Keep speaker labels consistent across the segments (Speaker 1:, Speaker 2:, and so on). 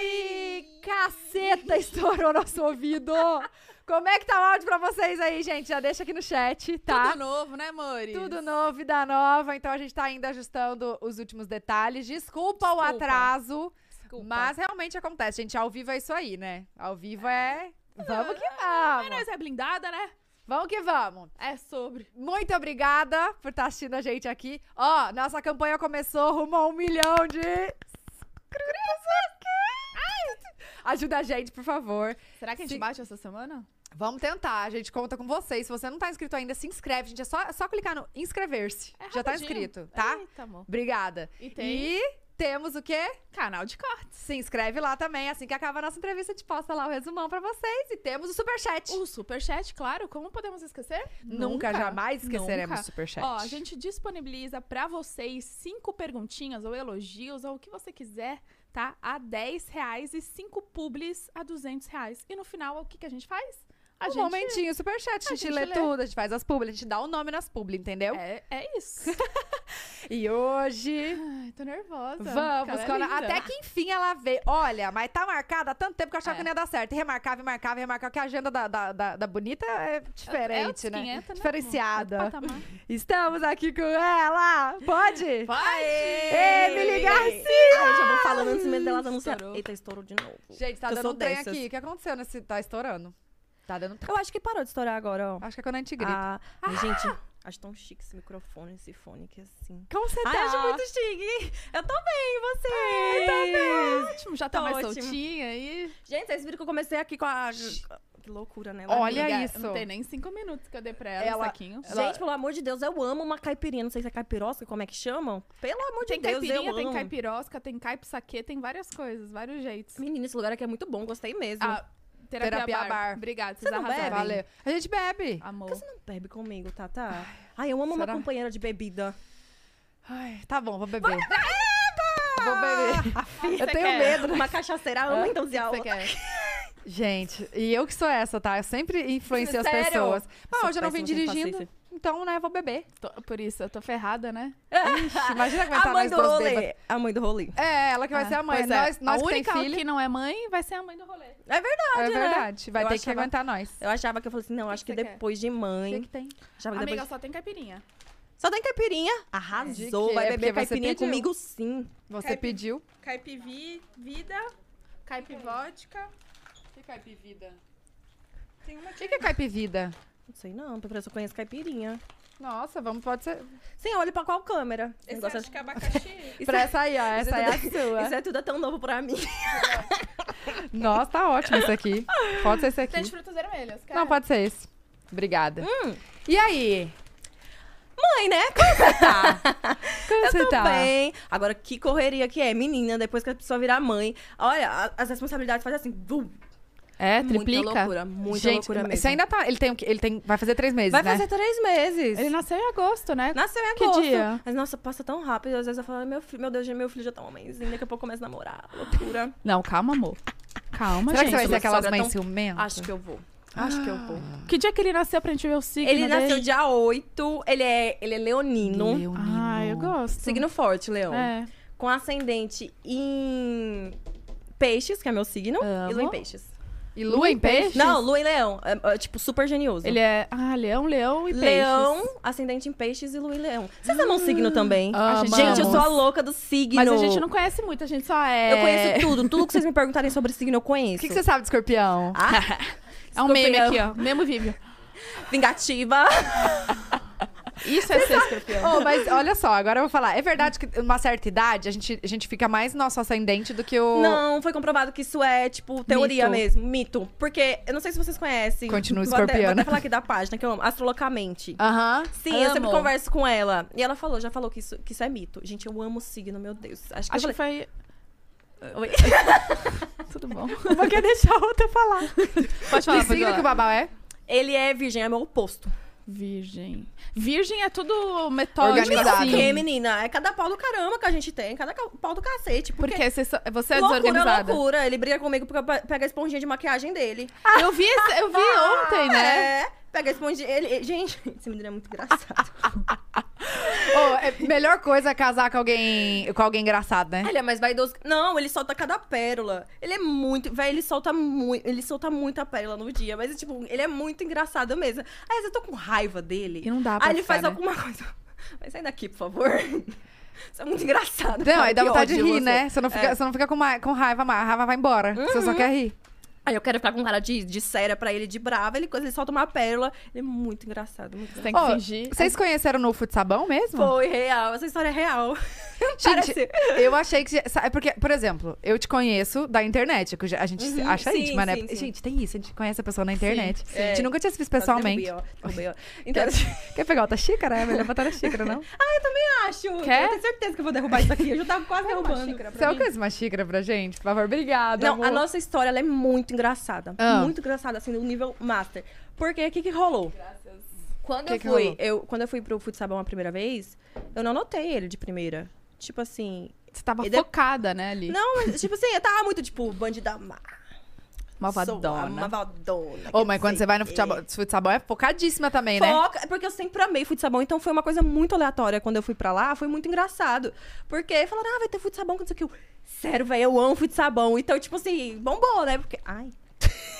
Speaker 1: Eita, estourou nosso ouvido! Como é que tá o áudio pra vocês aí, gente? Já deixa aqui no chat, tá?
Speaker 2: Tudo novo, né, amores?
Speaker 1: Tudo novo, vida nova. Então a gente tá ainda ajustando os últimos detalhes. Desculpa, o
Speaker 2: Desculpa.
Speaker 1: atraso,
Speaker 2: Desculpa.
Speaker 1: mas realmente acontece, gente. Ao vivo é isso aí, né? Ao vivo é. Vamos que vamos!
Speaker 2: Mas é blindada, né?
Speaker 1: Vamos que vamos!
Speaker 2: É sobre.
Speaker 1: Muito obrigada por estar assistindo a gente aqui. Ó, nossa campanha começou rumo a um milhão de. inscritos aqui. Ai, Ajuda a gente, por favor.
Speaker 2: Será que a gente
Speaker 1: Se-
Speaker 2: bate essa semana?
Speaker 1: Vamos tentar, a gente conta com vocês. Se você não tá inscrito ainda, se inscreve, gente. É só, é só clicar no inscrever-se.
Speaker 2: É
Speaker 1: Já tá
Speaker 2: rapidinho.
Speaker 1: inscrito, tá?
Speaker 2: Ai, tá bom.
Speaker 1: Obrigada.
Speaker 2: E tem
Speaker 1: E temos o quê?
Speaker 2: canal de corte.
Speaker 1: Se inscreve lá também. Assim que acaba a nossa entrevista, a gente posta lá o resumão pra vocês. E temos o superchat.
Speaker 2: O superchat, claro. Como podemos esquecer?
Speaker 1: Nunca, jamais esqueceremos
Speaker 2: Nunca.
Speaker 1: o superchat.
Speaker 2: Ó, a gente disponibiliza pra vocês cinco perguntinhas ou elogios ou o que você quiser, tá? A 10 reais e cinco publis a 200 reais. E no final, o que, que a gente faz? A
Speaker 1: um
Speaker 2: gente...
Speaker 1: momentinho, superchat, a, gente lê, tudo, a gente faz as publi, a gente dá o nome nas publi, entendeu?
Speaker 2: É, é isso.
Speaker 1: E hoje,
Speaker 2: Ai, tô nervosa.
Speaker 1: vamos,
Speaker 2: Cara, é
Speaker 1: Cora,
Speaker 2: linda.
Speaker 1: até que enfim ela veio. Olha, mas tá marcada há tanto tempo que eu achava
Speaker 2: É.
Speaker 1: que não ia dar certo. E remarcava, e marcava, e remarcava, que a agenda da, da, da, da bonita é diferente,
Speaker 2: outros
Speaker 1: né?
Speaker 2: 500, né?
Speaker 1: Diferenciada.
Speaker 2: Outro patamar.
Speaker 1: Estamos aqui com ela! Pode?
Speaker 2: Vai!
Speaker 1: Emily Garcia!
Speaker 3: Ai, já vou falando antes mesmo dela anunciar.
Speaker 2: Estourou.
Speaker 3: Eita, estourou de novo.
Speaker 1: Gente, tá
Speaker 3: Eu
Speaker 1: dando
Speaker 3: sou
Speaker 1: um trem
Speaker 3: dessas.
Speaker 1: aqui. O que aconteceu nesse... Tá estourando. Tá dando...
Speaker 3: Eu acho que parou de estourar agora, ó.
Speaker 1: Acho que é quando a gente grita.
Speaker 3: Ah, Gente, acho tão chique esse microfone, esse fone que é assim.
Speaker 1: Como você
Speaker 3: Ai, acho muito chique. Eu tô bem, e você? eu tô bem.
Speaker 2: Ótimo, já tá
Speaker 3: Tá
Speaker 2: mais
Speaker 3: ótimo.
Speaker 2: soltinha aí.
Speaker 3: Gente, vocês viram que eu comecei aqui com a... Que loucura, né?
Speaker 1: Olha
Speaker 3: Amiga.
Speaker 1: isso.
Speaker 2: Não tem nem cinco minutos que eu dei pra ela,
Speaker 1: Ela-
Speaker 2: um saquinho.
Speaker 3: Gente, pelo amor de Deus, eu amo uma caipirinha. Não sei se é caipirosca, como é que chamam. Pelo amor
Speaker 2: Tem
Speaker 3: de Deus, eu
Speaker 2: caipirinha,
Speaker 3: amo.
Speaker 2: tem caipirosca, tem caipsaquê, tem várias coisas, vários jeitos.
Speaker 3: Menina, esse lugar aqui é muito bom, gostei mesmo.
Speaker 2: Ah, terapia,
Speaker 1: Terapia
Speaker 2: bar.
Speaker 1: bar.
Speaker 2: Obrigada, vocês
Speaker 3: Você não
Speaker 2: arrasaram.
Speaker 3: bebe?
Speaker 2: Valeu.
Speaker 1: Valeu. A gente bebe.
Speaker 2: Amor.
Speaker 3: Por que você não bebe comigo, Tata? Ai, eu amo
Speaker 1: será?
Speaker 3: uma companheira de bebida.
Speaker 1: Ai, tá bom, vou beber. Vou beber.
Speaker 2: você
Speaker 1: Eu tenho
Speaker 2: quer?
Speaker 1: medo.
Speaker 3: Uma cachaceira ama
Speaker 2: O
Speaker 3: entãozinha.
Speaker 2: que você quer?
Speaker 1: Gente, e eu que sou essa, tá? Eu sempre influencio as
Speaker 2: Sério?
Speaker 1: pessoas. Mas
Speaker 3: Sou
Speaker 1: hoje eu não vim
Speaker 3: péssima sem
Speaker 1: dirigindo,
Speaker 3: paciência.
Speaker 1: então, né, vou beber.
Speaker 2: Tô- por isso, eu tô ferrada, né?
Speaker 1: Ixi, imagina que vai
Speaker 3: A
Speaker 1: estar
Speaker 3: mãe
Speaker 1: nós
Speaker 3: do
Speaker 1: duas bêbadas.
Speaker 3: Ah, rolê. A mãe do rolê.
Speaker 1: É, ela que vai
Speaker 2: Ah,
Speaker 1: ser a mãe.
Speaker 2: pois é.
Speaker 1: Nós, nós
Speaker 2: a
Speaker 1: que tem
Speaker 2: única
Speaker 1: filho,
Speaker 2: que não é mãe vai ser a mãe do rolê.
Speaker 3: É verdade,
Speaker 1: é
Speaker 3: né?
Speaker 1: verdade. Vai
Speaker 3: Eu
Speaker 1: ter que
Speaker 3: achava-
Speaker 1: aguentar nós.
Speaker 3: Eu achava que eu falei assim, não, acho
Speaker 2: que
Speaker 3: que,
Speaker 2: você
Speaker 3: depois de
Speaker 1: O que,
Speaker 3: mãe.
Speaker 1: que tem?
Speaker 3: Achava que
Speaker 2: Amiga,
Speaker 3: depois...
Speaker 2: só tem caipirinha.
Speaker 3: Só tem caipirinha.
Speaker 1: De
Speaker 3: Arrasou.
Speaker 1: quê?
Speaker 3: Vai
Speaker 1: É porque
Speaker 3: beber
Speaker 1: você
Speaker 3: caipirinha
Speaker 1: pediu.
Speaker 3: comigo sim.
Speaker 1: Você
Speaker 2: Caipi-
Speaker 1: pediu.
Speaker 2: Caipivi, vida, caipivótica. Que caipivida? Tem uma
Speaker 1: O que, que é caipivida?
Speaker 3: Não sei não, porque eu só conheço caipirinha.
Speaker 1: Nossa, vamos, pode ser.
Speaker 3: Sem olho pra qual câmera? Esse negócio acho-
Speaker 2: de abacaxi.
Speaker 3: Isso
Speaker 1: pra
Speaker 3: é-
Speaker 1: essa aí, ó.
Speaker 3: isso
Speaker 1: Essa é
Speaker 3: é
Speaker 1: a sua.
Speaker 3: Isso é tudo tão novo pra mim.
Speaker 1: Nossa, tá ótimo isso aqui. Pode ser esse aqui.
Speaker 2: Tem de frutas vermelhas, cara.
Speaker 1: Não, pode ser esse. Obrigada.
Speaker 3: Hum.
Speaker 1: E aí?
Speaker 3: Mãe, né? Como você tá?
Speaker 1: Como
Speaker 3: Eu
Speaker 1: você
Speaker 3: tô
Speaker 1: tá?
Speaker 3: bem. Agora, que correria que é, menina, depois que a pessoa virar mãe. Olha, a- as responsabilidades fazem assim. vum.
Speaker 1: É,
Speaker 3: Muita
Speaker 1: triplica?
Speaker 3: loucura, muita
Speaker 1: Gente,
Speaker 3: loucura
Speaker 1: mas
Speaker 3: mesmo.
Speaker 1: Você ainda tá. Ele tem o quê? Ele tem. Vai fazer três meses,
Speaker 3: Vai
Speaker 1: né?
Speaker 3: fazer três meses.
Speaker 2: Ele nasceu em agosto, né?
Speaker 3: Nasceu em
Speaker 2: Que
Speaker 3: agosto.
Speaker 2: dia?
Speaker 3: Mas, nossa, passa tão rápido. Às vezes eu falo, meu, filho, meu Deus, meu filho já tá homenzinho. Daqui a pouco começa a namorar. Loucura.
Speaker 2: Não, calma, amor. Calma,
Speaker 1: Será que
Speaker 2: gente.
Speaker 1: você vai ser
Speaker 3: sua
Speaker 1: aquelas
Speaker 3: sogra
Speaker 1: mães
Speaker 3: tão-
Speaker 1: ciumentas?
Speaker 3: Acho que eu vou. Acho que eu vou.
Speaker 2: Que dia que ele nasceu pra gente ver o signo
Speaker 3: Ele nasceu
Speaker 2: dele?
Speaker 3: dia 8. Ele é, ele é leonino.
Speaker 2: Ah, eu gosto.
Speaker 3: Signo forte, Leão.
Speaker 2: É.
Speaker 3: Com ascendente em peixes, que é meu signo.
Speaker 2: Amo.
Speaker 3: E lua em peixes.
Speaker 1: E lua em peixe?
Speaker 3: Não, lua em leão. É, é, tipo, super genioso.
Speaker 2: Ele é... Ah, leão, leão e
Speaker 3: leão,
Speaker 2: peixes.
Speaker 3: ascendente em peixes e lua em leão. Vocês amam signo também?
Speaker 2: Ah,
Speaker 3: gente, eu sou a
Speaker 2: amamos.
Speaker 3: louca do signo.
Speaker 2: Mas a gente não conhece muito, a gente só é...
Speaker 3: Eu conheço tudo. Tudo que vocês me perguntarem sobre signo, eu
Speaker 1: O
Speaker 3: conheço.
Speaker 1: que, que você sabe de escorpião?
Speaker 3: Ah,
Speaker 2: É um meme
Speaker 3: escorpião.
Speaker 2: aqui, ó. Mesmo vídeo.
Speaker 3: Vingativa.
Speaker 2: Isso é ser escorpião.
Speaker 1: Oh, mas olha só, agora eu vou falar. É verdade que uma certa idade a gente, a gente fica mais nosso ascendente do que o.
Speaker 3: Não, foi comprovado que isso é, tipo, teoria
Speaker 1: Mito.
Speaker 3: mesmo, mito. Porque, eu não sei se vocês conhecem.
Speaker 1: Continua
Speaker 3: vou até, vou
Speaker 1: escorpiana.
Speaker 3: até falar aqui da página que eu amo, Astrolocamente.
Speaker 1: Aham.
Speaker 3: Sim, eu sempre
Speaker 2: Amo.
Speaker 3: converso com ela. E ela falou, já falou que isso, que isso é mito. Gente, eu amo signo, meu Deus. Acho que
Speaker 2: Acho que
Speaker 3: eu falei.
Speaker 2: foi...
Speaker 3: Oi.
Speaker 2: Tudo bom.
Speaker 1: Uma quer deixar a outra falar.
Speaker 2: Pode
Speaker 1: Que
Speaker 2: falar, pode
Speaker 1: signo que o
Speaker 2: falar.
Speaker 1: babau é?
Speaker 3: Ele é virgem, é meu oposto.
Speaker 2: Virgem. Virgem é tudo metódico,
Speaker 1: Organizado.
Speaker 3: Por quê,
Speaker 2: assim.
Speaker 3: menina? É cada pau do caramba que a gente tem, é cada ca- pau do cacete. Porque,
Speaker 2: Porque você, só- você é
Speaker 3: loucura,
Speaker 2: desorganizada.
Speaker 3: loucura. Ele briga comigo porque eu pe- pego a esponjinha de maquiagem dele.
Speaker 2: Eu vi, esse- eu vi ontem, né?
Speaker 3: É, pega a esponjinha. Ele, ele- gente, esse menino é muito engraçado.
Speaker 1: Ô, é- melhor coisa é casar com alguém, com alguém engraçado, né?
Speaker 3: Ele é mais vaidoso. que- Não, ele solta cada pérola. Ele é muito. Véi, ele solta muito. Ele solta muita pérola no dia. Mas, tipo, ele é muito engraçado mesmo. Às vezes eu tô com raiva dele.
Speaker 4: E não dá pra
Speaker 3: Aí ele
Speaker 4: ficar,
Speaker 3: faz
Speaker 4: né?
Speaker 3: alguma coisa. Vai sair daqui, por favor. Isso é muito engraçado.
Speaker 1: Não,
Speaker 3: cara,
Speaker 1: aí dá
Speaker 3: que
Speaker 1: vontade de
Speaker 3: ódio
Speaker 1: rir,
Speaker 3: você. É.
Speaker 1: né? Você não fica, você não fica com, ma- com raiva, mas a raiva vai embora. Você
Speaker 3: Uhum.
Speaker 1: só quer rir.
Speaker 3: Aí eu quero ficar com cara de, de séria pra ele, de brava. Ele, coisa, ele solta uma pérola. Ele é muito engraçado. Muito engraçado.
Speaker 4: Tem que
Speaker 1: Ô,
Speaker 4: fingir.
Speaker 1: Vocês se conheceram no futsabão mesmo?
Speaker 3: Foi real. Essa história é real.
Speaker 1: Gente, eu achei que. É porque, por exemplo, eu te conheço da internet, que eu já- a gente
Speaker 3: Uhum,
Speaker 1: acha
Speaker 3: sim,
Speaker 1: íntima, né?
Speaker 3: sim, sim.
Speaker 1: Gente, tem isso, a gente conhece a pessoa na internet. A gente
Speaker 3: sim. É.
Speaker 1: nunca tinha se visto pessoalmente.
Speaker 3: Nossa, derrubei, ó, derrubei, ó. Então,
Speaker 1: Quer pegar outra xícara? É melhor botar na xícara, não?
Speaker 3: acho.
Speaker 4: Quer?
Speaker 3: Eu tenho certeza que eu vou derrubar isso aqui. Eu já tava quase derrubando.
Speaker 1: Você é alcança uma xícara pra gente? Por favor, obrigada.
Speaker 3: Não,
Speaker 1: amor.
Speaker 3: a nossa história ela é muito engraçada.
Speaker 1: Ah.
Speaker 3: Muito engraçada, assim, no nível master. Porque o que, que rolou? Quando
Speaker 1: Que
Speaker 3: eu
Speaker 1: que
Speaker 3: fui,
Speaker 1: rolou?
Speaker 3: eu quando eu fui pro futsalão a primeira vez, eu não notei ele de primeira. Tipo assim.
Speaker 4: Você tava
Speaker 3: E de-
Speaker 4: focada, né, ali.
Speaker 3: Não, mas, tipo assim, eu tava muito, tipo, bandida má. Sou a
Speaker 1: Malvadona.
Speaker 3: Malvadona.
Speaker 1: Ô,
Speaker 3: que
Speaker 1: mas
Speaker 3: não
Speaker 1: quando
Speaker 3: sei
Speaker 1: você vai no
Speaker 3: o quê.
Speaker 1: futsabão, futsabão é focadíssima também, né?
Speaker 3: Foca, é porque eu sempre amei futsabão, então foi uma coisa muito aleatória quando eu fui pra lá, foi muito engraçado. Porque falaram, ah, vai ter futsabão, que não sei o que. Eu, Sério, velho, eu amo futsabão. Então, tipo assim, bombou, né? Porque. Ai.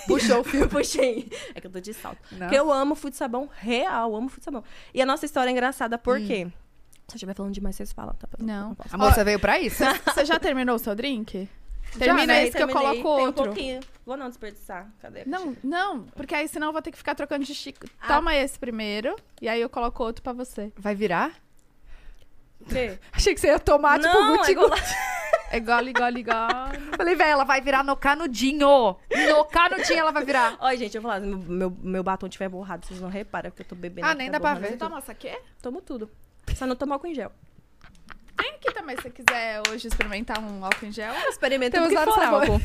Speaker 3: Puxou o fio, puxei. É que eu tô de salto.
Speaker 1: Não.
Speaker 3: Porque eu amo futsabão real, amo futsabão. E a nossa história é engraçada, por quê? Se eu estiver falando demais, vocês falam, tá?
Speaker 4: Não.
Speaker 1: A moça veio pra isso?
Speaker 4: Você já terminou o seu drink?
Speaker 3: Já,
Speaker 4: Termina
Speaker 3: né?
Speaker 4: esse que eu
Speaker 3: Terminei.
Speaker 4: coloco
Speaker 3: Tem
Speaker 4: outro.
Speaker 3: Um pouquinho. Vou não desperdiçar. Cadê? a
Speaker 4: Não, não, porque aí senão eu vou ter que ficar trocando de chico.
Speaker 3: Ah.
Speaker 4: Toma esse primeiro, e aí eu coloco outro pra você.
Speaker 1: Vai virar?
Speaker 3: caixinha?
Speaker 1: Achei que você ia tomar, tipo,
Speaker 3: Não, é
Speaker 1: guti-guti.
Speaker 3: igual-
Speaker 4: É gole, gole, gole.
Speaker 1: Falei, velho, ela vai virar no canudinho. No canudinho ela vai virar.
Speaker 3: Olha, gente, eu vou falar, meu, meu, meu batom tiver borrado, vocês não reparam, porque eu tô bebendo.
Speaker 1: Ah,
Speaker 3: aqui,
Speaker 1: nem
Speaker 3: tá
Speaker 1: dá pra
Speaker 3: borrando
Speaker 1: ver.
Speaker 3: tudo.
Speaker 4: Toma essa aqui?
Speaker 3: Tomo tudo. Só não tomo álcool em gel.
Speaker 4: Tem aqui também, se você quiser hoje experimentar um álcool em gel.
Speaker 3: Experimenta
Speaker 1: Temos
Speaker 3: tudo que
Speaker 1: vários
Speaker 3: for
Speaker 1: sabores.
Speaker 3: álcool.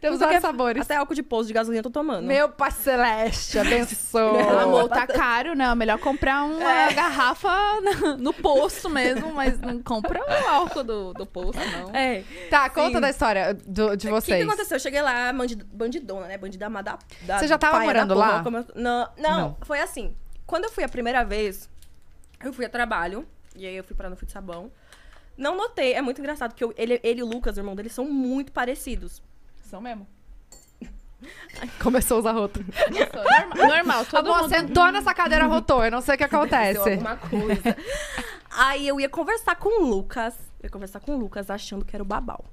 Speaker 1: Temos
Speaker 3: Tudo que
Speaker 1: vários
Speaker 3: é-
Speaker 1: sabores.
Speaker 3: Até álcool de poço de gasolina eu tô tomando.
Speaker 1: Meu pai celeste,
Speaker 3: Boa.
Speaker 4: Amor,
Speaker 1: abençoa.
Speaker 4: tá caro, né? Melhor comprar uma
Speaker 3: É.
Speaker 4: garrafa na- no posto mesmo, mas não compra o álcool do, do posto, não.
Speaker 3: É.
Speaker 1: tá, conta
Speaker 3: Sim.
Speaker 1: da história do- de
Speaker 3: O que, que
Speaker 1: vocês.
Speaker 3: aconteceu? Eu cheguei lá, bandid- bandidona, né? Bandida amada da
Speaker 1: Você já tava
Speaker 3: paia da
Speaker 1: morando
Speaker 3: porra,
Speaker 1: lá?
Speaker 3: como eu- Não, não,
Speaker 1: Não.
Speaker 3: foi assim. Quando eu fui a primeira vez, eu fui a trabalho. E aí eu fui parar no fio de sabão. Não notei, é muito engraçado, porque eu- ele, ele e o Lucas, o irmão dele, são muito parecidos.
Speaker 4: São mesmo.
Speaker 1: Começou a usar roto.
Speaker 4: normal, normal,
Speaker 1: A
Speaker 4: todo
Speaker 1: moça
Speaker 4: mundo...
Speaker 1: sentou nessa cadeira, rotou. Eu não sei o que
Speaker 3: aconteceu
Speaker 1: acontece.
Speaker 3: alguma coisa. Aí eu ia conversar com o Lucas. Eu ia conversar com o Lucas achando que era o Babal.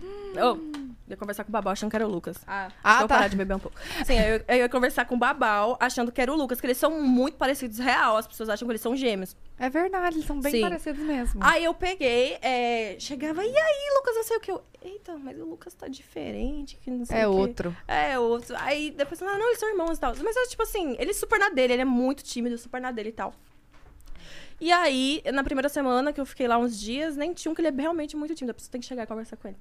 Speaker 1: Hum.
Speaker 3: Oh, ia conversar com o Babal achando que era o Lucas.
Speaker 4: Ah,
Speaker 1: Ah,
Speaker 3: Deixa eu
Speaker 1: tá.
Speaker 3: parar de beber um pouco. Sim, aí eu, aí eu ia conversar com o Babal achando que era o Lucas, que eles são muito parecidos real. As pessoas acham que eles são gêmeos.
Speaker 1: É verdade, eles são bem
Speaker 3: Sim.
Speaker 1: parecidos mesmo.
Speaker 3: Aí eu peguei, é, chegava, e aí, Lucas, não sei o que. Eu, Eita, mas o Lucas tá diferente, que não sei
Speaker 1: é
Speaker 3: o quê."
Speaker 1: outro.
Speaker 3: É, outro. Aí depois, ah, não, eles são irmãos e tal. Mas, eu, tipo assim, ele super na dele, ele é muito tímido, super na dele e tal. E aí, na primeira semana que eu fiquei lá uns dias, nem tinha um que ele é realmente muito tímido. A pessoa tem que chegar e conversar com ele.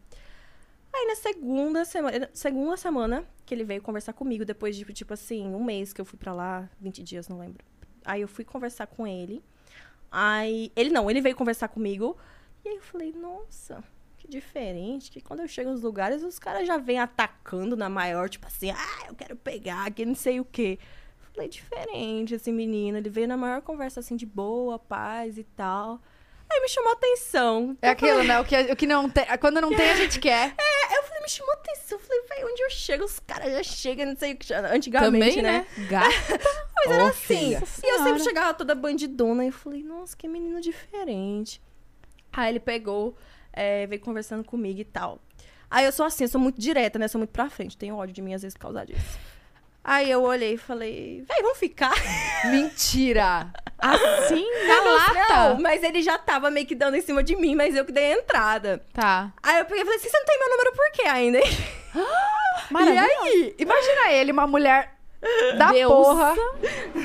Speaker 3: Aí na segunda semana, segunda semana que ele veio conversar comigo, depois de, tipo assim, um mês que eu fui pra lá, 20 dias, não lembro. Aí eu fui conversar com ele. Aí, ele não, ele veio conversar comigo. E aí eu falei, nossa, que diferente, que quando eu chego nos lugares, os caras já vêm atacando na maior, tipo assim, ah, eu quero pegar, que não sei o quê. Falei, diferente esse menino, ele veio na maior conversa, assim, de boa, paz e tal. Aí me chamou a atenção.
Speaker 1: É aquilo, né? O que, o que não tem. Quando não tem, a gente quer.
Speaker 3: Aí eu falei, me chamou a atenção, falei, véi, onde eu chego, os caras já chegam, não sei o que, antigamente,
Speaker 4: também,
Speaker 3: né?
Speaker 4: né? Gata.
Speaker 3: Mas era
Speaker 1: Ô,
Speaker 3: assim.
Speaker 1: filha.
Speaker 4: Nossa
Speaker 3: E eu
Speaker 4: Senhora.
Speaker 3: sempre chegava toda bandidona e eu falei, nossa, que menino diferente. Aí ele pegou, é, veio conversando comigo e tal. Aí eu sou assim, eu sou muito direta, né? Sou muito pra frente. Tenho ódio de mim às vezes por causa disso. Aí eu olhei e falei, véi, vamos ficar.
Speaker 4: Tá.
Speaker 1: Mentira.
Speaker 4: Assim, na lata.
Speaker 3: Não, mas ele já tava meio que dando em cima de mim, mas eu que dei a entrada.
Speaker 4: Tá.
Speaker 3: Aí eu peguei e falei assim, você não tem meu número por quê ainda? hein?"
Speaker 1: E aí? Imagina ele, uma mulher da
Speaker 4: Deusa.
Speaker 1: porra,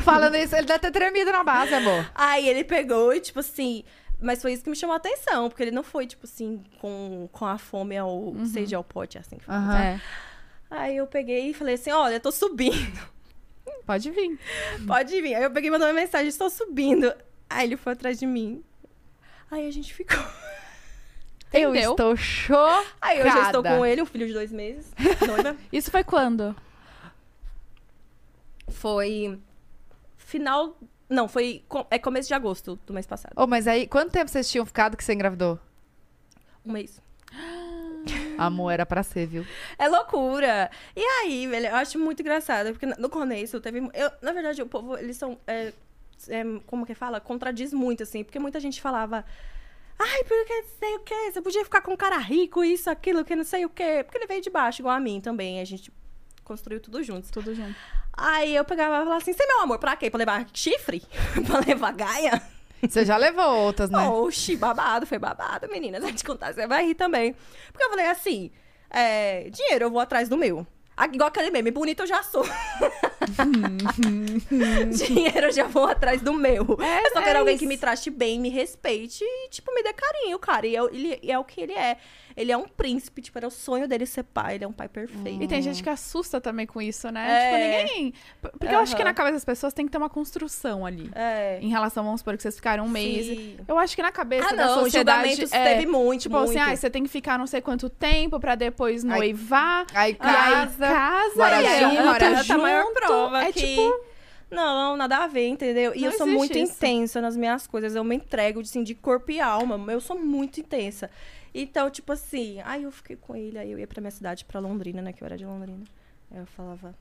Speaker 1: falando isso. Ele deve ter tremido na base, amor.
Speaker 3: Aí ele pegou e, tipo assim. Mas foi isso que me chamou a atenção, porque ele não foi, tipo assim, com, com a fome ao seja ao pote, é assim que fala.
Speaker 1: Aham.
Speaker 4: É.
Speaker 3: Aí eu peguei e falei assim: olha, eu tô subindo.
Speaker 1: É.
Speaker 4: Pode vir.
Speaker 3: Pode vir. Aí eu peguei e mandei uma mensagem: estou subindo. Aí ele foi atrás de mim. Aí a gente ficou.
Speaker 1: Eu
Speaker 4: Entendeu?
Speaker 1: estou chocada.
Speaker 3: Aí eu já estou com ele, um filho de dois meses, noiva.
Speaker 4: Isso foi quando?
Speaker 3: Foi final. Não, foi. co- É começo de agosto do mês passado.
Speaker 1: Ô, mas aí, quanto tempo vocês tinham ficado que você engravidou?
Speaker 3: Um mês.
Speaker 1: Amor, era pra ser, viu?
Speaker 3: É loucura. E aí, velho, eu acho muito engraçado, porque no começo teve. Eu, na verdade, o povo, eles são. é, é, como que fala? Contradiz muito, assim, porque muita gente falava. Ai, porque não sei o quê, você podia ficar com um cara rico, isso, aquilo, que não sei o quê. Porque ele veio de baixo, igual a mim também. A gente construiu tudo juntos.
Speaker 2: Tudo junto.
Speaker 3: Aí eu pegava e falava assim: Você, meu amor, pra quê? Pra levar chifre? pra levar gaia?
Speaker 1: Você já levou outras, né?
Speaker 3: Oxi, babado, foi babado, menina. Se eu te contar, você vai rir também. Porque eu falei assim: é, dinheiro, eu vou atrás do meu. Ah, Igual aquele meme, bonito eu já sou. dinheiro, eu já vou atrás do meu. eu só
Speaker 2: é
Speaker 3: quero alguém
Speaker 2: isso.
Speaker 3: que me trate bem, me respeite e, tipo, me dê carinho, cara. E é, o- ele, e é o que ele é. Ele é um príncipe, tipo, era o sonho dele ser pai. Ele é um pai perfeito.
Speaker 2: E tem gente que assusta também com isso, né?
Speaker 3: Uhum. É.
Speaker 2: Tipo, ninguém. P- Porque eu acho que
Speaker 3: Aham.
Speaker 2: na cabeça das pessoas tem que ter uma construção ali.
Speaker 3: É.
Speaker 2: Em relação, vamos supor, que vocês ficaram um mês.
Speaker 3: Sim.
Speaker 2: Eu acho que na cabeça
Speaker 3: Ah,
Speaker 2: da
Speaker 3: não,
Speaker 2: sociedade.
Speaker 3: julgamentos
Speaker 2: é,
Speaker 3: teve muito,
Speaker 2: Tipo
Speaker 3: muito.
Speaker 2: assim, ah, você tem que ficar não sei quanto tempo pra depois noivar.
Speaker 1: Aí
Speaker 2: e aí
Speaker 1: casa.
Speaker 2: casa,
Speaker 1: mora
Speaker 2: e aí
Speaker 1: junto,
Speaker 2: eu
Speaker 1: mora
Speaker 2: tô
Speaker 1: junto,
Speaker 3: Essa é a maior
Speaker 2: junto.
Speaker 3: prova
Speaker 2: é
Speaker 3: que...
Speaker 2: tipo,
Speaker 3: Não, nada a ver, entendeu? E
Speaker 2: Não
Speaker 3: eu sou
Speaker 2: existe
Speaker 3: muito
Speaker 2: isso.
Speaker 3: intensa nas minhas coisas. Eu me entrego, assim, de corpo e alma. Eu sou muito intensa. Então, tipo assim... Aí eu fiquei com ele, aí eu ia pra minha cidade, pra Londrina, né? Que eu era de Londrina. Aí eu falava...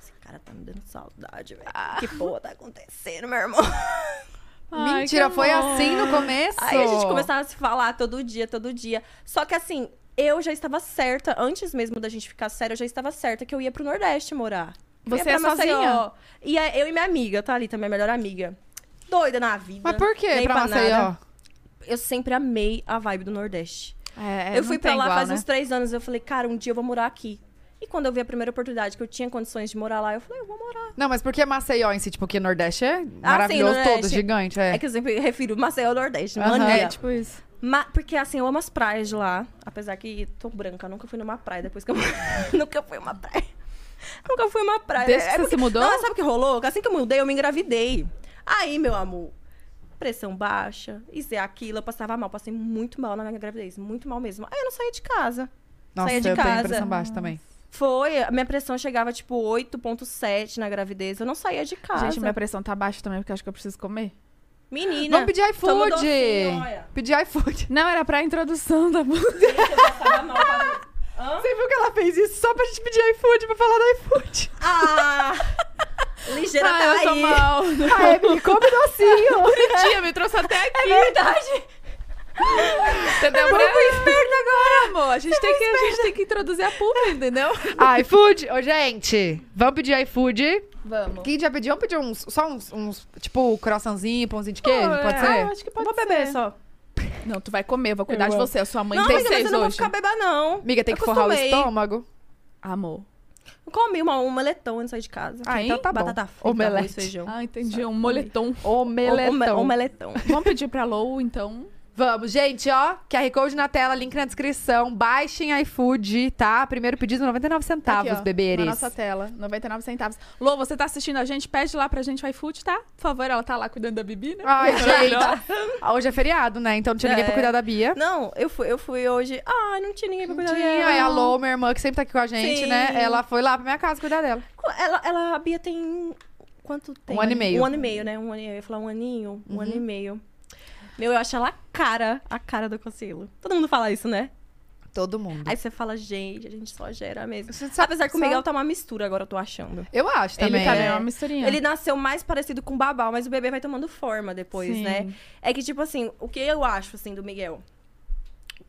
Speaker 3: Esse cara tá me dando saudade, velho.
Speaker 2: Ah.
Speaker 3: Que porra tá acontecendo, meu irmão?
Speaker 2: ai,
Speaker 1: Mentira,
Speaker 2: que
Speaker 1: foi
Speaker 2: amor.
Speaker 1: assim no começo?
Speaker 3: Aí a gente começava a se falar todo dia, todo dia. Só que assim, eu já estava certa, antes mesmo da gente ficar séria, eu já estava certa que eu ia pro Nordeste morar. Eu
Speaker 2: Você
Speaker 3: ia
Speaker 2: é
Speaker 3: pra Maceió.
Speaker 2: sozinha?
Speaker 3: E é- eu e minha amiga, tá ali, minha melhor amiga. Doida na vida.
Speaker 1: Mas por quê?
Speaker 3: Nem
Speaker 1: Pra
Speaker 3: pra
Speaker 1: Maceió?
Speaker 3: nada. Eu sempre amei a vibe do Nordeste.
Speaker 2: É,
Speaker 3: eu fui
Speaker 2: não tem
Speaker 3: pra lá
Speaker 2: igual,
Speaker 3: faz
Speaker 2: né?
Speaker 3: uns três anos, eu falei, cara, um dia eu vou morar aqui. E quando eu vi a primeira oportunidade que eu tinha condições de morar lá, eu falei, eu vou morar.
Speaker 1: Não, mas por que Maceió em si? Tipo, porque Nordeste é maravilhoso todo,
Speaker 3: Ah, Nordeste.
Speaker 1: gigante. É.
Speaker 3: É, que eu sempre refiro Maceió ao Nordeste,
Speaker 1: Aham.
Speaker 3: mania.
Speaker 2: É, tipo isso.
Speaker 3: Ma- porque assim, eu amo as praias de lá. Apesar que tô branca, nunca fui numa praia depois que eu. nunca fui uma praia. Nunca fui uma praia.
Speaker 2: Desde que você
Speaker 3: é porque-
Speaker 2: se mudou?
Speaker 3: Não, sabe o que rolou? Que Assim que eu mudei, eu me engravidei. Aí, meu amor, pressão baixa, isso é aquilo. Eu passava mal, passei muito mal na minha gravidez, muito mal mesmo. Aí eu não saía de casa.
Speaker 1: Nossa,
Speaker 3: saía de
Speaker 1: eu tenho
Speaker 3: casa. Né?
Speaker 1: pressão baixa também.
Speaker 3: Foi, a minha pressão chegava tipo 8,7 na gravidez. Eu não saía de casa.
Speaker 2: Gente, minha pressão tá baixa também, porque eu acho que eu preciso comer.
Speaker 3: Menina.
Speaker 1: Vamos pedir
Speaker 3: toma
Speaker 1: iFood!
Speaker 3: docinho, olha.
Speaker 1: Pedir iFood.
Speaker 2: Não, era pra introdução da música.
Speaker 3: Eu passava tá mal, passava- Hã?
Speaker 1: Você viu que ela fez isso só pra gente pedir iFood, pra falar do iFood.
Speaker 3: Ah! Ligeira
Speaker 2: Ah,
Speaker 3: tá
Speaker 2: eu
Speaker 3: aí.
Speaker 2: sou mal.
Speaker 1: A Emily, come docinho!
Speaker 2: Bonitinha, me trouxe até aqui.
Speaker 3: É Verdade.
Speaker 2: Entendeu? tá Eu vou pro inferno agora, amor. A gente, tem que, a gente tem que introduzir a publi, entendeu?
Speaker 1: iFood! Ô, gente, vamos pedir iFood.
Speaker 2: Vamos.
Speaker 1: Quem já pediu? Vamos pedir uns, só uns, uns, tipo, croissantzinho, pãozinho de queijo, pode
Speaker 2: Ah,
Speaker 1: ser?
Speaker 2: eu acho que pode
Speaker 3: vou
Speaker 2: ser.
Speaker 3: beber só.
Speaker 2: Não, tu vai comer, eu vou cuidar de você. A sua mãe
Speaker 3: Não,
Speaker 2: tem
Speaker 3: amiga, mas
Speaker 2: seis
Speaker 3: eu não vou
Speaker 2: hoje.
Speaker 3: ficar beba, não.
Speaker 1: Amiga, tem
Speaker 3: Eu
Speaker 1: que forrar o
Speaker 3: acostumei.
Speaker 1: estômago.
Speaker 2: Amor.
Speaker 3: Eu comi uma, um moletom antes de sair de casa.
Speaker 1: Ah,
Speaker 2: Quem?
Speaker 1: então tá bom.
Speaker 3: Batata frita,
Speaker 1: Omelete.
Speaker 3: arroz, feijão.
Speaker 2: Ah, entendi. Um moletom.
Speaker 1: Omeletão.
Speaker 3: Ome- Omeletão.
Speaker 2: Vamos pedir pra Lou, então.
Speaker 1: Vamos, gente, ó. QR Code na tela, link na descrição. Baixem iFood, tá? Primeiro pedido, 99 centavos,
Speaker 2: Aqui, ó,
Speaker 1: beberes.
Speaker 2: Na nossa tela, 99 centavos. Lou, você tá assistindo a gente? Pede lá pra gente o iFood, tá? Por favor, ela tá lá cuidando da Bibi, né?
Speaker 1: Ai, gente. Hoje é feriado, né? Então não tinha ninguém pra
Speaker 3: É.
Speaker 1: cuidar da Bia.
Speaker 3: Não, eu fui, eu fui hoje. Ah, não tinha ninguém pra cuidar
Speaker 1: Tinha,
Speaker 3: dela.
Speaker 1: aí a Lô, minha irmã, que sempre tá aqui com a gente,
Speaker 3: Sim.
Speaker 1: né? Ela foi lá pra minha casa cuidar dela.
Speaker 3: Ela, ela, a Bia tem. um, Quanto tempo?
Speaker 1: ano e meio. Uhum.
Speaker 3: Um ano e meio, né? Um ano, e- eu ia falar um aninho, um ano e meio. Meu, eu acho ela a cara, a cara do Conselho. Todo mundo fala isso, né?
Speaker 1: Todo mundo.
Speaker 3: Aí você fala, gente, a gente só gera mesmo.
Speaker 1: Você sabe-
Speaker 3: Apesar que o
Speaker 1: só-
Speaker 3: Miguel tá uma mistura agora, eu tô achando.
Speaker 1: Eu acho também.
Speaker 2: Ele tá
Speaker 1: é.
Speaker 2: meio uma misturinha.
Speaker 3: Ele nasceu mais parecido com o Babal, mas o bebê vai tomando forma depois,
Speaker 2: Sim.
Speaker 3: né? É que, tipo assim, o que eu acho, assim, do Miguel?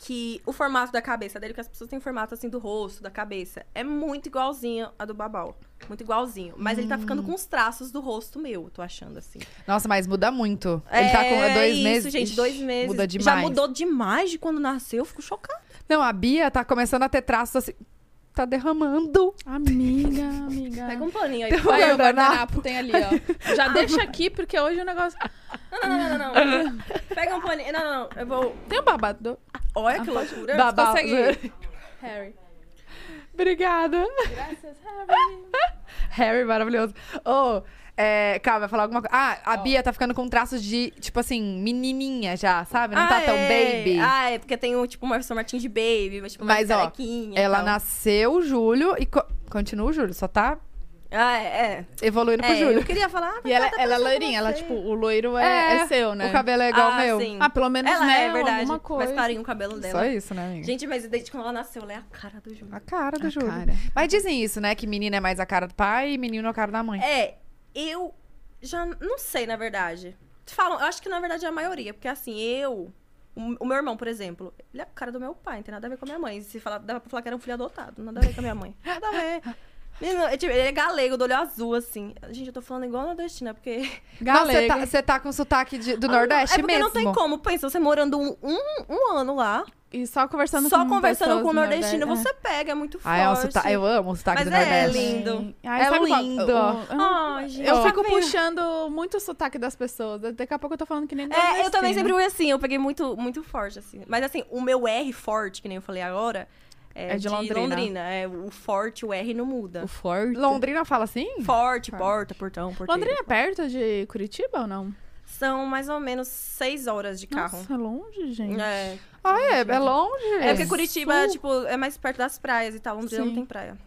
Speaker 3: Que o formato da cabeça dele, que as pessoas têm formato, assim, do rosto, da cabeça, é muito igualzinho a do Babal. Muito igualzinho. Mas ele tá
Speaker 1: Hum.
Speaker 3: ficando com os traços do rosto meu, tô achando, assim.
Speaker 1: Nossa, mas muda muito. Ele tá com dois
Speaker 3: É, isso,
Speaker 1: meses.
Speaker 3: gente,
Speaker 1: Ixi,
Speaker 3: dois meses.
Speaker 1: Muda demais.
Speaker 3: Já mudou demais de quando nasceu, eu fico chocada.
Speaker 1: Não, a Bia tá começando a ter traços assim. Tá derramando.
Speaker 2: Amiga, amiga.
Speaker 3: Pega um paninho aí.
Speaker 1: Vai,
Speaker 2: Olha o
Speaker 1: guardanapo.
Speaker 2: guardanapo, tem ali, ó. Já deixa aqui, porque hoje o negócio... Ah,
Speaker 3: Não, não, não, não, não. Pega um paninho. Não, não, não. Eu vou...
Speaker 2: Tem um babado.
Speaker 1: Ah,
Speaker 3: Olha que loucura. tá
Speaker 1: Babal.
Speaker 2: consegue. Harry.
Speaker 1: Obrigada.
Speaker 2: Graças, Harry.
Speaker 1: Harry, maravilhoso. Ô, é, calma, vai falar alguma coisa. Ah, a Bia tá ficando com traços de, tipo assim, menininha já, sabe? Não tá
Speaker 3: Ah,
Speaker 1: tão
Speaker 3: é.
Speaker 1: baby.
Speaker 3: Ah, é porque tem um, tipo, uma versão Martin de baby, mas tipo, mais
Speaker 1: Mas, ó,
Speaker 3: carequinha. e
Speaker 1: Ela
Speaker 3: tal.
Speaker 1: nasceu julho e. co- Continua o julho, só tá
Speaker 3: Ah, é.
Speaker 1: Evoluindo pro
Speaker 3: é
Speaker 1: Júlio.
Speaker 3: eu queria falar. ah,
Speaker 2: E ela,
Speaker 3: tá
Speaker 2: ela é
Speaker 3: parecendo
Speaker 2: loirinha, ela,
Speaker 3: você.
Speaker 2: tipo, o loiro é, é seu, né?
Speaker 1: O cabelo é igual ao
Speaker 3: Ah,
Speaker 1: meu.
Speaker 3: sim.
Speaker 2: Ah, pelo menos,
Speaker 3: Ela
Speaker 2: né?
Speaker 3: é verdade.
Speaker 2: Alguma coisa.
Speaker 3: Mas parem o cabelo dela.
Speaker 1: Só isso, né, amiga?
Speaker 3: Gente, mas desde quando ela nasceu, ela é a cara do Júlio.
Speaker 1: A cara do
Speaker 2: Ah,
Speaker 1: Júlio.
Speaker 2: cara.
Speaker 1: Mas dizem isso, né? Que menina é mais a cara do pai e menino é a cara da mãe.
Speaker 3: É, eu já não sei, na verdade. Falam, eu acho que na verdade é a maioria, porque assim, eu. O o meu irmão, por exemplo, ele é a cara do meu pai, não tem nada a ver com a minha mãe. Se falar, dava pra falar que era um filho adotado, nada a ver com a minha mãe. Nada a ver. Menino, é tipo, ele é galego, do olho azul, assim. Gente, eu tô falando igual nordestina, porque.
Speaker 1: Não, você
Speaker 2: Galega.
Speaker 1: tá, você tá com sotaque de- do
Speaker 3: Ah,
Speaker 1: Nordeste
Speaker 3: É porque
Speaker 1: mesmo.
Speaker 3: não tem como. Pensa, você morando um, um, um ano lá,
Speaker 2: E só conversando
Speaker 3: só
Speaker 2: com
Speaker 3: conversando
Speaker 2: pessoas
Speaker 3: com o
Speaker 2: do
Speaker 3: nordestino,
Speaker 2: Nordeste. né?
Speaker 3: você pega, é muito forte.
Speaker 1: Ah, é, o sota-
Speaker 2: tá-
Speaker 1: eu amo o sotaque
Speaker 3: Mas
Speaker 1: do
Speaker 3: é
Speaker 1: Nordeste.
Speaker 3: lindo.
Speaker 2: Ai,
Speaker 1: É
Speaker 2: sabe qual-
Speaker 1: lindo.
Speaker 2: o- eu-
Speaker 3: Ai, gente.
Speaker 2: Eu
Speaker 3: tá
Speaker 2: fico
Speaker 3: vendo?
Speaker 2: puxando muito o sotaque das pessoas. Daqui a pouco eu tô falando que nem
Speaker 3: É,
Speaker 2: nordestina.
Speaker 3: eu também sempre fui assim, eu peguei muito, muito forte, assim. Mas assim, o meu R forte, que nem eu falei agora, é,
Speaker 2: É de Londrina.
Speaker 3: É, o forte, o R não muda.
Speaker 2: O forte.
Speaker 1: Londrina fala assim?
Speaker 3: Forte, porta, portão, portão.
Speaker 2: Londrina é perto de Curitiba ou não?
Speaker 3: São mais ou menos seis horas de carro.
Speaker 2: Nossa, longe, gente.
Speaker 3: É.
Speaker 1: Ah, é, é longe.
Speaker 3: é porque Curitiba,
Speaker 2: Sul.
Speaker 3: tipo, é mais perto das praias e tal. Londrina não
Speaker 2: Sim.
Speaker 3: tem praia.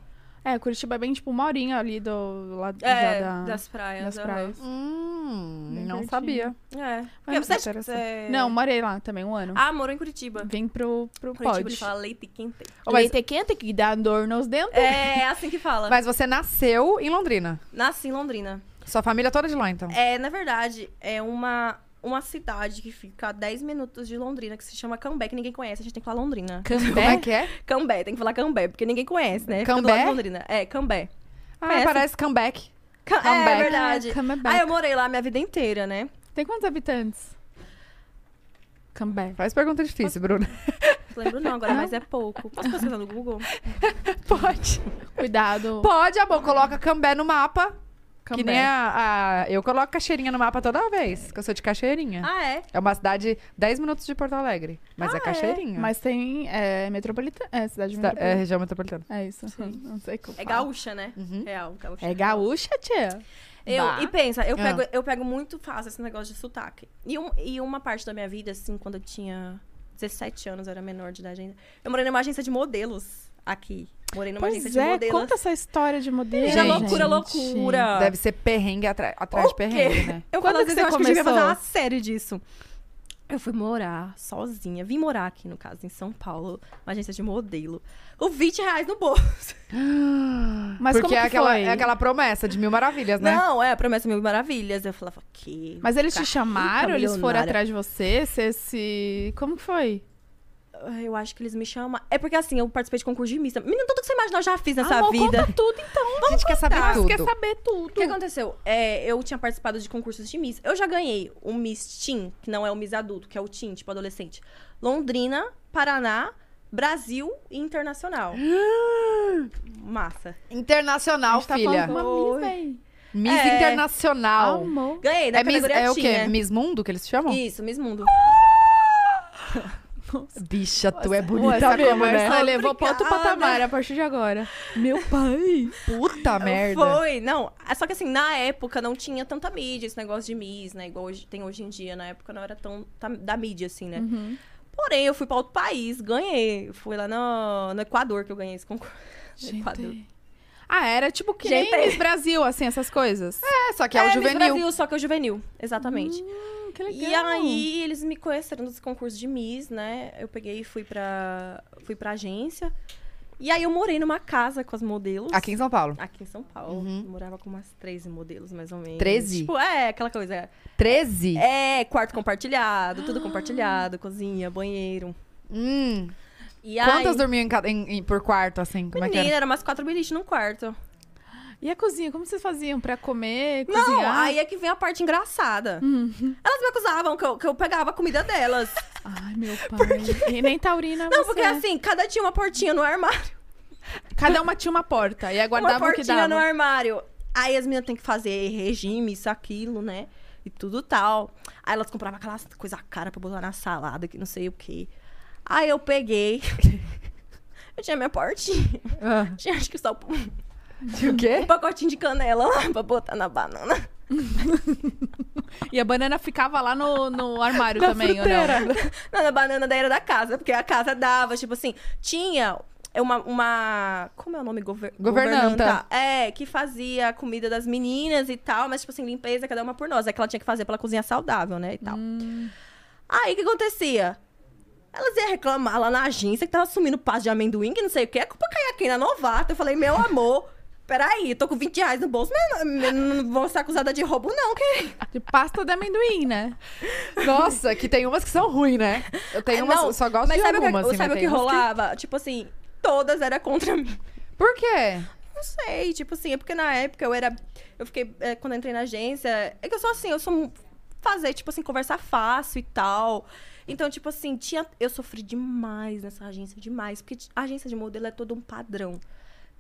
Speaker 2: É, Curitiba é bem tipo uma horinha ali do lado
Speaker 3: É,
Speaker 2: da,
Speaker 3: das praias.
Speaker 2: das praias.
Speaker 1: Hum,
Speaker 2: Bem
Speaker 1: não
Speaker 2: pertinho.
Speaker 1: sabia.
Speaker 3: aham. É. Porque
Speaker 2: Mas
Speaker 3: você,
Speaker 1: interessante.
Speaker 3: você-
Speaker 2: Não, morei lá também um ano.
Speaker 3: Ah, morou em Curitiba.
Speaker 2: Vim pro, pro
Speaker 3: Curitiba
Speaker 2: pod.
Speaker 3: ele fala leite quente.
Speaker 2: Mas... Leite quente que dá dor nos dentes.
Speaker 3: É assim que fala.
Speaker 1: Mas você nasceu em Londrina.
Speaker 3: Nasci em Londrina.
Speaker 1: Sua família toda de lá, então.
Speaker 3: É, na verdade, é uma, uma cidade que fica a 10 minutos de Londrina, que se chama Cambé, que ninguém conhece, a gente tem que falar Londrina.
Speaker 1: Como é que é?
Speaker 3: Cambé, tem que falar Cambé, porque ninguém conhece, né? Fica do lado
Speaker 1: Cambé?
Speaker 3: de Londrina. É, Cambé.
Speaker 1: Ah,
Speaker 3: Conhece?
Speaker 1: parece comeback.
Speaker 3: Ca-
Speaker 1: Cambé.
Speaker 3: É verdade.
Speaker 2: Come
Speaker 3: Ah, eu morei lá a minha vida inteira, né?
Speaker 2: Tem quantos habitantes? Cambé.
Speaker 1: Faz pergunta difícil, Bruna.
Speaker 3: Lembro não agora, mas é pouco. Posso pesquisar no Google?
Speaker 1: Pode.
Speaker 2: Cuidado.
Speaker 1: Pode, amor. Coloca Cambé no mapa.
Speaker 2: Cambé.
Speaker 1: Que nem a, a- Eu coloco Cachoeirinha no mapa toda vez, que eu sou de Cachoeirinha.
Speaker 3: Ah, é?
Speaker 1: É uma cidade 10 minutos de Porto Alegre. Mas é Cachoeirinha.
Speaker 2: Mas tem é, metropolitana. É, cidade
Speaker 1: Cida- é
Speaker 2: metropolitana.
Speaker 1: região metropolitana.
Speaker 2: É, isso. Não sei como.
Speaker 3: É
Speaker 2: fala.
Speaker 3: gaúcha, né?
Speaker 1: Uhum.
Speaker 3: Real, gaúcha.
Speaker 2: É gaúcha, tia?
Speaker 3: Eu,
Speaker 2: Bah.
Speaker 3: e pensa, eu
Speaker 1: Ah.
Speaker 3: pego, eu pego muito fácil esse negócio de sotaque. E, um- e uma parte da minha vida, assim, quando eu tinha 17 anos, eu era menor de idade ainda, eu morei numa agência de modelos aqui. Morei numa
Speaker 2: Pois
Speaker 3: agência de
Speaker 2: é,
Speaker 3: modelos.
Speaker 2: conta essa história de modelo.
Speaker 3: Menina,
Speaker 1: Gente.
Speaker 3: loucura, loucura.
Speaker 1: Deve ser perrengue atra- atrás
Speaker 3: O
Speaker 1: de perrengue, né?
Speaker 3: Eu
Speaker 2: Quando
Speaker 3: falo,
Speaker 2: que
Speaker 3: às vezes, eu
Speaker 2: você
Speaker 3: acho que eu devia fazer
Speaker 2: começou?
Speaker 3: uma série disso. Eu fui morar sozinha. Vim morar aqui, no caso, em São Paulo. Uma agência de modelo. Com 20 reais no bolso.
Speaker 2: Mas
Speaker 1: Porque
Speaker 2: como
Speaker 1: é,
Speaker 2: que
Speaker 1: aquela,
Speaker 2: foi?
Speaker 1: é aquela promessa de mil maravilhas, né?
Speaker 3: Não, é, promessa mil maravilhas. Eu falava, que...
Speaker 2: Mas eles te chamaram, eles foram
Speaker 3: milionária.
Speaker 2: atrás de você, você se... Como que foi?
Speaker 3: Ah, Eu acho que eles me chamam... É porque, assim, eu participei de concurso de missa. Menino, tudo que você imaginar eu já fiz nessa
Speaker 2: Amor,
Speaker 3: vida.
Speaker 2: conta tudo então.
Speaker 1: a gente quer saber tudo.
Speaker 2: Quer saber tudo.
Speaker 3: O que aconteceu? É, eu tinha participado de concursos de Miss. Eu já ganhei o Miss Teen, que não é o Miss adulto, que é o Teen, tipo adolescente. Londrina, Paraná, Brasil e Internacional. Massa.
Speaker 1: Internacional,
Speaker 2: tá
Speaker 1: filha.
Speaker 2: falando Ah, com uma
Speaker 3: Oi.
Speaker 2: Miss aí.
Speaker 1: Miss
Speaker 3: É.
Speaker 1: Internacional.
Speaker 2: Amor.
Speaker 3: Ganhei da
Speaker 1: É, Miss,
Speaker 3: categoria
Speaker 1: é o
Speaker 3: Teen,
Speaker 1: quê?
Speaker 3: né?
Speaker 1: Miss Mundo que eles chamam?
Speaker 3: Isso, Miss Mundo.
Speaker 1: Bicha, tu é
Speaker 2: Ué,
Speaker 1: bonita
Speaker 2: essa
Speaker 1: como,
Speaker 2: conversa é
Speaker 1: né?
Speaker 2: levou pra outro
Speaker 3: Obrigada.
Speaker 2: patamar a partir de agora. Meu pai.
Speaker 1: Puta merda.
Speaker 3: Foi, não. Ah, Só que assim, na época não tinha tanta mídia, esse negócio de Miss, né? Igual hoje, tem hoje em dia. Na época não era tão tá- da mídia, assim, né?
Speaker 2: Uhum.
Speaker 3: Porém, eu fui pra outro país, ganhei. Fui lá no, no Equador que eu ganhei esse concurso.
Speaker 2: Gente.
Speaker 3: Equador.
Speaker 2: Ah, era tipo que
Speaker 3: Gente.
Speaker 2: nem Miss Brasil, assim, essas coisas.
Speaker 1: É, só que é, o
Speaker 3: Miss
Speaker 1: juvenil.
Speaker 3: Brasil, só que é o juvenil, exatamente.
Speaker 2: Hum, que legal.
Speaker 3: E aí, eles me conheceram nesse concurso de Miss, né? Eu peguei e fui pra, fui pra agência. E aí, eu morei numa casa com as modelos.
Speaker 1: Aqui em São Paulo.
Speaker 3: Aqui em São Paulo.
Speaker 1: Uhum.
Speaker 3: Morava com umas 13 modelos, mais ou menos.
Speaker 1: 13?
Speaker 3: Tipo, é, aquela coisa.
Speaker 1: 13?
Speaker 3: É, quarto compartilhado, tudo compartilhado, cozinha, banheiro.
Speaker 1: Hum.
Speaker 3: E
Speaker 1: Quantas
Speaker 3: aí,
Speaker 1: dormiam em cada- em- em- por quarto, assim? Como é que
Speaker 3: menina,
Speaker 1: era?
Speaker 3: era umas quatro biliches num quarto.
Speaker 2: E a cozinha, como vocês faziam? Pra comer,
Speaker 3: Não,
Speaker 2: cozinhar? Uhum.
Speaker 3: aí é que vem a parte engraçada. Elas me acusavam que eu, que eu pegava a comida delas.
Speaker 2: Ai, meu pai. E nem taurina
Speaker 3: Não,
Speaker 2: você.
Speaker 3: porque assim, cada tinha uma portinha no armário.
Speaker 2: Cada uma tinha uma porta e
Speaker 3: uma
Speaker 2: aguardava o que
Speaker 3: portinha
Speaker 2: dava.
Speaker 3: no armário. Aí as meninas têm que fazer regime, isso, aquilo, né? E tudo tal. Aí elas compravam aquelas coisa cara pra botar na salada, que não sei o quê. Aí eu peguei. eu tinha minha portinha.
Speaker 1: Ah,
Speaker 3: Tinha acho que só um
Speaker 1: de o quê?
Speaker 3: pacotinho de canela lá pra botar na banana.
Speaker 2: E a banana ficava lá no, no armário
Speaker 1: Na
Speaker 2: também, ou não?
Speaker 1: fruteira.
Speaker 3: Não, na banana daí era da casa, porque a casa dava, tipo assim, tinha é uma, uma. Como é o nome? Gover
Speaker 1: Governanta.
Speaker 3: É, que fazia a comida das meninas e tal, mas, tipo assim, limpeza, cada uma por nós. É que ela tinha que fazer pela cozinha saudável, né? E tal.
Speaker 2: Hum.
Speaker 3: Aí o que acontecia? Elas iam reclamar lá na agência que tava sumindo paz de amendoim, que não sei o que. A culpa caía aqui na novata. Eu falei, meu amor, peraí, eu tô com 20 reais no bolso, mas não- não vou ser acusada de roubo, não, querida.
Speaker 2: De pasta de amendoim, né?
Speaker 1: Nossa, que tem umas que são ruins, né? Eu tenho umas,
Speaker 3: É, Não,
Speaker 1: eu só gosto
Speaker 3: mas
Speaker 1: de
Speaker 3: sabe
Speaker 1: algumas.
Speaker 3: o que,
Speaker 1: assim,
Speaker 3: sabe
Speaker 1: mas
Speaker 3: o que
Speaker 1: tem umas
Speaker 3: rolava? Tipo assim, todas eram contra mim.
Speaker 1: Por quê?
Speaker 3: Não sei, tipo assim, é porque na época eu era. Eu fiquei. é, quando eu entrei na agência. É que eu sou assim, eu sou. mu- Fazer, tipo assim, conversar fácil e tal. Então, tipo assim, tinha. Eu sofri demais nessa agência, demais. Porque a agência de modelo é todo um padrão.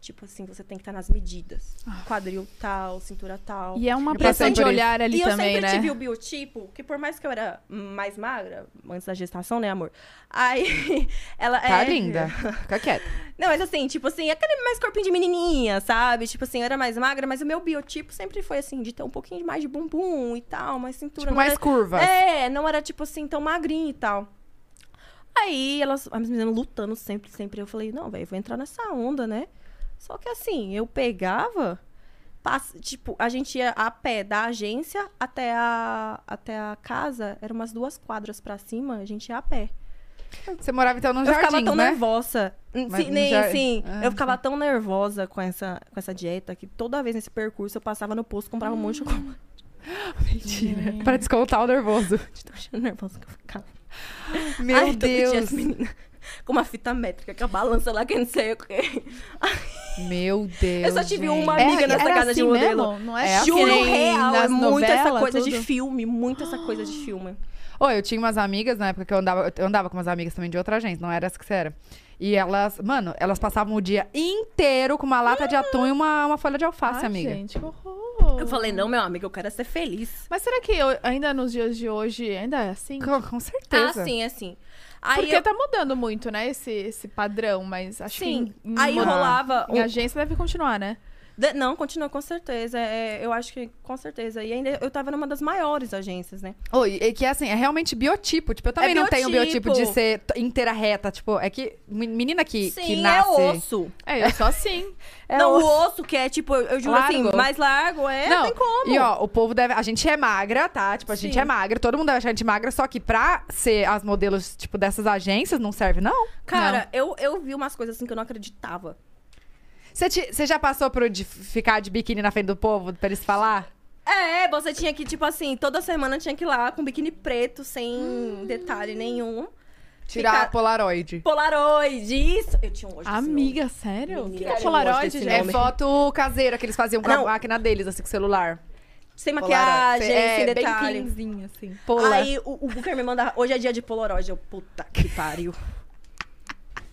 Speaker 3: Tipo assim, você tem que estar nas medidas.
Speaker 1: Ah.
Speaker 3: Quadril tal, cintura tal.
Speaker 2: E é uma
Speaker 1: Eu
Speaker 2: pressão
Speaker 1: passei
Speaker 2: de
Speaker 1: por
Speaker 2: olhar ali
Speaker 3: E eu
Speaker 2: também,
Speaker 3: sempre
Speaker 2: né?
Speaker 3: tive o biotipo, que por mais que eu era mais magra, antes da gestação, né, amor? Aí ela
Speaker 1: Tá
Speaker 3: é-
Speaker 1: linda. Fica quieta.
Speaker 3: Não, mas assim, tipo assim, aquele mais corpinho de menininha, sabe? Tipo assim, eu era mais magra, mas o meu biotipo sempre foi assim, de ter um pouquinho mais de bumbum e tal, mais cintura.
Speaker 1: Tipo,
Speaker 3: não
Speaker 1: mais
Speaker 3: era-
Speaker 1: curvas.
Speaker 3: É, não era tipo assim, tão magrinha e tal. Aí elas, as meninas lutando sempre, sempre. Eu falei, não, velho, vou entrar nessa onda, né? Só que assim, eu pegava, pass- tipo, a gente ia a pé da agência até a, até a casa, eram umas duas quadras pra cima, a gente ia a pé.
Speaker 1: Você morava então num
Speaker 3: Eu ficava
Speaker 1: jardim,
Speaker 3: tão
Speaker 1: né?
Speaker 3: nervosa.
Speaker 1: Mas
Speaker 3: Um Sim,
Speaker 1: no
Speaker 3: nem,
Speaker 1: jar-
Speaker 3: sim.
Speaker 1: Ah,
Speaker 3: eu ficava tão nervosa com essa, com essa dieta que toda vez nesse percurso eu passava no posto, comprava um monte de chocolate.
Speaker 1: Mentira. Pra descontar o nervoso.
Speaker 3: De tão cheia de nervosa que eu ficava.
Speaker 1: Meu
Speaker 3: Ai, todo dia
Speaker 1: Deus.
Speaker 3: as meninas com uma fita métrica, com a balança lá, que não sei o quê.
Speaker 1: Meu Deus.
Speaker 3: Eu só tive
Speaker 1: gente.
Speaker 3: uma amiga nessa
Speaker 2: era
Speaker 3: casa de
Speaker 2: assim
Speaker 3: modelo.
Speaker 2: mesmo? Não é?
Speaker 1: É assim.
Speaker 3: Juro
Speaker 2: que nem
Speaker 3: real, é
Speaker 2: nas
Speaker 3: muito essa
Speaker 2: novelas,
Speaker 3: coisa de
Speaker 2: tudo?
Speaker 3: filme, muito essa coisa de filme.
Speaker 1: Ô, eu tinha umas amigas na época que eu andava, eu andava com umas amigas também de outra agência, não era essa que você era. E elas, mano, elas passavam o dia inteiro com uma lata de atum e uma, uma folha de alface,
Speaker 2: Ai,
Speaker 1: amiga.
Speaker 2: Ah, gente, que horror.
Speaker 3: Eu falei, não, meu amigo, eu quero é ser feliz.
Speaker 2: Mas será que eu- ainda nos dias de hoje, ainda é assim?
Speaker 1: Com, com
Speaker 3: Ah,
Speaker 1: certeza.
Speaker 3: sim, assim. Aí
Speaker 2: Porque
Speaker 3: eu-
Speaker 2: tá mudando muito, né, esse, esse padrão, mas acho
Speaker 3: Sim,
Speaker 2: que em, em
Speaker 3: aí
Speaker 2: uma-
Speaker 3: rolava
Speaker 2: em
Speaker 3: um-
Speaker 2: agência deve continuar, né?
Speaker 3: De- Não, continua, com certeza. É, eu acho que com certeza. E ainda eu tava numa das maiores agências, né?
Speaker 1: Ô, e- e que é assim, é realmente biotipo. Tipo, eu também não tenho
Speaker 3: É biotipo.
Speaker 1: biotipo de ser t- inteira reta. Tipo, é que me- menina que, que
Speaker 3: é
Speaker 1: nasce.
Speaker 3: osso.
Speaker 2: É, eu sou assim.
Speaker 1: É
Speaker 3: não,
Speaker 1: osso.
Speaker 3: o osso que é, tipo, eu, eu juro
Speaker 1: Largo.
Speaker 3: assim, mais largo, é, não,
Speaker 1: Não,
Speaker 3: tem como.
Speaker 1: E ó, o povo deve. A gente é magra, tá? Tipo, a gente
Speaker 3: Sim.
Speaker 1: é magra, todo mundo acha a gente magra, só que pra ser as modelos, tipo, dessas agências, não serve, não.
Speaker 3: Cara, eu, eu vi umas coisas assim que eu não acreditava.
Speaker 1: Você te- você já passou por de ficar de biquíni na frente do povo pra eles falar?
Speaker 3: É, você tinha que, tipo assim, toda semana tinha que ir lá com biquíni preto, sem detalhe nenhum.
Speaker 1: Tirar
Speaker 3: Ficar-
Speaker 1: a Polaroid.
Speaker 3: Polaroid, isso. Eu tinha um hoje. desse
Speaker 2: Amiga, sério?
Speaker 3: Menina,
Speaker 2: Que
Speaker 3: eu
Speaker 2: é
Speaker 3: gosto
Speaker 2: Polaroid,
Speaker 3: desse
Speaker 2: gente?
Speaker 1: É
Speaker 3: nome.
Speaker 1: foto caseira que eles faziam com
Speaker 3: Não.
Speaker 1: a máquina deles, assim, com o celular.
Speaker 3: nome. Sem
Speaker 1: Polaroid.
Speaker 3: maquiagem,
Speaker 1: É,
Speaker 3: sem
Speaker 1: bem
Speaker 3: detalhe.
Speaker 2: Cleanzinho, assim.
Speaker 1: Pola.
Speaker 3: Aí o, o Booker me manda, hoje é dia de Polaroid. Eu, puta que pariu.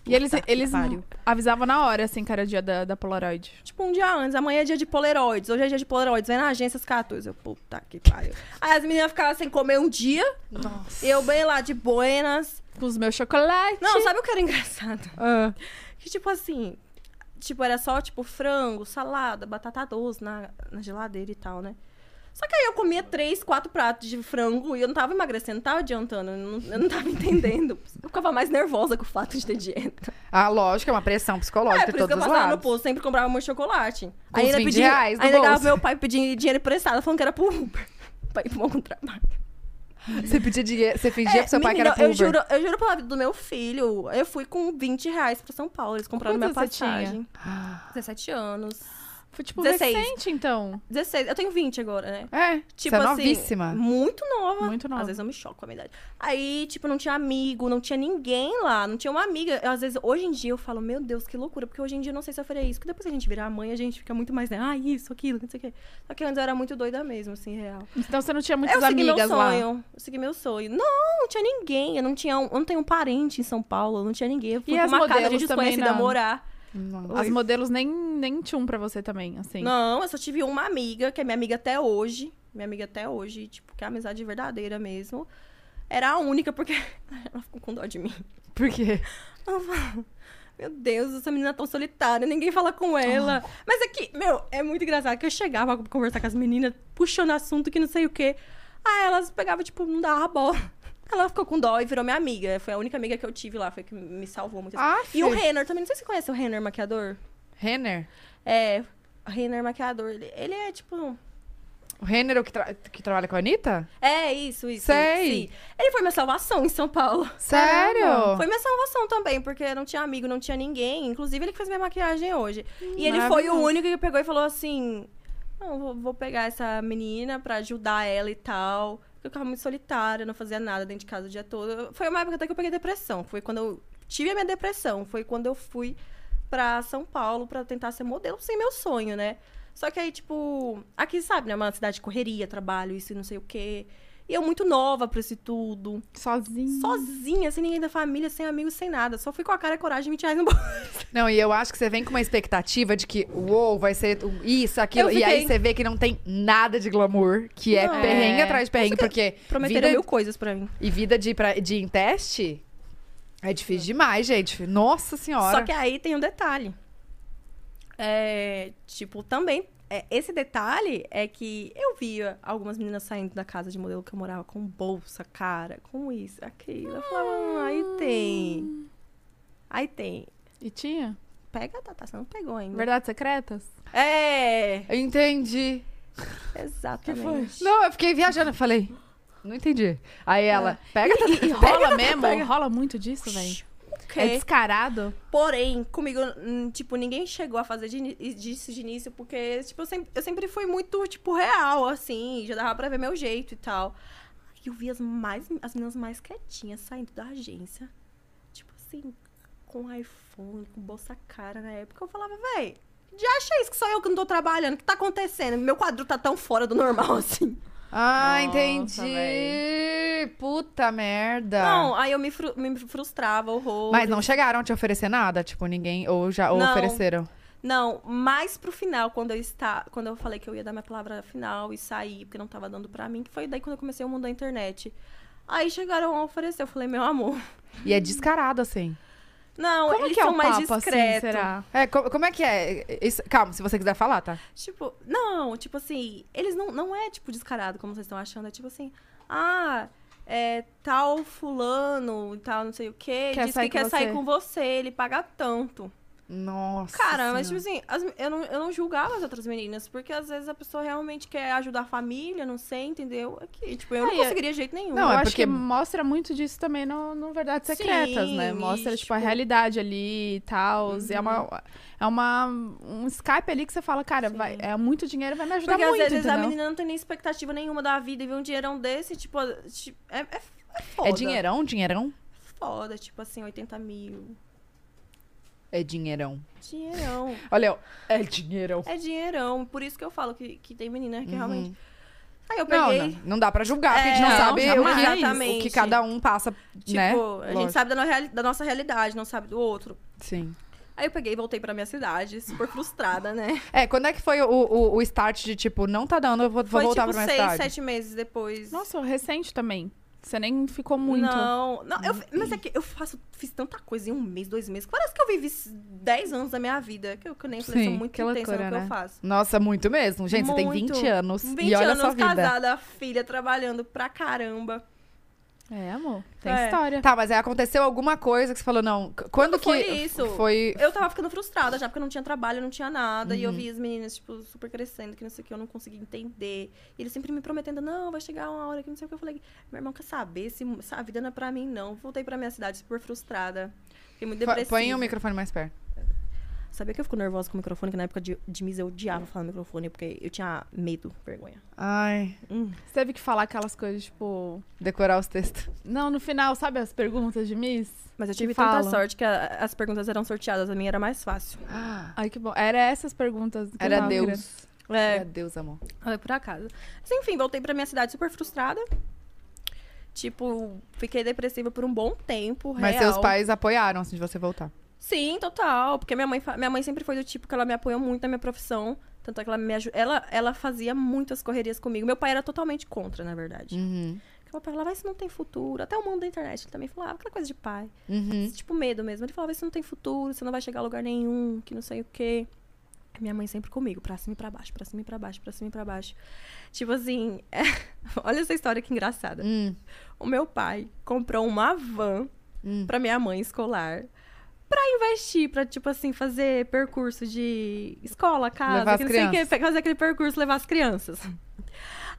Speaker 2: E eles,
Speaker 3: Puta que
Speaker 2: eles
Speaker 3: pariu.
Speaker 2: avisavam na hora, assim, cara, dia da, da Polaroid.
Speaker 3: Tipo, um dia antes, amanhã é dia de Polaroids, hoje é dia de Polaroids, vem na agência às 14. Eu, puta que pariu. Aí as meninas ficavam sem comer um dia,
Speaker 2: Nossa.
Speaker 3: eu bem lá de buenas.
Speaker 2: Com os meus chocolates.
Speaker 3: Não, sabe o que era engraçado? Que tipo assim, tipo, era só tipo frango, salada, batata doce na, na geladeira e tal, né? Só que aí eu comia três, quatro pratos de frango e eu não tava emagrecendo, não tava adiantando, eu não, eu não tava entendendo. Eu ficava mais nervosa com o fato de ter dieta.
Speaker 1: Ah, lógico, é uma pressão psicológica
Speaker 3: é, por
Speaker 1: de
Speaker 3: isso
Speaker 1: todos
Speaker 3: que eu
Speaker 1: os
Speaker 3: passava
Speaker 1: lados.
Speaker 3: no posto, sempre comprava muito chocolate.
Speaker 1: Com
Speaker 3: Aí
Speaker 1: os
Speaker 3: ainda
Speaker 1: 20
Speaker 3: pedia,
Speaker 1: reais no
Speaker 3: ainda dava
Speaker 1: bolso.
Speaker 3: meu pai pedir dinheiro emprestado, falando que era pro Uber. pra ir pra algum trabalho.
Speaker 1: Você pedia dinheiro, você fingia pro seu pai que
Speaker 3: É,
Speaker 1: era
Speaker 3: menina,
Speaker 1: pro
Speaker 3: eu
Speaker 1: Uber.
Speaker 3: juro, eu juro pela vida do meu filho. Eu fui com 20 reais pra São Paulo. Eles compraram minha
Speaker 2: Quantos você tinha?
Speaker 3: passagem. 17 anos.
Speaker 2: Foi tipo
Speaker 3: 16.
Speaker 2: recente, então.
Speaker 3: 16. Eu tenho 20 agora, né?
Speaker 1: É,
Speaker 3: Tipo
Speaker 1: você é
Speaker 3: assim,
Speaker 1: novíssima.
Speaker 3: Muito nova.
Speaker 2: Muito nova.
Speaker 3: Às vezes eu me choco com a minha idade. Aí, tipo, não tinha amigo, não tinha ninguém lá, não tinha uma amiga. Eu, às vezes, hoje em dia eu falo, meu Deus, que loucura, porque hoje em dia eu não sei se eu faria isso. Porque depois que a gente virar mãe, a gente fica muito mais, né? Ah, isso, aquilo, não sei o quê. Só que antes eu era muito doida mesmo, assim, real.
Speaker 2: Então você não tinha muitas
Speaker 3: Eu segui meu
Speaker 2: amigas lá.
Speaker 3: sonho. Eu segui meu sonho. Não, não tinha ninguém. Eu não, tinha um, eu não tenho um parente em São Paulo. Eu não tinha ninguém. Eu fui
Speaker 2: E
Speaker 3: pra
Speaker 2: as
Speaker 3: uma casa de
Speaker 2: modelos também
Speaker 3: desconhecida
Speaker 2: não?
Speaker 3: morar.
Speaker 1: Nossa.
Speaker 2: As modelos nem, nem tinham pra você também, assim.
Speaker 3: Não, eu só tive uma amiga, que é minha amiga até hoje. Minha amiga até hoje, tipo, que é amizade verdadeira mesmo. Era a única, porque ela ficou com dó de mim.
Speaker 1: Por quê?
Speaker 3: Ela falou, Meu Deus, essa menina é tão solitária, ninguém fala com
Speaker 1: Ah.
Speaker 3: ela. Mas é que, meu, é muito engraçado que eu chegava pra conversar com as meninas, puxando assunto que não sei o quê. Aí elas pegavam, tipo, não dava bola. Ela ficou com dó e virou minha amiga. Foi a única amiga que eu tive lá, foi que me salvou muito.
Speaker 1: Ah,
Speaker 3: Tipo, E o Renner também, não sei se você conhece o Renner maquiador.
Speaker 1: Renner?
Speaker 3: É, Renner maquiador. Ele, ele é tipo. um-
Speaker 1: O Renner é o que, tra- que trabalha com a Anitta?
Speaker 3: É, isso, isso.
Speaker 1: Sei.
Speaker 3: sim. Ele foi minha salvação em São Paulo.
Speaker 1: Sério?
Speaker 3: Foi minha salvação também, porque não tinha amigo, não tinha ninguém. Inclusive, ele que fez minha maquiagem hoje. E ele foi o
Speaker 1: maravilhoso.
Speaker 3: único que pegou e falou assim: Não, vou, vou pegar essa menina pra ajudar ela e tal. Eu ficava muito solitária, não fazia nada dentro de casa o dia todo. Foi uma época até que eu peguei depressão. Foi quando eu tive a minha depressão. Foi quando eu fui pra São Paulo pra tentar ser modelo sem meu sonho, né? Só que aí, tipo, aqui, sabe, né? Uma cidade de correria, trabalho, isso e não sei o quê. E eu muito nova pra isso tudo.
Speaker 4: Sozinho.
Speaker 3: Sozinha, sem ninguém da família, sem amigos, sem nada. Só fui com a cara e coragem, 20 reais no bolso.
Speaker 1: Não, e eu acho que você vem com uma expectativa de que, uou, vai ser um- isso, aquilo.
Speaker 3: Eu
Speaker 1: E aí
Speaker 3: fiquei.
Speaker 1: você vê que não tem nada de glamour, que é
Speaker 3: Não.
Speaker 1: perrengue
Speaker 2: É.
Speaker 1: atrás de perrengue, porque
Speaker 3: Prometeram
Speaker 1: vida,
Speaker 3: mil coisas pra mim.
Speaker 1: e vida de, pra, de em teste é difícil demais, gente. Nossa senhora.
Speaker 3: Só que aí tem um detalhe. É, tipo, também. é, esse detalhe é que eu via algumas meninas saindo da casa de modelo que eu morava com bolsa, cara, com isso, aquilo. Eu falava, ah, aí
Speaker 1: Hum.
Speaker 3: tem. Aí tem.
Speaker 4: E tinha?
Speaker 3: Pega, Tata, você não pegou ainda.
Speaker 4: Verdades secretas?
Speaker 3: É,
Speaker 1: Eu entendi.
Speaker 3: exatamente.
Speaker 1: Não, eu fiquei viajando, eu falei, não entendi. Aí ela,
Speaker 3: É.
Speaker 1: pega... tá-
Speaker 4: E rola mesmo? Rola muito disso, velho?
Speaker 3: Ok.
Speaker 4: É descarado?
Speaker 3: Porém, comigo, hum, tipo, ninguém chegou a fazer de ini- disso de início, porque, tipo, eu sempre, eu sempre fui muito, tipo, real, assim, já dava pra ver meu jeito e tal. E eu vi as, mais, as meninas mais quietinhas saindo da agência, tipo assim, com iPhone, com bolsa cara na época. Eu falava, véi, já achei isso que só eu que não tô trabalhando, o que tá acontecendo? Meu quadro tá tão fora do normal, assim.
Speaker 1: Ah,
Speaker 2: Nossa,
Speaker 1: entendi. Puta merda.
Speaker 3: Não, aí eu me, fru- me frustrava, horror.
Speaker 1: Mas não chegaram a te oferecer nada, tipo, ninguém, ou já ou
Speaker 3: Não.
Speaker 1: ofereceram.
Speaker 3: Não, mais pro final, quando eu, está, quando eu falei que eu ia dar minha palavra final e sair, porque não tava dando pra mim, que foi daí quando eu comecei o mundo da internet. Aí chegaram a oferecer, eu falei, meu amor.
Speaker 1: E é descarado, assim.
Speaker 3: Não,
Speaker 4: Como
Speaker 3: eles
Speaker 4: que é
Speaker 3: são
Speaker 4: o
Speaker 3: mais
Speaker 4: papo, assim,
Speaker 3: discretos.
Speaker 4: será?
Speaker 1: É, co- como é que é? Isso- calma, se você quiser falar, tá?
Speaker 3: Tipo, não, tipo assim, eles não, não é tipo descarado, como vocês estão achando. É tipo assim, ah, é tal fulano e tal, não sei o quê,
Speaker 4: Quer
Speaker 3: diz
Speaker 4: sair
Speaker 3: que
Speaker 4: com
Speaker 3: quer sair
Speaker 4: você.
Speaker 3: com você, ele paga tanto.
Speaker 1: Nossa.
Speaker 3: Cara, mas tipo
Speaker 1: Senhora.
Speaker 3: assim, as- eu, não, eu não julgava as outras meninas, porque às vezes a pessoa realmente quer ajudar a família, não sei, entendeu? Aqui, tipo, eu não
Speaker 4: Aí,
Speaker 3: conseguiria de jeito nenhum.
Speaker 1: Não,
Speaker 4: eu
Speaker 1: é
Speaker 4: acho
Speaker 1: porque-
Speaker 4: que mostra muito disso também no, no Verdades
Speaker 3: Sim,
Speaker 4: Secretas, né?
Speaker 3: e,
Speaker 4: Mostra, tipo, a
Speaker 3: tipo- Uhum.
Speaker 4: realidade ali e tal. E é uma, é uma, um Skype ali que você fala, cara, vai, é muito dinheiro, vai me ajudar
Speaker 3: porque às
Speaker 4: muito,
Speaker 3: vezes a
Speaker 4: entendeu?
Speaker 3: menina não tem nem expectativa nenhuma da vida e vê um dinheirão desse, tipo, a- ti- é, é, é foda.
Speaker 1: É dinheirão, dinheirão?
Speaker 3: Foda, tipo assim, 80 mil.
Speaker 1: É dinheirão.
Speaker 3: Dinheirão.
Speaker 1: Olha, eu- é dinheirão.
Speaker 3: É dinheirão. Por isso que eu falo que, que tem menina que
Speaker 1: Uhum.
Speaker 3: realmente. Aí eu
Speaker 1: Não,
Speaker 3: peguei.
Speaker 1: não, não dá pra julgar, porque a gente
Speaker 3: É,
Speaker 1: não,
Speaker 3: não,
Speaker 1: sabe o
Speaker 3: jamais.
Speaker 1: que, o
Speaker 3: Exatamente.
Speaker 1: que cada um passa,
Speaker 3: Tipo,
Speaker 1: né?
Speaker 3: a
Speaker 1: Lógico.
Speaker 3: gente sabe da no- reali- da nossa realidade, não sabe do outro.
Speaker 1: Sim.
Speaker 3: Aí eu peguei e voltei pra minha cidade, super frustrada, né?
Speaker 1: É, quando é que foi o, o, o start de tipo, não tá dando, eu vou, vou
Speaker 3: Foi
Speaker 1: voltar
Speaker 3: tipo
Speaker 1: pra minha
Speaker 3: seis,
Speaker 1: cidade?
Speaker 3: sete meses depois.
Speaker 4: Nossa, recente também. Você nem ficou muito.
Speaker 3: Não, não eu, mas é que eu faço, fiz tanta coisa em um mês, dois meses. que Parece que eu vivi s- 10 anos da minha vida. Que eu, que eu nem falei, sou
Speaker 1: Sim,
Speaker 3: muito
Speaker 4: que
Speaker 3: intensa
Speaker 4: loucura,
Speaker 3: no que
Speaker 4: né?
Speaker 3: eu faço.
Speaker 1: Nossa, muito mesmo. Gente, você tem
Speaker 3: Muito.
Speaker 1: 20 anos
Speaker 3: 20
Speaker 1: e olha
Speaker 3: anos
Speaker 1: a sua vida.
Speaker 3: casada, filha, trabalhando pra caramba.
Speaker 4: É, amor. Tem
Speaker 3: É.
Speaker 4: história.
Speaker 1: Tá, mas aí aconteceu alguma coisa que você falou, não, c- quando que...
Speaker 3: foi isso?
Speaker 1: Foi...
Speaker 3: Eu tava ficando frustrada já, porque eu não tinha trabalho, eu não tinha nada.
Speaker 1: Uhum.
Speaker 3: E eu vi as meninas, tipo, super crescendo, que não sei o que, eu não conseguia entender. E eles sempre me prometendo, não, vai chegar uma hora que não sei o que. Eu falei, meu irmão quer saber, se, essa vida não é pra mim, não. Voltei pra minha cidade super frustrada. Fiquei muito
Speaker 1: Fa-
Speaker 3: depressiva.
Speaker 1: Põe um o microfone mais perto.
Speaker 3: Sabia que eu fico nervosa com o microfone? Que na época de, de Miss eu odiava falar no microfone, porque eu tinha medo, vergonha.
Speaker 1: Ai,
Speaker 4: Você teve que falar aquelas coisas, tipo.
Speaker 1: decorar os textos.
Speaker 4: Não, no final, sabe as perguntas de Miss?
Speaker 3: Mas eu tive
Speaker 4: Fala.
Speaker 3: tanta sorte que a- as perguntas eram sorteadas, a minha era mais fácil. Ah,
Speaker 4: Ai, que bom. Era essas perguntas. que eu
Speaker 1: Era
Speaker 4: tava querendo.
Speaker 1: Deus. Era
Speaker 3: É,
Speaker 1: Deus, amor.
Speaker 3: foi por acaso. Mas enfim, voltei pra minha cidade super frustrada. Tipo, fiquei depressiva por um bom tempo,
Speaker 1: Mas
Speaker 3: real.
Speaker 1: seus pais apoiaram, assim, de você voltar.
Speaker 3: Sim, total. Porque minha mãe, fa- minha mãe sempre foi do tipo que ela me apoiou muito na minha profissão. Tanto é que ela me ajudou. Ela, ela fazia muitas correrias comigo. Meu pai era totalmente contra, na verdade.
Speaker 1: Uhum.
Speaker 3: Porque meu pai falava, "Vai, isso não tem futuro. Até o mundo da internet ele também falava, aquela coisa de pai.
Speaker 1: Uhum.
Speaker 3: Esse tipo medo mesmo. Ele falava, isso não tem futuro, você não vai chegar a lugar nenhum, que não sei o quê. Minha mãe sempre comigo, pra cima e pra baixo, pra cima e pra baixo, pra cima e pra baixo. Tipo assim, olha essa história que engraçada.
Speaker 1: Hum,
Speaker 3: O meu pai comprou uma van
Speaker 1: hum.
Speaker 3: pra minha mãe escolar pra investir, pra, tipo assim, fazer percurso de escola, casa,
Speaker 1: Levar as
Speaker 3: que não sei o que, fazer aquele percurso, levar as crianças.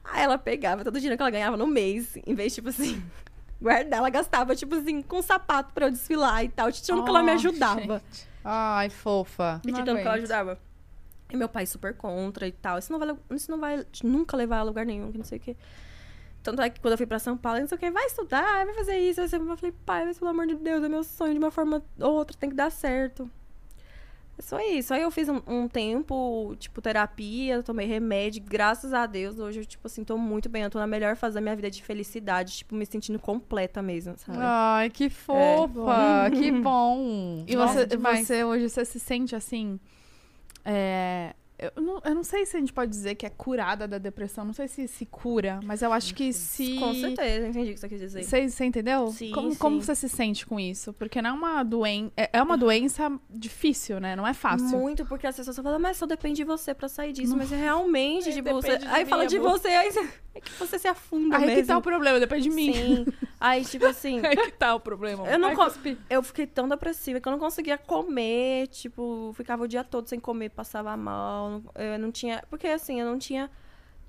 Speaker 3: Aí ela pegava todo o dinheiro que ela ganhava no mês, em vez, de, tipo assim, guardar, ela gastava, tipo assim, com sapato pra eu desfilar e tal, de tanto que ela me
Speaker 4: Oh,
Speaker 3: ajudava.
Speaker 4: gente.
Speaker 1: Ai, fofa.
Speaker 3: De
Speaker 4: Não
Speaker 3: tanto que ela
Speaker 4: aguento.
Speaker 3: ajudava. E meu pai super contra e tal. Isso não vai, isso não vai nunca levar a lugar nenhum, que não sei o quê. Tanto é que quando eu fui pra São Paulo, não sei o quê, vai estudar, vai fazer isso. vai ser- Eu falei, pai, mas pelo amor de Deus, é meu sonho de uma forma ou outra, tem que dar certo. É Só isso. Aí eu fiz um, um tempo, tipo, terapia, tomei remédio, graças a Deus. Hoje eu, tipo assim, tô muito bem. Eu tô na melhor fase da minha vida de felicidade, tipo, me sentindo completa mesmo, sabe?
Speaker 4: Ah,
Speaker 1: Ai, que
Speaker 3: É.
Speaker 1: fofa. Que bom.
Speaker 4: E
Speaker 1: Nossa,
Speaker 4: você,
Speaker 1: demais.
Speaker 4: você hoje você se sente assim. é, eu, não, eu não sei se a gente pode dizer que é curada da depressão, não sei se se cura, mas eu acho que se.
Speaker 3: Com certeza, entendi o que você quis dizer.
Speaker 4: Você, você entendeu?
Speaker 3: Sim,
Speaker 4: como, como
Speaker 3: sim.
Speaker 4: você se sente com isso? Porque não é uma doença. É é uma doença difícil, né? Não é fácil.
Speaker 3: Muito, porque as pessoas falam, mas só depende de você pra sair disso. Mas realmente,
Speaker 4: É,
Speaker 3: tipo, você...
Speaker 4: depende de
Speaker 3: aí
Speaker 4: mim,
Speaker 3: fala de
Speaker 4: amor.
Speaker 3: você, aí você... é que você se afunda
Speaker 4: Aí
Speaker 3: mesmo.
Speaker 4: que tá o problema, depende de mim.
Speaker 3: Sim. Aí, tipo assim,
Speaker 4: Aí que tá o problema.
Speaker 3: Eu não
Speaker 4: Ai,
Speaker 3: con-
Speaker 4: cuspi.
Speaker 3: eu fiquei tão depressiva que eu não conseguia comer, tipo, ficava o dia todo sem comer, passava mal, não- eu não tinha... Porque, assim, eu não tinha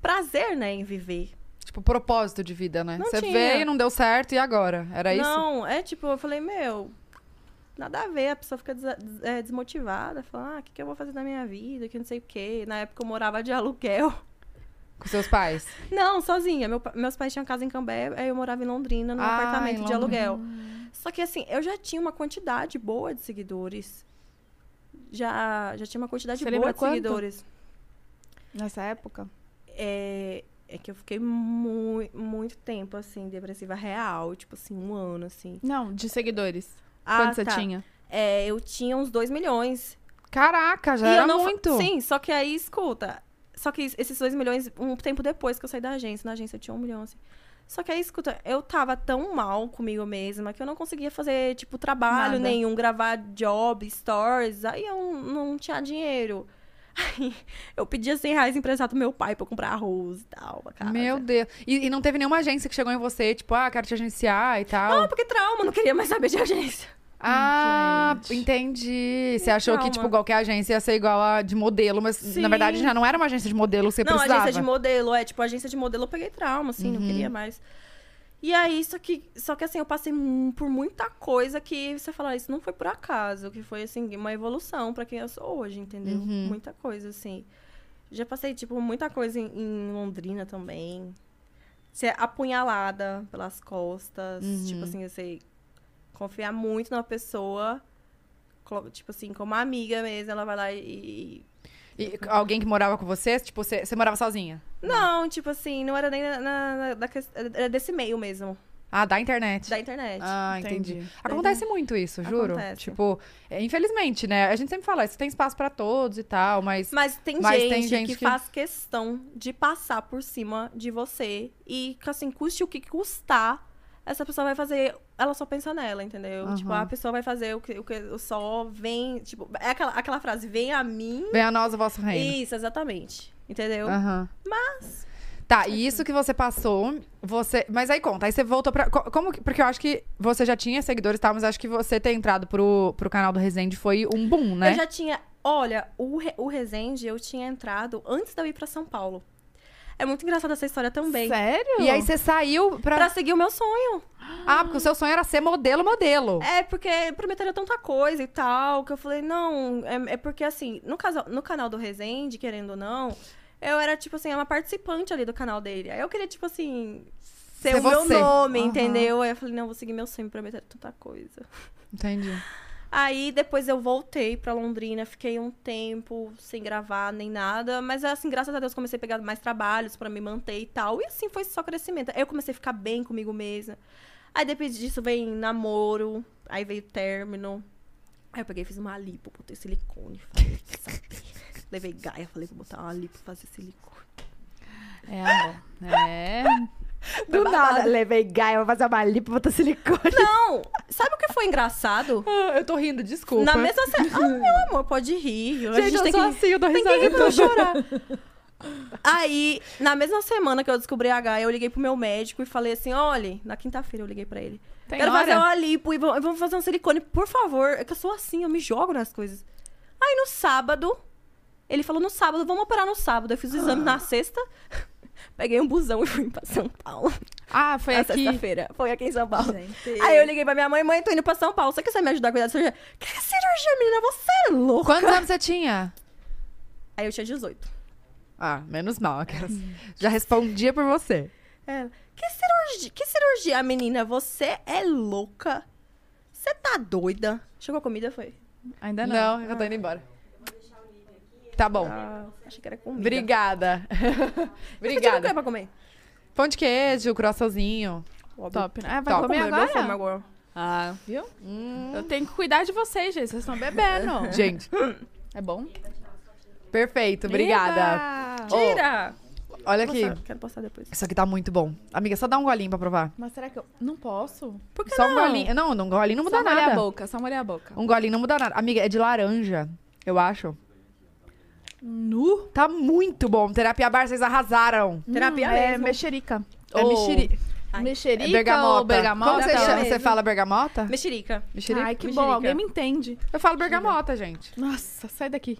Speaker 3: prazer, né, em viver.
Speaker 1: Tipo, propósito de vida, né?
Speaker 3: Não
Speaker 1: Você
Speaker 3: tinha.
Speaker 1: veio, não deu certo, e agora? Era isso?
Speaker 3: não, é tipo, eu falei, meu, nada a ver, a pessoa fica desa- des- é, desmotivada, fala, ah, o que, que eu vou fazer na minha vida, que não sei o quê. Na época eu morava de aluguel.
Speaker 1: Com seus pais?
Speaker 3: Não, sozinha. Meu pa- meus pais tinham casa em Cambé, aí eu morava em Londrina, num
Speaker 1: Ah,
Speaker 3: apartamento
Speaker 1: em
Speaker 3: de aluguel. Só que assim, eu já tinha uma quantidade boa de seguidores. Já, já tinha uma quantidade
Speaker 4: Você
Speaker 3: boa
Speaker 4: lembra
Speaker 3: de
Speaker 4: quanto?
Speaker 3: seguidores.
Speaker 4: Nessa época?
Speaker 3: É, é que eu fiquei mui- muito tempo, assim, depressiva real. Tipo assim, um ano, assim.
Speaker 4: Não, de seguidores.
Speaker 3: Ah,
Speaker 4: Quanto você
Speaker 3: tá.
Speaker 4: tinha?
Speaker 3: É, eu tinha uns 2 milhões.
Speaker 1: Caraca, já
Speaker 3: E eu
Speaker 1: era
Speaker 3: não fa-
Speaker 1: muito.
Speaker 3: Sim, só que aí, escuta. Só que esses 2 milhões, um tempo depois que eu saí da agência, na agência eu tinha um milhão, assim. Só que aí, escuta, eu tava tão mal comigo mesma que eu não conseguia fazer, tipo, trabalho
Speaker 4: Nada.
Speaker 3: nenhum, gravar job, stories. Aí eu não tinha dinheiro. Aí eu pedia 100 reais emprestado pro meu pai pra eu comprar arroz e tal, pra casa.
Speaker 1: Meu Deus. E, e não teve nenhuma agência que chegou em você, tipo, ah, quero te agenciar e tal.
Speaker 3: Não, porque trauma, não queria mais saber de agência.
Speaker 1: ah,
Speaker 4: gente.
Speaker 1: entendi. Você achou que,
Speaker 3: calma.
Speaker 1: tipo, qualquer agência ia ser igual a de modelo, mas na
Speaker 3: Sim.
Speaker 1: verdade já não era uma agência de modelo que você
Speaker 3: não,
Speaker 1: precisava. Uhum.
Speaker 3: agência de modelo, é, tipo, agência de modelo eu peguei trauma, assim, não queria mais. E aí, só que, só que assim, eu passei mu- por muita coisa que você fala, "Ah, isso não foi por acaso, que foi, assim, uma evolução pra quem eu sou hoje, entendeu?
Speaker 1: Uhum.
Speaker 3: Muita coisa, assim. Já passei, tipo, muita coisa em, em Londrina também. Ser apunhalada pelas costas,
Speaker 1: Uhum.
Speaker 3: tipo assim, eu sei confiar muito numa pessoa, colo- tipo assim, como uma amiga mesmo, ela vai lá e
Speaker 1: E alguém que morava com você, tipo, você, você morava sozinha?
Speaker 3: não, tipo assim, não era nem na, na- na- da ques- era desse meio mesmo,
Speaker 1: Ah, da internet.
Speaker 3: da internet.
Speaker 1: Ah, entendi. Acontece muito isso, juro.
Speaker 3: Acontece.
Speaker 1: Tipo, é, infelizmente, né? A gente sempre fala, isso tem espaço pra todos e tal, mas.
Speaker 3: Mas tem,
Speaker 1: Mas
Speaker 3: gente
Speaker 1: tem gente
Speaker 3: que,
Speaker 1: que-
Speaker 3: faz questão de passar por cima de você e, assim, custe o que custar, essa pessoa vai fazer. Ela só pensa nela, entendeu?
Speaker 1: Aham.
Speaker 3: Tipo, a pessoa vai fazer o que, o que eu só vem. Tipo, é aquela, aquela frase: vem a mim.
Speaker 1: Venha a nós o vosso reino.
Speaker 3: Isso, exatamente. Entendeu?
Speaker 1: Mas. Tá, e isso que você passou, você. Mas aí conta, aí você voltou pra. co- Como que- Porque eu acho que você já tinha seguidores e tal, mas acho que você ter entrado pro, pro canal do Resende foi um boom, né?
Speaker 3: Eu já tinha. Olha, o, Re- o Resende eu tinha entrado antes de eu ir pra São Paulo. É muito engraçada essa história também.
Speaker 4: Sério?
Speaker 1: E aí você saiu pra...
Speaker 3: Pra seguir o meu sonho.
Speaker 1: Ah, porque o seu sonho era ser modelo, modelo.
Speaker 3: É, porque prometeram tanta coisa e tal, que eu falei, não, é, é porque assim, no, casa- no canal do Resende, querendo ou não, eu era, tipo assim, uma participante ali do canal dele. Aí eu queria, tipo assim, ser,
Speaker 1: Ser
Speaker 3: o meu
Speaker 1: você.
Speaker 3: nome,
Speaker 4: Aham.
Speaker 3: entendeu? Aí eu falei, não, vou seguir meu sonho, prometeram tanta coisa.
Speaker 1: Entendi.
Speaker 3: Aí depois eu voltei pra Londrina, fiquei um tempo sem gravar nem nada, mas assim, graças a Deus comecei a pegar mais trabalhos pra me manter e tal. E assim foi só crescimento. Aí eu comecei a ficar bem comigo mesma. Aí depois disso vem namoro, aí veio término. Aí eu peguei e fiz uma lipo, botei silicone, falei, "Quer saber?" levei gaia, falei, vou botar uma lipo fazer silicone.
Speaker 4: É, amor. É.
Speaker 1: Do nada. Levei gaia, vou fazer uma lipo, botar silicone.
Speaker 3: Não! Sabe o que foi engraçado?
Speaker 1: Ah, eu tô rindo, desculpa.
Speaker 3: Na mesma cena. Ah, meu amor, pode rir. a
Speaker 1: Gente,
Speaker 3: gente
Speaker 1: eu
Speaker 3: tem
Speaker 1: sou
Speaker 3: que
Speaker 1: assim, eu dou
Speaker 3: Tem
Speaker 1: risada.
Speaker 3: que rir pra não
Speaker 1: tudo.
Speaker 3: chorar. Aí, na mesma semana que eu descobri a H, eu liguei pro meu médico e falei assim: olha, na quinta-feira eu liguei pra ele.
Speaker 4: Tem
Speaker 3: Quero fazer
Speaker 4: hora?
Speaker 3: uma lipo e vamos vamos fazer um silicone, por favor. É que eu sou assim, eu me jogo nas coisas. Aí no sábado, ele falou: no sábado, vamos operar no sábado. Eu fiz o
Speaker 1: Ah.
Speaker 3: exame na sexta, peguei um busão e fui pra São Paulo.
Speaker 4: Ah, foi
Speaker 3: na
Speaker 4: aqui.
Speaker 3: sexta-feira. Foi aqui em São Paulo.
Speaker 4: Gente.
Speaker 3: Aí eu liguei pra minha mãe, mãe, tô indo pra São Paulo. Você quer me ajudar a cuidar da cirurgia? Que cirurgia, menina? Você é louca.
Speaker 1: Quantos anos você tinha?
Speaker 3: Aí eu tinha 18.
Speaker 1: Ah, menos mal, aquelas. Já respondia por você.
Speaker 3: Ela, É, que cirurgia? Que cirurgia, menina? Você é louca. Você tá doida. Chegou a comida, foi?
Speaker 4: Ainda não.
Speaker 1: Não, eu tô indo embora. Tá bom.
Speaker 3: Ah, achei que era comida.
Speaker 1: Obrigada.
Speaker 3: Você pediu o
Speaker 1: Obrigada.
Speaker 3: que pra comer?
Speaker 1: Pão de queijo, croissantzinho.
Speaker 4: Top, né? Ah, vai
Speaker 1: Top.
Speaker 4: comer
Speaker 3: Comeu minha fome
Speaker 4: agora?
Speaker 3: agora.
Speaker 4: Ah, viu?
Speaker 1: Hum.
Speaker 4: Eu tenho que cuidar de vocês, gente. Vocês estão bebendo.
Speaker 1: Gente,
Speaker 4: É bom?
Speaker 1: perfeito.
Speaker 4: Eba!
Speaker 1: Obrigada.
Speaker 3: Tira!
Speaker 1: Olha aqui.
Speaker 3: Nossa, quero postar depois.
Speaker 1: Isso aqui tá muito bom. Amiga, só dá um golinho pra provar.
Speaker 4: Mas será que eu. Não posso?
Speaker 3: Por que
Speaker 1: só um
Speaker 3: não?
Speaker 1: golinho. Não, não, um golinho não muda
Speaker 4: só molhar a
Speaker 1: nada.
Speaker 4: boca, só molhar a boca.
Speaker 1: Um golinho não muda nada. Amiga, é de laranja, eu acho.
Speaker 4: Nu?
Speaker 1: Tá muito bom. Terapia Bar, vocês arrasaram.
Speaker 3: Terapia
Speaker 4: É
Speaker 3: mesmo.
Speaker 4: mexerica.
Speaker 1: É
Speaker 4: Ou-
Speaker 1: mexeri...
Speaker 3: Ai,
Speaker 4: Mexerica
Speaker 1: É bergamota.
Speaker 4: ou bergamota?
Speaker 1: Como você
Speaker 3: Tá.
Speaker 1: chama?
Speaker 3: Mesmo.
Speaker 1: Você fala bergamota?
Speaker 3: Mexerica.
Speaker 1: Mexerica?
Speaker 4: Ai, que bom.
Speaker 3: mexerica.
Speaker 4: Alguém me entende.
Speaker 1: Eu falo bergamota, gente.
Speaker 4: Nossa, sai daqui.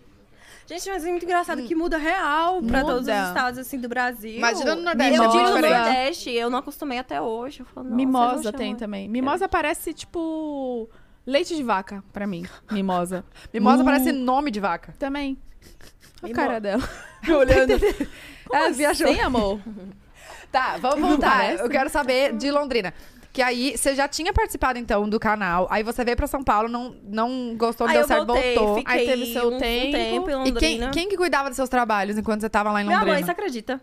Speaker 3: Gente, mas é muito engraçado que muda real pra
Speaker 4: Muda.
Speaker 3: todos os estados, assim, do Brasil.
Speaker 1: Imagina no Nordeste,
Speaker 3: Eu
Speaker 1: é
Speaker 4: Mimosa.
Speaker 3: digo no
Speaker 1: muito diferente.
Speaker 3: Nordeste, eu não acostumei até hoje. Eu falo, não,
Speaker 4: mimosa
Speaker 3: vocês não
Speaker 4: tem
Speaker 3: chamam.
Speaker 4: também. Mimosa parece tipo leite de vaca pra mim. Mimosa.
Speaker 1: Mimosa
Speaker 4: Mu.
Speaker 1: parece nome de vaca.
Speaker 4: Também. O
Speaker 3: Mimo-
Speaker 4: cara dela. Tá
Speaker 1: Olhando.
Speaker 4: Como
Speaker 1: Ela viajou.
Speaker 4: assim, amor?
Speaker 1: Tá, vamos voltar.
Speaker 4: Parece.
Speaker 1: Eu quero saber de Londrina. Que aí, você já tinha participado, então, do canal. Aí você veio pra São Paulo, não, não gostou, não
Speaker 3: Aí
Speaker 1: deu
Speaker 3: eu
Speaker 1: certo,
Speaker 3: voltei,
Speaker 1: voltou.
Speaker 3: fiquei
Speaker 4: Aí teve seu
Speaker 3: um, um
Speaker 4: tempo.
Speaker 3: tempo né? em
Speaker 1: E quem,
Speaker 3: Londrina.
Speaker 1: quem que cuidava dos seus trabalhos enquanto você tava lá em
Speaker 3: Minha
Speaker 1: Londrina?
Speaker 3: mãe, você acredita?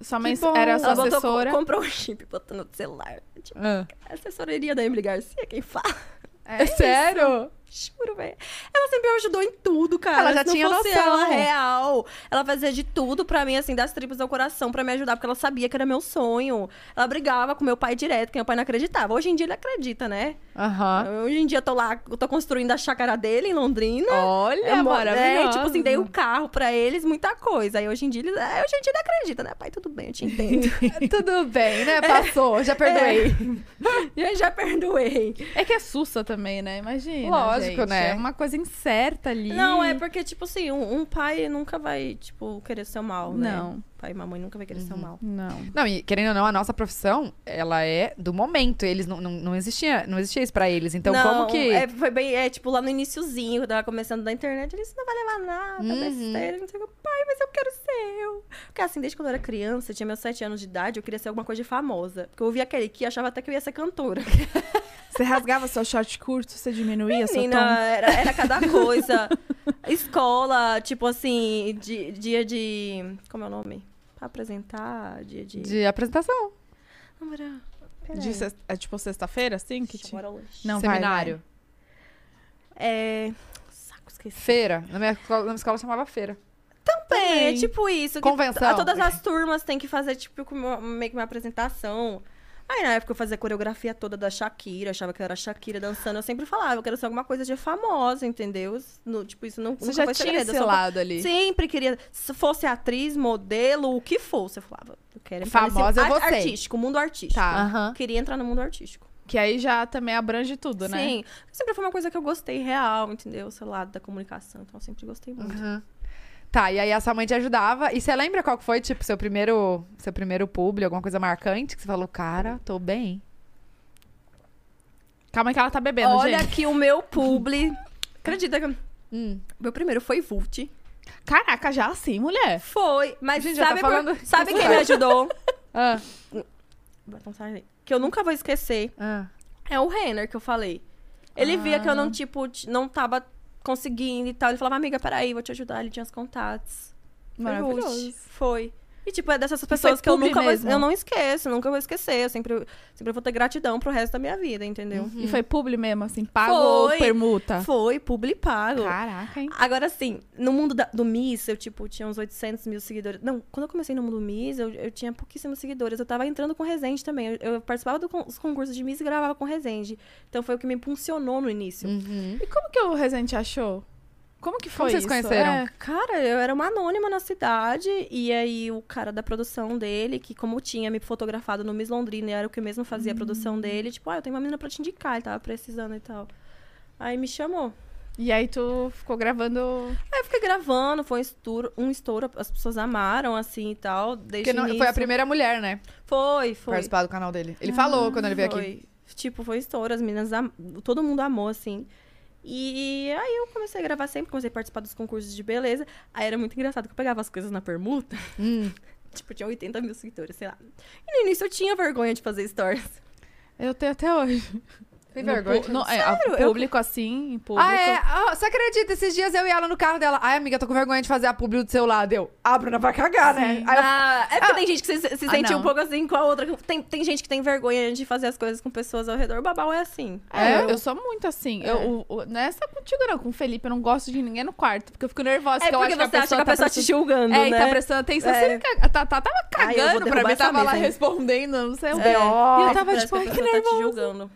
Speaker 4: Sua mãe
Speaker 1: Que bom.
Speaker 4: era sua
Speaker 3: Ela botou,
Speaker 4: assessora.
Speaker 3: comprou um chip, botou no celular. Tipo,
Speaker 1: Ah.
Speaker 3: a assessoria da Emily Garcia, quem fala?
Speaker 1: É, sério?
Speaker 3: Juro, velho. Ela sempre me ajudou em tudo, cara.
Speaker 1: Ela já
Speaker 3: Se não
Speaker 1: tinha
Speaker 3: fosse
Speaker 1: noção.
Speaker 3: Ela real. Ela fazia de tudo pra mim, assim, das tripas ao coração, pra me ajudar, porque ela sabia que era meu sonho. Ela brigava com meu pai direto, que meu pai não acreditava. Hoje em dia ele acredita, né?
Speaker 1: Aham.
Speaker 3: Hoje em dia eu tô lá, eu tô construindo a chácara dele em Londrina.
Speaker 1: Olha,
Speaker 3: Eu mo- É, tipo assim,
Speaker 1: maravilhoso.
Speaker 3: dei o carro pra eles, muita coisa. Aí hoje em dia eles. é, hoje em dia ele acredita, né? Pai, tudo bem, eu te entendo.
Speaker 1: Tudo bem,
Speaker 4: É.
Speaker 1: né? Passou, já
Speaker 3: É.
Speaker 1: perdoei.
Speaker 3: Eu já perdoei.
Speaker 4: É que é sussa também, né? Imagina.
Speaker 1: Lógico,
Speaker 4: gente.
Speaker 1: né?
Speaker 4: É uma coisa incerta ali.
Speaker 3: Não, é porque, tipo assim, um, um pai nunca vai, tipo, querer seu mal, né?
Speaker 4: Não.
Speaker 3: Pai e mamãe nunca vai querer seu mal.
Speaker 4: Não.
Speaker 1: Não, e querendo ou não, a nossa profissão, ela é do momento. Eles não, não, não existia, não existia isso pra eles. Então, como
Speaker 3: Não,
Speaker 1: que.
Speaker 3: É, foi bem, é, tipo, lá no iniciozinho, quando eu tava começando da internet, ele disse, não vai levar nada,
Speaker 1: Uhum.
Speaker 3: besteira, não sei o que. Pai, mas eu quero ser eu. Porque, assim, desde quando eu era criança, eu tinha meus sete anos de idade, eu queria ser alguma coisa de famosa. Porque eu ouvia aquele que achava até que eu ia ser cantora.
Speaker 4: Você rasgava seu short curto, você diminuía seu tom.
Speaker 3: Menina, era, era cada coisa. Escola, tipo assim, di- dia de... Como é o nome? Pra apresentar, dia de...
Speaker 1: De apresentação.
Speaker 3: Não, era...
Speaker 4: De sexta- é tipo sexta-feira, assim? Que tinha? Não, vai,
Speaker 1: seminário.
Speaker 3: É... Saco, esqueci.
Speaker 1: Feira. Na minha, escola, na minha escola chamava feira.
Speaker 3: É,
Speaker 4: Também.
Speaker 3: tipo isso. que
Speaker 1: Convenção.
Speaker 3: a todas as turmas tem que fazer, tipo, como uma- meio que uma apresentação. Aí, na época, eu fazia a coreografia toda da Shakira, achava que eu era a Shakira dançando. Eu sempre falava, eu quero ser alguma coisa de famosa, entendeu? No- tipo, isso não
Speaker 4: Você
Speaker 3: nunca
Speaker 4: já
Speaker 3: foi
Speaker 4: tinha
Speaker 3: segredo.
Speaker 4: esse
Speaker 3: eu só-
Speaker 4: lado ali.
Speaker 3: Sempre queria, se fosse atriz, modelo, o que fosse, eu falava. Eu quero entrar nesse-
Speaker 1: Famosa é eu
Speaker 3: ar-
Speaker 1: vou ser.
Speaker 3: Artístico, mundo artístico.
Speaker 4: Tá.
Speaker 1: Aham.
Speaker 3: Eu Queria entrar no mundo artístico.
Speaker 4: Que aí já também abrange tudo, né?
Speaker 3: Sim, sempre foi uma coisa que eu gostei real, entendeu? Sei lá, da comunicação, então eu sempre gostei muito.
Speaker 1: Aham. Tá, e aí a sua mãe te ajudava. E você lembra qual que foi, tipo, seu primeiro, seu primeiro publi, alguma coisa marcante? Que você falou, cara, tô bem.
Speaker 4: Calma que ela tá bebendo,
Speaker 3: Olha
Speaker 4: gente.
Speaker 3: aqui o meu publi. Acredita que
Speaker 1: Hum.
Speaker 3: meu primeiro foi Vult.
Speaker 4: Caraca, já assim, mulher.
Speaker 3: Foi, mas
Speaker 1: Gente, já
Speaker 3: sabe,
Speaker 1: tá
Speaker 3: por-
Speaker 1: falando-
Speaker 3: sabe quem me ajudou?
Speaker 1: Ah,
Speaker 3: Bota um sarro aí. que eu nunca vou esquecer
Speaker 1: ah.
Speaker 3: é o Renner que eu falei. Ele via que eu não, tipo, t- não tava conseguindo e tal. Ele falava, amiga, peraí, vou te ajudar. Ele tinha os contatos. Foi Vult.
Speaker 4: Maravilhoso.
Speaker 3: Foi. E, tipo, é dessas
Speaker 2: foi
Speaker 3: pessoas que eu
Speaker 2: publi
Speaker 3: nunca
Speaker 2: mesmo.
Speaker 3: vou, eu não esqueço, nunca vou esquecer. Eu sempre, sempre vou ter gratidão pro resto da minha vida, entendeu?
Speaker 2: E foi publi mesmo, assim, pago ou
Speaker 3: Foi.
Speaker 2: permuta?
Speaker 3: Foi, publi pago.
Speaker 2: Caraca, hein?
Speaker 3: Agora sim, no mundo da- do Miss, eu, tipo, tinha uns 800 mil seguidores. Não, quando eu comecei no mundo Miss, eu, eu tinha pouquíssimos seguidores. Eu tava entrando com Resende também. Eu, eu participava dos concursos de Miss e gravava com Resende. Então foi o que me impulsionou no início.
Speaker 1: Uhum.
Speaker 4: E como que o Rezende achou? Como que foi
Speaker 1: Como vocês
Speaker 4: isso?
Speaker 1: conheceram?
Speaker 4: É.
Speaker 3: Cara, eu era uma anônima na cidade. E aí o cara da produção dele, que como tinha me fotografado no Miss Londrina, era o que eu mesmo fazia a
Speaker 1: Hum.
Speaker 3: produção dele. Tipo, ah, eu tenho uma menina pra te indicar. Ele tava precisando e tal. Aí me chamou.
Speaker 4: E aí tu ficou gravando...
Speaker 3: Aí eu fiquei gravando, foi um estouro, um estouro, as pessoas amaram, assim, e tal. Desde
Speaker 1: Porque
Speaker 3: o
Speaker 1: não-
Speaker 3: início.
Speaker 1: foi a primeira mulher, né?
Speaker 3: Foi, foi.
Speaker 1: Participar do canal dele. Ele falou quando ele veio aqui.
Speaker 3: Foi. Tipo, foi estouro, as meninas, am- todo mundo amou, assim. E aí eu comecei a gravar sempre, comecei a participar dos concursos de beleza. Aí era muito engraçado que eu pegava as coisas na permuta.
Speaker 1: Hum.
Speaker 3: Tipo, tinha 80 mil seguidores, sei lá. E no início eu tinha vergonha de fazer stories.
Speaker 4: Eu tenho até hoje.
Speaker 1: Tem
Speaker 2: No
Speaker 1: vergonha?
Speaker 2: pu- no- é, a-
Speaker 3: eu-
Speaker 2: público assim, em público.
Speaker 1: Ah, é? Ah, você acredita? Esses dias eu e ela no carro dela. Ai, amiga, tô com vergonha de fazer a publi do seu lado. Eu, ah, Bruna vai cagar, né? Aí ela,
Speaker 3: Ah, é porque tem gente que se, se
Speaker 2: Ah,
Speaker 3: sente
Speaker 2: não.
Speaker 3: um pouco assim com a outra. Tem, tem gente que tem vergonha de fazer as coisas com pessoas ao redor. O babau é assim.
Speaker 4: É,
Speaker 2: É?
Speaker 4: eu sou muito assim. Eu, o- o- não é só contigo, não. Com o Felipe, eu não gosto de ninguém no quarto. Porque eu fico nervosa.
Speaker 3: É
Speaker 4: que eu
Speaker 3: porque
Speaker 4: acho
Speaker 3: você acha que a
Speaker 4: tá
Speaker 3: pessoa te
Speaker 4: prestando-
Speaker 3: julgando,
Speaker 4: É, e
Speaker 3: né?
Speaker 4: tá prestando atenção.
Speaker 3: É.
Speaker 4: Você não caga- tá, tá, tava
Speaker 3: Ai, eu vou
Speaker 4: cagando pra
Speaker 3: derrubar
Speaker 4: mim,
Speaker 3: essa
Speaker 4: tava lá
Speaker 3: mesa, hein?
Speaker 4: respondendo, não sei o quê.
Speaker 1: B.O.
Speaker 4: E
Speaker 3: Ai,
Speaker 4: eu tava,
Speaker 3: É, parece
Speaker 4: tipo,
Speaker 3: que
Speaker 4: ai,
Speaker 3: a
Speaker 4: que
Speaker 3: pessoa tá te
Speaker 4: nervosa.
Speaker 3: julgando.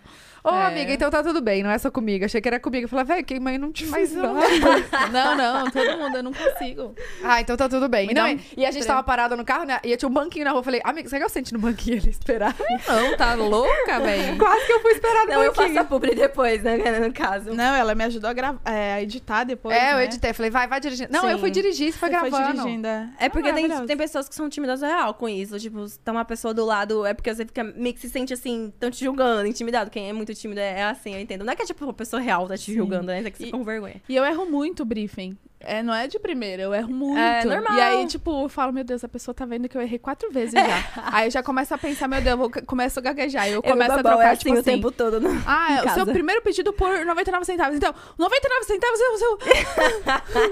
Speaker 1: Ô,
Speaker 2: É.
Speaker 1: amiga, então tá tudo bem, não é só comigo. Achei que era comigo. Eu falei, velho, quem mãe não te faz
Speaker 4: Mas eu
Speaker 1: nada.
Speaker 4: não, não, não, todo mundo, eu não consigo.
Speaker 1: Ah, então tá tudo bem.
Speaker 4: Me
Speaker 1: Não,
Speaker 4: dá um
Speaker 1: e- E a gente tava parada no carro, né? E eu tinha um banquinho na rua. Eu falei, amiga, será que eu sente no banquinho ele esperar?
Speaker 2: Não, tá louca, velho.
Speaker 1: Quase que eu fui esperar no
Speaker 3: Não, eu
Speaker 1: banquinho.
Speaker 3: faço a publi depois, né, no caso.
Speaker 4: Não, ela me ajudou a, gravar, a editar depois.
Speaker 1: É,
Speaker 3: né?
Speaker 1: eu editei. Falei, vai, vai dirigindo. Não,
Speaker 3: Sim.
Speaker 1: eu fui dirigir, você foi
Speaker 4: Você foi
Speaker 1: gravando.
Speaker 4: dirigindo, é.
Speaker 3: É porque
Speaker 4: Ah,
Speaker 3: tem,
Speaker 4: maravilhoso.
Speaker 3: tem pessoas que são tímidas real com isso. Tipo, se tá uma pessoa do lado, é porque você fica meio que se sente assim, tão te julgando, intimidado. Quem é muito tímido é, é assim, eu entendo. Não é que é tipo uma pessoa real tá te julgando, né? É que você
Speaker 4: E-
Speaker 3: fica com vergonha.
Speaker 4: E eu erro muito o briefing. É, não é de primeira, eu erro muito.
Speaker 3: É, normal.
Speaker 4: E aí, tipo, eu falo, meu Deus, a pessoa tá vendo que eu errei quatro vezes já. aí eu já começo a pensar, meu Deus, eu vou, começo a gaguejar. Eu começo a trocar, tipo assim.
Speaker 3: é o tempo todo. Né?
Speaker 4: Ah,
Speaker 3: em
Speaker 4: o seu
Speaker 3: casa.
Speaker 4: primeiro pedido por 99 centavos. Então, 99 centavos é o seu.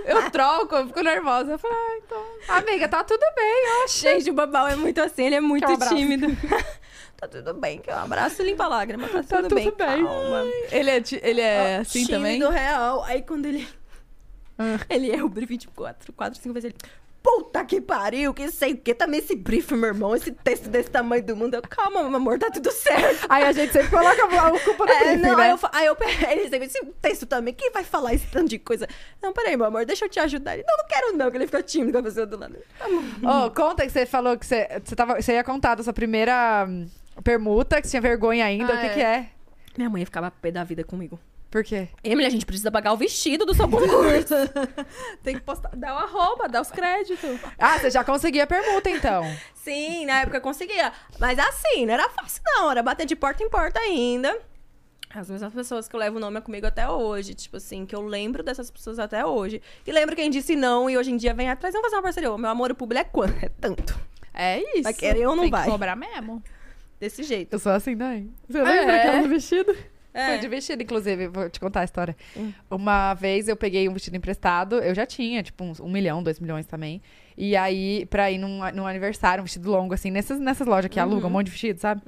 Speaker 4: eu troco, eu fico nervosa. Eu falo, ah, então.
Speaker 1: Amiga, tá tudo bem, oxe.
Speaker 3: Gente, o babau é muito assim, ele é muito
Speaker 1: Quer um abraço?
Speaker 3: tímido. tá tudo bem, que eu abraço e limpa a lágrima. Tá tudo,
Speaker 4: Tá tudo
Speaker 3: bem.
Speaker 4: bem.
Speaker 3: Calma.
Speaker 4: Ele é, ti- ele é assim
Speaker 3: tímido
Speaker 4: também?
Speaker 3: real. Aí quando ele. Ele erra o briefing de 4, 4, 5 vezes. Ele. Puta que pariu, que sei o que. Também esse briefing, meu irmão. Esse texto desse tamanho do mundo. Eu, Calma, meu amor, tá tudo certo.
Speaker 1: Aí a gente sempre coloca a culpa do
Speaker 3: É,
Speaker 1: é,
Speaker 3: não, aí
Speaker 1: né?
Speaker 3: eu, fa- aí eu pe- ele sempre, esse texto também, quem vai falar esse tanto de coisa? Não, peraí, meu amor, deixa eu te ajudar. Ele, não, não quero não, que ele fica tímido com a pessoa do lado.
Speaker 1: Ô, conta que você falou que você, você, tava, você ia contar da sua primeira hum, permuta, que você tinha vergonha ainda.
Speaker 4: Ah,
Speaker 1: o que
Speaker 4: é.
Speaker 1: é. que é?
Speaker 3: Minha mãe ficava pé da vida comigo.
Speaker 1: Por quê?
Speaker 3: Emily, a gente precisa pagar o vestido do seu concurso.
Speaker 4: Tem que postar. Dá o arroba, dá os créditos.
Speaker 1: Ah, você já conseguia a permuta, então.
Speaker 3: Sim, na época eu conseguia. Mas assim, não era fácil, não. Era bater de porta em porta ainda. As mesmas pessoas que eu levo o nome é comigo até hoje. Tipo assim, que eu lembro dessas pessoas até hoje. E lembro quem disse não e hoje em dia vem atrás. Vamos fazer uma parceria. Ô, Meu amor, o público é quanto? É tanto.
Speaker 4: É isso.
Speaker 3: Vai querer ou não
Speaker 4: Tem
Speaker 3: vai?
Speaker 4: Que cobrar mesmo. É.
Speaker 3: Desse jeito.
Speaker 1: Eu sou assim, né? Você
Speaker 4: lembra aquela do
Speaker 1: vestido? Foi
Speaker 3: É.
Speaker 1: de vestido, inclusive, vou te contar a história. Uma vez eu peguei um vestido emprestado, eu já tinha, tipo, uns um milhão, dois milhões também. E aí, pra ir num, num aniversário, um vestido longo, assim, nessas, nessas lojas que alugam um monte de vestido, sabe?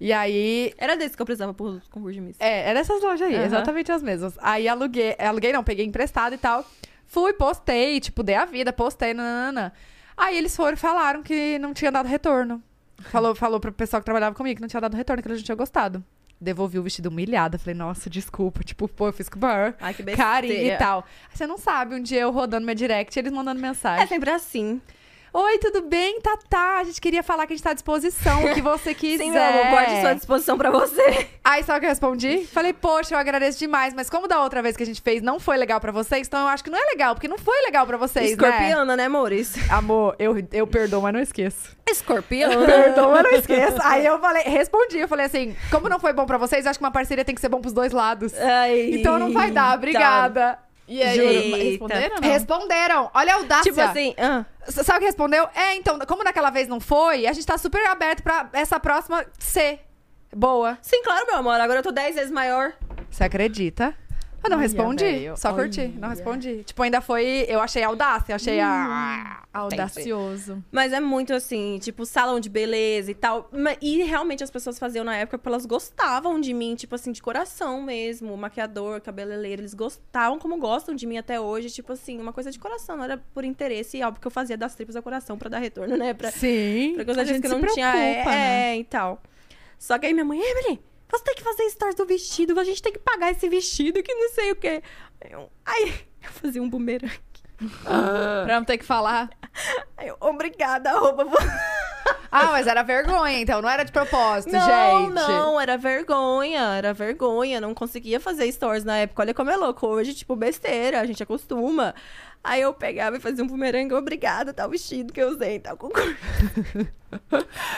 Speaker 1: E aí.
Speaker 3: Era desse que eu precisava pro concurso de Miss.
Speaker 1: É, era essas lojas aí,
Speaker 3: Aham.
Speaker 1: exatamente as mesmas. Aí aluguei, aluguei não, peguei emprestado e tal. Fui, postei, tipo, dei a vida, postei, nananana. Aí eles foram e falaram que não tinha dado retorno. Falou, falou pro pessoal que trabalhava comigo que não tinha dado retorno, que eles não tinham gostado. Devolvi o vestido humilhada. Falei, nossa, desculpa. Tipo, pô, eu fiz com o maior
Speaker 3: Ai, que besteira.
Speaker 1: carinho e tal. Aí Você não sabe, um dia eu rodando meu direct, eles mandando
Speaker 3: É
Speaker 1: mensagem.
Speaker 3: sempre assim.
Speaker 1: Oi, tudo bem, Tatá? A gente queria falar que a gente tá à disposição, o que você quiser.
Speaker 3: Sim, meu amor, guarde isso à disposição pra você.
Speaker 1: Aí sabe o que eu respondi? Falei, poxa, eu agradeço demais, mas como da outra vez que a gente fez não foi legal pra vocês, então eu acho que não é legal, porque não foi legal pra vocês, né?
Speaker 3: Escorpiana, né, amores?
Speaker 1: Amor, eu, eu perdoo, mas não esqueço.
Speaker 3: Escorpiana.
Speaker 1: Perdoo, mas não esqueço. Aí eu falei, respondi, eu falei assim, como não foi bom pra vocês, eu acho que uma parceria tem que ser bom pros dois lados.
Speaker 3: Ai,
Speaker 1: Então não vai dar,
Speaker 3: tá.
Speaker 1: obrigada.
Speaker 4: E aí,
Speaker 3: Juro.
Speaker 4: responderam? ou não?
Speaker 1: Responderam. Olha a audácia.
Speaker 3: Tipo assim, ah.
Speaker 1: S- Sabe o que respondeu? É, então, como naquela vez não foi, a gente tá super aberto pra essa próxima ser boa.
Speaker 3: Sim, claro, meu amor. Agora eu tô 10 vezes maior.
Speaker 1: Você acredita? Eu não
Speaker 2: Olha,
Speaker 1: respondi,
Speaker 2: velho,
Speaker 1: só curti, não
Speaker 2: olha.
Speaker 1: respondi. Tipo, ainda foi, eu achei audácia, eu achei
Speaker 3: Hum,
Speaker 1: a...
Speaker 2: Audacioso.
Speaker 3: Mas é muito assim, tipo, salão de beleza e tal. Ma- E realmente as pessoas faziam na época porque elas gostavam de mim, tipo assim, de coração mesmo. Maquiador, cabeleireiro, eles gostavam como gostam de mim até hoje. Tipo assim, uma coisa de coração, não era por interesse. E óbvio que eu fazia das tripas ao coração pra dar retorno, né? Pra,
Speaker 1: Sim.
Speaker 3: pra coisa
Speaker 2: a
Speaker 3: disso
Speaker 2: gente
Speaker 3: que
Speaker 2: se
Speaker 3: não tinha. É,
Speaker 2: preocupa, né?
Speaker 3: é, e tal. Só que aí minha mãe, Emily, você tem que fazer stories do vestido, a gente tem que pagar esse vestido que não sei o quê. Aí eu- Aí eu fazia um bumerangue. né?
Speaker 2: Pra não ter que falar.
Speaker 3: Aí eu, obrigada, arroba você.
Speaker 1: Ah, mas era vergonha, então, não era de propósito,
Speaker 3: Não,
Speaker 1: gente.
Speaker 3: não, era vergonha, era vergonha. Não conseguia fazer stories na época. Olha como é louco. Hoje, tipo, besteira, a gente acostuma. Aí eu pegava e fazia um bumerangue, obrigada, tá o vestido que eu usei, tá com cor.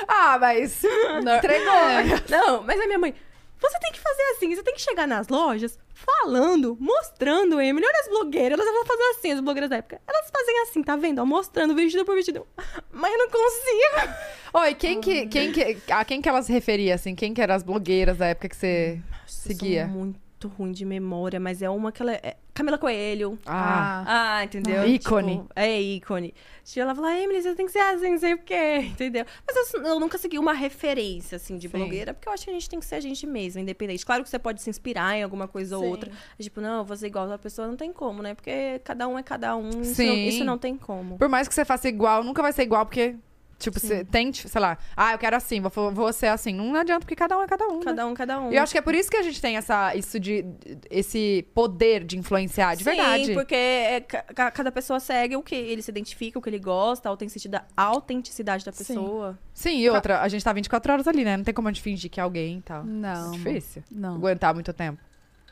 Speaker 1: Ah, mas entregou.
Speaker 3: Não, mas a minha mãe, você tem que fazer assim, você tem que chegar nas lojas falando, mostrando, Emily. Olha as blogueiras, elas vão fazer assim, as blogueiras da época. Elas fazem assim, tá vendo? Ó, mostrando vestido por vestido. Mas eu não consigo.
Speaker 1: Oi, quem que, quem que, a quem que elas referia, assim? Quem que eram as blogueiras da época que você seguia?
Speaker 3: Eu sou muito ruim de memória, mas é uma que ela... É... Camila Coelho.
Speaker 1: Ah,
Speaker 3: Ah, entendeu?
Speaker 1: Ah, ícone.
Speaker 3: Tipo, é ícone. Tipo, ela fala, Emily, você tem que ser assim, não sei o quê, entendeu? Mas eu, eu nunca segui uma referência, assim, de
Speaker 1: Sim.
Speaker 3: blogueira, porque eu acho que a gente tem que ser a gente mesma, independente. Claro que você pode se inspirar em alguma coisa ou
Speaker 4: Sim.
Speaker 3: outra. Mas, tipo, não, eu vou ser igual a pessoa, não tem como, né? Porque cada um é cada um, isso,
Speaker 1: Sim.
Speaker 3: não, isso não tem como.
Speaker 1: por mais que você faça igual, nunca vai ser igual, porque, tipo, você tente, sei lá, ah, eu quero assim, vou, vou ser assim. Não adianta, porque cada um é cada um, né?
Speaker 3: Cada um, cada um.
Speaker 1: E eu acho que é por isso que a gente tem essa, isso de, esse poder de influenciar, de
Speaker 3: Sim,
Speaker 1: verdade.
Speaker 3: porque é, ca- ca- cada pessoa segue o que ele se identifica, o que ele gosta, a autenticidade, a autenticidade da pessoa.
Speaker 1: Sim, e outra, a gente tá 24 horas ali, né? Não tem como a gente fingir que é alguém e tal.
Speaker 2: Não.
Speaker 1: Difícil.
Speaker 2: Não.
Speaker 1: Aguentar muito tempo.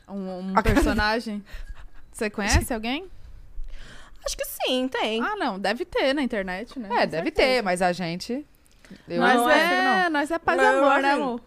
Speaker 2: Um, um
Speaker 1: A cara-
Speaker 2: personagem. Você conhece alguém?
Speaker 3: Acho que sim, tem.
Speaker 2: Ah, não. Deve ter na internet, né?
Speaker 1: É, deve ter, mas a gente. Eu
Speaker 2: Nós,
Speaker 1: não
Speaker 3: Não,
Speaker 1: consigo, não.
Speaker 2: é, nós é paz e
Speaker 3: Não, eu
Speaker 2: amor, né,
Speaker 3: assim-
Speaker 2: amor?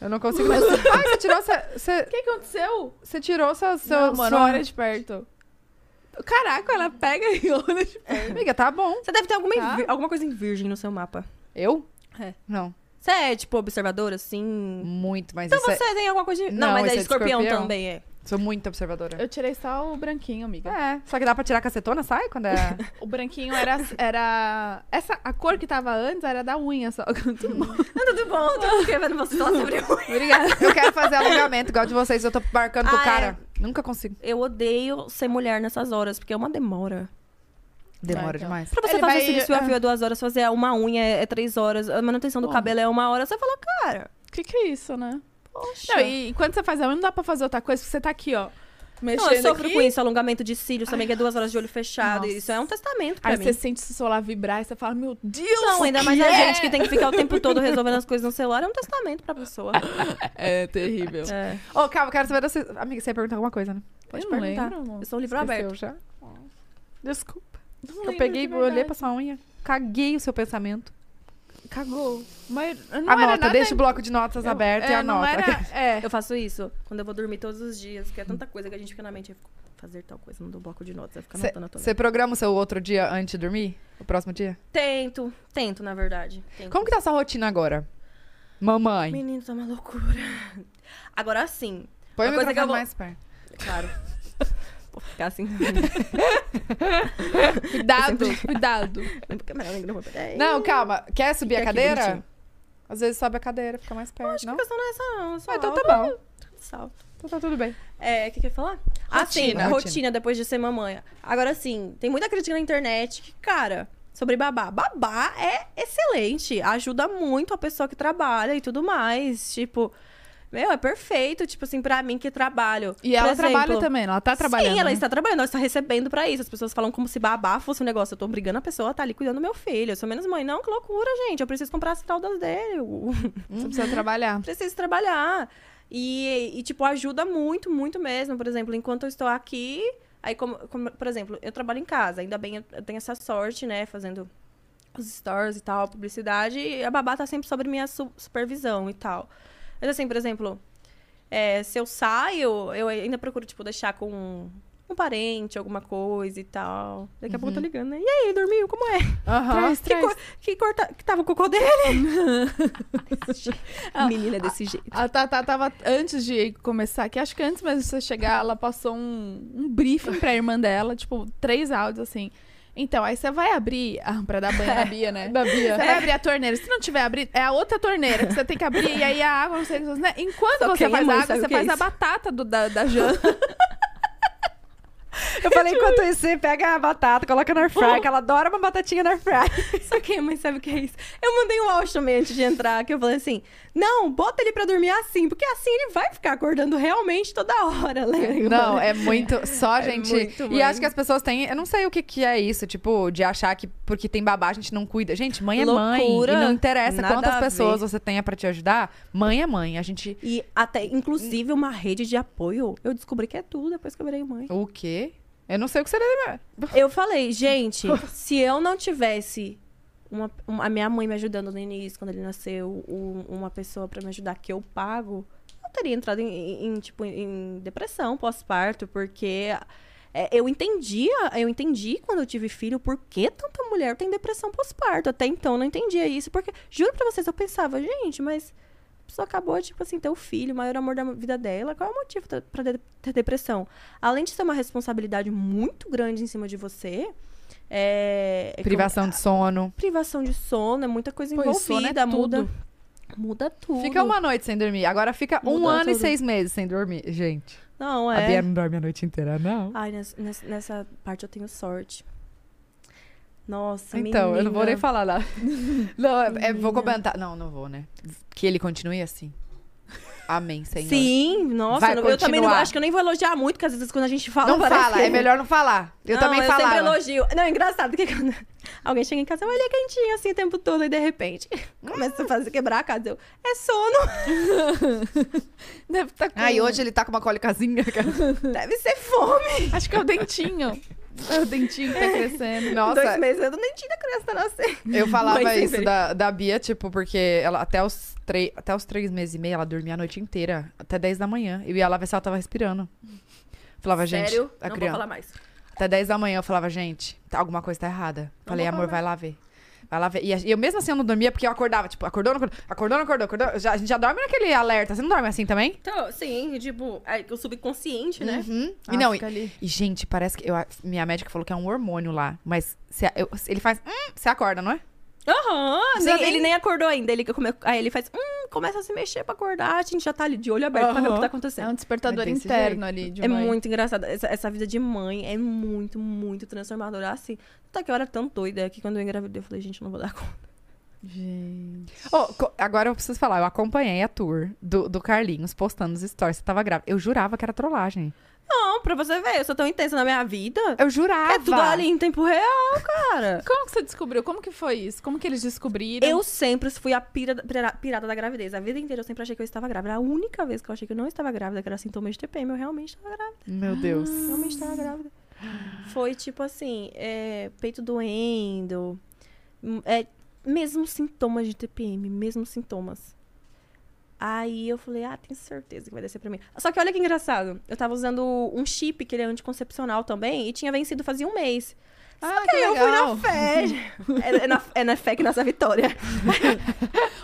Speaker 1: Eu não consigo. Mas... Ai, você tirou essa. Você,
Speaker 2: O que aconteceu?
Speaker 1: você tirou essa. Seu,
Speaker 2: Não, mano,
Speaker 1: sua-
Speaker 2: olha de perto. Caraca, ela pega e olha de perto.
Speaker 1: Amiga, tá bom.
Speaker 3: Você deve ter alguma, em
Speaker 2: Tá.
Speaker 3: vir- alguma coisa em virgem no seu mapa.
Speaker 1: Eu?
Speaker 3: É.
Speaker 1: Não.
Speaker 3: Você é, tipo, observadora, assim?
Speaker 1: Muito, mas
Speaker 3: Então
Speaker 1: isso é-
Speaker 3: você tem alguma coisa de... Não,
Speaker 1: Não,
Speaker 3: mas
Speaker 1: isso
Speaker 3: é
Speaker 1: é
Speaker 3: de
Speaker 1: de
Speaker 3: escorpião,
Speaker 1: escorpião.
Speaker 3: também, é.
Speaker 1: Sou muito observadora.
Speaker 2: Eu tirei só o branquinho, amiga.
Speaker 1: É. Só que dá pra tirar cacetona, sai? Quando é.
Speaker 2: O branquinho era, era. Essa, a cor que tava antes era da unha só. Tudo bom.
Speaker 3: Não, tudo bom, tô escrevendo você falar sobre o...
Speaker 1: Obrigada. Eu quero fazer alongamento, igual de vocês. Eu tô marcando com
Speaker 3: Ah,
Speaker 1: o cara. Nunca consigo.
Speaker 3: Eu odeio ser mulher nessas horas, porque é uma demora.
Speaker 1: Demora
Speaker 2: Ah, então.
Speaker 1: demais.
Speaker 3: Pra você
Speaker 2: Ele
Speaker 3: fazer
Speaker 2: vai-
Speaker 3: o serviço a fio é duas horas, fazer uma unha é é três horas, a manutenção do
Speaker 2: Bom.
Speaker 3: cabelo é uma hora. Você fala, cara,
Speaker 2: Que que é isso, né?
Speaker 3: poxa...
Speaker 2: Não, e quando você faz a unha, não dá pra fazer outra coisa, porque você tá aqui, ó. Mexendo
Speaker 3: Não, eu sofro
Speaker 2: aqui.
Speaker 3: com isso, alongamento de cílios também, que é duas horas de olho fechado.
Speaker 2: Nossa.
Speaker 3: Isso é um testamento pra
Speaker 2: Aí
Speaker 3: mim.
Speaker 2: você sente seu celular vibrar e você fala, meu Deus!
Speaker 3: Não, ainda
Speaker 2: o
Speaker 3: mais
Speaker 2: que
Speaker 3: a
Speaker 2: é?
Speaker 3: gente que tem que ficar o tempo todo resolvendo as coisas no celular, é um testamento pra pessoa.
Speaker 2: É terrível.
Speaker 3: É.
Speaker 1: Ô, calma, eu quero saber. da Vocês... Amiga, você ia perguntar alguma coisa, né?
Speaker 2: Pode
Speaker 3: Eu
Speaker 2: eu
Speaker 3: não
Speaker 2: perguntar.
Speaker 3: lembro, Eu sou um livro aberto.
Speaker 1: Esqueceu já? Desculpa.
Speaker 2: Não
Speaker 1: Eu peguei e olhei pra sua unha. Caguei o seu pensamento.
Speaker 2: Cagou. Mas eu não era
Speaker 1: anota,
Speaker 2: nada...
Speaker 1: deixa o bloco de notas
Speaker 2: eu-
Speaker 1: aberto
Speaker 2: é,
Speaker 1: e
Speaker 2: Não
Speaker 1: anota.
Speaker 2: era... É.
Speaker 3: Eu faço isso quando eu vou dormir todos os dias, porque é tanta coisa que a gente fica na mente. Eu fico, fazer tal coisa, não dou bloco de notas, vai ficar anotando a
Speaker 1: Você programa o seu outro dia antes de dormir? O próximo dia?
Speaker 3: Tento, tento, na verdade. Tento.
Speaker 1: Como que tá sua rotina agora?
Speaker 2: é?
Speaker 1: Mamãe.
Speaker 3: Menino, tá uma loucura. Agora sim,
Speaker 1: Põe
Speaker 3: uma
Speaker 1: o
Speaker 3: coisa que
Speaker 1: microfone
Speaker 3: eu vou-
Speaker 1: mais perto.
Speaker 3: claro. Vou ficar assim.
Speaker 2: Cuidado, cuidado.
Speaker 1: Não, calma. Quer subir
Speaker 3: Fica
Speaker 1: a
Speaker 3: aqui,
Speaker 1: cadeira?
Speaker 3: bonitinho.
Speaker 1: Às vezes sobe a cadeira, fica mais perto,
Speaker 3: Acho que a
Speaker 1: não?
Speaker 3: questão não é essa, não. é só
Speaker 1: Ah, então tá
Speaker 3: algo-
Speaker 1: bom.
Speaker 3: Salto.
Speaker 1: Então tá tudo bem.
Speaker 3: É, o que que eu ia falar? Ah, sim,
Speaker 1: Rotina.
Speaker 3: rotina. depois de ser mamãe. Agora sim, tem muita crítica na internet que, cara, sobre babá. Babá é excelente, ajuda muito a pessoa que trabalha e tudo mais. Tipo, meu, é perfeito, tipo assim, pra mim que trabalho.
Speaker 2: E ela
Speaker 3: Por exemplo,
Speaker 2: trabalha também, ela tá trabalhando.
Speaker 3: Sim, ela
Speaker 2: né?
Speaker 3: está trabalhando, ela está recebendo pra isso. As pessoas falam como se babá fosse um negócio. Eu tô brigando a pessoa, tá ali cuidando do meu filho. Eu sou menos mãe. Não, que loucura, gente. Eu preciso comprar as fraldas dele. O-
Speaker 2: Você precisa trabalhar.
Speaker 3: preciso trabalhar. E, e, tipo, ajuda muito, muito mesmo. Por exemplo, enquanto eu estou aqui, aí, como, como- por exemplo, eu trabalho em casa, ainda bem eu tenho essa sorte, né, fazendo os stories e tal, a publicidade, e a babá tá sempre sobre minha su- supervisão e tal. Mas assim, por exemplo, é, se eu saio, eu ainda procuro, tipo, deixar com um parente, alguma coisa e tal. Daqui a pouco eu tô ligando, né? E aí, dormiu? Como é?
Speaker 1: Aham.
Speaker 3: que, cor, que cor tá- que tava o cocô dele? Menina desse jeito.
Speaker 2: A Tata Ah, tá, tava, antes de começar aqui, acho que antes mesmo de você chegar, ela passou um, um briefing pra irmã dela, tipo, três áudios assim. Então, aí você vai abrir. Ah, pra dar banho na Bia, né?
Speaker 1: Da
Speaker 2: Você
Speaker 1: Bia.
Speaker 2: vai abrir a torneira. Se não tiver abrido, é a outra torneira que você tem que abrir. E aí a água, não sei o que. Né? Enquanto
Speaker 3: Só
Speaker 2: você
Speaker 3: quem é
Speaker 2: faz
Speaker 3: mãe
Speaker 2: a água,
Speaker 3: sabe o
Speaker 2: você
Speaker 3: que é
Speaker 2: faz a
Speaker 3: isso.
Speaker 2: batata do, da, da janta.
Speaker 1: Eu falei, enquanto isso, você pega a batata, coloca na air fry, que ela adora uma batatinha na air fry.
Speaker 3: Só que mãe sabe o que é isso? Eu mandei um áudio também antes de entrar, que eu falei assim: não, bota ele pra dormir assim, porque assim ele vai ficar acordando realmente toda hora, lembra?
Speaker 1: Não, é muito. Só,
Speaker 3: É
Speaker 1: gente.
Speaker 3: muito,
Speaker 1: e
Speaker 3: mãe.
Speaker 1: acho que as pessoas têm. Eu não sei o que, que é isso, tipo, de achar que porque tem babá a gente não cuida. Gente, mãe é
Speaker 3: Loucura.
Speaker 1: mãe. E não interessa
Speaker 3: Nada
Speaker 1: quantas
Speaker 3: a
Speaker 1: pessoas
Speaker 3: ver.
Speaker 1: você tenha pra te ajudar. Mãe é mãe. A gente.
Speaker 3: E até, inclusive, uma rede de apoio. Eu descobri que é tudo depois que eu virei mãe.
Speaker 1: O quê? Eu não sei o que seria.
Speaker 3: Eu falei, gente, se eu não tivesse uma, um- a minha mãe me ajudando no início, quando ele nasceu, um- uma pessoa pra me ajudar que eu pago, eu teria entrado em, em- em, tipo, em depressão pós-parto, porque é, eu entendia, eu entendi quando eu tive filho por que tanta mulher tem depressão pós-parto. Até então eu não entendia isso, porque juro pra vocês, eu pensava, gente, mas a pessoa acabou, tipo assim, ter o filho, o maior amor da vida dela, qual é o motivo da- pra de- ter depressão? Além de ser uma responsabilidade muito grande em cima de você, é... é como-
Speaker 1: Privação de sono.
Speaker 3: privação de sono, é muita coisa
Speaker 2: Pô, e
Speaker 3: envolvida,
Speaker 2: sono é
Speaker 3: muda. Muda tudo.
Speaker 1: Fica uma noite sem dormir. Agora fica um
Speaker 3: Muda
Speaker 1: ano e
Speaker 3: tudo.
Speaker 1: seis meses sem dormir. Gente,
Speaker 3: Não,
Speaker 1: a Bia
Speaker 3: é.
Speaker 1: não dorme a noite inteira, não.
Speaker 3: Ai, nes- nes- nessa parte eu tenho sorte. Nossa,
Speaker 1: então, eu não vou nem
Speaker 3: menina.
Speaker 1: falar nada. não, é- é, vou comentar. Não, não vou, né? Que ele continue assim. Amém, Senhor.
Speaker 3: Sim, nossa,
Speaker 1: Vai
Speaker 3: eu não- eu também não,
Speaker 1: continuar.
Speaker 3: acho que eu nem vou elogiar muito, porque às vezes quando a gente fala.
Speaker 1: Não
Speaker 3: parece
Speaker 1: fala,
Speaker 3: que-
Speaker 1: é melhor não falar. Eu
Speaker 3: Não,
Speaker 1: também
Speaker 3: eu
Speaker 1: falava.
Speaker 3: sempre elogio. Não, é engraçado que quando alguém chega em casa, olha, ele é quentinho assim o tempo todo, e de repente começa a fazer quebrar a casa. Eu, é sono,
Speaker 2: Deve estar com.
Speaker 1: Ai, hoje ele tá com uma cólicazinha.
Speaker 3: deve ser fome.
Speaker 2: Acho que é o dentinho. É o dentinho que tá crescendo.
Speaker 1: Nossa,
Speaker 3: Dois meses, eu nem tinha da criança tá nascendo.
Speaker 1: eu falava
Speaker 3: Mãe
Speaker 1: isso
Speaker 3: sempre.
Speaker 1: da, da Bia, tipo, porque ela até os, tre- até os três meses e meio ela dormia a noite inteira, até 10 da manhã. Eu ia lá ver se ela tava respirando. Falava, gente,
Speaker 3: Sério,
Speaker 1: a
Speaker 3: não vou
Speaker 1: criança.
Speaker 3: falar mais.
Speaker 1: Até 10 da manhã eu falava, gente, tá- alguma coisa tá errada. Falei,
Speaker 3: vou
Speaker 1: amor, vai lá ver. Vai lá ver. E a- e eu mesmo assim eu não dormia porque eu acordava, tipo, acordou, não acordou, acordou, não acordou, acordou. Já- a gente já dorme naquele alerta. Você não dorme assim também?
Speaker 3: Então, sim, tipo, é que o subconsciente, né?
Speaker 1: Uhum.
Speaker 2: Ah,
Speaker 1: E não, e,
Speaker 2: fica ali.
Speaker 1: E, gente, parece que. Eu, a- minha médica falou que é um hormônio lá. Mas se- eu- ele faz. Hum, você acorda, não é?
Speaker 3: Aham,
Speaker 1: Você
Speaker 3: nem-
Speaker 1: nem-
Speaker 3: ele nem acordou ainda. Ele, come- aí ele faz, hum, começa a se mexer pra acordar. A gente já tá ali de olho aberto pra ver o que tá
Speaker 2: É
Speaker 3: acontecendo.
Speaker 2: um despertador
Speaker 1: Mas desse jeito.
Speaker 2: interno ali de
Speaker 3: É
Speaker 2: mãe.
Speaker 3: muito engraçado. Essa, essa vida de mãe é muito, muito transformadora. Assim, tá que eu era tão doida que quando eu engravidei, eu falei, gente, eu não vou dar conta.
Speaker 2: Gente.
Speaker 1: Ô, co- agora eu preciso falar. Eu acompanhei a tour do, do Carlinhos postando os stories. Você tava grávida. Eu jurava que era trollagem.
Speaker 3: Não, pra você ver, eu sou tão intensa na minha vida.
Speaker 1: Eu jurava.
Speaker 3: É tudo ali em tempo real, cara.
Speaker 2: Como que você descobriu? Como que foi isso? Como que eles descobriram?
Speaker 3: Eu sempre fui a pira- pira- pirada da gravidez. A vida inteira eu sempre achei que eu estava grávida. A única vez que eu achei que eu não estava grávida, que era sintoma de TPM, eu realmente estava grávida.
Speaker 1: Meu Deus.
Speaker 3: Realmente estava grávida. Foi tipo assim, é, peito doendo, hum, é, mesmos sintomas de TPM, mesmos sintomas. Aí eu falei, ah, tenho certeza que vai descer pra mim. Só que olha que engraçado, eu tava usando um chip, que ele é anticoncepcional também, e tinha vencido fazia um mês.
Speaker 2: Ah, que
Speaker 3: eu fui na
Speaker 2: legal.
Speaker 3: fé. é, é na, é na fé que nasce a vitória.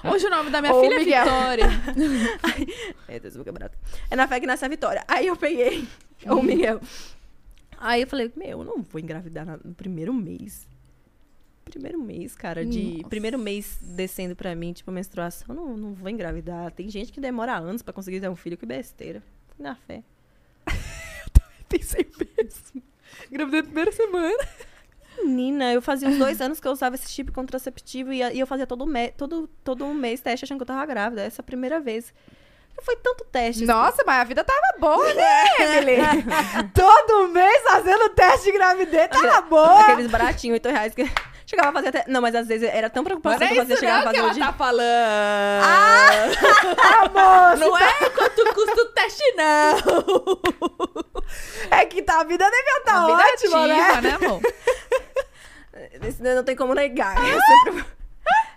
Speaker 2: Hoje o nome da minha
Speaker 1: Ô,
Speaker 2: filha
Speaker 1: Miguel.
Speaker 2: é Vitória.
Speaker 3: Meu Deus, vou quebrar. É na fé que nasce a vitória. Aí eu peguei o Miguel. Aí eu falei, meu, eu não vou engravidar na- no primeiro mês. Primeiro mês, cara, de.
Speaker 2: Nossa.
Speaker 3: Primeiro mês descendo pra mim, tipo, menstruação, eu não, não vou engravidar. Tem gente que demora anos pra conseguir ter um filho, que besteira. Fui Na fé.
Speaker 1: Pensei mesmo. Gravidei na primeira semana.
Speaker 3: Menina, eu fazia uns dois anos que eu usava esse chip contraceptivo e, e eu fazia todo, me, todo, todo um mês teste achando que eu tava grávida. Essa primeira vez. Foi tanto teste.
Speaker 1: Nossa, mas a vida
Speaker 2: tá
Speaker 1: tava boa,
Speaker 3: É,
Speaker 1: né,
Speaker 3: Ah.
Speaker 1: Emily? Todo mês fazendo teste de gravidez. Tá. Tava boa.
Speaker 3: Aqueles baratinhos, 8 reais que chegava a fazer até. Não, mas é né? às vezes era tão preocupação que eu fazia chegar a
Speaker 2: né?
Speaker 3: fazer hoje.
Speaker 2: tá
Speaker 3: Ah,
Speaker 2: falando.
Speaker 1: Amor,
Speaker 2: não é quanto custa o teste, não.
Speaker 1: é que tá, a vida devia estar
Speaker 2: A
Speaker 1: tá
Speaker 2: vida
Speaker 1: ótima, né?
Speaker 2: ativa, né, amor?
Speaker 3: Esse Não tem como negar. Eu sempre-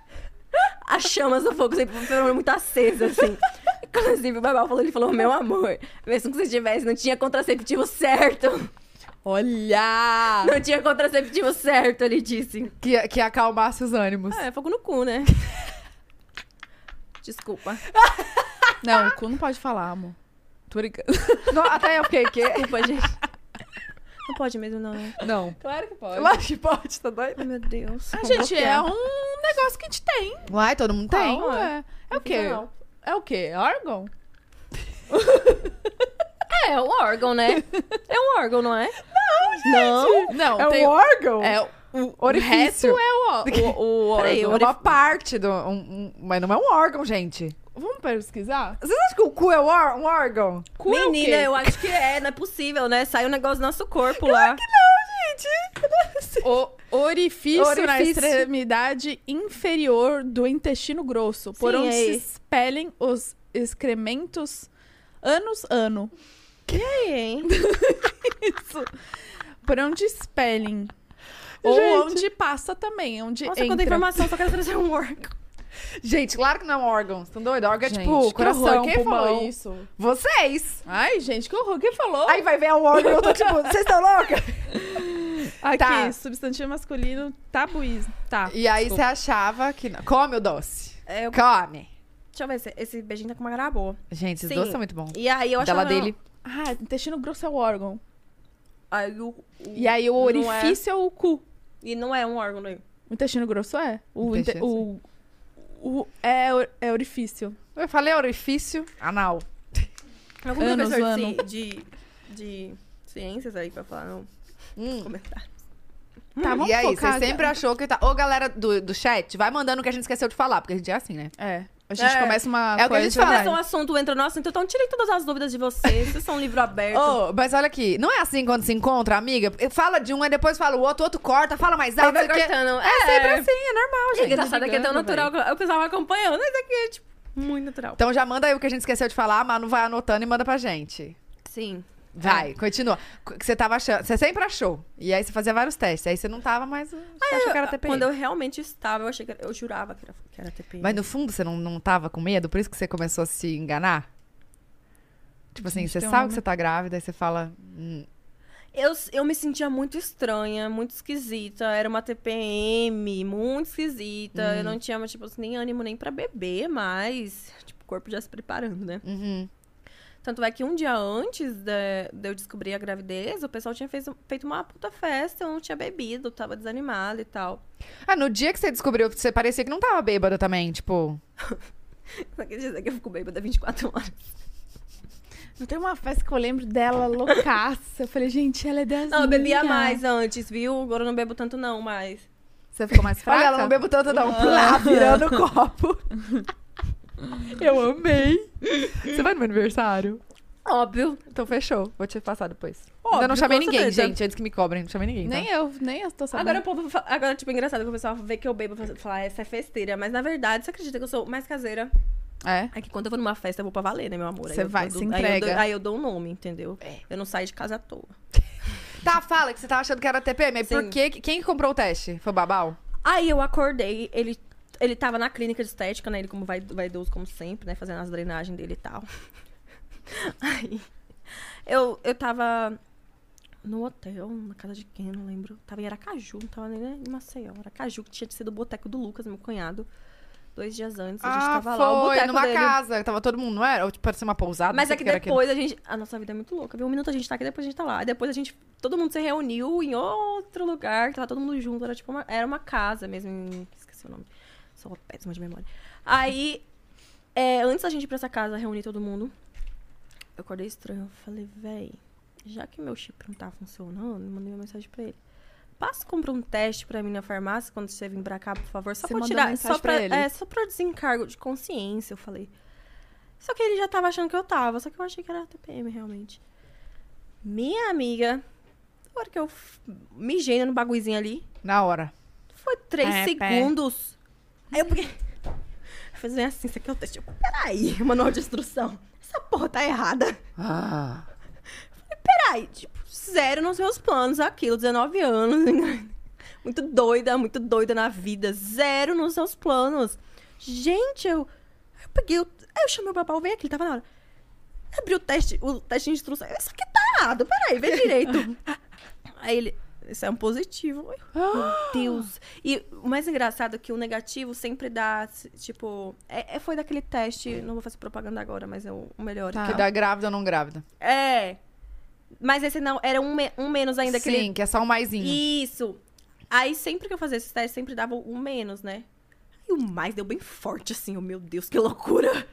Speaker 3: As chamas do fogo sempre foram muito acesas, assim. Inclusive, o Babal falou, ele falou, meu amor, mesmo que você tivesse, não tinha contraceptivo certo. Ah.
Speaker 1: Olha!
Speaker 5: Não tinha contraceptivo certo, ele disse.
Speaker 1: Que, que acalmasse os ânimos.
Speaker 3: Ah, é fogo no cu, né? Desculpa.
Speaker 2: Não, o cu não pode falar, amor. Tô brincando.
Speaker 1: Não, até eu fiquei, quê?
Speaker 3: Desculpa, gente. Não pode mesmo, não. né?
Speaker 1: Não.
Speaker 2: Claro que pode.
Speaker 1: Lógico que pode, tá doido?
Speaker 3: Ai, meu Deus.
Speaker 2: A
Speaker 3: Vou
Speaker 2: gente é
Speaker 3: bloquear.
Speaker 2: um negócio que a gente tem.
Speaker 1: Uai, todo mundo tem.
Speaker 2: Qual é? É o quê?
Speaker 3: Não.
Speaker 2: É o quê? Órgão?
Speaker 5: É, um órgão, né? É um órgão, não é?
Speaker 2: Não. Não,
Speaker 1: É
Speaker 2: tem
Speaker 1: um órgão?
Speaker 2: É o
Speaker 1: orifício.
Speaker 2: O resto é o, o, o
Speaker 1: Peraí,
Speaker 2: órgão.
Speaker 1: um é uma parte do. um- um- mas não é um órgão, gente.
Speaker 2: Vamos pesquisar?
Speaker 1: Vocês acham que o cu é um ór- um órgão?
Speaker 2: Cu é o
Speaker 3: Menina,
Speaker 2: quê?
Speaker 3: eu acho que é, não é possível, né? Sai um negócio do nosso corpo lá.
Speaker 2: O orifício, na
Speaker 1: Orifício.
Speaker 2: extremidade inferior do intestino grosso, por
Speaker 3: Sim,
Speaker 2: onde
Speaker 3: é
Speaker 2: se
Speaker 3: isso.
Speaker 2: expelem os excrementos anos ano.
Speaker 3: Aí, hein?
Speaker 2: Por onde expelem. Ou onde passa também, onde
Speaker 3: Nossa,
Speaker 2: entra.
Speaker 3: quanta informação, só quero trazer um órgão.
Speaker 1: Gente, claro que não é um órgão. Vocês estão doidos? Órgão é
Speaker 2: Gente,
Speaker 1: tipo
Speaker 2: que
Speaker 1: coração,
Speaker 2: horror,
Speaker 1: quem
Speaker 2: falou
Speaker 1: falou isso?
Speaker 2: isso?
Speaker 1: Vocês!
Speaker 2: Ai, gente, que horror. Quem falou?
Speaker 1: Aí vai ver um órgão e eu tô tipo, vocês estão loucas?
Speaker 2: Aqui,
Speaker 1: tá.
Speaker 2: substantivo masculino, tabuísmo. Tá.
Speaker 1: E aí você achava que. não. Come o doce.
Speaker 3: É, eu-
Speaker 1: Come.
Speaker 3: Deixa eu ver, esse, esse beijinho tá com uma cara boa.
Speaker 1: Gente, esses
Speaker 3: Sim.
Speaker 1: doces são muito bons.
Speaker 3: E aí eu achava...
Speaker 1: Dela dele.
Speaker 2: Ah, intestino grosso é o órgão.
Speaker 3: Aí o-
Speaker 2: E aí o
Speaker 3: Não é.
Speaker 2: orifício é. o cu.
Speaker 3: E não é um órgão, né?
Speaker 2: O intestino grosso é. O, inte-
Speaker 1: Intestino,
Speaker 2: o, o- é, or- é orifício.
Speaker 1: Eu falei orifício anal.
Speaker 3: Algum
Speaker 2: Anos,
Speaker 3: professor
Speaker 2: ano.
Speaker 3: de, ci- de, de ciências aí pra falar, não?
Speaker 1: Hum.
Speaker 3: Comentário.
Speaker 2: Tá, vamos
Speaker 1: Uhum. e aí,
Speaker 2: focar.
Speaker 1: você sempre achou que tá. Ô, galera do, do chat, vai mandando o que a gente esqueceu de falar, porque a gente é assim, né?
Speaker 2: É. A gente
Speaker 3: É.
Speaker 2: começa
Speaker 1: É
Speaker 2: uma
Speaker 1: o que a
Speaker 2: coisa...
Speaker 1: gente fala.
Speaker 3: Mas é um assunto entre nós, então, então tirem todas as dúvidas de vocês. Vocês são um livro aberto.
Speaker 1: Ô, mas olha aqui, não é assim quando se encontra, amiga? Fala de um, aí depois fala o outro, o outro corta, fala mais alto.
Speaker 3: Aí vai
Speaker 1: não sei o quê.
Speaker 3: cortando.
Speaker 1: É sempre assim, é normal,
Speaker 3: É
Speaker 1: gente.
Speaker 3: engraçado é que é tão natural. que O pessoal vai acompanhando, mas aqui é, tipo, muito natural.
Speaker 1: Então já manda aí o que a gente esqueceu de falar, a Manu vai anotando e manda pra gente.
Speaker 3: Sim.
Speaker 1: Vai, continua. C- Que você tava achando. Você sempre achou. E aí você fazia vários testes. Aí você não tava mais. uh, Você achou que era TPI.
Speaker 3: É, Quando eu realmente estava, eu achei que era, eu jurava que era, que era TPI.
Speaker 1: Mas no fundo você não, não tava com medo? Por isso que você começou a se enganar? Tipo assim,
Speaker 2: Gente,
Speaker 1: você
Speaker 2: tem um
Speaker 1: sabe
Speaker 2: homem.
Speaker 1: que você tá grávida, aí você fala. "Hum,
Speaker 3: Eu, eu me sentia muito estranha, muito esquisita. Era uma TPM, muito esquisita. Eu não tinha, tipo, assim, nem ânimo nem pra beber mais. Tipo, o corpo já se preparando, né?
Speaker 1: uhum.
Speaker 3: Tanto é que um dia antes de, de eu descobrir a gravidez, o pessoal tinha fez- feito uma puta festa. Eu não tinha bebido, tava desanimada e tal.
Speaker 1: Ah, no dia que você descobriu, você parecia que não tava bêbada também, tipo.
Speaker 3: Só quer dizer que eu fico bêbada 24 horas.
Speaker 2: Não tem uma festa que eu lembro dela loucaça. Eu falei, gente, ela é dança.
Speaker 3: Não, eu bebia mais antes, viu? Agora eu não bebo tanto, não, mas.
Speaker 2: Você ficou mais fraca?
Speaker 1: Olha, ela não bebo tanto,
Speaker 3: Uhum.
Speaker 1: não. Plá, virando o copo. eu amei. Você vai no meu aniversário?
Speaker 3: Óbvio.
Speaker 1: Então fechou. Vou te passar depois.
Speaker 3: Óbvio,
Speaker 1: Ainda não chamei
Speaker 3: com
Speaker 1: ninguém,
Speaker 3: certeza.
Speaker 1: gente. Antes que me cobrem, não chamei ninguém. tá?
Speaker 2: Nem eu, nem eu tô sabendo.
Speaker 3: Agora o povo. fa- Agora, tipo, é engraçado que o pessoal vê que eu bebo e fala, "Ah, essa é festeira. Mas na verdade, você acredita que eu sou mais caseira?
Speaker 2: É.
Speaker 3: É que quando eu vou numa festa, eu vou pra valer, né, meu amor? Aí
Speaker 2: Você
Speaker 3: eu-
Speaker 2: vai,
Speaker 3: eu
Speaker 2: se
Speaker 3: dou- Aí eu,
Speaker 2: entrega.
Speaker 3: dou, aí eu dou um nome, entendeu? Eu não saio de casa à toa.
Speaker 1: Tá, fala que você tava achando que era TPM. Mas por
Speaker 3: Sim.
Speaker 1: que? Quem comprou o teste? Foi o Babau?
Speaker 3: Aí eu acordei, ele. Ele tava na clínica de estética, né? Ele como vai, vaidoso, como sempre, né? Fazendo as drenagens dele e tal. Aí, eu, eu tava no hotel, na casa de quem, não lembro. Tava em Aracaju, não tava nem né, em Maceió. Aracaju, que tinha sido o boteco do Lucas, meu cunhado. Dois dias antes, a gente tava lá, o
Speaker 1: Ah, foi
Speaker 3: boteco
Speaker 1: numa
Speaker 3: dele.
Speaker 1: casa. Tava todo mundo, não era? Ou tipo, parecia uma pousada. não
Speaker 3: Mas
Speaker 1: sei
Speaker 3: é
Speaker 1: o
Speaker 3: que
Speaker 1: era
Speaker 3: depois a gente. A nossa vida é muito louca, viu? Um minuto a gente tá aqui, depois a gente tá lá. Aí depois a gente. Todo mundo se reuniu em outro lugar, tava todo mundo junto. Era tipo uma. Era uma casa mesmo. em- Esqueci o nome. Sou uma péssima de memória. Aí. é, antes da gente ir pra essa casa reunir todo mundo, eu acordei estranho. Eu falei, véi, já que meu chip não tá funcionando, eu mandei uma mensagem pra ele. Passa e compra um teste pra mim na farmácia quando você vir pra cá, por favor. Só
Speaker 2: Você
Speaker 3: pra eu
Speaker 2: mandou
Speaker 3: tirar.
Speaker 2: mensagem
Speaker 3: Só pra,
Speaker 2: pra ele?
Speaker 3: é, só pra eu desencargo de consciência, eu falei. Só que ele já tava achando que eu tava, só que eu achei que era TPM realmente. Minha amiga, na hora que eu f- mijei no bagulhozinho ali,
Speaker 1: Na hora.
Speaker 3: foi três
Speaker 2: É, pé.
Speaker 3: segundos. Aí eu peguei. Eu falei assim, isso aqui é o teste. Eu, Peraí, manual de instrução. Essa porra tá errada. Ah. Peraí, tipo, zero nos meus planos aquilo, 19 anos. Muito doida, muito doida na vida. Zero nos meus planos. Gente, eu. Eu peguei. o- Aí eu chamei o babau, veio aqui, ele tava na hora. Abri o teste, o teste de instrução. Isso aqui tá errado, peraí, vê direito. Aí ele. Isso é um positivo. Ai, Meu Deus. E o mais engraçado é que o negativo sempre dá, se- tipo. É, é- foi daquele teste. Não vou fazer propaganda agora, mas é o, o melhor.
Speaker 2: Tá.
Speaker 1: Que dá grávida ou não grávida.
Speaker 3: É. Mas esse não, era um, me- um menos ainda que ele
Speaker 1: Sim, que é só um maisinho.
Speaker 3: Isso. Aí sempre que eu fazia esses testes, sempre dava um menos, né? E o mais deu bem forte, assim. Oh, meu Deus, que loucura!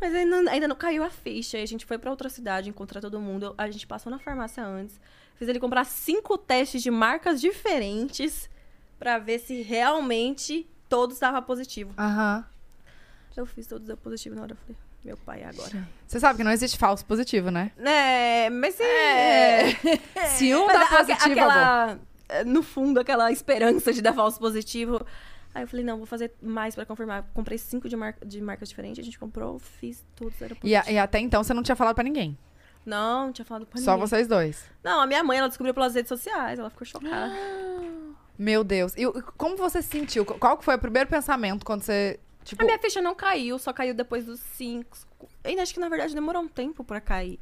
Speaker 3: Mas ainda, ainda não caiu a ficha. Aí a gente foi pra outra cidade, encontrar todo mundo. A gente passou na farmácia antes. Fiz ele comprar cinco testes de marcas diferentes pra ver se realmente todos estavam positivo.
Speaker 1: Aham.
Speaker 3: Eu fiz todos deu positivo na hora. Eu falei, meu pai, é agora.
Speaker 1: Você sabe que não existe falso positivo, né?
Speaker 3: É, mas é.
Speaker 1: Se um
Speaker 3: Mas
Speaker 1: dá
Speaker 3: a- aque-
Speaker 1: positivo, amor.
Speaker 3: aquela, eh, no fundo, aquela esperança de dar falso positivo. Aí eu falei, não, vou fazer mais pra confirmar. Comprei cinco de, mar de marcas diferentes, a gente comprou, fiz todos, era
Speaker 1: E,
Speaker 3: positivo.
Speaker 1: a- e até então você não tinha falado pra ninguém.
Speaker 3: Não, não tinha falado pra
Speaker 1: só
Speaker 3: ninguém.
Speaker 1: vocês dois.
Speaker 3: Não, a minha mãe, ela descobriu pelas redes sociais, ela ficou chocada.
Speaker 1: Meu Deus. E o- como você se sentiu? Qual que foi o primeiro pensamento quando você. Tipo,
Speaker 3: A minha ficha não caiu, só caiu depois dos cinco. Ainda acho que, na verdade, demorou um tempo pra cair.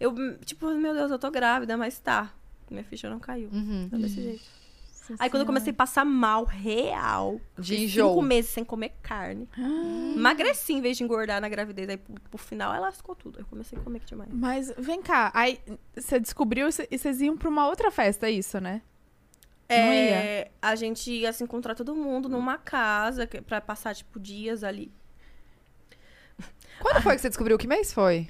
Speaker 3: Eu, hum, tipo, meu Deus, eu tô grávida, mas tá. Minha ficha não caiu.
Speaker 1: uhum,
Speaker 3: Então, desse jeito. Aí quando eu comecei a passar mal, real,
Speaker 1: de
Speaker 3: Fiquei
Speaker 1: enjoo. Ah.
Speaker 3: Cinco meses sem comer carne. Emagreci em vez de engordar na gravidez. Aí pro, pro final ela lascou tudo. Eu comecei a comer que demais.
Speaker 2: Mas vem cá, aí você descobriu e cê- e vocês iam pra uma outra festa, é isso, né? Não
Speaker 3: É, a gente ia se encontrar todo mundo numa casa que- pra passar, tipo, dias ali.
Speaker 1: Quando foi que você descobriu? Que mês foi?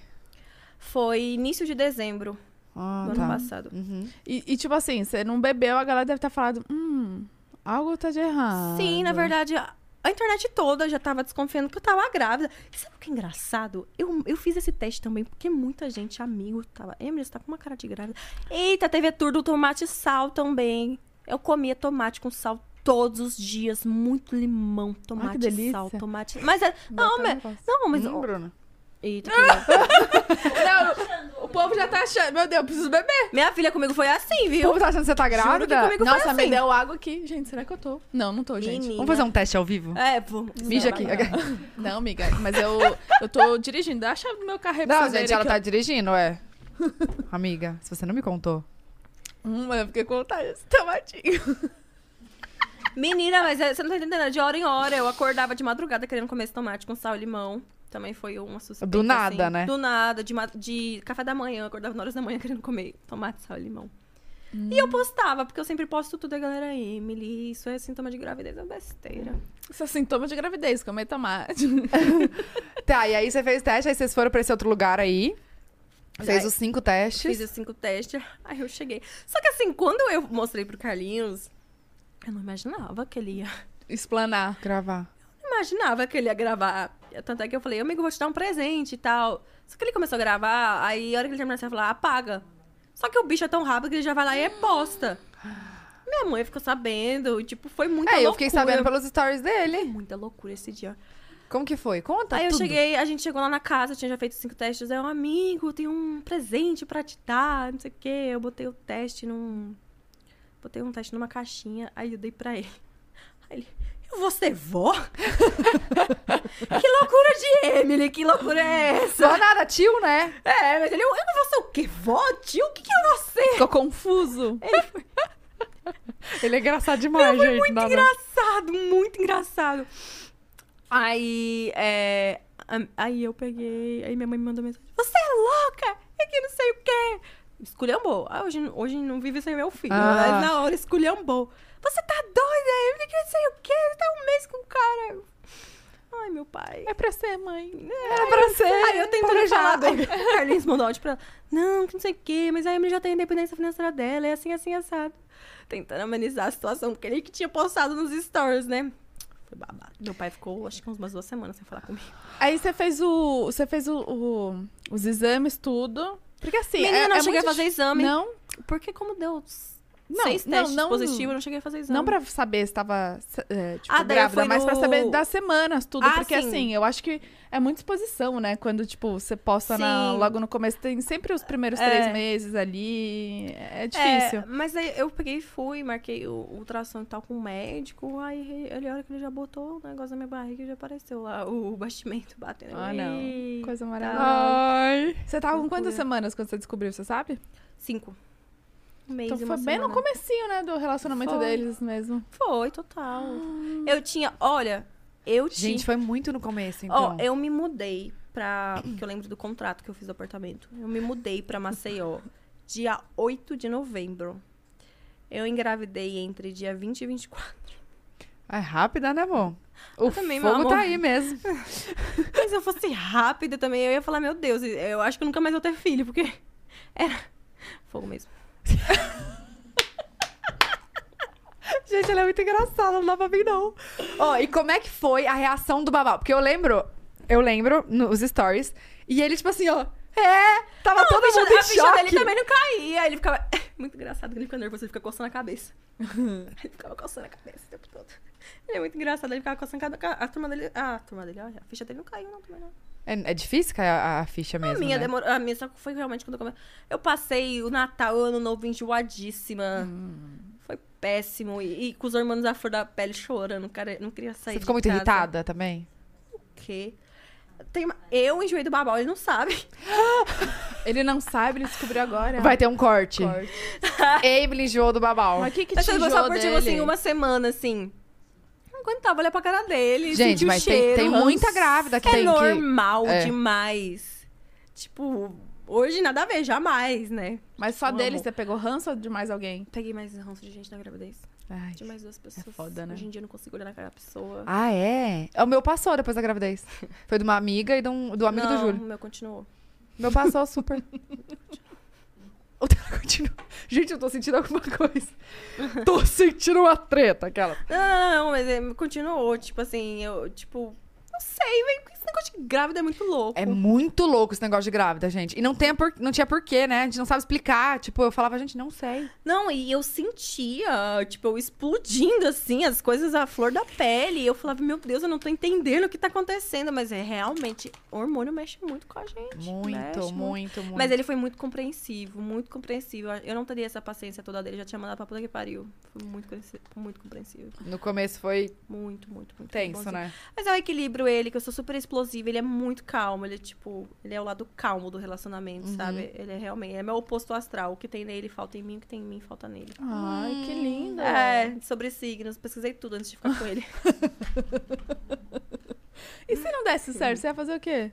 Speaker 3: Foi início de dezembro
Speaker 1: Ah,
Speaker 3: do ano
Speaker 1: tá.
Speaker 3: passado.
Speaker 1: Uhum.
Speaker 2: E, e, tipo assim, você não bebeu, a galera deve ter falado, hum, algo tá de errado.
Speaker 3: Sim, na verdade, a, a internet toda já tava desconfiando que eu tava grávida. E sabe o que é engraçado? Eu, eu fiz esse teste também, porque muita gente, amigo, tava. Emily, você tá com uma cara de grávida. Eita, teve a tour do tomate e sal também. Eu comia tomate com sal todos os dias. Muito limão, tomate e sal,
Speaker 2: delícia.
Speaker 3: tomate. Mas é.
Speaker 2: um
Speaker 3: Não, mas. Não, mas. oh,
Speaker 1: Hum, Bruna.
Speaker 3: Eita, que-
Speaker 2: O povo já tá achando, meu Deus, preciso beber.
Speaker 3: Minha filha comigo foi assim,
Speaker 1: O
Speaker 3: viu?
Speaker 1: povo tá achando que você tá
Speaker 3: Juro que
Speaker 1: grávida?
Speaker 3: comigo foi
Speaker 2: Nossa, me
Speaker 3: assim.
Speaker 2: deu água aqui. Gente, será que eu tô? Não, não tô, gente.
Speaker 3: Menina.
Speaker 1: Vamos fazer um teste ao vivo?
Speaker 3: É, vamos.
Speaker 1: Mija aqui.
Speaker 2: Não, amiga, mas eu, eu tô dirigindo. Dá a chave do meu carro aí pra
Speaker 1: Não,
Speaker 2: vocês
Speaker 1: gente,
Speaker 2: verem
Speaker 1: ela
Speaker 2: que
Speaker 1: tá dirigindo, é. Amiga, se você não me contou.
Speaker 2: eu- Hum, mas eu fiquei com vontade desse tomatinho.
Speaker 3: Menina, mas é- você não tá entendendo. De hora em hora eu acordava de madrugada querendo comer esse tomate com sal e limão. Também foi uma suspeita.
Speaker 1: Do nada,
Speaker 3: assim.
Speaker 1: né?
Speaker 3: Do nada, de, ma- de café da manhã. Eu acordava na horas da manhã querendo comer tomate, sal e limão. E
Speaker 1: Hum.
Speaker 3: eu postava, porque eu sempre posto tudo. E a galera, Emily, isso é sintoma de gravidez, é uma besteira.
Speaker 1: Hum.
Speaker 2: Isso é sintoma de gravidez, comer tomate.
Speaker 1: Tá, e aí você fez teste, aí vocês foram pra esse outro lugar aí. Fez
Speaker 3: Aí,
Speaker 1: os cinco
Speaker 3: Fiz
Speaker 1: testes.
Speaker 3: os cinco testes, aí eu cheguei. Só que assim, quando eu mostrei pro Carlinhos, eu não imaginava que ele ia
Speaker 2: Explanar.
Speaker 1: Gravar.
Speaker 3: imaginava que ele ia gravar. Tanto é que eu falei, amigo, vou te dar um presente e tal. Só que ele começou a gravar, aí a hora que ele terminou, ele falou, apaga. Só que o bicho é tão rápido que ele já vai lá e é posta. Minha mãe ficou sabendo, e, tipo, foi muita
Speaker 1: é,
Speaker 3: loucura.
Speaker 1: eu fiquei sabendo pelos stories dele.
Speaker 3: Muita loucura esse dia.
Speaker 1: Como que foi? Conta
Speaker 3: aí eu
Speaker 1: Tá tudo.
Speaker 3: cheguei, a gente chegou lá na casa, eu tinha já feito cinco testes. Aí, eu, amigo, tem um presente pra te dar, não sei o quê. Eu botei o teste num... Botei um teste numa caixinha, aí eu dei pra ele. Aí ele, eu vou ser vó? que loucura de Emily, que loucura é essa?
Speaker 1: Só nada, tio, né?
Speaker 3: É, mas ele, eu não vou ser o quê? Vó, tio? O que é que eu vou ser?
Speaker 2: Ficou confuso.
Speaker 1: Ele é engraçado demais, gente.
Speaker 3: muito
Speaker 1: nada.
Speaker 3: engraçado, muito engraçado. Aí, é, a- aí eu peguei, aí minha mãe me mandou mensagem. Você é louca? É que não sei o quê. Esculhambou. Ah, hoje, hoje não vive sem meu filho.
Speaker 1: Ah.
Speaker 3: Mas na hora esculhambou. Você tá doida? Eu que não sei o quê. Você tá um mês com o cara. Eu, Ai, meu pai.
Speaker 2: É pra ser, mãe.
Speaker 1: Era pra
Speaker 2: É
Speaker 1: ser.
Speaker 3: Aí eu tentando falar.
Speaker 1: planejado.
Speaker 3: Aí o Carlinhos mandou áudio pra ela. Não, que não sei o quê, mas a Emily já tem a independência financeira dela, é assim, assim, assado. Tentando amenizar a situação, porque ele que tinha postado nos stories, né? Foi babado. Meu pai ficou, acho que uns umas duas semanas sem falar comigo.
Speaker 2: Aí você fez o. Você fez o, o- os exames, tudo. Porque assim.
Speaker 3: Menina,
Speaker 2: é,
Speaker 3: não
Speaker 2: é
Speaker 3: cheguei
Speaker 2: muito
Speaker 3: a fazer
Speaker 2: dif-
Speaker 3: exame.
Speaker 2: Não,
Speaker 3: Porque como deu s-
Speaker 2: Não,
Speaker 3: seis
Speaker 2: não,
Speaker 3: testes
Speaker 2: não-
Speaker 3: positivos, eu não cheguei a fazer exame.
Speaker 2: não pra saber se tava se- é, tipo,
Speaker 3: Ah, daí eu
Speaker 2: grávida,
Speaker 3: fui
Speaker 2: mas pra
Speaker 3: no-
Speaker 2: saber das semanas, tudo.
Speaker 3: Ah,
Speaker 2: porque
Speaker 3: sim.
Speaker 2: assim, eu acho que é muita exposição, né? Quando, tipo, você posta na-
Speaker 3: Sim.
Speaker 2: logo no começo, tem sempre os primeiros
Speaker 3: É.
Speaker 2: três meses ali. É
Speaker 3: É,
Speaker 2: difícil.
Speaker 3: mas aí eu peguei e fui, marquei o o ultrassom e tal com o médico. Aí ele, a hora que ele já botou o negócio na minha barriga, e já apareceu lá o bastimento batendo. Eu,
Speaker 2: Ah, não.
Speaker 3: "Eita."
Speaker 2: Coisa maravilhosa.
Speaker 1: Ai.
Speaker 2: Você tava com quantas
Speaker 3: Loucura.
Speaker 2: semanas quando você descobriu, você sabe?
Speaker 3: Cinco. Um mês
Speaker 2: Então
Speaker 3: e
Speaker 2: foi
Speaker 3: uma
Speaker 2: bem no
Speaker 3: semana.
Speaker 2: comecinho, né, do relacionamento
Speaker 3: Foi.
Speaker 2: deles mesmo.
Speaker 3: Foi, total. Eu tinha, olha, eu tinha.
Speaker 1: Gente, foi muito no começo,
Speaker 3: Ó,
Speaker 1: então.
Speaker 3: eu me mudei pra. Que eu lembro do contrato que eu fiz do apartamento. Eu me mudei pra Maceió dia 8 de novembro. Eu engravidei entre dia 20 e 24.
Speaker 1: É rápida, né, bom? O
Speaker 3: também, meu
Speaker 1: fogo
Speaker 3: amor.
Speaker 1: tá aí mesmo.
Speaker 3: Mas se eu fosse rápida também, eu ia falar, meu Deus, eu acho que nunca mais vou ter filho, porque era fogo mesmo.
Speaker 1: Gente, ela é muito engraçada, não dá pra mim, não. Ó, e como é que foi a reação do babá? Porque eu lembro, eu lembro nos stories, e ele, tipo assim, ó, é, tava
Speaker 3: Não,
Speaker 1: todo
Speaker 3: a ficha,
Speaker 1: mundo em
Speaker 3: a ficha
Speaker 1: choque.
Speaker 3: dele também não caía. Ele ficava. Muito engraçado que ele fica nervoso, ele fica coçando a cabeça. ele ficava coçando a cabeça o tempo todo. Ele é muito engraçado, ele ficava coçando a cabeça. A turma dele. Ah, a turma dele, olha, a ficha dele não caiu, não, também não.
Speaker 1: É, é difícil cair a, a ficha mesmo,
Speaker 3: a minha
Speaker 1: né?
Speaker 3: demorou. A minha só foi realmente quando eu comecei. Eu passei o Natal, o ano novo enjoadíssima.
Speaker 1: Hum.
Speaker 3: Foi péssimo. E, e com os hormônios à flor da pele chorando, cara, não queria sair.
Speaker 1: Você ficou muito
Speaker 3: de casa.
Speaker 1: irritada também?
Speaker 3: O quê? Tem uma- Eu enjoei do babau, ele não sabe.
Speaker 2: Ele não sabe, ele descobriu agora.
Speaker 1: Vai ter um corte.
Speaker 2: Corte.
Speaker 1: Evelyn enjoou do babau.
Speaker 2: Mas o que que
Speaker 3: Mas
Speaker 2: te
Speaker 3: eu
Speaker 2: enjoou
Speaker 3: gostava por, tipo,
Speaker 2: dele?
Speaker 3: assim, uma semana, assim. Não aguentava olhar pra cara dele,
Speaker 1: Gente,
Speaker 3: sentir
Speaker 1: mas
Speaker 3: o
Speaker 1: tem,
Speaker 3: cheiro.
Speaker 1: tem muita grávida que
Speaker 3: É
Speaker 1: tem que...
Speaker 3: normal
Speaker 1: É.
Speaker 3: demais. Tipo, hoje nada a ver, jamais, né?
Speaker 2: Mas só
Speaker 3: Um
Speaker 2: dele,
Speaker 3: amor.
Speaker 2: você pegou ranço ou de mais alguém?
Speaker 3: Peguei mais ranço de gente na gravidez.
Speaker 1: Ai.
Speaker 3: De mais duas pessoas.
Speaker 2: foda, né?
Speaker 3: Hoje em dia eu não consigo olhar na cara da pessoa.
Speaker 1: É Ah, é? O meu passou depois da gravidez. Foi de uma amiga e de um, do amigo
Speaker 3: não,
Speaker 1: do Júlio.
Speaker 3: o meu continuou.
Speaker 1: Meu passou super. O dela continua. Gente, eu tô sentindo alguma coisa. tô sentindo uma treta, aquela.
Speaker 3: Não, não, não, mas é, continuou. Tipo assim, eu, tipo... Não sei, velho. Esse negócio de grávida é muito louco.
Speaker 1: É muito louco esse negócio de grávida, gente. E não, tem por... não tinha porquê, né? A gente não sabe explicar. Tipo, eu falava, gente, não sei.
Speaker 3: Não, e eu sentia, tipo, eu explodindo, assim, as coisas à flor da pele. E eu falava, meu Deus, eu não tô entendendo o que tá acontecendo. Mas é realmente, o hormônio mexe muito com a gente.
Speaker 1: Muito,
Speaker 3: mexe
Speaker 1: muito, é muito,
Speaker 3: Mas ele foi muito compreensivo, muito compreensivo. Eu não teria essa paciência toda dele, já tinha mandado pra puta que pariu. Foi muito, compreensi- muito compreensivo.
Speaker 1: No começo foi
Speaker 3: Muito, muito, muito.
Speaker 1: tenso,
Speaker 3: bonzinho.
Speaker 1: né?
Speaker 3: Mas é o equilíbrio, ele, que eu sou super explosiva, ele é muito calmo, ele é tipo, ele é o lado calmo do relacionamento,
Speaker 2: Uhum.
Speaker 3: sabe? Ele é realmente, ele é meu oposto astral. O que tem nele falta em mim, o que tem em mim falta nele.
Speaker 2: Ai, que lindo.
Speaker 3: Hum, É, sobre signos, pesquisei tudo antes de ficar com ele.
Speaker 2: E se não desse certo, você ia fazer o quê?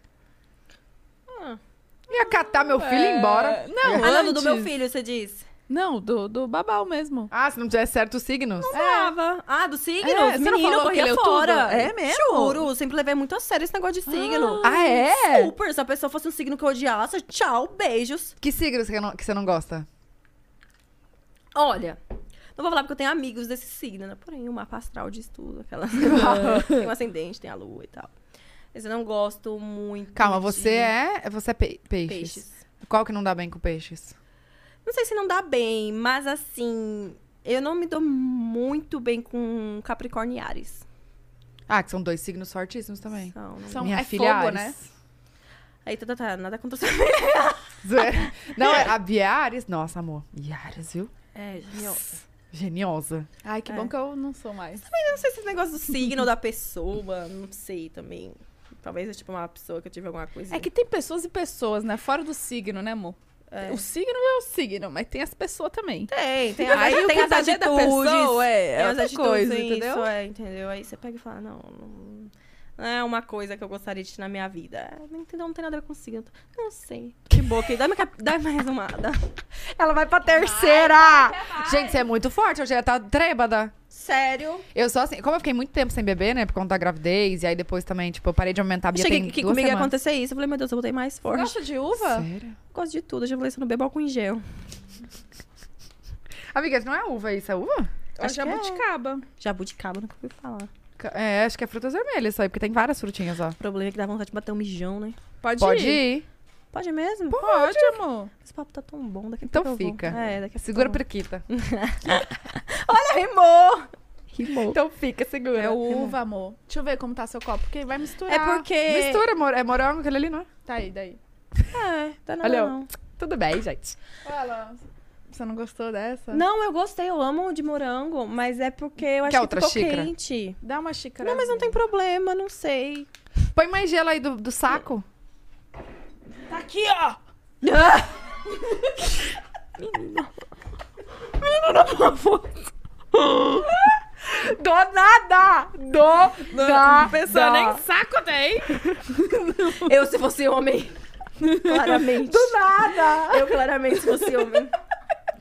Speaker 1: Ia catar meu filho e ir embora.
Speaker 2: É, Não,
Speaker 3: Ah, não, do- do
Speaker 2: antes.
Speaker 3: meu filho, você diz?
Speaker 2: Não, do, do babau mesmo.
Speaker 1: Ah, se não tivesse certo os signos.
Speaker 3: Tava. Ah, do signo?
Speaker 2: É, você não
Speaker 3: Menino,
Speaker 2: falou
Speaker 3: eu
Speaker 2: que
Speaker 3: corria
Speaker 2: leu
Speaker 3: fora.
Speaker 2: tudo? É mesmo?
Speaker 3: Juro, sempre levei muito a sério esse negócio de signo.
Speaker 1: Ah, é?
Speaker 3: Super, se a pessoa fosse um signo que eu odiasse, tchau, beijos.
Speaker 1: Que signos que, não- que você não gosta?
Speaker 3: Olha, não vou falar porque eu tenho amigos desse signo, né? Porém, o mapa astral diz tudo, aquela... tem um ascendente, tem a lua e tal. Mas eu não gosto muito
Speaker 1: Calma,
Speaker 3: de
Speaker 1: você é. Você é pe- peixes.
Speaker 3: peixes.
Speaker 1: Qual que não dá bem com peixes?
Speaker 3: Não sei se não dá bem, mas assim... Eu não me dou muito bem com Capricórnio e Ares.
Speaker 1: Ah, que são dois signos fortíssimos também.
Speaker 3: São, não-
Speaker 2: São-
Speaker 1: Minha
Speaker 2: é
Speaker 1: filha
Speaker 2: fogo, né?
Speaker 1: Ares.
Speaker 3: Aí, tá, tá, tá, nada contra os
Speaker 1: Zoeira. Não, é a Bia Ares. Nossa, amor. Bia Ares, viu?
Speaker 3: É, meu,
Speaker 1: Geniosa.
Speaker 2: Ai, que
Speaker 3: É.
Speaker 2: bom que eu não sou mais.
Speaker 3: não sei se esse negócio do signo da pessoa, não sei também. Talvez é tipo uma pessoa que eu tive alguma coisa.
Speaker 2: É que tem pessoas e pessoas, né? Fora do signo, né, amor?
Speaker 3: É.
Speaker 2: O signo é o signo, mas tem as pessoas também.
Speaker 3: tem, tem,
Speaker 2: Aí o
Speaker 3: tem
Speaker 2: que
Speaker 3: as
Speaker 2: tá dentro da
Speaker 3: atitudes,
Speaker 2: pessoa é- é
Speaker 3: tem as
Speaker 2: outra
Speaker 3: atitudes,
Speaker 2: coisa,
Speaker 3: isso,
Speaker 2: entendeu?
Speaker 3: É, entendeu? Aí você pega e fala, não, não, não é uma coisa que eu gostaria de ter na minha vida. É, Não, entendeu? não tem nada a ver com signo. Não sei. Que boa, que dá, minha cap- dá mais uma. Dá.
Speaker 1: Ela vai pra
Speaker 2: Ah,
Speaker 1: terceira! Gente, você é muito forte. Hoje ela tá trêbada.
Speaker 3: Sério?
Speaker 1: Eu só assim. Como eu fiquei muito tempo sem beber, né? Por conta da gravidez. E aí depois também, tipo, eu parei de aumentar a
Speaker 3: Eu
Speaker 1: Bia
Speaker 3: cheguei
Speaker 1: tem
Speaker 3: aqui
Speaker 1: duas
Speaker 3: comigo ia
Speaker 1: semanas.
Speaker 3: acontecer isso. Eu falei, meu Deus, eu voltei mais forte.
Speaker 2: Gosta de uva?
Speaker 1: Sério?
Speaker 3: Eu gosto de tudo. Eu já falei, se eu não bebo álcool em gel.
Speaker 1: Amiga, isso não é uva isso, é uva?
Speaker 3: Eu acho que é.
Speaker 2: jabuticaba.
Speaker 3: Jabuticaba, nunca ouvi falar.
Speaker 1: Ca- É, acho que é frutas vermelhas isso aí, porque tem várias frutinhas, ó.
Speaker 3: O problema é que dá vontade de bater um mijão, né?
Speaker 2: Pode,
Speaker 1: Pode
Speaker 2: ir.
Speaker 1: ir.
Speaker 3: Pode mesmo?
Speaker 2: Pode, amor.
Speaker 3: Esse papo tá tão bom daqui a
Speaker 1: Então
Speaker 3: pouco eu vou.
Speaker 1: fica.
Speaker 3: É, daqui a
Speaker 1: Segura a
Speaker 3: pouco.
Speaker 1: periquita.
Speaker 3: Olha, rimou! Rimou.
Speaker 1: Então fica, segura.
Speaker 2: É uva, amor. Deixa eu ver como tá seu copo, porque vai misturar.
Speaker 3: É porque.
Speaker 1: Mistura, mor- é morango aquele ali, não é?
Speaker 2: Tá aí, daí.
Speaker 3: É, tá na
Speaker 1: Olha,
Speaker 3: não.
Speaker 1: Tudo bem, gente.
Speaker 2: Fala. Você não gostou dessa?
Speaker 3: Não, eu gostei, eu amo o de morango, mas é porque eu acho
Speaker 1: outra
Speaker 3: que ficou
Speaker 1: xícara?
Speaker 3: quente.
Speaker 2: Dá uma xícara.
Speaker 3: Não, mas não tem problema, não sei.
Speaker 1: Põe mais gelo aí do, do saco.
Speaker 2: Tá aqui, ó.
Speaker 1: Do nada! Do nada!
Speaker 5: pensando em né?
Speaker 2: Saco tem!
Speaker 5: Eu, se fosse homem.
Speaker 3: Claramente.
Speaker 1: Do nada!
Speaker 3: Eu claramente se fosse homem.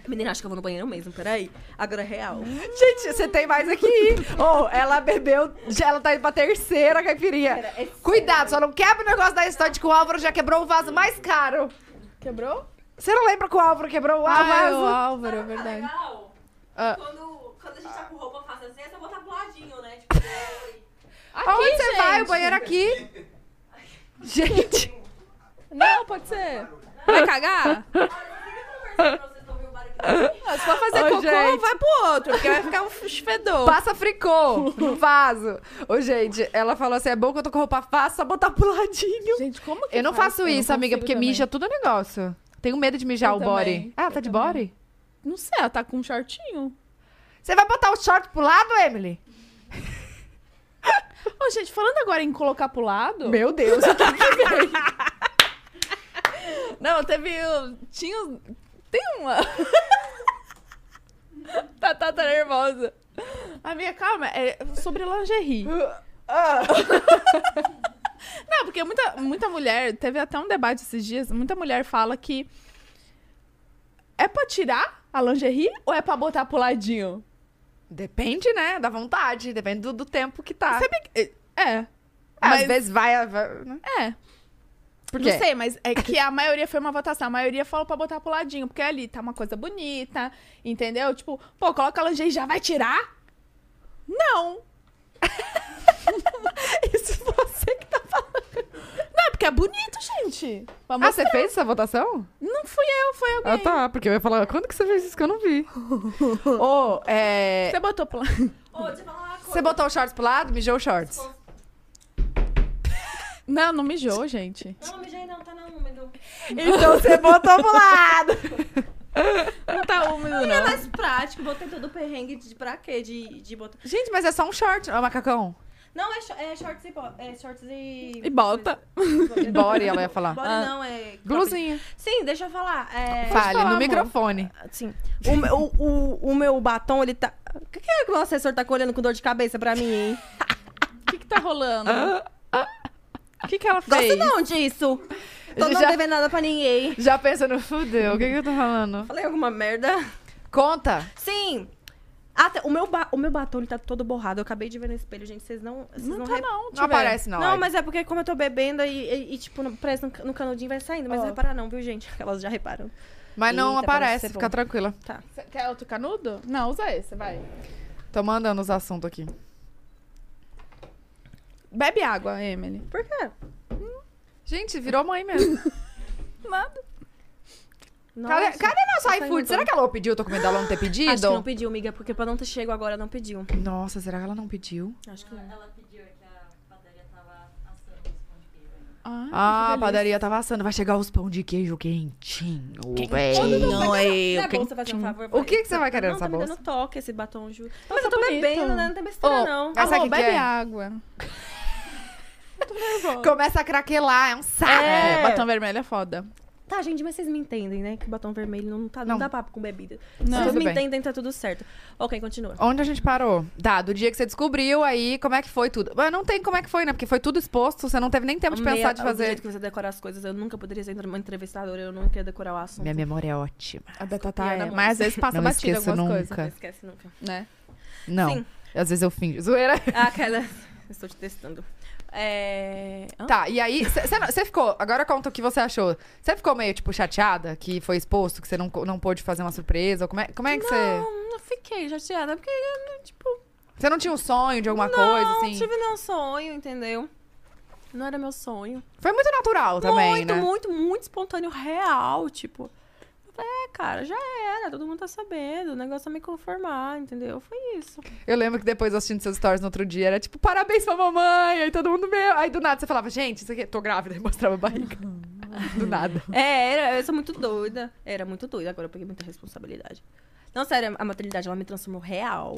Speaker 5: Menina, acho que eu vou no banheiro mesmo, peraí.
Speaker 3: Agora é real.
Speaker 1: Gente, você tem mais aqui. Ou ela bebeu, já ela tá indo pra terceira é caipirinha. Cuidado, só não quebra o negócio da estante que o Álvaro já quebrou o vaso mais caro.
Speaker 2: Quebrou?
Speaker 1: Você não lembra que o Álvaro quebrou o
Speaker 2: Ah, é o
Speaker 1: vaso?
Speaker 2: Álvaro, é verdade.
Speaker 6: legal.
Speaker 1: Ah.
Speaker 6: Quando, quando a gente tá com roupa faz assim, é só botar pro ladinho, né? Tipo, oi.
Speaker 1: Aonde você
Speaker 2: gente.
Speaker 1: vai? O banheiro aqui. Gente,
Speaker 2: Não, pode ser.
Speaker 4: Vai cagar?
Speaker 6: Pra vocês não ouvirem o barulho que
Speaker 2: Ah, se for fazer
Speaker 1: Ô,
Speaker 2: cocô,
Speaker 1: gente.
Speaker 2: vai pro outro, porque vai ficar um fedor.
Speaker 1: passa fricô no vaso. Ô, gente, ela falou assim: é bom que eu tô com roupa fácil, só botar pro ladinho.
Speaker 2: Gente, como que
Speaker 1: Eu não
Speaker 2: faz?
Speaker 1: faço
Speaker 2: Eu
Speaker 1: isso, amiga,
Speaker 2: consigo
Speaker 1: porque
Speaker 2: também.
Speaker 1: mija tudo o negócio. Tenho medo de mijar
Speaker 2: Eu
Speaker 1: o body.
Speaker 2: também,
Speaker 1: Ah,
Speaker 2: eu
Speaker 1: tá de
Speaker 2: também.
Speaker 1: body?
Speaker 2: Não sei, ela tá com um shortinho.
Speaker 1: Você vai botar o short pro lado, Emily?
Speaker 2: Ô, gente, falando agora em colocar pro lado...
Speaker 1: Meu Deus.
Speaker 2: Não, teve... o- Tinha... os- Tem uma... tá, tá, tá nervosa. Amiga, calma. É sobre lingerie. Ah. Não, porque muita, muita mulher... Teve até um debate esses dias. Muita mulher fala que... É pra tirar a lingerie ou é pra botar pro ladinho?
Speaker 1: depende, né? Da vontade. Depende do, do tempo que tá.
Speaker 2: Sabe que... É.
Speaker 1: É,
Speaker 2: mas-
Speaker 1: Às vezes vai... vai- né?
Speaker 2: É.
Speaker 1: Por
Speaker 2: Não
Speaker 1: quê?
Speaker 2: sei, mas é que a maioria foi uma votação. A maioria falou pra botar pro ladinho, porque ali tá uma coisa bonita, entendeu? Tipo, pô, coloca a lingerie e já vai tirar? Não. Isso você que tá falando. Não, é porque é bonito, gente. Vamos
Speaker 1: Ah, você fez essa votação?
Speaker 2: Não fui eu, foi alguém.
Speaker 1: Ah, tá. Porque eu ia falar, quando que você fez isso que eu não vi? Ô, é...
Speaker 2: Você botou pro
Speaker 6: Ô, deixa eu falar uma coisa.
Speaker 1: Você botou o shorts pro lado, mijou o shorts.
Speaker 2: Não, não mijou, gente.
Speaker 6: Não, mijei não, tá na úmido.
Speaker 1: Então você botou pro lado.
Speaker 2: Não tá úmido, não.
Speaker 3: é Mais prático, botei todo o perrengue de pra quê? De, de botar.
Speaker 1: Gente, mas é só um short, ó, macacão.
Speaker 3: Não, é, sho- é shorts e. bo- É shorts e.
Speaker 2: E bota.
Speaker 1: Body, ela ia falar.
Speaker 3: Body
Speaker 2: Ah.
Speaker 3: não, é. cropped.
Speaker 1: Blusinha.
Speaker 3: Sim, deixa eu falar. É,
Speaker 1: Fale,
Speaker 2: falar,
Speaker 1: no
Speaker 2: amor.
Speaker 1: microfone.
Speaker 3: Sim. O, me- o, o, o meu batom, ele tá. O que, que é que o assessor tá colhendo com dor de cabeça pra mim, hein?
Speaker 2: O que que tá rolando?
Speaker 1: Ah.
Speaker 2: O que que ela fez?
Speaker 3: Gosto não disso. Tô não
Speaker 1: Já-
Speaker 3: devendo nada pra ninguém.
Speaker 1: Já pensa no fudeu, o que que eu tô falando?
Speaker 3: Falei alguma merda?
Speaker 1: Conta.
Speaker 3: Sim. Ah, tá, o, meu ba- o meu batom, ele tá todo borrado. Eu acabei de ver no espelho, gente. Vocês não. Vocês não,
Speaker 2: Não tá
Speaker 3: re-
Speaker 2: não,
Speaker 1: Não
Speaker 2: tiver.
Speaker 1: aparece, não.
Speaker 3: Não,
Speaker 1: Ai,
Speaker 3: mas é porque como eu tô bebendo e, e- e, tipo, não- parece no, ca- no canudinho vai saindo. Mas
Speaker 2: Ó.
Speaker 3: não reparar não, viu, gente? Elas já reparam.
Speaker 1: Mas não
Speaker 3: Eita, parece
Speaker 1: aparece,
Speaker 3: ser
Speaker 1: fica
Speaker 3: bom.
Speaker 1: tranquila.
Speaker 2: Cê Quer outro canudo? Não, usa esse, vai.
Speaker 1: Tô mandando os assuntos aqui.
Speaker 2: Bebe água, Emily.
Speaker 3: Por quê?
Speaker 1: Gente, virou mãe mesmo.
Speaker 2: Nada.
Speaker 1: cadê, cadê nosso
Speaker 3: tá saindo
Speaker 1: iFood?
Speaker 3: todo.
Speaker 1: Será que ela pediu? Eu tô com medo dela não ter pedido?
Speaker 3: Acho que não pediu, amiga, porque pra não ter chego agora não pediu.
Speaker 1: Nossa, será que ela não pediu?
Speaker 3: Acho Ah, que
Speaker 6: Ela pediu que a padaria tava assando os pão de queijo ainda.
Speaker 1: Ah, a padaria tava assando. Vai chegar os pão de queijo quentinho.
Speaker 3: Não,
Speaker 1: Quentinho.
Speaker 3: é bom você fazer um favor.
Speaker 1: O que que você vai querer
Speaker 3: não,
Speaker 1: nessa
Speaker 3: tá
Speaker 1: bolsa?
Speaker 3: me dando toque esse batom, juro. Mas eu
Speaker 2: tá
Speaker 3: tô
Speaker 2: bonito.
Speaker 3: bebendo, né? Não tem besteira,
Speaker 1: Ô,
Speaker 3: não.
Speaker 1: Mas sabe
Speaker 2: Amor,
Speaker 1: o que que
Speaker 2: bebe
Speaker 1: é?
Speaker 2: água.
Speaker 1: Começa a craquelar, é um saco.
Speaker 2: É, batom vermelho é foda.
Speaker 3: Tá, gente, mas vocês me entendem, né? Que batom vermelho não, tá, não.
Speaker 1: Não.
Speaker 3: dá papo com bebida.
Speaker 2: Não.
Speaker 3: vocês
Speaker 1: Tudo
Speaker 3: me
Speaker 1: bem.
Speaker 3: entendem, tá tudo certo. Ok, continua.
Speaker 1: Onde a gente parou? Tá, do dia que você descobriu aí, como é que foi tudo? Mas não tem como é que foi, né? Porque foi tudo exposto, você não teve nem tempo de
Speaker 3: Amei
Speaker 1: pensar
Speaker 3: a-
Speaker 1: de
Speaker 3: O
Speaker 1: fazer.
Speaker 3: jeito que você decora as coisas. Eu nunca poderia ser uma entrevistadora, eu nunca ia decorar o assunto.
Speaker 1: Minha memória é ótima.
Speaker 2: A da Tatá
Speaker 3: Copiada
Speaker 2: é,
Speaker 3: muito.
Speaker 2: mas às vezes passa
Speaker 1: Não
Speaker 2: batida
Speaker 1: esqueço
Speaker 2: algumas coisas,
Speaker 1: nunca.
Speaker 3: Não esquece nunca.
Speaker 2: né?
Speaker 1: Não,
Speaker 3: Sim.
Speaker 1: às vezes eu finjo. Zoeira.
Speaker 3: Ah, cara, estou te testando. É... hã?
Speaker 1: Tá, e aí, você ficou. Agora conta o que você achou. Você ficou meio, tipo, chateada que foi exposto, que você não, co- não pôde fazer uma surpresa? Ou Como é, como é que você.
Speaker 3: Não, não fiquei chateada, porque, tipo,
Speaker 1: Você não tinha um sonho de alguma coisa,
Speaker 3: não
Speaker 1: assim?
Speaker 3: tive nenhum sonho, entendeu? Não era meu sonho.
Speaker 1: Foi muito natural também,
Speaker 3: muito,
Speaker 1: né?
Speaker 3: muito, muito espontâneo, real, tipo. Eu falei, É, cara, já era, todo mundo tá sabendo, o negócio é me conformar, entendeu? Foi isso.
Speaker 1: Eu lembro que depois assistindo seus stories no outro dia, era tipo, parabéns pra mamãe, aí todo mundo meu. Aí do nada você falava, gente, isso aqui, tô grávida, e mostrava a barriga. do nada.
Speaker 3: É, era, eu sou muito doida. Era muito doida, agora eu peguei muita responsabilidade. Não, sério, a maternidade, ela me transformou real.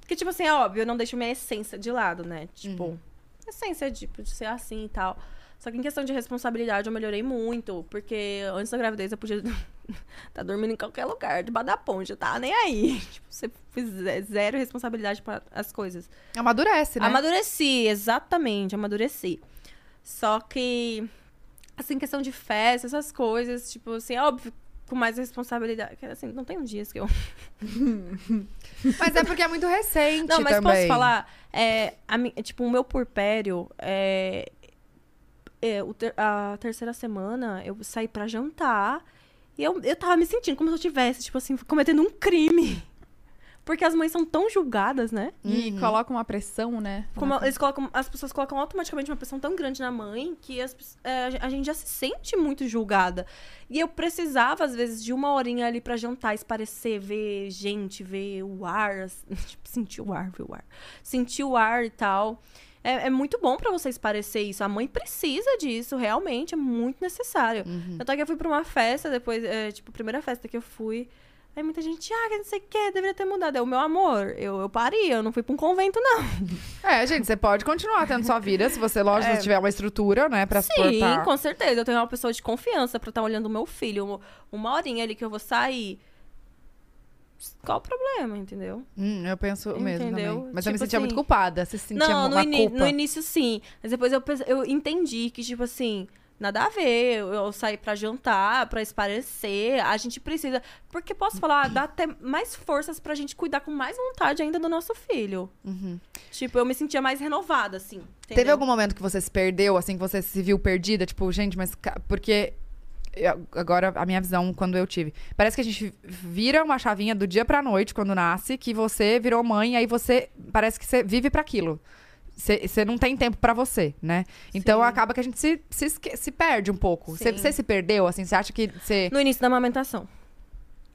Speaker 3: Porque, tipo assim, é óbvio, eu não deixo minha essência de lado, né? Tipo, essência de, de ser assim e tal. Só que em questão de responsabilidade, eu melhorei muito. Porque antes da gravidez, eu podia tá dormindo em qualquer lugar, debaixo da ponte, tá nem aí. Tipo, você fizer zero responsabilidade para as coisas.
Speaker 1: Amadurece, né?
Speaker 3: Amadureci, exatamente, amadureci. Só que, assim, questão de festa, essas coisas, tipo assim, óbvio, com mais responsabilidade. que, Assim, não tem dias que eu.
Speaker 1: Mas é porque é muito recente
Speaker 3: Não, mas
Speaker 1: também.
Speaker 3: posso falar? É, a mi- tipo, o meu purpério é. é, o ter- a terceira semana eu saí pra jantar e eu, eu tava me sentindo como se eu tivesse, tipo assim, cometendo um crime. Porque as mães são tão julgadas, né?
Speaker 2: E coloca uma pressão, né?
Speaker 3: Como
Speaker 2: na-
Speaker 3: eles colocam, as pessoas colocam automaticamente uma pressão tão grande na mãe que as pe- é, a gen- a gente já se sente muito julgada. E eu precisava, às vezes, de uma horinha ali pra jantar, esparecer, ver gente, ver o ar, assim, tipo, sentir o ar, ver o ar. Sentir o ar e tal. É, é muito bom pra você esparecer isso. A mãe precisa disso, realmente, é muito necessário. Tanto é que eu fui pra uma festa, depois, é, tipo, a primeira festa que eu fui. Aí muita gente, ah, que não sei o que, deveria ter mudado. É o meu amor, eu, eu parei, eu não fui pra um convento, não.
Speaker 1: É, gente, você pode continuar tendo sua vida, se você, lógico, se tiver uma estrutura, né, pra
Speaker 3: Sim,
Speaker 1: suportar.
Speaker 3: com certeza. Eu tenho uma pessoa de confiança pra estar olhando o meu filho. Uma, uma horinha ali que eu vou sair. Qual o problema, entendeu?
Speaker 1: Hum, eu penso o mesmo
Speaker 3: Entendeu?
Speaker 1: também. Mas eu
Speaker 3: Tipo
Speaker 1: me sentia
Speaker 3: assim-
Speaker 1: muito culpada, se sentia
Speaker 3: não, no,
Speaker 1: uma
Speaker 3: ini-
Speaker 1: culpa.
Speaker 3: no início sim. Mas depois eu, pense- eu entendi que, tipo assim, nada a ver. Eu, eu saí pra jantar, pra esparecer. A gente precisa. Porque posso falar, dá até mais forças pra gente cuidar com mais vontade ainda do nosso filho. Tipo, eu me sentia mais renovada, assim.
Speaker 1: Uhum. Teve
Speaker 3: entendeu?
Speaker 1: algum momento que você se perdeu, assim, que você se viu perdida? Tipo, gente, mas. ca- Porque. eu- Agora, a minha visão, quando eu tive. Parece que a gente vira uma chavinha do dia pra noite, quando nasce, que você virou mãe, aí você. Parece que você vive pra aquilo. Você você não tem tempo pra você, né? Então acaba que a gente se, se, esque- se perde um pouco. Você
Speaker 3: Sim.
Speaker 1: você se perdeu, assim? Você acha que você.
Speaker 3: No início da amamentação.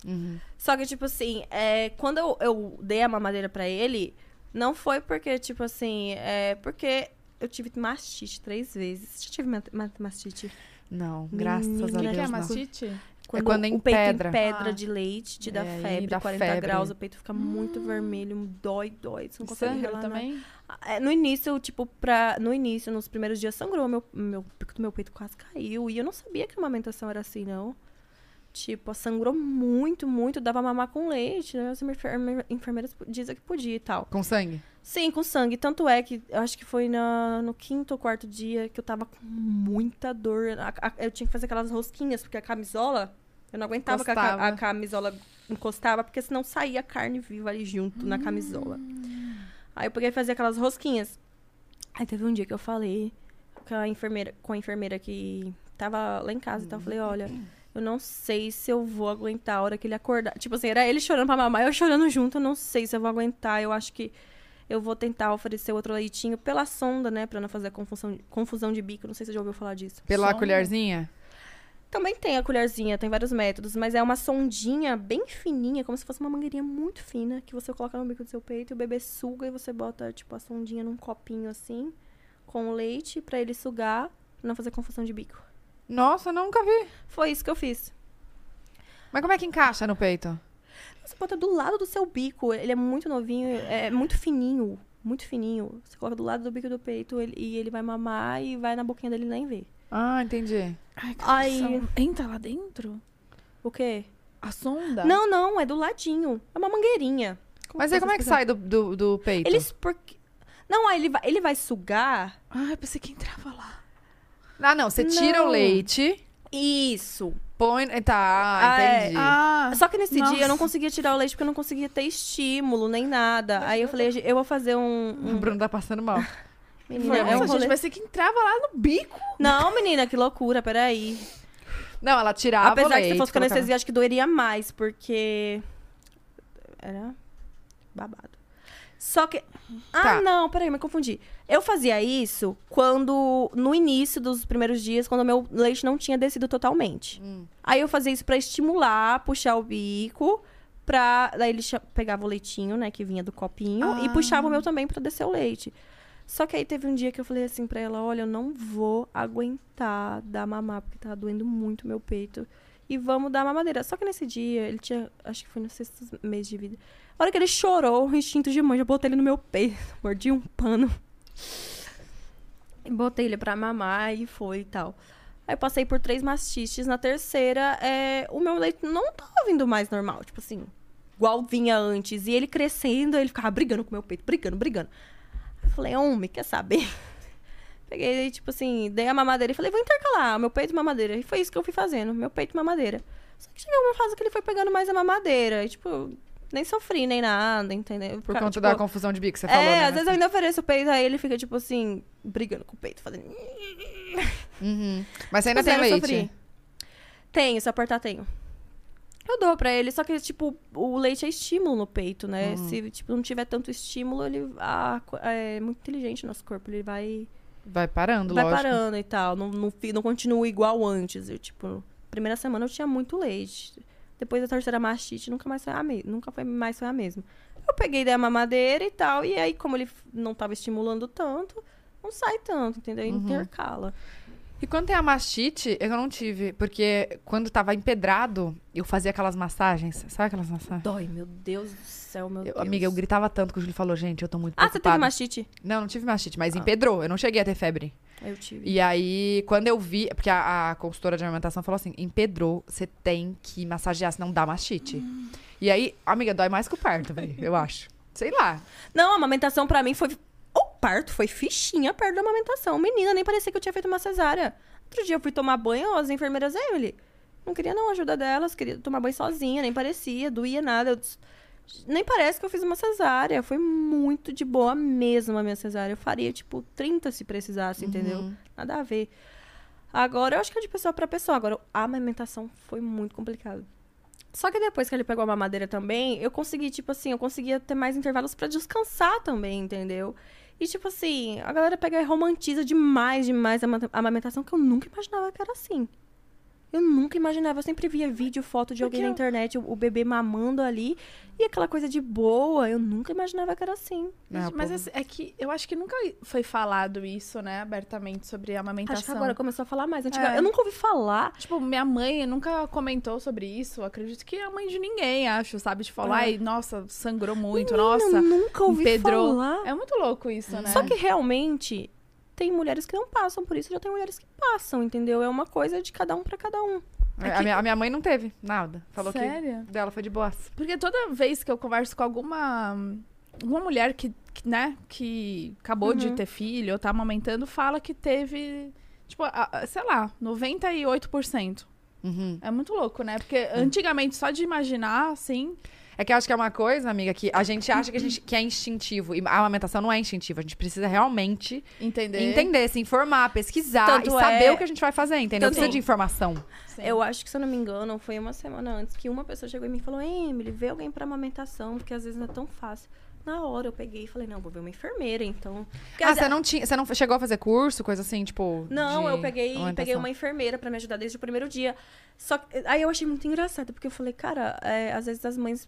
Speaker 1: Uhum.
Speaker 3: Só que, tipo assim, é, quando eu, eu dei a mamadeira pra ele, não foi porque, tipo assim, é porque eu tive mastite três vezes. Já tive ma- ma- mastite.
Speaker 1: Não, graças a Deus.
Speaker 2: O
Speaker 3: Menina,
Speaker 2: que, que é
Speaker 1: não.
Speaker 2: mastite?
Speaker 1: É quando é em
Speaker 3: o peito
Speaker 1: pedra.
Speaker 3: em pedra
Speaker 2: Ah.
Speaker 3: de leite, te dá
Speaker 1: É, aí
Speaker 3: febre,
Speaker 1: dá
Speaker 3: 40
Speaker 1: febre. Hum.
Speaker 3: graus, o peito fica muito vermelho, dói, dói. Você não consegue
Speaker 2: Sangra
Speaker 3: relar nada.
Speaker 2: também?
Speaker 3: É, no início, tipo, pra, no início, nos primeiros dias, sangrou. Meu, meu, o pico do meu peito quase caiu. E eu não sabia que a amamentação era assim, não. Tipo, sangrou muito, muito. Dava mamar com leite. Né? As enferme- enfermeiras dizem que podia e tal.
Speaker 1: Com sangue?
Speaker 3: Sim, com sangue. Tanto é que eu acho que foi na, no quinto ou quarto dia que eu tava com muita dor. A- a- eu tinha que fazer aquelas rosquinhas, porque a camisola. Eu não aguentava que a, ca-
Speaker 2: Encostava.
Speaker 3: a camisola encostava, porque senão saía carne viva ali junto na camisola. Aí eu peguei e fazia aquelas rosquinhas. Aí teve um dia que eu falei com a enfermeira, com a enfermeira que tava lá em casa e tal. Eu falei, olha, eu não sei se eu vou aguentar a hora que ele acordar. Tipo assim, era ele chorando pra mamar, eu chorando junto. Eu não sei se eu vou aguentar. Eu acho que eu vou tentar oferecer outro leitinho pela sonda, né? Pra não fazer a confusão, confusão de bico. Não sei se você já ouviu falar disso.
Speaker 1: Pela
Speaker 2: Sangue.
Speaker 1: colherzinha?
Speaker 3: Também tem a colherzinha, tem vários métodos, mas é uma sondinha bem fininha, como se fosse uma mangueirinha muito fina, que você coloca no bico do seu peito e o bebê suga e você bota, tipo, a sondinha num copinho assim, com leite, pra ele sugar, pra não fazer confusão de bico.
Speaker 1: Nossa, nunca vi.
Speaker 3: Foi isso que eu fiz.
Speaker 1: Mas como é que encaixa no peito?
Speaker 3: Você bota do lado do seu bico, ele é muito novinho, é muito fininho, muito fininho. Você coloca do lado do bico do peito ele- e ele vai mamar e vai na boquinha dele e nem vê.
Speaker 1: Ah, entendi.
Speaker 3: Aí,
Speaker 2: São- Entra lá dentro?
Speaker 3: o quê?
Speaker 2: A sonda?
Speaker 3: Não, não, é do ladinho. É uma mangueirinha.
Speaker 1: Mas aí como é que sai do, do, do peito?
Speaker 3: Eles porque não, ah, ele vai, ele vai sugar.
Speaker 2: Ah, eu pensei que entrava lá.
Speaker 1: Ah, não. Você tira o
Speaker 3: Não.
Speaker 1: leite,
Speaker 3: Isso.
Speaker 1: põe... Tá,
Speaker 3: Ah, é.
Speaker 1: entendi.
Speaker 2: Ah,
Speaker 3: Só que nesse dia eu não
Speaker 2: Nossa.
Speaker 3: conseguia tirar o leite porque eu não conseguia ter estímulo nem nada. Aí eu falei, eu vou fazer um,
Speaker 1: O
Speaker 3: um...
Speaker 1: Bruno tá passando mal.
Speaker 3: menina, é um
Speaker 2: Nossa, gente,
Speaker 3: rolê.
Speaker 2: pensei que entrava lá no bico.
Speaker 3: Não, menina, que loucura, peraí.
Speaker 1: Não, ela tirava o
Speaker 3: Apesar
Speaker 1: leite.
Speaker 3: que se fosse com
Speaker 1: colocava-
Speaker 3: anestesia, acho que doeria mais, porque era babado. Só que Ah,
Speaker 1: Tá.
Speaker 3: não, peraí, me confundi. Eu fazia isso quando no início dos primeiros dias, quando meu leite não tinha descido totalmente. Aí eu fazia isso pra estimular, puxar o bico, pra daí ele cha- pegava o leitinho, né, que vinha do copinho e puxava o meu também pra descer o leite. Só que aí teve um dia que eu falei assim pra ela, olha, eu não vou aguentar dar mamar porque tá doendo muito meu peito. E vamos dar mamadeira. Só que nesse dia, ele tinha. Acho que foi no sexto mês de vida. A hora que ele chorou, o instinto de mãe, eu botei ele no meu peito, mordi um pano. E botei ele pra mamar e foi e tal. Aí eu passei por três mastites. Na terceira, é, o meu leite não tava vindo mais normal, tipo assim, igual vinha antes. E ele crescendo, ele ficava brigando com o meu peito, brigando, brigando. Aí eu falei, homem, quer saber? Peguei, tipo assim, dei a mamadeira e falei, vou intercalar meu peito e mamadeira. E foi isso que eu fui fazendo, meu peito e mamadeira. Só que chegou uma fase que ele foi pegando mais a mamadeira. E, tipo, eu nem sofri nem nada, entendeu?
Speaker 1: Por
Speaker 3: Ficava,
Speaker 1: conta
Speaker 3: tipo,
Speaker 1: da confusão de bico que você falou,
Speaker 3: é,
Speaker 1: né?
Speaker 3: às vezes eu ainda ofereço o peito, aí ele fica, tipo assim, brigando com o peito, fazendo.
Speaker 1: Uhum. Mas você ainda
Speaker 3: Mas
Speaker 1: tem
Speaker 3: aí eu
Speaker 1: leite?
Speaker 3: sofri. Tenho, se apertar, tenho. Eu dou pra ele, só que, tipo, o leite é estímulo no peito, né? Se, tipo, não tiver tanto estímulo, ele... a co- é muito inteligente o nosso corpo, ele vai,
Speaker 1: Vai parando,
Speaker 3: vai
Speaker 1: lógico.
Speaker 3: parando e tal. Não, não, fi- não continua igual antes. Eu, tipo, primeira semana eu tinha muito leite. Depois da terceira mastite, nunca mais foi a, me nunca foi, mais foi a mesma. Eu peguei da mamadeira e tal, e aí, como ele f- não tava estimulando tanto, não sai tanto, entendeu?
Speaker 1: Uhum.
Speaker 3: Intercala.
Speaker 1: E quando tem a mastite, eu não tive. Porque quando tava empedrado, eu fazia aquelas massagens. Sabe aquelas massagens?
Speaker 3: Dói, meu Deus do céu, meu
Speaker 1: Eu-
Speaker 3: Deus.
Speaker 1: amiga, eu gritava tanto que o Júlio falou, gente, eu tô muito
Speaker 3: Ah, você teve
Speaker 1: preocupada.
Speaker 3: mastite?
Speaker 1: Não, não tive mastite,
Speaker 2: Ah.
Speaker 1: mas empedrou. Eu não cheguei a ter febre.
Speaker 3: Eu tive.
Speaker 1: E aí, quando eu vi... Porque a, a consultora de amamentação falou assim, empedrou, você tem que massagear, senão dá mastite. E aí, amiga, dói mais que o parto, velho, eu acho. Sei lá.
Speaker 3: Não, a amamentação pra mim foi. O parto foi fichinha perto da amamentação. Menina, nem parecia que eu tinha feito uma cesárea. Outro dia eu fui tomar banho, as enfermeiras, Emily. Não queria não a ajuda delas, queria tomar banho sozinha, nem parecia, doía nada. Eu disse, Nem parece que eu fiz uma cesárea. Foi muito de boa mesmo a minha cesárea. Eu faria, tipo, 30 se precisasse, entendeu?
Speaker 2: Uhum.
Speaker 3: Nada a ver. Agora, eu acho que é de pessoa pra pessoa. Agora, a amamentação foi muito complicada. Só que depois que ele pegou a mamadeira também, eu consegui, tipo assim, eu conseguia ter mais intervalos pra descansar também, entendeu? E, tipo assim, a galera pega e romantiza demais, demais a ama- a amamentação, que eu nunca imaginava que era assim. Eu nunca imaginava, eu sempre via vídeo, foto de alguém na internet, o, o bebê mamando ali, e aquela coisa de boa, eu nunca imaginava que era assim.
Speaker 1: Né, o
Speaker 2: Mas
Speaker 1: povo-
Speaker 2: assim, é que eu acho que nunca foi falado isso, né, abertamente, sobre a amamentação.
Speaker 3: Acho que agora começou a falar mais. Antiga-
Speaker 2: É.
Speaker 3: Eu nunca ouvi falar.
Speaker 2: Tipo, minha mãe nunca comentou sobre isso. Acredito que é a mãe de ninguém, acho, sabe? Tipo,
Speaker 3: Ah.
Speaker 2: falar, ai, nossa, sangrou muito, nossa.
Speaker 3: eu nunca ouvi
Speaker 2: empedrou.
Speaker 3: falar.
Speaker 2: É muito louco isso, né?
Speaker 3: Só que realmente tem mulheres que não passam por isso, já tem mulheres que passam, entendeu? É uma coisa de cada um pra cada um.
Speaker 1: É, a, minha, a minha mãe não teve nada. Falou
Speaker 2: é Sério?
Speaker 1: que dela foi de boas.
Speaker 2: Porque toda vez que eu converso com alguma uma mulher que, que, né, que acabou de ter filho ou tá amamentando, fala que teve, tipo, a- a- sei lá, 98%.
Speaker 1: Uhum.
Speaker 2: É muito louco, né? Porque antigamente, só de imaginar, assim,
Speaker 1: É que eu acho que é uma coisa, amiga, que a gente acha que, a gente, que é instintivo. E a amamentação não é instintiva. A gente precisa realmente
Speaker 2: entender.
Speaker 1: entender, se informar, pesquisar
Speaker 3: Tanto
Speaker 1: e saber
Speaker 3: é-
Speaker 1: o que a gente vai fazer, entendeu?
Speaker 3: Tanto-
Speaker 1: Precisa de informação.
Speaker 2: Sim.
Speaker 3: Eu acho que, se eu não me engano, foi uma semana antes que uma pessoa chegou em mim e falou: Emily, vê alguém pra amamentação, porque às vezes não é tão fácil. Na hora eu peguei e falei: Não, vou ver uma enfermeira, então. Porque
Speaker 1: ah,
Speaker 3: às-
Speaker 1: você não, tinha, você não chegou a fazer curso, coisa assim, tipo.
Speaker 3: Não,
Speaker 1: de
Speaker 3: eu peguei, peguei
Speaker 1: amamentação?
Speaker 3: uma enfermeira pra me ajudar desde o primeiro dia. Só que, eh, aí eu achei muito engraçado, porque eu falei, cara, é, às vezes as mães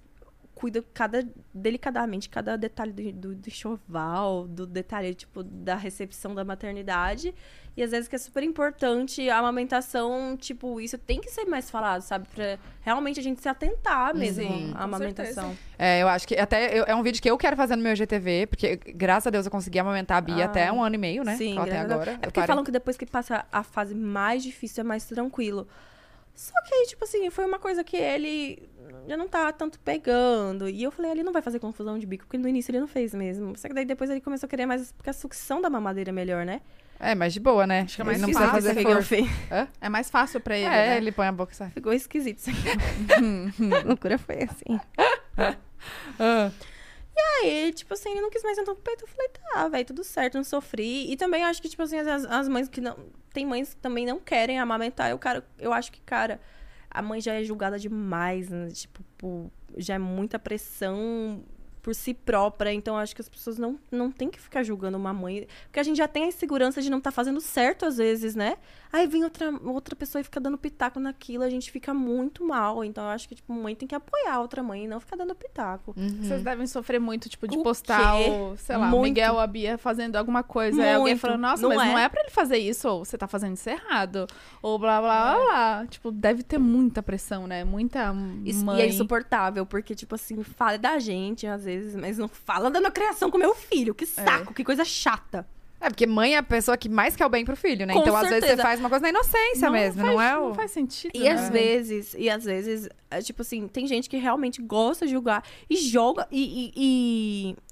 Speaker 3: cuidam cada, delicadamente cada detalhe do, do, do enxoval, do detalhe, tipo, da recepção da maternidade. E às vezes que é super importante a amamentação, tipo, isso tem que ser mais falado, sabe? Pra realmente a gente se atentar mesmo
Speaker 1: Sim,
Speaker 3: à amamentação.
Speaker 1: É, eu acho que até eu- é um vídeo que eu quero fazer no meu IGTV, porque graças a Deus eu consegui amamentar a Bia
Speaker 3: Ah.
Speaker 1: até um ano e meio, né?
Speaker 3: Sim,
Speaker 1: até
Speaker 3: graças a Deus.
Speaker 1: agora.
Speaker 3: É porque falam que depois que passa a fase mais difícil é mais tranquilo. Só que aí, tipo assim, foi uma coisa que ele já não tá tanto pegando. E eu falei, "Ah, ele não vai fazer confusão de bico, porque no início ele não fez mesmo. Só que daí depois ele começou a querer mais, porque a sucção da mamadeira é melhor, né?
Speaker 1: É, mas de boa, né? Acho
Speaker 2: que é mais
Speaker 1: não
Speaker 2: fácil
Speaker 1: precisa
Speaker 3: Isso
Speaker 1: fazer
Speaker 3: aqui que eu
Speaker 1: força.
Speaker 3: fiz.
Speaker 2: É mais fácil pra ele,
Speaker 1: É,
Speaker 2: né?
Speaker 1: ele põe a boca e sai.
Speaker 3: Ficou esquisito isso aqui.
Speaker 2: Uhum.
Speaker 3: loucura foi assim.
Speaker 1: Ah,
Speaker 3: Aí, tipo assim, ele não quis mais entrar no peito. Eu falei, tá, velho, tudo certo, não sofri. E também acho que, tipo assim, as, as mães que não. Tem mães que também não querem amamentar. Eu, cara, eu acho que, cara, a mãe já é julgada demais, né? Tipo, por- já é muita pressão por si própria. Então, eu acho que as pessoas não, não têm que ficar julgando uma mãe. Porque a gente já tem a insegurança de não estar fazendo certo às vezes, né? Aí vem outra, outra pessoa e fica dando pitaco naquilo, a gente fica muito mal. Então, eu acho que, tipo, mãe tem que apoiar a outra mãe e não ficar dando pitaco.
Speaker 1: uhum.
Speaker 2: Vocês devem sofrer muito, tipo, de
Speaker 3: Hum. O
Speaker 2: postar
Speaker 3: quê?
Speaker 2: o, sei lá, o
Speaker 3: Muito.
Speaker 2: Miguel ou a Bia fazendo alguma coisa. Aí alguém
Speaker 3: Muito.
Speaker 2: falando, nossa,
Speaker 3: Não
Speaker 2: mas
Speaker 3: é.
Speaker 2: não é pra ele fazer isso, ou você tá fazendo isso errado. Ou blá,
Speaker 3: É.
Speaker 2: blá, blá, blá. Tipo, deve ter muita pressão, né? Muita
Speaker 3: Isso-
Speaker 2: mãe.
Speaker 3: E é insuportável, porque, tipo assim, fala da gente às vezhes, mas não fala da minha criação com meu filho. Que saco, que coisa chata.
Speaker 1: É, porque mãe é a pessoa que mais quer o bem pro filho, né?
Speaker 5: Com
Speaker 1: então, às vezes, você
Speaker 5: certeza.
Speaker 1: faz uma coisa na inocência mesmo,
Speaker 2: faz,
Speaker 1: não é? O...
Speaker 2: faz sentido.
Speaker 3: E
Speaker 2: né?
Speaker 3: às vezes, e às vezes, é, tipo assim, tem gente que realmente gosta de julgar e joga e, e-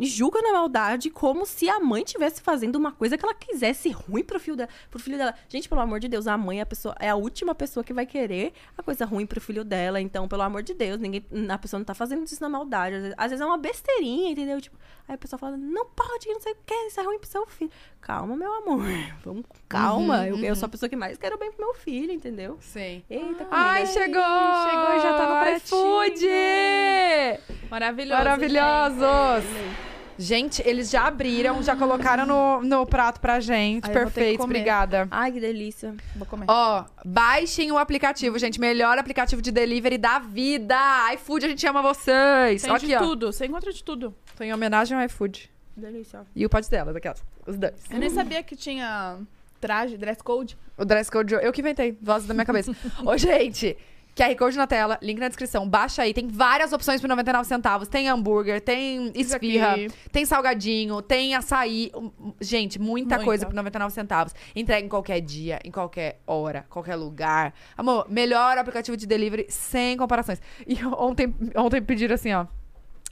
Speaker 3: e- e julga na maldade como se a mãe estivesse fazendo uma coisa que ela quisesse ruim pro filho, dela, pro filho dela. Gente, pelo amor de Deus, a mãe é a, pessoa, é a última pessoa que vai querer a coisa ruim pro filho dela. Então, pelo amor de Deus, ninguém, a pessoa não tá fazendo isso na maldade. Às vezes, às vezes é uma besteirinha, entendeu? Tipo, aí a pessoa fala, não pode, não sei o que, isso é ruim pro seu filho. Calma, meu amor. Vamos com calma. eu, eu sou a pessoa que mais quero bem pro meu filho, entendeu?
Speaker 1: Sim.
Speaker 3: Eita, comida.
Speaker 1: Ai, chegou!
Speaker 2: chegou e já tá no
Speaker 1: iFood!
Speaker 2: Maravilhoso.
Speaker 1: Maravilhosos! Gente, eles já abriram, já colocaram no, no prato pra gente.
Speaker 2: Ai, eu vou ter que
Speaker 1: Perfeito,
Speaker 2: comer.
Speaker 1: obrigada.
Speaker 3: Ai, que delícia.
Speaker 2: gente. Vou comer.
Speaker 1: Ó, baixem o aplicativo, gente. Melhor aplicativo de delivery da vida. iFood, a gente ama vocês.
Speaker 2: Tem
Speaker 1: Ó
Speaker 2: de
Speaker 1: aqui, ó.
Speaker 2: tudo. Você encontra de tudo.
Speaker 1: Tô em homenagem ao iFood.
Speaker 3: Delícia.
Speaker 1: E o pote dela, daquelas. Os dois.
Speaker 2: Eu
Speaker 3: Hum.
Speaker 2: nem sabia que tinha traje, dress code.
Speaker 1: O dress code, eu que inventei, voz da minha cabeça. Ô, gente, QR Code na tela, link na descrição, baixa aí. Tem várias opções por 99 centavos. Tem hambúrguer, tem esfirra,
Speaker 2: aqui.
Speaker 1: tem salgadinho, tem açaí. Um, um, Gente, muita,
Speaker 2: Muita.
Speaker 1: coisa por 99 centavos. Entrega em qualquer dia, em qualquer hora, qualquer lugar. Amor, melhor aplicativo de delivery sem comparações. E ontem, ontem pediram assim, ó.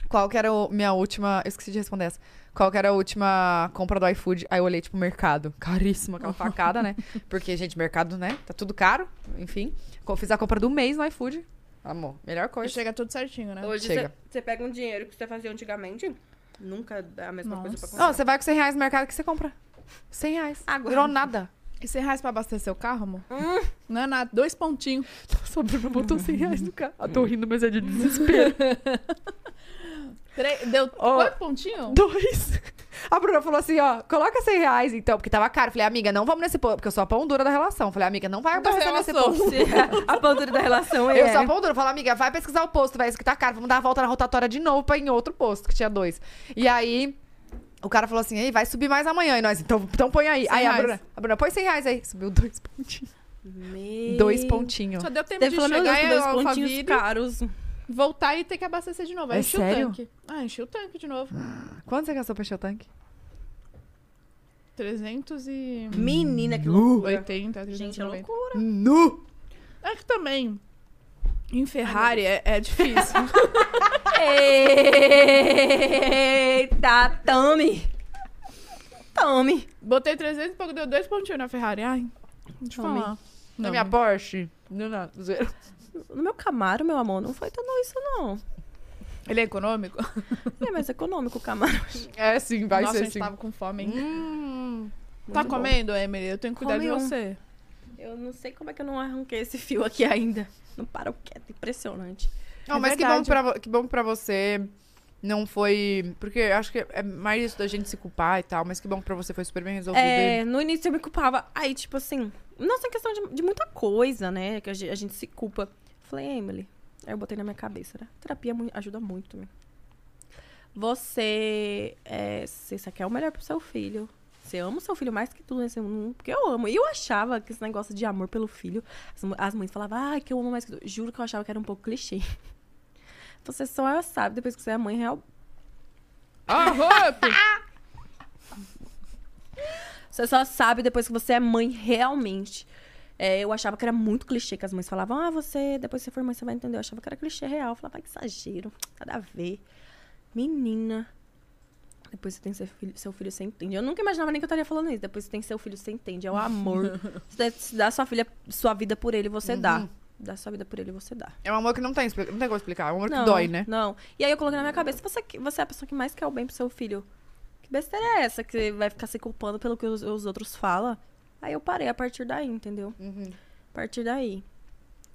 Speaker 1: Qual que era a minha última... Eu esqueci de responder essa. Qual que era a última compra do iFood? Aí eu olhei, tipo, mercado. Caríssimo, aquela facada, né? Porque, gente, mercado, né? Tá tudo caro. Enfim, Co- fiz a compra do mês no iFood. Amor, melhor coisa.
Speaker 2: Chega tudo certinho, né?
Speaker 3: Hoje
Speaker 1: Ah, Chega.
Speaker 3: você- você pega um dinheiro que você fazia antigamente, nunca dá a mesma coisa pra
Speaker 2: Nossa.
Speaker 1: Ó,
Speaker 3: comprar.
Speaker 1: você vai com 100 reais no mercado, o que você compra? 100 reais.
Speaker 3: Água.
Speaker 1: Virou nada.
Speaker 2: E 100 reais pra abastecer o carro, amor?
Speaker 3: Hum.
Speaker 2: Não é nada. Dois pontinhos.
Speaker 3: Tá
Speaker 1: Nossa, a
Speaker 3: um
Speaker 1: Bruna botou 100 reais no carro. Eu tô rindo, mas é de desespero.
Speaker 2: Tre- Deu
Speaker 1: Ó.
Speaker 2: quanto pontinho?
Speaker 1: Dois. A Bruna falou assim, ó, coloca 100 reais então, porque tava caro. Eu Falei, amiga, não vamos nesse ponto, porque eu sou a pão dura da relação. Eu Falei, amiga, não vai
Speaker 2: Da
Speaker 1: abastecer nesse
Speaker 2: relação.
Speaker 1: ponto.
Speaker 3: a pandura da relação é...
Speaker 1: Eu sou a pão dura. Eu Falei, amiga, vai pesquisar o posto, vai, isso que tá caro. Vamos dar a volta na rotatória de novo pra ir em outro posto, que tinha dois. E aí... O cara falou assim, Ei, vai subir mais amanhã. E nós, então, então põe aí.
Speaker 2: 100
Speaker 1: Aí a
Speaker 2: reais.
Speaker 1: Bruna, a Bruna, põe 100 reais aí. Subiu dois pontinhos.
Speaker 3: Meu...
Speaker 1: Dois pontinhos.
Speaker 2: Só deu tempo de
Speaker 3: Deve falar, meu
Speaker 2: chegar e
Speaker 3: Deus,
Speaker 2: a
Speaker 3: com dois pontinhos
Speaker 2: Alphaville,
Speaker 3: caros.
Speaker 2: voltar e ter que abastecer de novo. Aí
Speaker 1: É
Speaker 2: enchi
Speaker 1: sério?
Speaker 2: o tanque. Ah, enchi o tanque de novo.
Speaker 1: Quanto você gastou pra encher o tanque?
Speaker 2: 300 e...
Speaker 3: Menina,
Speaker 1: Uh,
Speaker 3: que loucura.
Speaker 2: 80,
Speaker 3: Gente, é
Speaker 2: 390.
Speaker 3: loucura.
Speaker 1: Nu!
Speaker 2: É que também, em Ferrari é, é difícil.
Speaker 3: Eita, tome. Tome.
Speaker 2: Botei 300 e pouco, deu dois pontinhos na Ferrari. Ai, não te
Speaker 3: Homem.
Speaker 2: falar.
Speaker 1: Na minha Porsche? Não, não, zoeira.
Speaker 3: No meu Camaro, meu amor, não foi tudo isso, não.
Speaker 2: Ele é econômico?
Speaker 3: É mais econômico o Camaro.
Speaker 1: É sim, vai
Speaker 2: Nossa, a
Speaker 1: ser
Speaker 2: gente
Speaker 1: sim.
Speaker 2: tava com fome, hein?
Speaker 1: Hum.
Speaker 2: tá
Speaker 3: Muito bom.
Speaker 2: comendo, Emily? Eu tenho que cuidar
Speaker 3: Come
Speaker 2: de
Speaker 3: um.
Speaker 2: você.
Speaker 3: Eu não sei como é que eu não arranquei esse fio aqui ainda. Não para o quieto, impressionante.
Speaker 1: Não,
Speaker 2: É
Speaker 1: mas que bom,
Speaker 2: verdade.
Speaker 1: pra, vo- que bom que pra você não foi. Porque eu acho que é mais isso da gente se culpar e tal, mas que bom que pra você foi super bem resolvido.
Speaker 3: É, no início eu me culpava. Aí, tipo assim, não só em questão de, de muita coisa, né? Que a gente, a gente se culpa. Falei, Emily, aí eu botei na minha cabeça, né? Terapia mu- ajuda muito também. Você, é, você só quer o melhor pro seu filho. Você ama o seu filho mais que tudo nesse mundo. Porque eu amo. E eu achava que esse negócio de amor pelo filho. As, mu- as mães falavam, ai, que eu amo mais que tudo. Juro que eu achava que era um pouco clichê. Você só sabe depois que você é mãe real.
Speaker 2: Ah, Hope!
Speaker 3: Você só sabe depois que você é mãe realmente. É, eu achava que era muito clichê, que as mães falavam, ah, você, depois que você for mãe, você vai entender. Eu achava que era clichê real. Eu falava, "Ai, que exagero, nada a ver. Menina. Depois você tem seu filho, seu filho, você entende. Eu nunca imaginava nem que eu estaria falando isso. Depois você tem seu filho, você entende. É o amor. você dá- se dá sua filha, sua vida por ele, você dá. Dá sua vida por ele, você dá.
Speaker 1: É um amor que não tem, expli- não tem como explicar. É um amor que dói, né?
Speaker 3: Não. E aí eu coloquei na minha cabeça, você, que- você é a pessoa que mais quer o bem pro seu filho. Que besteira é essa que você vai ficar se culpando pelo que os, os outros falam? Aí eu parei a partir daí, entendeu?
Speaker 1: Uhum.
Speaker 3: A partir daí.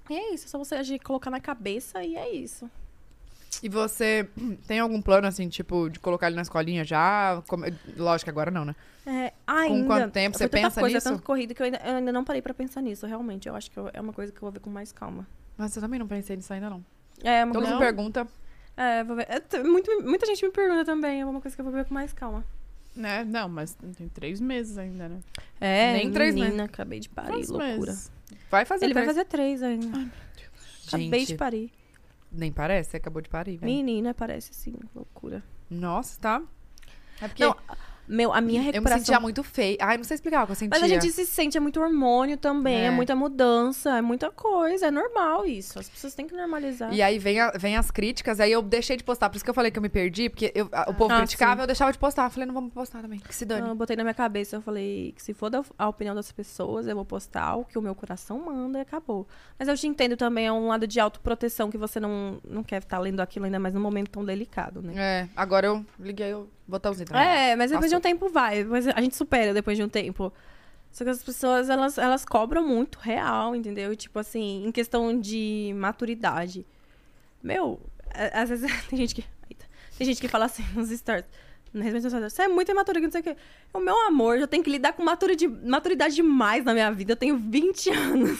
Speaker 3: E é isso, é só você agir, colocar na cabeça e é isso.
Speaker 1: E você tem algum plano, assim, tipo, de colocar ele na escolinha já? Como- Lógico que agora não, né?
Speaker 3: É, ainda,
Speaker 1: quanto tempo você
Speaker 3: foi tanta
Speaker 1: pensa
Speaker 3: coisa,
Speaker 1: nisso?
Speaker 3: tanto corrido que eu ainda, eu ainda não parei pra pensar nisso, realmente. Eu acho que eu- é uma coisa que eu vou ver com mais calma.
Speaker 1: Mas eu também não pensei nisso ainda, não.
Speaker 3: É, uma
Speaker 1: Todo
Speaker 3: coisa,
Speaker 1: mundo pergunta,
Speaker 3: é, vou ver. É, t- muito- muita gente me pergunta também, é uma coisa que eu vou ver com mais calma.
Speaker 2: né? Não, mas tem três meses ainda, né?
Speaker 3: É,
Speaker 1: Nem três meses.
Speaker 3: menina, acabei de parir,
Speaker 2: Quantos
Speaker 3: loucura.
Speaker 2: meses?
Speaker 1: vai fazer
Speaker 3: Ele vai um
Speaker 1: três.
Speaker 3: fazer três ainda. Acabei de
Speaker 1: Gente, é.
Speaker 3: parir.
Speaker 1: nem parece, acabou de parir, velho.
Speaker 3: Menina, parece assim, loucura.
Speaker 1: Nossa, tá. É porque
Speaker 3: Não, Meu, a minha
Speaker 1: Eu me
Speaker 3: recuperação.
Speaker 1: sentia muito feia. Ai, não sei explicar o que eu sentia.
Speaker 3: Mas a gente se sente, é muito hormônio também, é.
Speaker 1: É.
Speaker 3: muita mudança, é muita coisa, é normal isso. As pessoas têm que normalizar.
Speaker 1: E aí vem, a- vem as críticas, aí eu deixei de postar. Por isso que eu falei que eu me perdi, porque eu- a- o povo
Speaker 3: Ah,
Speaker 1: criticava,
Speaker 3: sim.
Speaker 1: eu deixava de postar. Eu falei, não vamos postar também, que se dane.
Speaker 3: Então, eu botei na minha cabeça, eu falei que se for da- a opinião das pessoas, eu vou postar o que o meu coração manda e acabou. Mas eu te entendo também, é um lado de autoproteção que você não, não quer estar lendo aquilo ainda mais num momento tão delicado, né?
Speaker 1: É, agora eu liguei o botãozinho também.
Speaker 3: É, mas depois
Speaker 1: Passou.
Speaker 3: de um tempo vai. Mas a gente supera depois de um tempo. Só que as pessoas, elas, elas cobram muito real, entendeu? Tipo assim, em questão de maturidade. Meu, a- às vezes tem gente que... Eita. tem gente que fala assim nos stories. na rede social, Você é muito imatura, que não sei o quê. O meu amor, eu tenho que lidar com maturidade, maturidade demais na minha vida. Eu tenho 20 anos.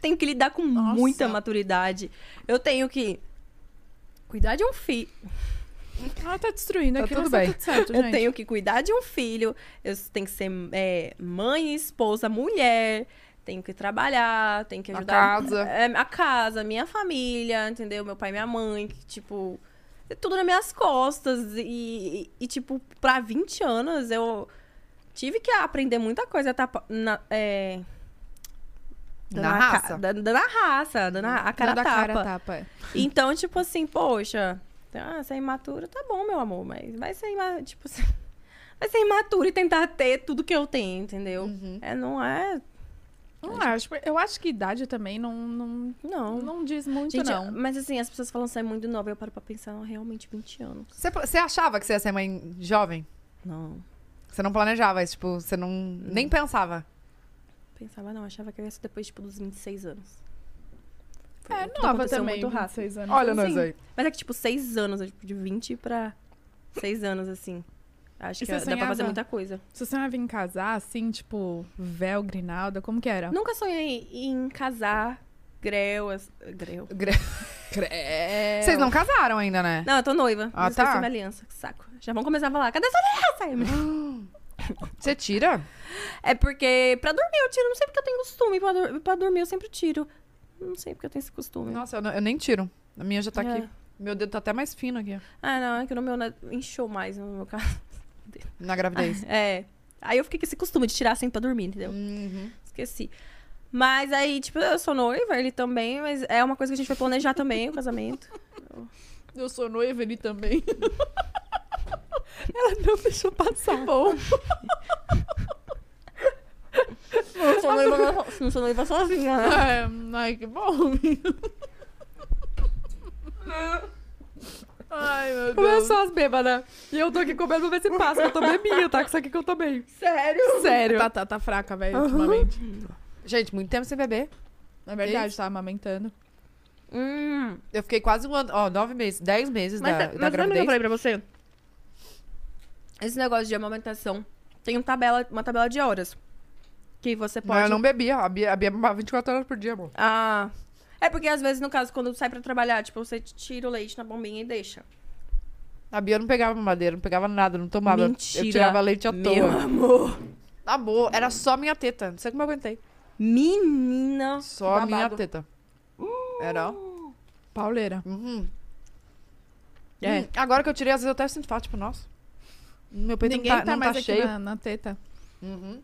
Speaker 3: Tenho que lidar com muita maturidade. Eu tenho que cuidar de um filho.
Speaker 2: Ah, tá destruindo
Speaker 1: Tá
Speaker 2: aqui.
Speaker 1: tudo
Speaker 2: mas
Speaker 1: bem.
Speaker 2: Tá tudo certo,
Speaker 3: Eu
Speaker 2: gente.
Speaker 3: tenho que cuidar de um filho, eu tenho que ser é, mãe, esposa, mulher, tenho que trabalhar, tenho que
Speaker 1: Na
Speaker 3: ajudar
Speaker 1: casa.
Speaker 3: É, a casa, minha família, entendeu? Meu pai, minha mãe, que, tipo, é tudo nas minhas costas. E, e- e, tipo, pra 20 anos eu tive que aprender muita coisa, tá? pa- Na, é, dando
Speaker 1: Na
Speaker 3: a ca-
Speaker 1: raça.
Speaker 3: dando- dando a raça, dando a, a cara
Speaker 1: Dando a
Speaker 3: tapa.
Speaker 1: cara tapa. é.
Speaker 3: Então, tipo assim, poxa, ah, você é imatura, tá bom, meu amor, mas vai ser, ima- tipo, assim, vai ser imatura e tentar ter tudo que eu tenho, entendeu?
Speaker 1: Uhum.
Speaker 3: É, não é,
Speaker 2: Não acho. Eu acho que idade também não, não,
Speaker 3: não.
Speaker 2: não diz muito,
Speaker 3: Gente,
Speaker 2: não.
Speaker 3: mas assim, as pessoas falam que você é muito nova, eu paro pra pensar, não, realmente 20 anos.
Speaker 1: Você, você achava que você ia ser mãe jovem?
Speaker 3: Não,
Speaker 1: Você não planejava, isso, tipo, você não nem pensava.
Speaker 3: pensava não, achava que eu ia ser depois, tipo, dos 26 anos.
Speaker 2: É
Speaker 3: Tudo
Speaker 2: nova
Speaker 3: aconteceu
Speaker 2: também.
Speaker 3: muito rápido.
Speaker 2: 26 anos.
Speaker 1: Olha
Speaker 3: Sim.
Speaker 1: nós aí.
Speaker 3: Mas é que, tipo, 6 anos, é, tipo, de 20 pra 6 anos, assim. Acho
Speaker 2: E
Speaker 3: que
Speaker 2: você
Speaker 3: é, dá pra fazer
Speaker 2: sonhava?
Speaker 3: muita coisa.
Speaker 2: Se você não vir casar, assim, tipo, véu, grinalda, como que era?
Speaker 3: Nunca sonhei em em casar, grel, as- grel.
Speaker 1: Gre- Vocês não casaram ainda, né?
Speaker 3: É, Não, eu tô noiva.
Speaker 1: Ah,
Speaker 3: Ah,
Speaker 1: tá.
Speaker 3: tá. minha aliança, que saco. Já vão começar a falar, cadê sua aliança? Aí, meu-
Speaker 1: Você tira?
Speaker 3: É porque pra dormir eu tiro, não sei porque eu tenho costume. Pra, dor- pra dormir eu sempre tiro. Não sei porque eu tenho esse costume.
Speaker 1: Nossa, eu, não- eu nem tiro. A minha já tá aqui.
Speaker 3: É.
Speaker 1: Meu dedo tá até mais fino aqui, ó,
Speaker 3: Ah, não, é que no meu né, inchou mais no meu caso.
Speaker 1: na gravidez.
Speaker 3: É. Aí eu fiquei com esse costume de tirar sempre pra dormir, entendeu?
Speaker 1: Uhum.
Speaker 3: Esqueci. Mas aí, tipo, eu sou noiva, ele também, mas é uma coisa que a gente vai planejar também, o casamento.
Speaker 2: Eu sou noiva, ele também.
Speaker 3: Ela não deixou passar. Bom. não, sou noiva, não sou noiva sozinha, né?
Speaker 2: é, ai, que bom. ai, meu Deus.
Speaker 1: só as bêbadas. E eu tô aqui comendo pra ver se passa. Eu tomei minha, tá? Com isso aqui que eu tomei. Sério? Sério.
Speaker 2: Tá, tá, tá fraca, velho, ultimamente.
Speaker 1: Gente, muito tempo sem beber.
Speaker 2: Na verdade, tá amamentando.
Speaker 3: Hum.
Speaker 1: Eu fiquei quase um ano, ó, nove meses, dez meses da,
Speaker 3: tá-
Speaker 1: da
Speaker 3: mas lembra que eu
Speaker 1: gravidez.
Speaker 3: falei pra você? Esse negócio de amamentação tem um tabela, uma tabela de horas. Que você
Speaker 1: Mas eu
Speaker 3: pode.
Speaker 1: não bebia. A Bia, a Bia mamava 24 horas por dia, amor.
Speaker 3: Ah. É porque às vezes, no caso, quando sai pra trabalhar, tipo, você tira o leite na bombinha e deixa.
Speaker 1: A Bia não pegava mamadeira, não pegava nada, não tomava. Eu
Speaker 3: Mentira.
Speaker 1: tirava leite à
Speaker 3: Meu
Speaker 1: toa.
Speaker 3: amor.
Speaker 1: Amor, era só minha teta. Não sei como eu aguentei.
Speaker 3: Menina.
Speaker 1: Só a minha
Speaker 3: babado.
Speaker 1: teta.
Speaker 2: Uh!
Speaker 1: Era, ó.
Speaker 2: Pauleira.
Speaker 1: Uhum.
Speaker 3: É.
Speaker 1: Hum, agora que eu tirei, às vezes eu até sinto falta, tipo, nossa. Meu peito
Speaker 2: Ninguém
Speaker 1: não tá,
Speaker 2: tá,
Speaker 1: não
Speaker 2: mais
Speaker 1: tá
Speaker 2: aqui
Speaker 1: cheio.
Speaker 2: Na, na teta.
Speaker 1: Uhum.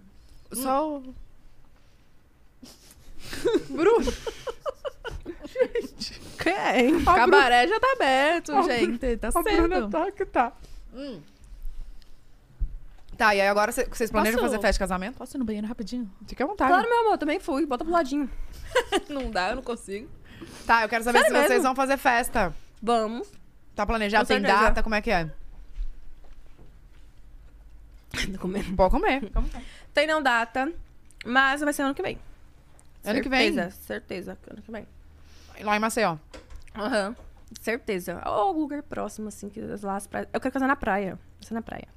Speaker 2: Só o...
Speaker 1: Bruno,
Speaker 3: Quem?
Speaker 2: Cabaré já tá aberto, gente. Tá
Speaker 1: a Bruna
Speaker 2: certo.
Speaker 1: tá que tá. Hum. Tá, e aí agora cê- vocês planejam
Speaker 2: Posso-
Speaker 1: fazer festa de casamento?
Speaker 2: Posso ir no banheiro rapidinho?
Speaker 1: Fique à vontade.
Speaker 3: Claro, meu amor, também fui. Bota pro ladinho.
Speaker 2: não dá, eu não consigo.
Speaker 1: Tá, eu quero saber
Speaker 3: Sério
Speaker 1: se vocês
Speaker 3: mesmo?
Speaker 1: vão fazer festa.
Speaker 3: Vamos.
Speaker 1: Tá planejado?
Speaker 3: Com
Speaker 1: Tem
Speaker 3: certeza.
Speaker 1: data? Como é que é?
Speaker 3: Tô comendo.
Speaker 1: Pode comer.
Speaker 3: Tem não data, mas vai ser ano que vem.
Speaker 1: Ano que vem?
Speaker 3: Certeza, certeza. Ano que vem.
Speaker 1: Lá em Maceió.
Speaker 3: Aham. Certeza. Ou algum lugar próximo, assim, que lá as praias. Eu quero casar na praia. Vai ser na praia.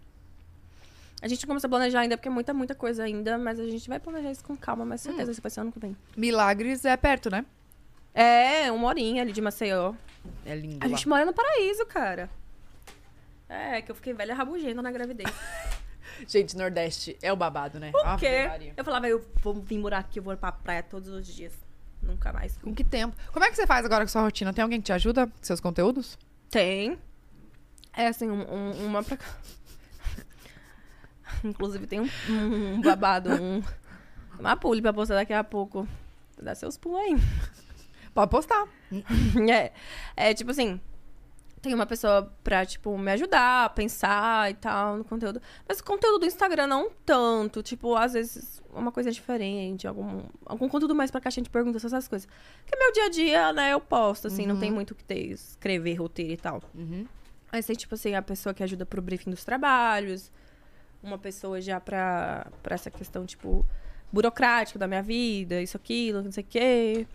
Speaker 3: A gente não começou a planejar ainda, porque é muita, muita coisa ainda, mas a gente vai planejar isso com calma, mas
Speaker 1: Hum.
Speaker 3: certeza se vai ser ano que vem.
Speaker 1: Milagres é perto, né?
Speaker 3: É, uma horinha ali de Maceió.
Speaker 1: É lindo.
Speaker 3: A gente mora no paraíso, cara. É, que eu fiquei velha rabugenta na gravidez.
Speaker 1: Gente, Nordeste é o babado, né?
Speaker 3: Por quê? Eu falava, eu vou vir morar aqui, eu vou pra praia todos os dias. Nunca mais fui.
Speaker 1: Com que tempo? Como é que você faz agora com sua rotina? Tem alguém que te ajuda com seus conteúdos?
Speaker 3: Tem. É assim, um- um- uma pra cá. Inclusive, tem um, um babado, um, uma pule pra postar daqui a pouco. Dá seus pulos aí.
Speaker 1: Pode postar.
Speaker 3: É, é tipo assim, tem uma pessoa pra, tipo, me ajudar, pensar e tal no conteúdo. Mas o conteúdo do Instagram não tanto. Tipo, às vezes uma coisa diferente, algum, algum conteúdo mais pra caixinha de perguntas, essas coisas. Porque meu dia a dia, né, eu posto, assim, não tem muito o que ter, escrever, roteiro e tal.
Speaker 1: Uhum.
Speaker 3: Mas tem, tipo assim, a pessoa que ajuda pro briefing dos trabalhos, uma pessoa já pra, pra essa questão, tipo, burocrática da minha vida, isso, aquilo, não sei o quê.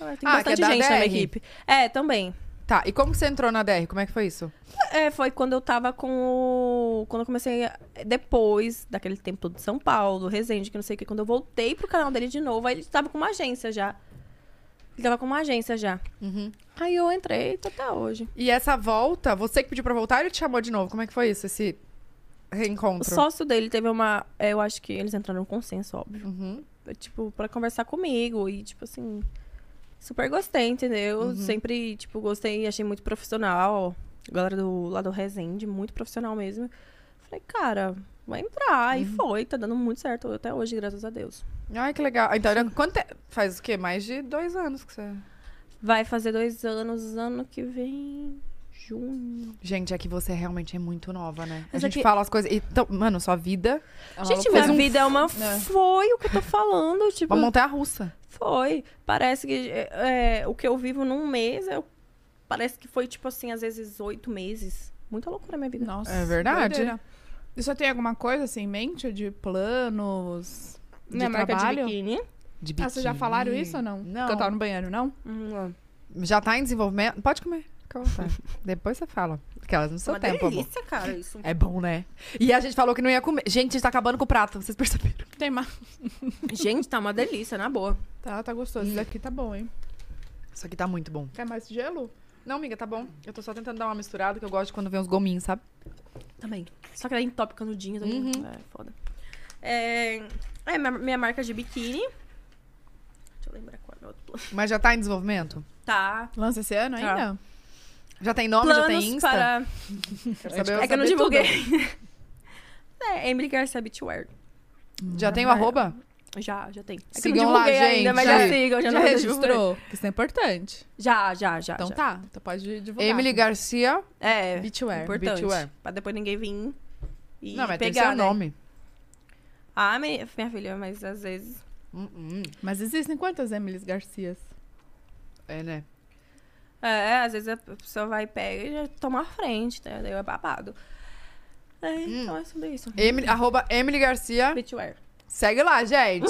Speaker 3: Ah, Tem
Speaker 1: Ah, que é
Speaker 3: bastante
Speaker 1: da
Speaker 3: gente na minha
Speaker 1: DR?
Speaker 3: equipe. É, também.
Speaker 1: Tá, e como que você entrou na DR? Como é que foi isso?
Speaker 3: É, foi quando eu tava com o... Quando eu comecei, a- depois daquele tempo todo de São Paulo, Resende, que não sei o que, quando eu voltei pro canal dele de novo, aí ele tava com uma agência já. Ele tava com uma agência já. Aí eu entrei e tô até hoje.
Speaker 1: E essa volta, você que pediu pra voltar, ele te chamou de novo. Como é que foi isso, esse
Speaker 3: O
Speaker 1: reencontro?
Speaker 3: sócio dele teve uma... é, Eu acho que eles entraram num consenso, óbvio.
Speaker 1: Uhum.
Speaker 3: tipo, pra conversar comigo. E, tipo assim, super gostei, entendeu? Sempre, tipo, gostei, achei muito profissional. A galera do, lá do Resende, muito profissional mesmo. Falei, cara, vai entrar. E foi, tá dando muito certo até hoje, graças a Deus.
Speaker 1: Ai, que legal. Então, era- quanto te- faz o quê? Mais de dois anos que você...
Speaker 3: Vai fazer dois anos, ano que vem, junho.
Speaker 1: Gente, é que você realmente é muito nova, né?
Speaker 3: Mas
Speaker 1: a
Speaker 3: é
Speaker 1: gente
Speaker 3: que-
Speaker 1: fala as coisas... Então, mano, sua vida... é uma
Speaker 3: Gente,
Speaker 1: loucura.
Speaker 3: minha vida é uma.
Speaker 2: É.
Speaker 3: Foi o que eu tô falando, tipo.
Speaker 1: é Uma
Speaker 2: Uhum.
Speaker 1: montanha-russa.
Speaker 3: Foi. Parece que é, é, o que eu vivo num mês, eu- parece que foi, tipo assim, às vezes oito meses. Muita loucura minha vida.
Speaker 2: Nossa.
Speaker 1: É verdade.
Speaker 2: doideira. E você tem alguma coisa assim em mente de planos? De
Speaker 3: Minha marca
Speaker 2: trabalho?
Speaker 3: de biquíni.
Speaker 1: De
Speaker 2: Ah, vocês já
Speaker 1: biquíni.
Speaker 2: falaram isso ou não?
Speaker 1: Não.
Speaker 2: Que eu tava no banheiro, não?
Speaker 3: Hum,
Speaker 1: Já tá em desenvolvimento? Pode comer. Fica à vontade. Depois você fala. Porque elas não
Speaker 3: ó.
Speaker 1: são
Speaker 3: Uma
Speaker 1: tempo, amor.
Speaker 3: delícia, cara, isso.
Speaker 1: É bom, né? E a gente falou que não ia comer. Gente, a gente tá acabando com o prato, vocês perceberam?
Speaker 2: Tem mais.
Speaker 3: Gente, tá uma delícia, na boa.
Speaker 2: Tá, tá gostoso. Isso daqui tá bom, hein?
Speaker 1: Isso aqui tá muito bom.
Speaker 2: Quer mais gelo?
Speaker 1: Não, amiga, tá bom. Eu tô só tentando dar uma misturada, que eu gosto quando vem uns gominhos, sabe?
Speaker 3: Também. Só que ela entope canudinho. também.
Speaker 1: Uhum.
Speaker 3: É, foda. É, é, minha, minha marca de biquíni. Deixa eu lembrar qual é o meu outro plano.
Speaker 1: Mas já tá em desenvolvimento?
Speaker 3: Tá.
Speaker 2: Lança esse ano
Speaker 3: Tá.
Speaker 2: ainda?
Speaker 1: Já tem nome, já tem Insta?
Speaker 3: para...
Speaker 1: Quero saber-
Speaker 3: É que eu
Speaker 1: saber tudo.
Speaker 3: não divulguei. é, Emily Garcia Beachwear.
Speaker 1: Já tem o arroba?
Speaker 3: Já, já tem. É que eu
Speaker 1: Sigam lá,
Speaker 3: divulguei
Speaker 1: gente.
Speaker 3: ainda, mas já
Speaker 1: Já
Speaker 3: sigam. Já,
Speaker 2: Já
Speaker 3: não registrou?
Speaker 2: registrou? Que isso é importante.
Speaker 3: Já, já, já.
Speaker 2: Então
Speaker 3: Ah, já.
Speaker 2: tá. Então pode divulgar.
Speaker 1: Emily Garcia.
Speaker 3: né? É,
Speaker 2: Beachwear.
Speaker 3: importante.
Speaker 1: Beachwear.
Speaker 3: Pra depois ninguém vir e
Speaker 1: não, mas tem
Speaker 3: pegar,
Speaker 1: seu
Speaker 3: né?
Speaker 1: nome.
Speaker 3: Ah, minha, minha filha, mas às vezes...
Speaker 1: Hum, hum.
Speaker 2: Mas existem quantas Emilys Garcias?
Speaker 1: É, né?
Speaker 3: Hum. É, às vezes a pessoa vai e pega e já toma a frente, né? Daí é babado. É, então é tudo isso.
Speaker 1: Emily, arroba Emily Garcia.
Speaker 3: Beachwear.
Speaker 1: Segue lá, gente.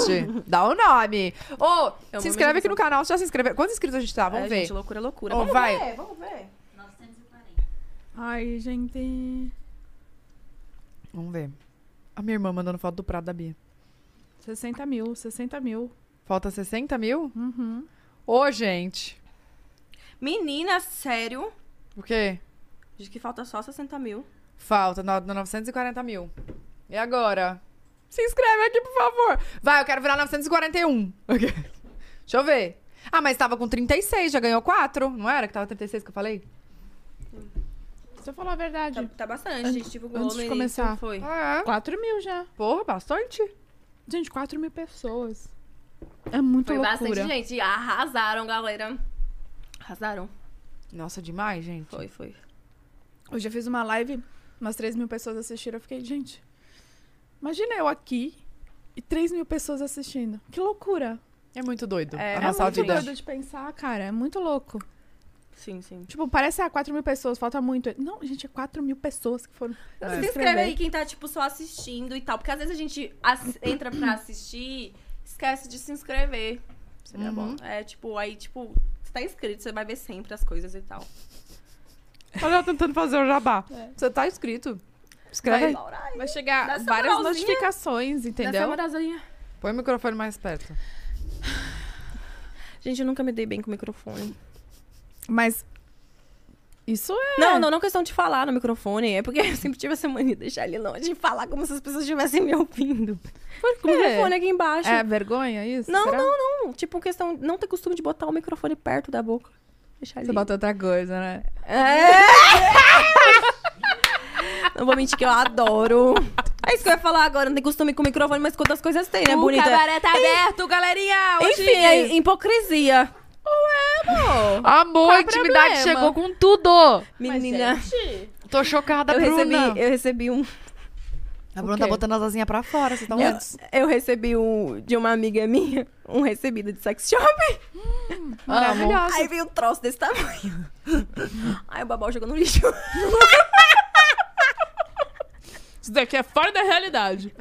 Speaker 1: Dá o nome. Ô,
Speaker 3: Eu
Speaker 1: se
Speaker 3: vou
Speaker 1: inscreve
Speaker 3: mesmo
Speaker 1: aqui no canal. Já se inscreveu? Quantos inscritos a gente tá? Vamos
Speaker 3: é,
Speaker 1: ver.
Speaker 3: Gente, loucura, loucura.
Speaker 1: Ô,
Speaker 3: Vamos
Speaker 1: vai.
Speaker 3: ver, vamos ver.
Speaker 6: 940.
Speaker 2: Ai, gente.
Speaker 1: Vamos ver. A minha irmã mandando foto do prato da Bia.
Speaker 2: 60 mil, 60 mil.
Speaker 1: Falta 60 mil?
Speaker 2: Uhum.
Speaker 1: Ô, gente.
Speaker 3: Menina, sério.
Speaker 1: O quê?
Speaker 3: Diz que falta só 60 mil.
Speaker 1: Falta no- no 940 mil. E agora? Se inscreve aqui, por favor. Vai, eu quero virar 941. Ok. Deixa eu ver. Ah, mas tava com 36, já ganhou 4. Não era que tava 36 que eu falei?
Speaker 2: Se eu falar a verdade,
Speaker 3: Tá, tá bastante, a
Speaker 2: Antes-
Speaker 3: gente divulgou
Speaker 2: antes
Speaker 3: no
Speaker 2: de
Speaker 3: início,
Speaker 2: começar.
Speaker 3: Foi.
Speaker 1: Ah,
Speaker 2: 4 mil já.
Speaker 1: porra, bastante.
Speaker 2: Gente, 4 mil pessoas. É muito
Speaker 3: Foi
Speaker 2: loucura.
Speaker 3: bastante gente. Arrasaram, galera. Arrasaram.
Speaker 1: Nossa, demais, gente.
Speaker 3: Foi, foi.
Speaker 2: Hoje eu fiz uma live, umas 3 mil pessoas assistiram. Eu fiquei, gente, imagina eu aqui e 3 mil pessoas assistindo. Que loucura.
Speaker 1: É muito doido.
Speaker 3: É,
Speaker 1: a nossa
Speaker 3: é
Speaker 2: é muito
Speaker 1: audiência.
Speaker 2: doido de pensar, cara. É muito louco.
Speaker 3: Sim, sim.
Speaker 2: Tipo, parece, ah, 4 mil pessoas, falta muito. Não, gente, é 4 mil pessoas que foram.
Speaker 3: É, Se inscreve aí quem tá, tipo, só assistindo e tal. Porque às vezes a gente ass- entra pra assistir, esquece de se inscrever. Seria
Speaker 1: Uhum.
Speaker 3: bom. É, tipo, aí, tipo, você tá inscrito, você vai ver sempre as coisas e tal.
Speaker 1: Olha ela tentando fazer o jabá. Você tá inscrito. Escreve aí.
Speaker 3: Vai, Laura, aí.
Speaker 2: Vai chegar
Speaker 3: Dá essa
Speaker 2: várias
Speaker 3: moralzinha.
Speaker 2: notificações,
Speaker 3: Dá essa
Speaker 2: entendeu?
Speaker 3: moralzinha.
Speaker 1: Põe o microfone mais perto.
Speaker 3: Gente, eu nunca me dei bem com o microfone.
Speaker 2: Mas isso é.
Speaker 3: Não, não, não questão de falar no microfone. É porque eu sempre tive essa mania de deixar ele longe e falar como se as pessoas estivessem me ouvindo. Por Com o microfone aqui embaixo.
Speaker 2: É vergonha isso?
Speaker 3: Não,
Speaker 2: Será?
Speaker 3: não, não. Tipo, questão. Não ter costume de botar o microfone perto da boca. Deixar
Speaker 2: Você
Speaker 3: ali.
Speaker 2: bota outra coisa, né?
Speaker 3: É! não vou mentir que eu adoro.
Speaker 5: Exato.
Speaker 3: É isso que eu ia falar agora, não tem costume com o microfone, mas quantas coisas tem, né,
Speaker 4: o
Speaker 3: bonita?
Speaker 4: cabaré tá aberto, galerinha! Hoje...
Speaker 3: Enfim, é hipocrisia.
Speaker 1: Amor,
Speaker 4: Qual
Speaker 1: a
Speaker 4: é o
Speaker 1: intimidade
Speaker 4: problema?
Speaker 1: chegou com tudo.
Speaker 3: Menina,
Speaker 1: Tô chocada,
Speaker 3: eu
Speaker 1: Bruna.
Speaker 3: recebi, eu recebi um.
Speaker 1: A Bruna tá botando as asinhas pra fora, vocês estão
Speaker 3: Eu,
Speaker 1: antes.
Speaker 3: eu recebi um de uma amiga minha, um recebido de sex shop.
Speaker 1: Maravilhosa.
Speaker 3: Aí veio um troço desse tamanho. Aí o babau jogou no lixo.
Speaker 2: Isso daqui é fora da realidade.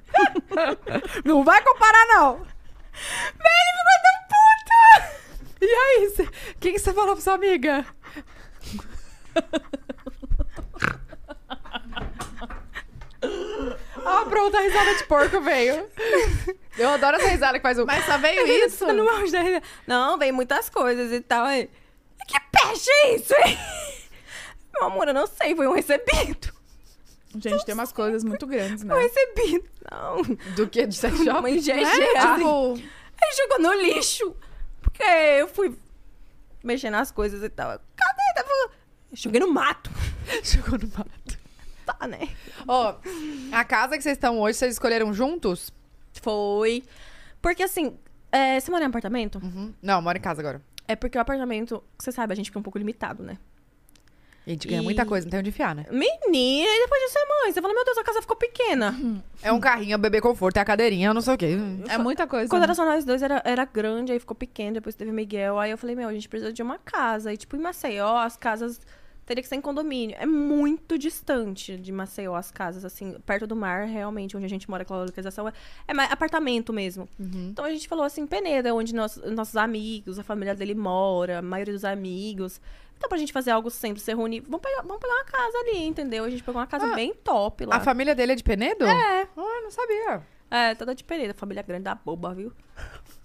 Speaker 3: Não vai comparar, não. Velho, ele ficou tão puto.
Speaker 1: E aí, cê- o que que você falou pra sua amiga? Ah, pronto, a risada de porco veio. Eu adoro essa risada que faz o...
Speaker 2: Mas só veio isso?
Speaker 3: Tá no auge da risada. Não, vem muitas coisas e tal. Aí. Que peste é isso, hein? Meu amor, eu não sei, foi um recebido.
Speaker 2: Gente, tem umas coisas muito grandes, né?
Speaker 3: Um recebido. Não.
Speaker 1: Do que? De sex shop?
Speaker 3: Uma GG.
Speaker 1: é? Tipo,
Speaker 3: Ele assim. jogou no lixo. Porque eu fui mexendo nas coisas e tal. Cadê? Tava... Eu Joguei no mato.
Speaker 1: chegou no mato.
Speaker 3: Tá, né?
Speaker 1: Ó, a casa que vocês estão hoje, vocês escolheram juntos?
Speaker 3: Foi. Porque assim, é, você mora em apartamento?
Speaker 1: Uhum. Não, mora em casa agora.
Speaker 3: É porque o apartamento, você sabe, a gente fica um pouco limitado, né?
Speaker 1: A gente ganha muita
Speaker 3: E-
Speaker 1: coisa, não tem onde enfiar, né?
Speaker 3: Menina, e depois de ser mãe, você fala, meu Deus, a casa ficou pequena.
Speaker 1: É um carrinho, é um bebê conforto, é a cadeirinha, eu não sei o quê.
Speaker 2: É muita coisa.
Speaker 3: Quando era só nós dois, era, era grande, aí ficou pequeno, depois teve Miguel. Aí eu falei, meu, a gente precisa de uma casa. E tipo, em Maceió, as casas teria que ser em condomínio. É muito distante de Maceió as casas, assim, perto do mar, realmente, onde a gente mora, aquela localização. É, é mais apartamento mesmo.
Speaker 1: Uhum.
Speaker 3: Então a gente falou assim, Peneda, é onde nós- nossos amigos, a família dele mora, a maioria dos amigos. Então, pra gente fazer algo sempre, se reunir, vamos pegar, vamos pegar uma casa ali, entendeu? A gente pegou uma casa
Speaker 1: Ah,
Speaker 3: bem top lá.
Speaker 1: A família dele é de Penedo? É. Ah, não sabia.
Speaker 3: É, toda de Pereira, família grande da boba, viu?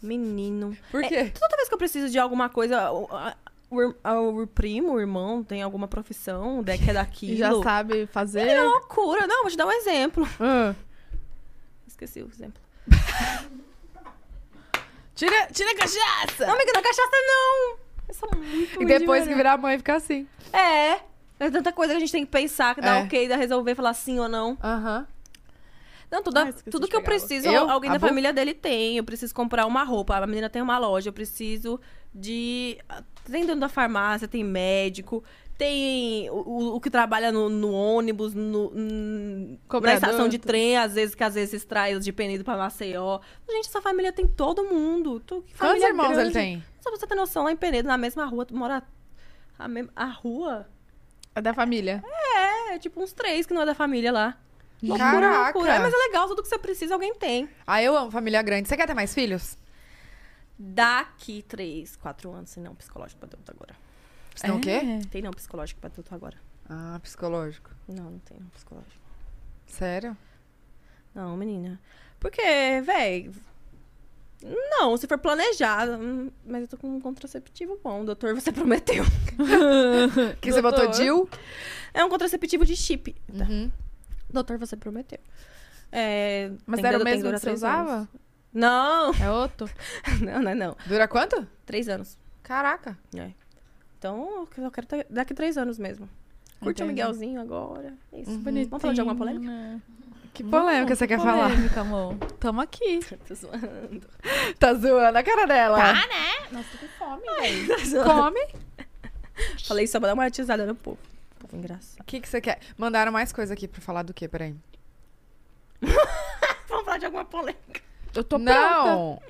Speaker 3: Menino.
Speaker 1: Por
Speaker 3: É,
Speaker 1: quê?
Speaker 3: toda vez que eu preciso de alguma coisa, o, a- o, ir- a- o primo, o irmão, tem alguma profissão, né, que é
Speaker 2: E
Speaker 3: daquilo.
Speaker 2: já sabe fazer.
Speaker 3: É loucura. Não, vou te dar um exemplo.
Speaker 1: Ah.
Speaker 3: Esqueci o exemplo.
Speaker 2: Tira, tira a cachaça!
Speaker 3: Não, amiga, não é cachaça, não! Eu sou muito
Speaker 1: E depois que
Speaker 3: indignada.
Speaker 1: virar mãe, fica assim.
Speaker 3: É. É tanta coisa que a gente tem que pensar, que dá
Speaker 1: É.
Speaker 3: ok, dá resolver, falar sim ou não.
Speaker 1: Aham.
Speaker 3: Não, tudo,
Speaker 2: Ah, esqueci
Speaker 3: tudo
Speaker 2: de
Speaker 3: que eu
Speaker 2: pegar ela.
Speaker 3: preciso,
Speaker 1: Eu?
Speaker 3: alguém
Speaker 1: A
Speaker 3: da
Speaker 1: Bu?
Speaker 3: família dele tem. Eu preciso comprar uma roupa, a menina tem uma loja, eu preciso de. Tem dono da farmácia, tem médico, tem o, o- o que trabalha no, no ônibus, no, n- na
Speaker 2: Cobrador,
Speaker 3: estação de
Speaker 2: tudo.
Speaker 3: trem, às vezes, que às vezes traz de Penedo pra Maceió. Gente, essa família tem todo mundo. Tu, que
Speaker 1: Quantos
Speaker 3: família
Speaker 1: irmãos ele
Speaker 3: grande.
Speaker 1: tem?
Speaker 3: Só pra você ter noção, lá em Penedo, na mesma rua, tu mora. A, mem- a rua?
Speaker 2: É da família.
Speaker 3: É, tipo uns três que não é da família lá. Loucura,
Speaker 1: Caraca.
Speaker 3: loucura. É, mas é legal, tudo que você precisa, alguém tem.
Speaker 1: Ah, eu amo família grande. Você quer ter mais filhos?
Speaker 3: Daqui 3, 4 anos, se não psicológico pra adulto agora.
Speaker 1: Senão o quê?
Speaker 3: Tem não psicológico pra adulto agora.
Speaker 1: Ah, psicológico.
Speaker 3: Não, não tem não psicológico.
Speaker 1: Sério?
Speaker 3: Não, menina. Porque, véi. Não, se for planejado. hum, Mas eu tô com um contraceptivo bom, doutor, você prometeu.
Speaker 1: Que você botou Jill?
Speaker 3: É um contraceptivo de chip. Tá.
Speaker 1: Uhum.
Speaker 3: Doutor, você prometeu. É,
Speaker 2: Mas
Speaker 3: tem
Speaker 2: era o
Speaker 3: dedo- tem
Speaker 2: mesmo
Speaker 3: dura
Speaker 2: que você
Speaker 3: três
Speaker 2: usava?
Speaker 3: anos. Não!
Speaker 2: É outro?
Speaker 3: Não, não, é não.
Speaker 1: Dura quanto?
Speaker 3: Três anos. é.
Speaker 1: Caraca.
Speaker 3: Então, eu quero ter- daqui três anos mesmo.
Speaker 2: Entendi.
Speaker 3: Curte o
Speaker 2: Uhum.
Speaker 3: Miguelzinho agora. É Isso.
Speaker 2: Bonitinho.
Speaker 3: Vamos falar de alguma polêmica?
Speaker 2: né?
Speaker 1: Que polêmica você quer falar?
Speaker 2: Polêmica, amor. Tamo aqui.
Speaker 3: Tô zoando.
Speaker 1: Tá zoando a cara dela.
Speaker 3: Tá?
Speaker 2: Nossa, tô com fome.
Speaker 1: Come.
Speaker 3: Falei só pra dar uma atizada no povo. Povo engraçado.
Speaker 1: O que, que você quer? Mandaram mais coisa aqui pra falar do quê? Peraí.
Speaker 3: Vamos falar de alguma polêmica.
Speaker 2: Eu tô pronta.
Speaker 1: não.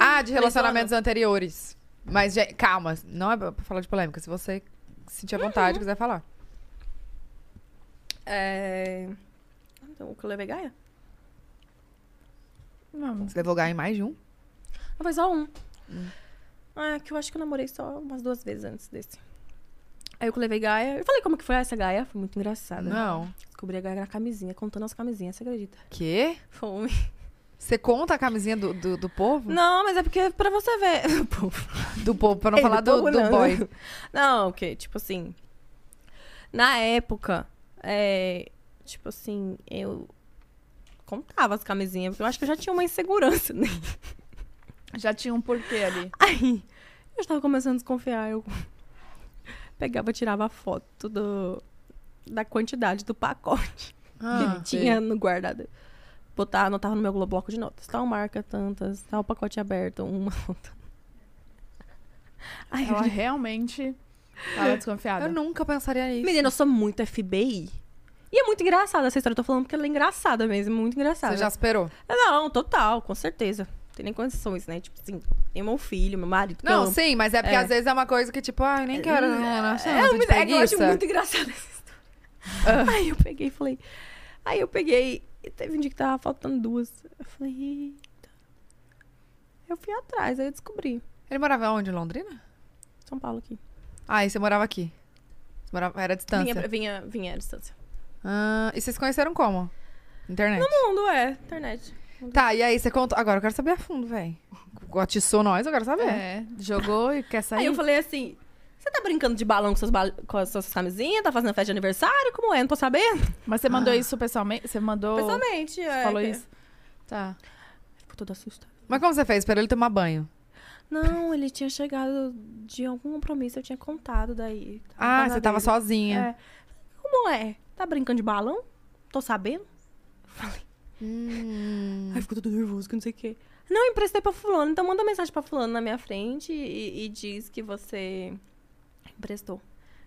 Speaker 1: Ah, de relacionamentos anteriores. Mas, gente, calma. Não é pra falar de polêmica. Se você sentir a vontade, quiser falar.
Speaker 3: É... Então, o que eu levei Gaia?
Speaker 2: Não.
Speaker 1: Você levou ganho em mais de um?
Speaker 3: Ah, foi só um. Ah, que eu acho que eu namorei só umas duas vezes antes desse. Aí eu levei Gaia. Eu falei como que foi essa Gaia. Foi muito engraçada.
Speaker 1: Não.
Speaker 3: Descobri a Gaia na camisinha, contando as camisinhas, você acredita?
Speaker 1: Quê?
Speaker 3: Fome.
Speaker 1: Você conta a camisinha do, do, do povo?
Speaker 3: Não, mas é porque pra você ver. O povo.
Speaker 1: Do povo, pra não
Speaker 3: Ei,
Speaker 1: falar do,
Speaker 3: É, povo,
Speaker 1: do
Speaker 3: não.
Speaker 1: boy.
Speaker 3: Não, porque, tipo assim. Na época, é, tipo assim, eu contava as camisinhas, porque eu acho que eu já tinha uma insegurança, né?
Speaker 2: Já tinha um porquê ali.
Speaker 3: Aí, eu tava começando a desconfiar, eu pegava, tirava foto do, da quantidade do pacote
Speaker 1: Ah,
Speaker 3: que tinha no guardado. botar, anotava no meu bloco de notas. Tal marca, tantas, tal pacote aberto, uma. Ai,
Speaker 2: Ela realmente tava desconfiada.
Speaker 1: Eu nunca pensaria nisso.
Speaker 3: Menina, eu sou muito FBI. E é muito engraçada essa história, eu tô falando porque ela é engraçada mesmo, muito engraçada. É,
Speaker 1: Você já esperou?
Speaker 3: Não, total, com certeza. Não tem nem condições, né? Tipo assim, eu, meu filho, meu marido.
Speaker 1: Não,
Speaker 3: cão.
Speaker 1: sim, mas é porque
Speaker 3: É.
Speaker 1: às vezes é uma coisa que, tipo, ai, nem quero. Não, não, não,
Speaker 3: É,
Speaker 1: não, de
Speaker 3: eu, me- é que eu acho
Speaker 1: preguiça. Ah.
Speaker 3: muito engraçada essa história. Aí eu peguei e falei. Aí eu peguei. e Teve um dia que tava faltando duas. Eu falei, eita. Eu fui atrás, aí eu descobri.
Speaker 1: Ele morava onde? Em Londrina?
Speaker 3: São Paulo aqui.
Speaker 1: Ah, e você morava aqui. Você morava... Era à distância.
Speaker 3: Vinha, vinha, vinha à distância.
Speaker 1: Ah, e vocês se conheceram como? Internet.
Speaker 3: No mundo, é, internet.
Speaker 1: Tá, e aí você contou. Agora eu quero saber a fundo, velho. Atiçou nós, eu quero saber.
Speaker 2: É, jogou e quer
Speaker 3: Aí
Speaker 2: sair.
Speaker 3: eu falei assim. Você tá brincando de balão com, seus bal... com as suas camisinhas? Tá fazendo festa de aniversário? Como é? Não tô sabendo?
Speaker 2: Mas você mandou isso pessoalmente? Você mandou.
Speaker 3: Ah. Pessoalmente, é.
Speaker 2: Falou
Speaker 3: que-
Speaker 2: isso? Tá.
Speaker 3: Ficou toda assustada.
Speaker 1: Mas como você fez? Esperou ele tomar banho.
Speaker 3: Não, ele tinha chegado de algum compromisso, eu tinha contado daí. Tava na
Speaker 1: Ah,
Speaker 3: casa
Speaker 1: você tava
Speaker 3: dele.
Speaker 1: sozinha.
Speaker 3: É. Como é? Tá brincando de balão? Tô sabendo.
Speaker 2: É.
Speaker 1: Hum.
Speaker 3: Aí ficou todo nervoso, que não sei o quê. Não, emprestei pra fulano, então manda mensagem pra fulano na minha frente e, e diz que você emprestou.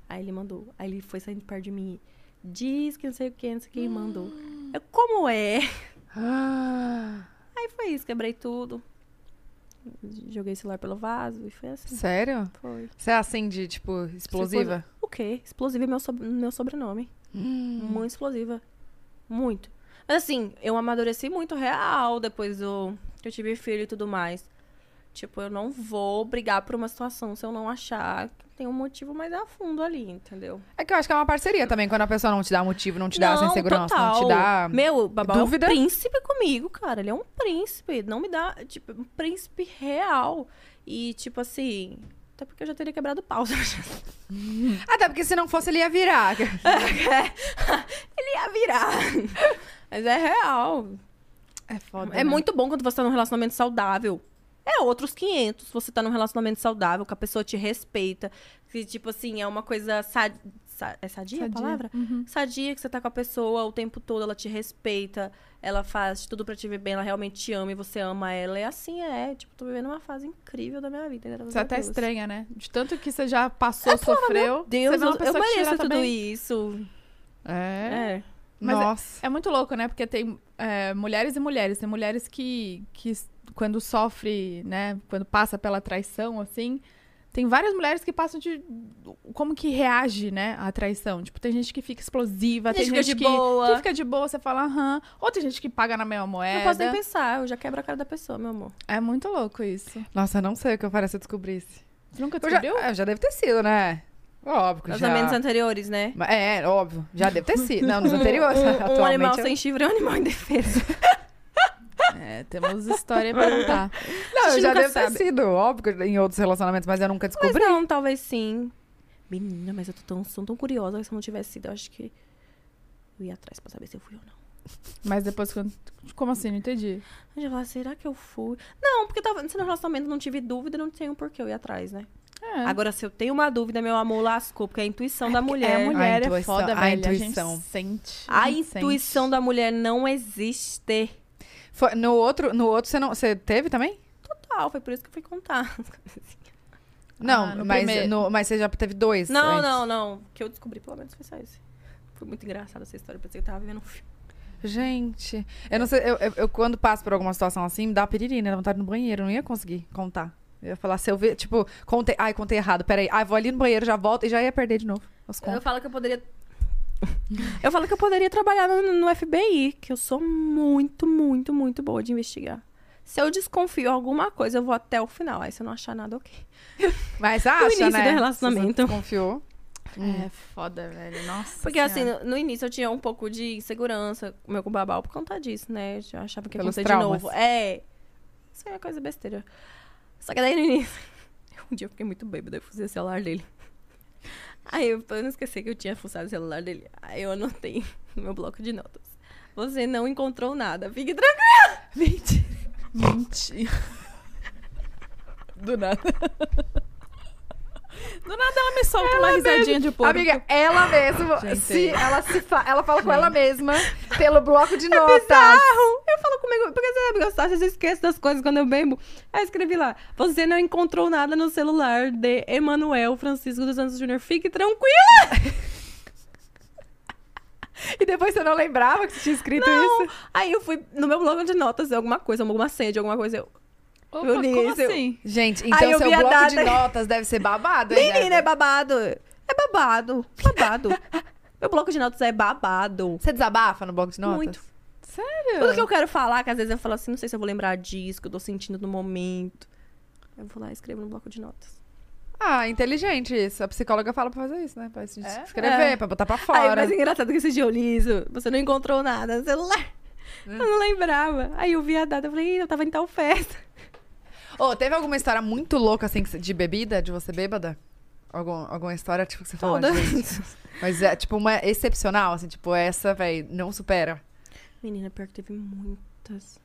Speaker 3: Aí ele mandou. Aí ele foi saindo de perto de mim. e Diz que não sei o quê, não sei o quê, e mandou. Eu, como é?
Speaker 1: Ah,
Speaker 3: Aí foi isso, quebrei tudo. Joguei o celular pelo vaso e foi assim.
Speaker 1: Sério?
Speaker 3: Foi.
Speaker 1: Você é assim de, tipo, explosiva?
Speaker 3: O quê? Explosiva é meu, sob- meu sobrenome.
Speaker 1: Hum.
Speaker 2: Hum.
Speaker 3: Muito explosiva. Muito. Mas assim, eu amadureci muito real depois do que eu tive filho e tudo mais. Tipo, eu não vou brigar por uma situação se eu não achar que tem um motivo mais a fundo ali, entendeu?
Speaker 1: É que eu acho que é uma parceria também, quando a pessoa não te dá motivo, não te dá essa
Speaker 3: Não,
Speaker 1: insegurança, não te
Speaker 3: total.
Speaker 1: dá.
Speaker 3: Meu, babá
Speaker 1: Dúvida?
Speaker 3: é um príncipe comigo, cara. Ele é um príncipe. Não me dá, tipo, um príncipe real. E, tipo assim. Até porque eu já teria quebrado o pau. se eu achasse.
Speaker 1: Até porque se não fosse, ele ia virar.
Speaker 3: é. Ele ia virar. Mas é real.
Speaker 2: É foda.
Speaker 1: né?
Speaker 3: É muito bom quando você tá num relacionamento saudável. É outros 500 você tá num relacionamento saudável, que a pessoa te respeita. Que, tipo assim, é uma coisa sa- sa- é sadia, a palavra?
Speaker 2: Uhum.
Speaker 3: Sadia que você tá com a pessoa o tempo todo, ela te respeita, ela faz de tudo pra te ver bem, ela realmente te ama e você ama ela. E assim é, tipo, tô vivendo uma fase incrível da minha vida. graças
Speaker 2: Você
Speaker 3: a
Speaker 2: até
Speaker 3: Deus. É
Speaker 2: estranha, né? De tanto que você já passou, sofreu. você
Speaker 3: Deus,
Speaker 2: vê uma
Speaker 3: eu, eu
Speaker 2: pessoa que te
Speaker 3: mereço
Speaker 2: cheira
Speaker 3: tudo
Speaker 2: também.
Speaker 3: isso.
Speaker 2: É.
Speaker 3: É.
Speaker 2: Mas
Speaker 1: Nossa.
Speaker 2: É muito louco, né? Porque tem é, mulheres e mulheres. Tem mulheres que, que s- quando sofre, né? Quando passa pela traição, assim. Tem várias mulheres que passam de. Como que reage, né? À traição. Tipo, tem gente que fica explosiva,
Speaker 3: Tem
Speaker 2: tem,
Speaker 3: gente que
Speaker 2: gente
Speaker 3: fica de
Speaker 2: que,
Speaker 3: boa.
Speaker 2: que fica de boa, você fala, aham. Ou tem gente que paga na mesma moeda.
Speaker 3: Não posso nem pensar, eu já quebro a cara da pessoa, meu amor.
Speaker 2: É muito louco isso.
Speaker 1: Nossa, eu não sei o que eu faria se eu descobrisse.
Speaker 2: Você nunca
Speaker 1: Eu já,
Speaker 2: descobriu?
Speaker 1: é, já deve ter sido, né? Óbvio que
Speaker 3: Nos
Speaker 1: já.
Speaker 3: amamentos anteriores, né?
Speaker 1: Mas É, é, óbvio. Já deve ter sido. Não, nos anteriores. né?
Speaker 3: Um- Um,
Speaker 1: atualmente,
Speaker 3: animal
Speaker 1: eu-
Speaker 3: sem chifre é um animal indefeso.
Speaker 2: É, temos história pra contar.
Speaker 1: Não,
Speaker 3: a gente
Speaker 1: já
Speaker 3: nunca
Speaker 1: deve
Speaker 3: sabe.
Speaker 1: ter sido. Óbvio que em outros relacionamentos, mas eu nunca
Speaker 3: Mas
Speaker 1: descobri.
Speaker 3: não, talvez sim. Menina, mas eu tô tão, sou tão curiosa. Se eu não tivesse sido, eu acho que eu ia atrás pra saber se eu fui ou não.
Speaker 2: Mas depois quando. Como assim? Não entendi.
Speaker 3: Eu já falava, será que eu fui? Não, porque tava, se no relacionamento não tive dúvida, não tenho por que eu ir atrás, né?
Speaker 2: É.
Speaker 3: Agora, se eu tenho uma dúvida, meu amor lascou, porque é a intuição da
Speaker 2: É,
Speaker 3: mulher.
Speaker 2: a mulher
Speaker 1: A
Speaker 2: é
Speaker 1: intuição-
Speaker 2: foda,
Speaker 1: a
Speaker 2: velho. A
Speaker 1: intuição.
Speaker 2: gente sente.
Speaker 3: A
Speaker 2: gente sente.
Speaker 3: intuição da mulher não existe.
Speaker 1: Foi- no outro, no outro você, não, você teve também?
Speaker 3: Total, foi por isso que eu fui contar.
Speaker 1: Não,
Speaker 2: Ah, no
Speaker 1: mas,
Speaker 2: primeiro.
Speaker 1: no- mas você já teve dois.
Speaker 3: Não,
Speaker 1: antes.
Speaker 3: não, não. O que eu descobri, pelo menos, foi só isso. Foi muito engraçada essa história. Parecia que eu tava vivendo um filme.
Speaker 1: Gente, eu não sei, eu, eu- eu quando passo por alguma situação assim, me dá piririna, dá vontade no banheiro, eu não ia conseguir contar. Eu ia falar, se eu ver, tipo, contei, ai, contei errado, peraí, ai, vou ali no banheiro, já volto e já ia perder de novo. Os
Speaker 5: Eu
Speaker 1: contos.
Speaker 5: falo que eu poderia
Speaker 3: Eu falo que eu poderia trabalhar no, no FBI, que eu sou muito, muito, muito boa de investigar. Se eu desconfio alguma coisa, eu vou até o final. Aí se eu não achar nada, ok.
Speaker 1: Mas acha,
Speaker 3: início
Speaker 1: né?
Speaker 3: do relacionamento.
Speaker 1: Confiou.
Speaker 2: É foda, velho. Nossa.
Speaker 3: Porque assim, no, no início eu tinha um pouco de insegurança com o meu babau por conta disso, né? Eu já achava que ia
Speaker 1: Pelos
Speaker 3: acontecer
Speaker 1: traumas.
Speaker 3: de novo. É. Isso é uma coisa besteira. Só que daí no início. Um dia eu fiquei muito bêbada, eu fusei o celular dele. Aí eu, pra eu não esquecer que eu tinha fuçado o celular dele. Aí eu anotei no meu bloco de notas. Você não encontrou nada, fique tranquila! Mentira.
Speaker 2: Mentira. né? Do nada. Do nada ela me solta uma risadinha de porco.
Speaker 1: Amiga, ela mesma,
Speaker 2: Gente. É
Speaker 1: tá. se ela se fa- ela fala com ela mesma pelo bloco de notas.
Speaker 3: Eu comigo. Por que você deve gostar? Às vezes eu esqueço das coisas quando eu bebo. Aí eu escrevi lá. Você não encontrou nada no celular de Emanuel Francisco dos Santos Júnior. Fique tranquila!
Speaker 1: E depois você não lembrava que você tinha escrito
Speaker 3: Não.
Speaker 1: isso?
Speaker 3: Aí eu fui no meu bloco de notas, é alguma coisa, alguma senha de alguma coisa. Eu...
Speaker 2: Opa,
Speaker 3: Eu li
Speaker 2: como
Speaker 3: isso, eu-
Speaker 2: assim?
Speaker 1: Gente,
Speaker 3: Aí
Speaker 1: então
Speaker 3: eu
Speaker 1: seu
Speaker 3: vi a
Speaker 1: bloco de
Speaker 3: data.
Speaker 1: notas deve ser babado, hein?
Speaker 3: Menina, é babado. É babado. Babado. meu bloco de notas é babado.
Speaker 1: Você desabafa no bloco de notas?
Speaker 3: Muito.
Speaker 2: Sério?
Speaker 3: Tudo que eu quero falar, que às vezes eu falo assim, não sei se eu vou lembrar disso, que eu tô sentindo no momento. Eu vou lá e escrevo no bloco de notas.
Speaker 1: Ah, inteligente isso. A psicóloga fala pra fazer isso, né? Pra se
Speaker 2: É?
Speaker 1: escrever,
Speaker 3: É.
Speaker 1: pra botar pra
Speaker 3: Aí,
Speaker 1: fora.
Speaker 3: mas é engraçado que esse dia eu li isso. Você não encontrou nada no celular. Eu não lembrava. Aí eu vi a data, eu falei, "Ih, eu tava em tal festa.
Speaker 1: Ô, teve alguma história muito louca, assim, que cê- de bebida? De você bêbada? Algum, alguma história, tipo, que você fala,
Speaker 3: Todas.
Speaker 1: gente? Mas é, tipo, uma excepcional, assim, tipo, essa, véi, não supera.
Speaker 3: Menina, pior que teve muitas.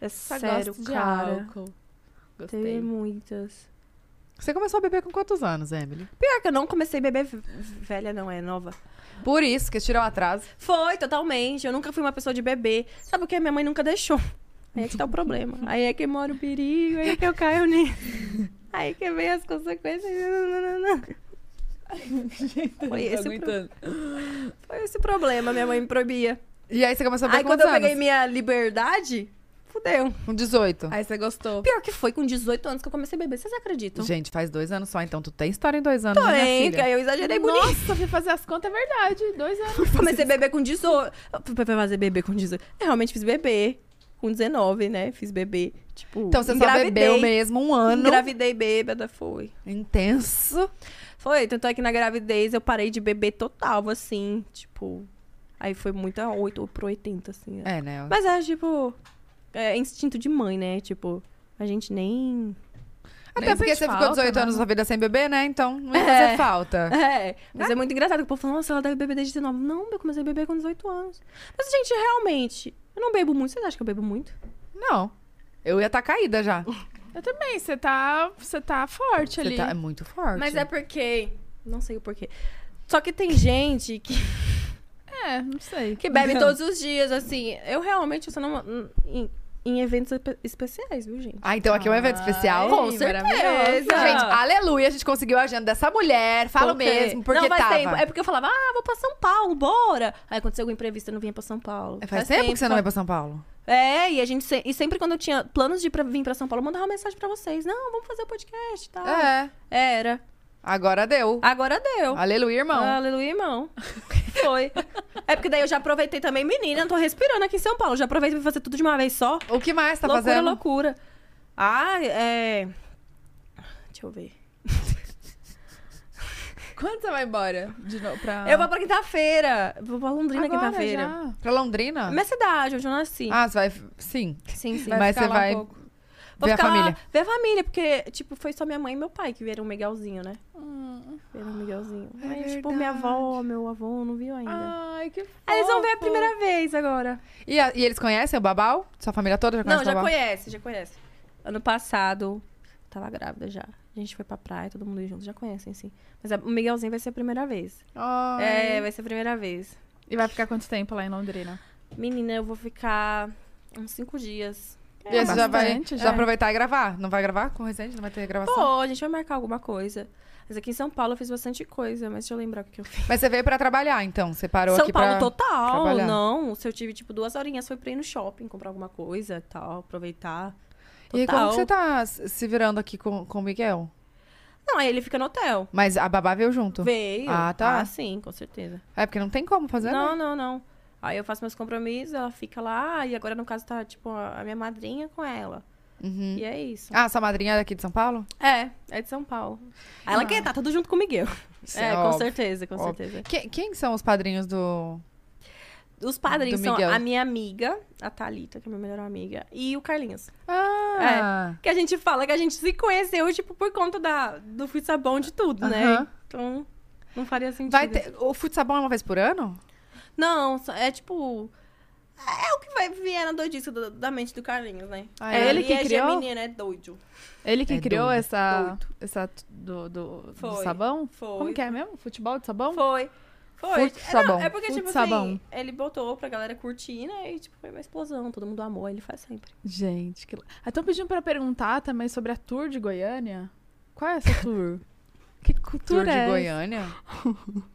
Speaker 3: É
Speaker 2: Só
Speaker 3: sério,
Speaker 2: gosto de
Speaker 3: cara.
Speaker 2: álcool.
Speaker 3: Teve
Speaker 2: Gostei.
Speaker 3: muitas.
Speaker 1: Você começou a beber com quantos anos, Emily?
Speaker 3: Pior que eu não comecei a beber v- velha, não, é nova.
Speaker 1: Por isso, que tirou atraso.
Speaker 3: Foi, totalmente. Eu nunca fui uma pessoa de beber. Sabe o que? Minha mãe nunca deixou. Aí é que tá o problema. Aí é que mora o perigo, aí é que eu caio nisso. Aí que vem as consequências.
Speaker 1: tá
Speaker 3: Foi
Speaker 2: é
Speaker 3: esse, o pro- foi esse o problema, minha mãe me proibia.
Speaker 1: E aí você começou a beber
Speaker 3: Aí
Speaker 1: com
Speaker 3: quando
Speaker 1: quantos
Speaker 3: eu
Speaker 1: anos?
Speaker 3: peguei minha liberdade, fudeu.
Speaker 1: Com 18.
Speaker 2: Aí Ah, você gostou.
Speaker 3: Pior que foi com 18 anos que eu comecei a beber, vocês acreditam?
Speaker 1: Gente, faz dois anos só, então tu tem história em dois anos, né, minha
Speaker 3: Porém, então- que
Speaker 1: filha?
Speaker 3: aí eu exagerei bonito.
Speaker 2: Nossa, fui fazer as contas, é verdade. Dois anos.
Speaker 3: Comecei a beber é com 18. Pra fazer bebê com 18. Eu realmente fiz bebê. Com 19, né? Fiz bebê. Tipo,
Speaker 1: Então você só
Speaker 3: engravidei.
Speaker 1: bebeu mesmo um ano.
Speaker 3: Engravidei bêbada, foi.
Speaker 1: Intenso.
Speaker 3: Foi, tanto é que na gravidez eu parei de beber total, assim, tipo... Aí foi muito a 8 pro 80, assim. né?
Speaker 1: É, né?
Speaker 3: Mas é, tipo... É instinto de mãe, né? Tipo, a gente nem...
Speaker 1: Até
Speaker 2: nem
Speaker 1: porque
Speaker 2: sente
Speaker 1: você ficou
Speaker 2: falta,
Speaker 1: 18
Speaker 2: né?
Speaker 1: anos da sua vida sem beber, né? Então não ia
Speaker 3: É.
Speaker 1: fazer falta.
Speaker 3: É, mas é muito engraçado que o povo fala, nossa, ela deve beber desde 19. Não, eu comecei a beber com 18 anos. Mas, gente, realmente, eu não bebo muito. Vocês acham que eu bebo muito?
Speaker 1: Não. Eu ia estar caída já.
Speaker 2: Eu também. Você tá, você tá forte
Speaker 1: Você
Speaker 2: ali.
Speaker 1: tá, é muito forte.
Speaker 3: Mas é porque. Não sei o porquê. Só que tem gente que,
Speaker 2: É, não sei.
Speaker 3: que bebe então. todos os dias, assim. Eu realmente só não. Em, em eventos espe- especiais, viu, gente?
Speaker 1: Ah, então aqui é um evento especial.
Speaker 3: Com
Speaker 1: Gente, aleluia, a gente conseguiu a agenda dessa mulher. Falo
Speaker 3: Porque-
Speaker 1: mesmo, porque
Speaker 3: não, faz
Speaker 1: tava.
Speaker 3: tempo. É porque eu falava, ah, vou pra São Paulo, bora. Aí aconteceu algum imprevisto, eu não vinha pra São Paulo.
Speaker 1: É, Faz, tempo, que você não vai pra São Paulo.
Speaker 3: É, e a gente se- e sempre quando eu tinha planos de ir pra- vir pra São Paulo, eu mandava uma mensagem pra vocês. Não, vamos fazer o podcast e tal.
Speaker 1: É.
Speaker 3: Era.
Speaker 1: Agora deu.
Speaker 3: Agora deu. Ah,
Speaker 1: Aleluia, irmão.
Speaker 3: Aleluia, irmão. Foi. É porque daí eu já aproveitei também, menina, eu tô respirando aqui em São Paulo. Já aproveitei pra fazer tudo de uma vez só.
Speaker 1: O que mais tá
Speaker 3: loucura,
Speaker 1: fazendo?
Speaker 3: loucura. Ah, é. Deixa eu ver.
Speaker 2: Quando você vai embora? De novo pra...
Speaker 3: Eu vou pra quinta-feira. Vou pra Londrina
Speaker 2: Agora,
Speaker 3: quinta-feira.
Speaker 2: já.
Speaker 1: Pra Londrina?
Speaker 3: Minha cidade, onde eu nasci.
Speaker 1: Ah, você vai. Sim.
Speaker 3: sim, sim.
Speaker 1: Mas
Speaker 2: ficar
Speaker 1: você
Speaker 2: lá
Speaker 1: vai
Speaker 2: um pouco.
Speaker 3: Vou
Speaker 1: ver a
Speaker 3: ficar lá,
Speaker 1: família.
Speaker 3: ver a família, porque, tipo, foi só minha mãe e meu pai que viram o Miguelzinho, né?
Speaker 2: Hum,
Speaker 3: Viram o Miguelzinho.
Speaker 1: É
Speaker 3: Mas, tipo, minha avó, meu avô não viu ainda.
Speaker 2: Ai, que fofo.
Speaker 3: Aí Ah, eles vão ver a primeira vez agora.
Speaker 1: E, a- e eles conhecem o Babau? Sua família toda já conhece
Speaker 3: Não,
Speaker 1: o
Speaker 3: já
Speaker 1: Babau?
Speaker 3: conhece, já conhece. Ano passado, tava grávida já. A gente foi pra praia, todo mundo junto, já conhecem, sim. Mas a- o Miguelzinho vai ser a primeira vez.
Speaker 1: Ai.
Speaker 3: É, vai ser a primeira vez.
Speaker 2: E vai ficar quanto tempo lá em Londrina?
Speaker 3: Menina, eu vou ficar uns cinco dias.
Speaker 1: E aí você já vai
Speaker 2: É, bastante,
Speaker 1: já
Speaker 2: já.
Speaker 1: aproveitar e gravar? Não vai gravar com o Resende? Não vai ter gravação?
Speaker 3: Pô, a gente vai marcar alguma coisa. Mas aqui em São Paulo eu fiz bastante coisa, mas deixa eu lembrar o que eu fiz.
Speaker 1: Mas você veio pra trabalhar, então? Você parou
Speaker 3: São
Speaker 1: aqui
Speaker 3: Paulo
Speaker 1: pra...
Speaker 3: total,
Speaker 1: trabalhar.
Speaker 3: não. Se eu tive, tipo, duas horinhas, foi pra ir no shopping, comprar alguma coisa e tal, aproveitar.
Speaker 1: E aí, como
Speaker 3: Total.
Speaker 1: que você tá s- se virando aqui com, com o Miguel?
Speaker 3: Não, aí ele fica no hotel.
Speaker 1: Mas a Babá veio junto?
Speaker 3: Veio.
Speaker 1: Ah, tá.
Speaker 3: Ah, sim, com certeza.
Speaker 1: É, porque não tem como fazer, né?
Speaker 3: Não, não, não. Aí eu faço meus compromissos, ela fica lá, e agora no caso tá, tipo, a a minha madrinha com ela.
Speaker 1: Uhum.
Speaker 3: E é isso.
Speaker 1: Ah, sua madrinha é daqui de São Paulo?
Speaker 3: É, é de São Paulo. Aí ela quer tá tudo junto com o Miguel. é, com
Speaker 1: Ó,
Speaker 3: certeza, com
Speaker 1: óbvio.
Speaker 3: certeza.
Speaker 1: que- quem são os padrinhos do...
Speaker 3: Os padrinhos
Speaker 1: Do
Speaker 3: são
Speaker 1: Miguel.
Speaker 3: a minha amiga, a Thalita, que é minha melhor amiga, e o Carlinhos.
Speaker 1: Ah!
Speaker 3: Que a gente fala que a gente se conheceu, tipo, por conta da, do futsal bom de tudo, né?
Speaker 1: Aham.
Speaker 3: Então, não faria sentido.
Speaker 1: É. Vai ter... O futsabão é uma vez por ano?
Speaker 3: Não, só- é tipo... É o que vai vier na doidice do- da mente do Carlinhos, né?
Speaker 1: Ah,
Speaker 2: É ele que
Speaker 3: é
Speaker 2: criou?
Speaker 3: Geminiano, é doido.
Speaker 2: Ele que
Speaker 1: É
Speaker 2: criou
Speaker 1: doido.
Speaker 2: essa, essa t- do, do, do
Speaker 3: Foi.
Speaker 2: sabão?
Speaker 3: Foi.
Speaker 2: Como que é mesmo? Futebol de sabão?
Speaker 3: Foi. Foi.
Speaker 1: Fute
Speaker 3: É, não,
Speaker 1: sabão.
Speaker 3: É porque,
Speaker 2: é? Fute
Speaker 3: tipo
Speaker 2: sabão.
Speaker 3: assim, ele botou pra galera curtir, né? E, tipo, foi uma explosão. Todo mundo amou, ele faz sempre.
Speaker 2: Gente, que. Estão pedindo pra perguntar também sobre a tour de Goiânia. Qual é essa tour? que
Speaker 1: Tour
Speaker 2: cultura
Speaker 1: de
Speaker 2: é? essa?
Speaker 1: Goiânia?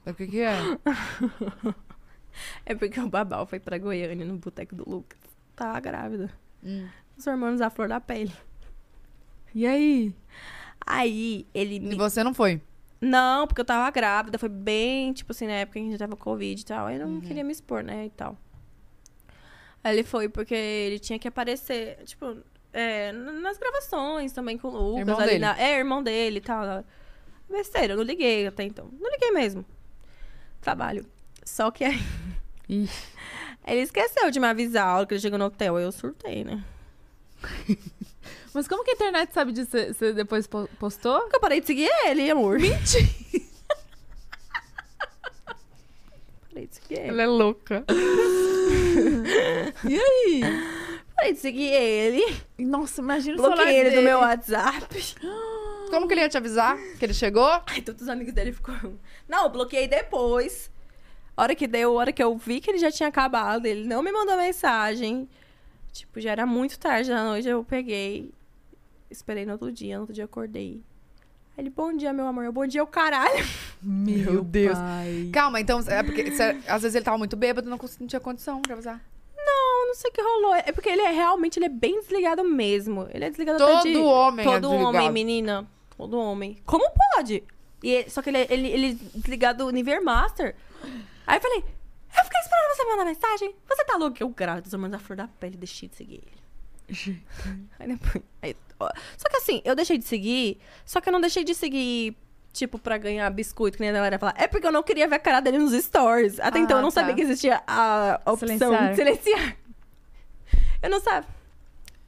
Speaker 1: o que que é?
Speaker 3: É porque o Babal foi pra Goiânia, no boteco do Lucas. Tá grávida.
Speaker 1: Hum.
Speaker 3: Os hormônios à flor da pele.
Speaker 2: E aí?
Speaker 3: Aí, ele
Speaker 1: E
Speaker 3: me...
Speaker 1: você não foi?
Speaker 3: Não, porque eu tava grávida. Foi bem, tipo assim, na época em que a gente tava com Covid e tal. Aí
Speaker 1: Uhum.
Speaker 3: eu não queria me expor, né? E tal. Aí ele foi porque ele tinha que aparecer, tipo, é, n- nas gravações também com o Lucas.
Speaker 1: Irmão
Speaker 3: ali
Speaker 1: dele.
Speaker 3: na- é, irmão dele e tal. Besteira, eu não liguei até então. Não liguei mesmo. Trabalho. Só que aí. Ele esqueceu de me avisar a hora que ele chegou no hotel. Aí eu surtei, né?
Speaker 2: Mas como que a internet sabe disso? Você- Você depois po- postou?
Speaker 3: Porque eu parei de seguir ele, amor. Mentira! parei de seguir ele.
Speaker 1: é louca.
Speaker 2: E aí?
Speaker 3: Parei de seguir é ele.
Speaker 2: Nossa, imagina o celular
Speaker 3: Bloqueei ele
Speaker 2: dele.
Speaker 3: do meu WhatsApp.
Speaker 1: Como que ele ia te avisar que ele chegou?
Speaker 3: Ai, todos os amigos dele ficou. Não, eu bloqueei depois. A hora que deu, a hora que eu vi que ele já tinha acabado, ele não me mandou mensagem. Tipo, já era muito tarde da noite, eu peguei. Esperei no outro dia, no outro dia eu acordei. Aí ele, bom dia, meu amor. Eu, bom dia, o caralho.
Speaker 2: Meu,
Speaker 1: Meu Deus.
Speaker 2: pai.
Speaker 1: Calma, então, é porque cê- às vezes ele tava muito bêbado, não, cons- não tinha condição de avisar.
Speaker 3: Não, não sei o que rolou. É porque ele é realmente, ele é bem desligado mesmo. Ele é desligado até
Speaker 1: Todo
Speaker 3: de...
Speaker 1: homem é
Speaker 3: Todo homem,
Speaker 1: desligado.
Speaker 3: menina. Todo homem. Como pode? E ele- só que ele, ele, ele é desligado nível master. Aí eu falei, eu fiquei esperando você me mandar mensagem. Você tá louco? Eu grávida dos hormônios da flor da pele, deixei de seguir ele. aí depois... aí- ó. só que assim, eu deixei de seguir, só que eu não deixei de seguir... Tipo, pra ganhar biscoito, que nem a galera fala. É porque eu não queria ver a cara dele nos stories. Até
Speaker 2: Ah,
Speaker 3: então, eu não
Speaker 2: tá.
Speaker 3: sabia que existia a opção
Speaker 2: Silenciar.
Speaker 3: de silenciar. Eu não sabia.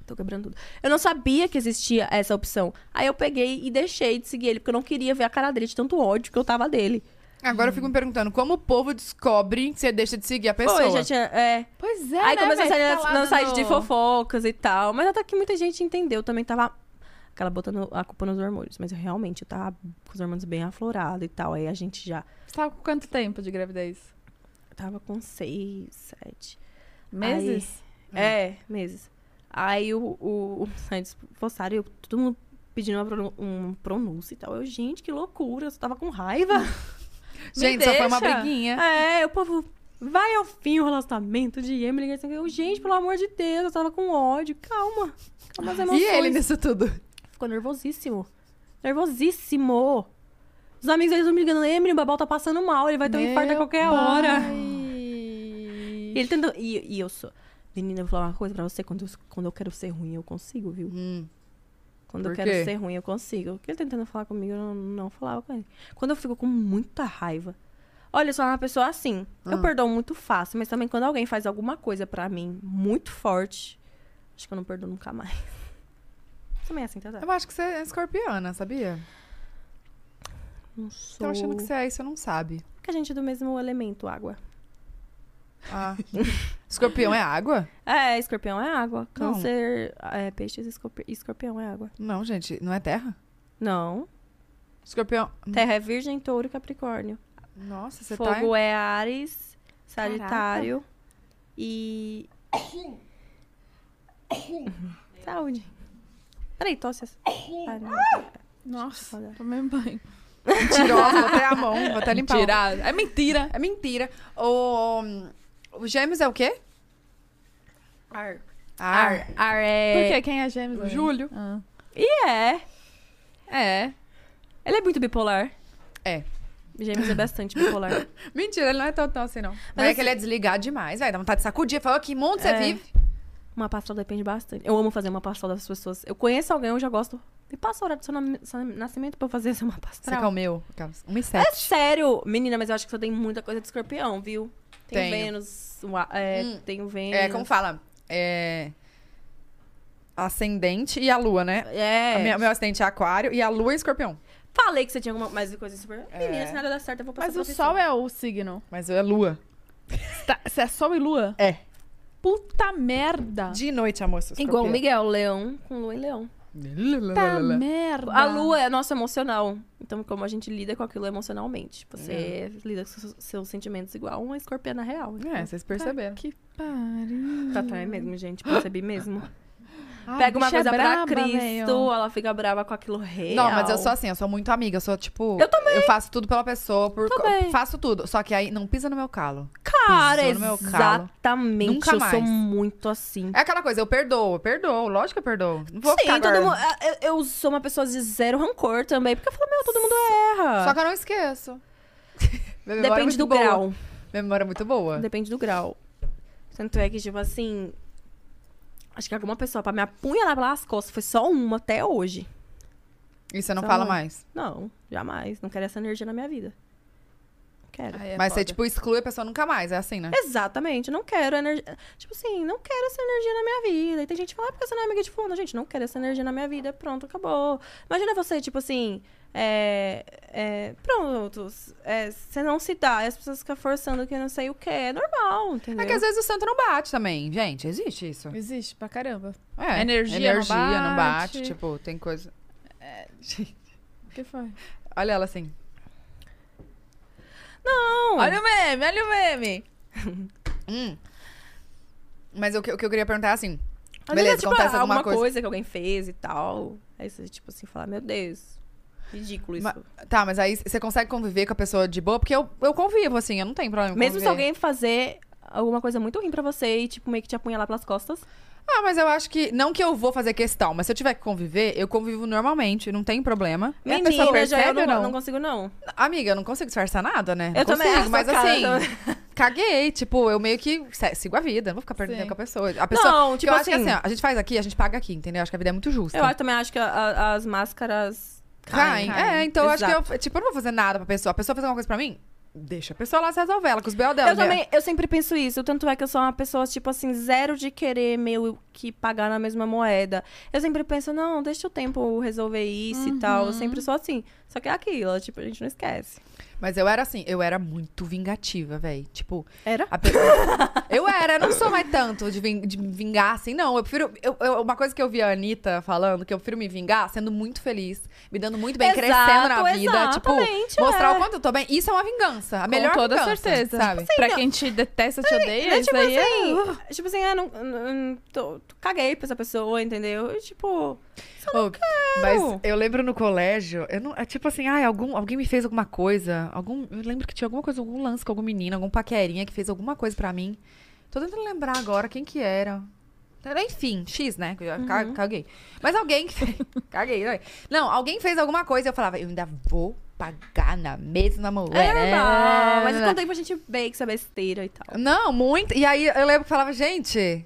Speaker 3: Tô quebrando tudo. Eu não sabia que existia essa opção. Aí eu peguei e deixei de seguir ele, porque eu não queria ver a cara dele de tanto ódio que eu tava dele.
Speaker 1: Agora eu fico me perguntando, como o povo descobre que você deixa de seguir a pessoa?
Speaker 3: Foi, já tinha. É.
Speaker 2: Pois é,
Speaker 3: Aí
Speaker 2: né,
Speaker 3: começou a
Speaker 2: velho?
Speaker 3: sair
Speaker 2: Tá
Speaker 3: nas-
Speaker 2: lá
Speaker 3: nas sites
Speaker 2: no-
Speaker 3: de fofocas e tal. Mas até que muita gente entendeu. Também tava. Aquela botando a culpa nos hormônios. Mas eu realmente eu tava com os hormônios bem aflorados e tal. Aí a gente já.
Speaker 2: Você tava Tá com quanto tempo de gravidez?
Speaker 3: eu Tava com seis, sete.
Speaker 2: Meses?
Speaker 3: É, meses. Aí o, o, o Santos postaram, eu, todo mundo pedindo uma pronu- um pronúncio e tal. Eu, gente, que loucura, eu só tava com raiva.
Speaker 1: Gente, só foi uma
Speaker 2: deixa.
Speaker 1: briguinha.
Speaker 3: É, o povo vai ao fim o relacionamento de Emily. Garcia. Eu, gente, pelo amor de Deus, eu tava com ódio. Calma. Calma as emoções.
Speaker 1: E ele né? nisso tudo?
Speaker 3: Ficou nervosíssimo. Nervosíssimo. Os amigos deles estão me ligando, Emily, o Babal tá passando mal, ele vai ter um infarto a qualquer hora. E ele tentou. E, e eu sou. Menina, eu vou falar uma coisa pra você. Quando eu, quando eu quero ser ruim, eu consigo, viu?
Speaker 1: Hum.
Speaker 3: Quando eu
Speaker 1: Por
Speaker 3: quero
Speaker 1: quê?
Speaker 3: ser ruim, eu consigo. Porque ele tá tentando falar comigo, eu não, não falava com ele. Quando eu fico com muita raiva. Olha, eu sou uma pessoa assim.
Speaker 1: Ah.
Speaker 3: Eu perdoo muito fácil, mas também quando alguém faz alguma coisa pra mim muito forte, acho que eu não perdoo nunca mais. Também é assim, tá?
Speaker 1: Eu acho que você é escorpiana, sabia?
Speaker 3: Não sou.
Speaker 1: Tô achando que você é e você não sabe.
Speaker 3: Porque a gente é do mesmo elemento, água.
Speaker 1: Ah. Escorpião é água?
Speaker 3: É, escorpião é água.
Speaker 1: Não.
Speaker 3: Câncer, é, peixes, escorpi- escorpião é água.
Speaker 1: Não, gente, não é terra?
Speaker 3: Não.
Speaker 1: Escorpião.
Speaker 3: Terra é virgem, touro e capricórnio.
Speaker 1: Nossa, você tá.
Speaker 3: Fogo é Ares, Sagitário e. Saúde. Peraí, tosse essa. Ah, não.
Speaker 2: Nossa,
Speaker 3: Deixa eu
Speaker 2: tomei um banho.
Speaker 1: Mentirosa, vou até a mão, vou até limpar.
Speaker 2: Tirado. É mentira.
Speaker 1: É mentira. O, o Gêmeos é o quê?
Speaker 3: Ar.
Speaker 1: Ar.
Speaker 3: Ar. Ar
Speaker 2: Por
Speaker 3: é.
Speaker 2: quê? Quem é gêmeos?
Speaker 1: O Júlio.
Speaker 2: Ah.
Speaker 3: E é.
Speaker 2: É.
Speaker 3: Ele é muito bipolar.
Speaker 1: É.
Speaker 3: Gêmeos é bastante bipolar.
Speaker 1: Mentira, ele não é tão tão assim, não. Mas, é que ele é desligado demais, velho. Dá vontade de sacudir. Falou, que mundo você
Speaker 3: É.
Speaker 1: vive?
Speaker 3: Uma pastel depende bastante. Eu amo fazer uma pastel das pessoas. Eu conheço alguém, eu já gosto. Me passa o horário do seu nam- seu nascimento pra eu fazer essa uma
Speaker 1: Você
Speaker 3: pastel.
Speaker 1: que é o meu? Aquelas- Um e
Speaker 3: É
Speaker 1: sete.
Speaker 3: sério, menina, mas eu acho que você tem muita coisa de escorpião, viu? Tem
Speaker 1: Tenho.
Speaker 3: Vênus, um a- é,
Speaker 1: Hum.
Speaker 3: tem o Vênus.
Speaker 1: É, como fala? É. Ascendente e a lua, né?
Speaker 3: É.
Speaker 1: A minha- meu ascendente é aquário e a lua é escorpião.
Speaker 3: Falei que você tinha alguma mais coisa super.
Speaker 1: É.
Speaker 3: Menina, se nada dá certo, eu vou passar
Speaker 2: Mas o sol é o signo.
Speaker 1: Mas é lua.
Speaker 2: Tá, se é sol e lua?
Speaker 1: É.
Speaker 2: Puta merda. Ah.
Speaker 1: De noite, amor. sou
Speaker 3: Igual o
Speaker 1: é escorpião.
Speaker 3: Miguel, leão com lua e leão. Tá
Speaker 2: merda.
Speaker 7: Tá.
Speaker 3: A lua é nosso emocional. Então, como a gente lida com aquilo emocionalmente. Você
Speaker 1: Hum.
Speaker 3: lida com seus, seus sentimentos igual uma escorpiana real.
Speaker 1: É, vocês perceberam.
Speaker 2: Que pariu.
Speaker 3: Tá, tá, é mesmo, gente. Percebi mesmo.
Speaker 2: Ah,
Speaker 3: Pega uma
Speaker 2: bicha
Speaker 3: coisa pra
Speaker 2: braba,
Speaker 3: Cristo,
Speaker 2: velho.
Speaker 3: ela fica brava com aquilo real.
Speaker 1: Não, mas eu sou assim, eu sou muito amiga, eu sou tipo.
Speaker 3: Eu
Speaker 1: também. Eu faço tudo pela pessoa, por,
Speaker 3: Também.
Speaker 1: faço tudo. Só que aí não pisa no meu calo.
Speaker 3: Cara,
Speaker 1: Pisou no meu calo.
Speaker 3: exatamente.
Speaker 1: Nunca
Speaker 3: eu sou
Speaker 1: mais.
Speaker 3: muito assim.
Speaker 1: É aquela coisa, eu perdoo, eu perdoo, lógico que eu perdoo. Não vou
Speaker 3: Sim,
Speaker 1: ficar
Speaker 3: todo
Speaker 1: agora.
Speaker 3: mundo. Eu, eu sou uma pessoa de zero rancor também, porque eu falo, meu, todo mundo erra.
Speaker 1: Só que eu não esqueço. Minha memória é
Speaker 3: ah. Depende
Speaker 1: muito
Speaker 3: do
Speaker 1: boa.
Speaker 3: grau.
Speaker 1: Minha memória é muito boa.
Speaker 3: Depende do grau. Tanto é que, tipo assim. Acho que alguma pessoa pra me apunhalar pelas costas foi só uma até hoje.
Speaker 1: E você não
Speaker 3: Só
Speaker 1: fala
Speaker 3: uma.
Speaker 1: mais.
Speaker 3: Não, jamais. Não quero essa energia na minha vida. Não quero.
Speaker 2: Aí é
Speaker 1: Mas você,
Speaker 2: foda.
Speaker 1: tipo, exclui a pessoa nunca mais, é assim, né?
Speaker 3: Exatamente, não quero energia. Tipo assim, não quero essa energia na minha vida. E tem gente que fala, ah, porque você não é amiga de fulano. Gente, não quero essa energia na minha vida. Pronto, acabou. Imagina você, tipo assim, é. é, pronto, é, você não se dá. E as pessoas ficam forçando que não sei o que. É normal, entendeu?
Speaker 1: É que às vezes o santo não bate também, gente. Existe isso.
Speaker 2: Existe pra caramba.
Speaker 1: É.
Speaker 2: Energia não
Speaker 1: Energia não bate.
Speaker 2: bate.
Speaker 1: Tipo, tem coisa. Gente,
Speaker 2: O que foi?
Speaker 1: Olha ela assim.
Speaker 3: Não.
Speaker 2: Olha o meme, olha o meme.
Speaker 1: Hum. Mas o que, o que eu queria perguntar é assim.
Speaker 3: Às
Speaker 1: beleza,
Speaker 3: vezes, é, tipo,
Speaker 1: acontece alguma coisa.
Speaker 3: que alguém fez e tal. Aí você, tipo assim, fala, meu Deus, ridículo isso.
Speaker 1: Ma- Tá, mas aí você consegue conviver com a pessoa de boa? Porque eu, eu convivo, assim, eu não tenho problema com
Speaker 3: Mesmo se
Speaker 1: conviver.
Speaker 3: alguém fazer alguma coisa muito ruim pra você e, tipo, meio que te apunhalar pelas costas.
Speaker 1: Ah, mas eu acho que. Não que eu vou fazer questão, mas se eu tiver que conviver, eu convivo normalmente, não tem problema. E a pessoa
Speaker 3: Menina, já eu
Speaker 1: percebe ou
Speaker 3: não,
Speaker 1: não?
Speaker 3: não consigo, não.
Speaker 1: Amiga, eu não consigo disfarçar nada, né? Não
Speaker 3: Eu também
Speaker 1: consigo,
Speaker 3: acho,
Speaker 1: mas
Speaker 3: cara,
Speaker 1: assim,
Speaker 3: também.
Speaker 1: caguei. Tipo, eu meio que se- sigo a vida, não vou ficar perdendo
Speaker 2: Sim.
Speaker 1: tempo com a pessoa. A pessoa
Speaker 3: Não,
Speaker 1: porque
Speaker 3: tipo
Speaker 1: eu acho que
Speaker 3: assim-
Speaker 1: assim, ó, a gente faz aqui, a gente paga aqui, entendeu? Acho que a vida é muito justa.
Speaker 3: Eu acho- também acho que a- a- as máscaras
Speaker 1: Caem.
Speaker 3: caem.
Speaker 1: É, então eu
Speaker 3: Exato.
Speaker 1: acho que eu, tipo, eu não vou fazer nada pra pessoa. A pessoa fez alguma coisa pra mim, deixa a pessoa lá se resolver, ela com os B.O. dela.
Speaker 3: Eu
Speaker 1: né?
Speaker 3: também, eu sempre penso isso. Tanto é que eu sou uma pessoa, tipo assim, zero de querer meio que pagar na mesma moeda. Eu sempre penso, não, deixa o tempo resolver isso e tal. Eu
Speaker 1: Uhum.
Speaker 3: sempre sou assim. Só que é aquilo, tipo, a gente não esquece.
Speaker 1: Mas eu era assim, eu era muito vingativa, véi. Tipo,
Speaker 3: Era?
Speaker 1: a pe- eu era, eu não sou mais tanto de, vin- de me vingar assim, não. Eu prefiro. eu- eu- uma coisa que eu vi a Anitta falando, que eu prefiro me vingar sendo muito feliz, me dando muito bem,
Speaker 3: Exato,
Speaker 1: crescendo na vida. Tipo,
Speaker 3: exatamente,
Speaker 1: mostrar
Speaker 3: é.
Speaker 1: o quanto eu tô bem. Isso é uma vingança. A
Speaker 2: Com
Speaker 1: melhor
Speaker 2: toda
Speaker 1: vingança,
Speaker 2: certeza.
Speaker 1: Sabe?
Speaker 2: pra quem te detesta, te odeia,
Speaker 3: É,
Speaker 2: isso
Speaker 3: tipo
Speaker 2: aí é-
Speaker 3: assim,
Speaker 1: uh.
Speaker 3: tipo assim, ah, não, não- não- tô, tô- caguei pra essa pessoa, entendeu? E, tipo,
Speaker 1: Ô, Mas eu lembro no colégio, eu não, é tipo assim, ai, algum, alguém me fez alguma coisa, algum, eu lembro que tinha alguma coisa, algum lance com algum menino, algum paquerinha que fez alguma coisa pra mim. Tô tentando lembrar agora quem que era. Era, enfim, X, né? que eu já ca- Caguei. Mas alguém que fez, caguei, né? Não, alguém fez alguma coisa e eu falava, eu ainda vou pagar na mesma mulher.
Speaker 3: é normal. Mas
Speaker 1: né?
Speaker 3: com o tempo a gente vê que isso é besteira e tal.
Speaker 1: Não, muito. E aí eu lembro que falava, gente.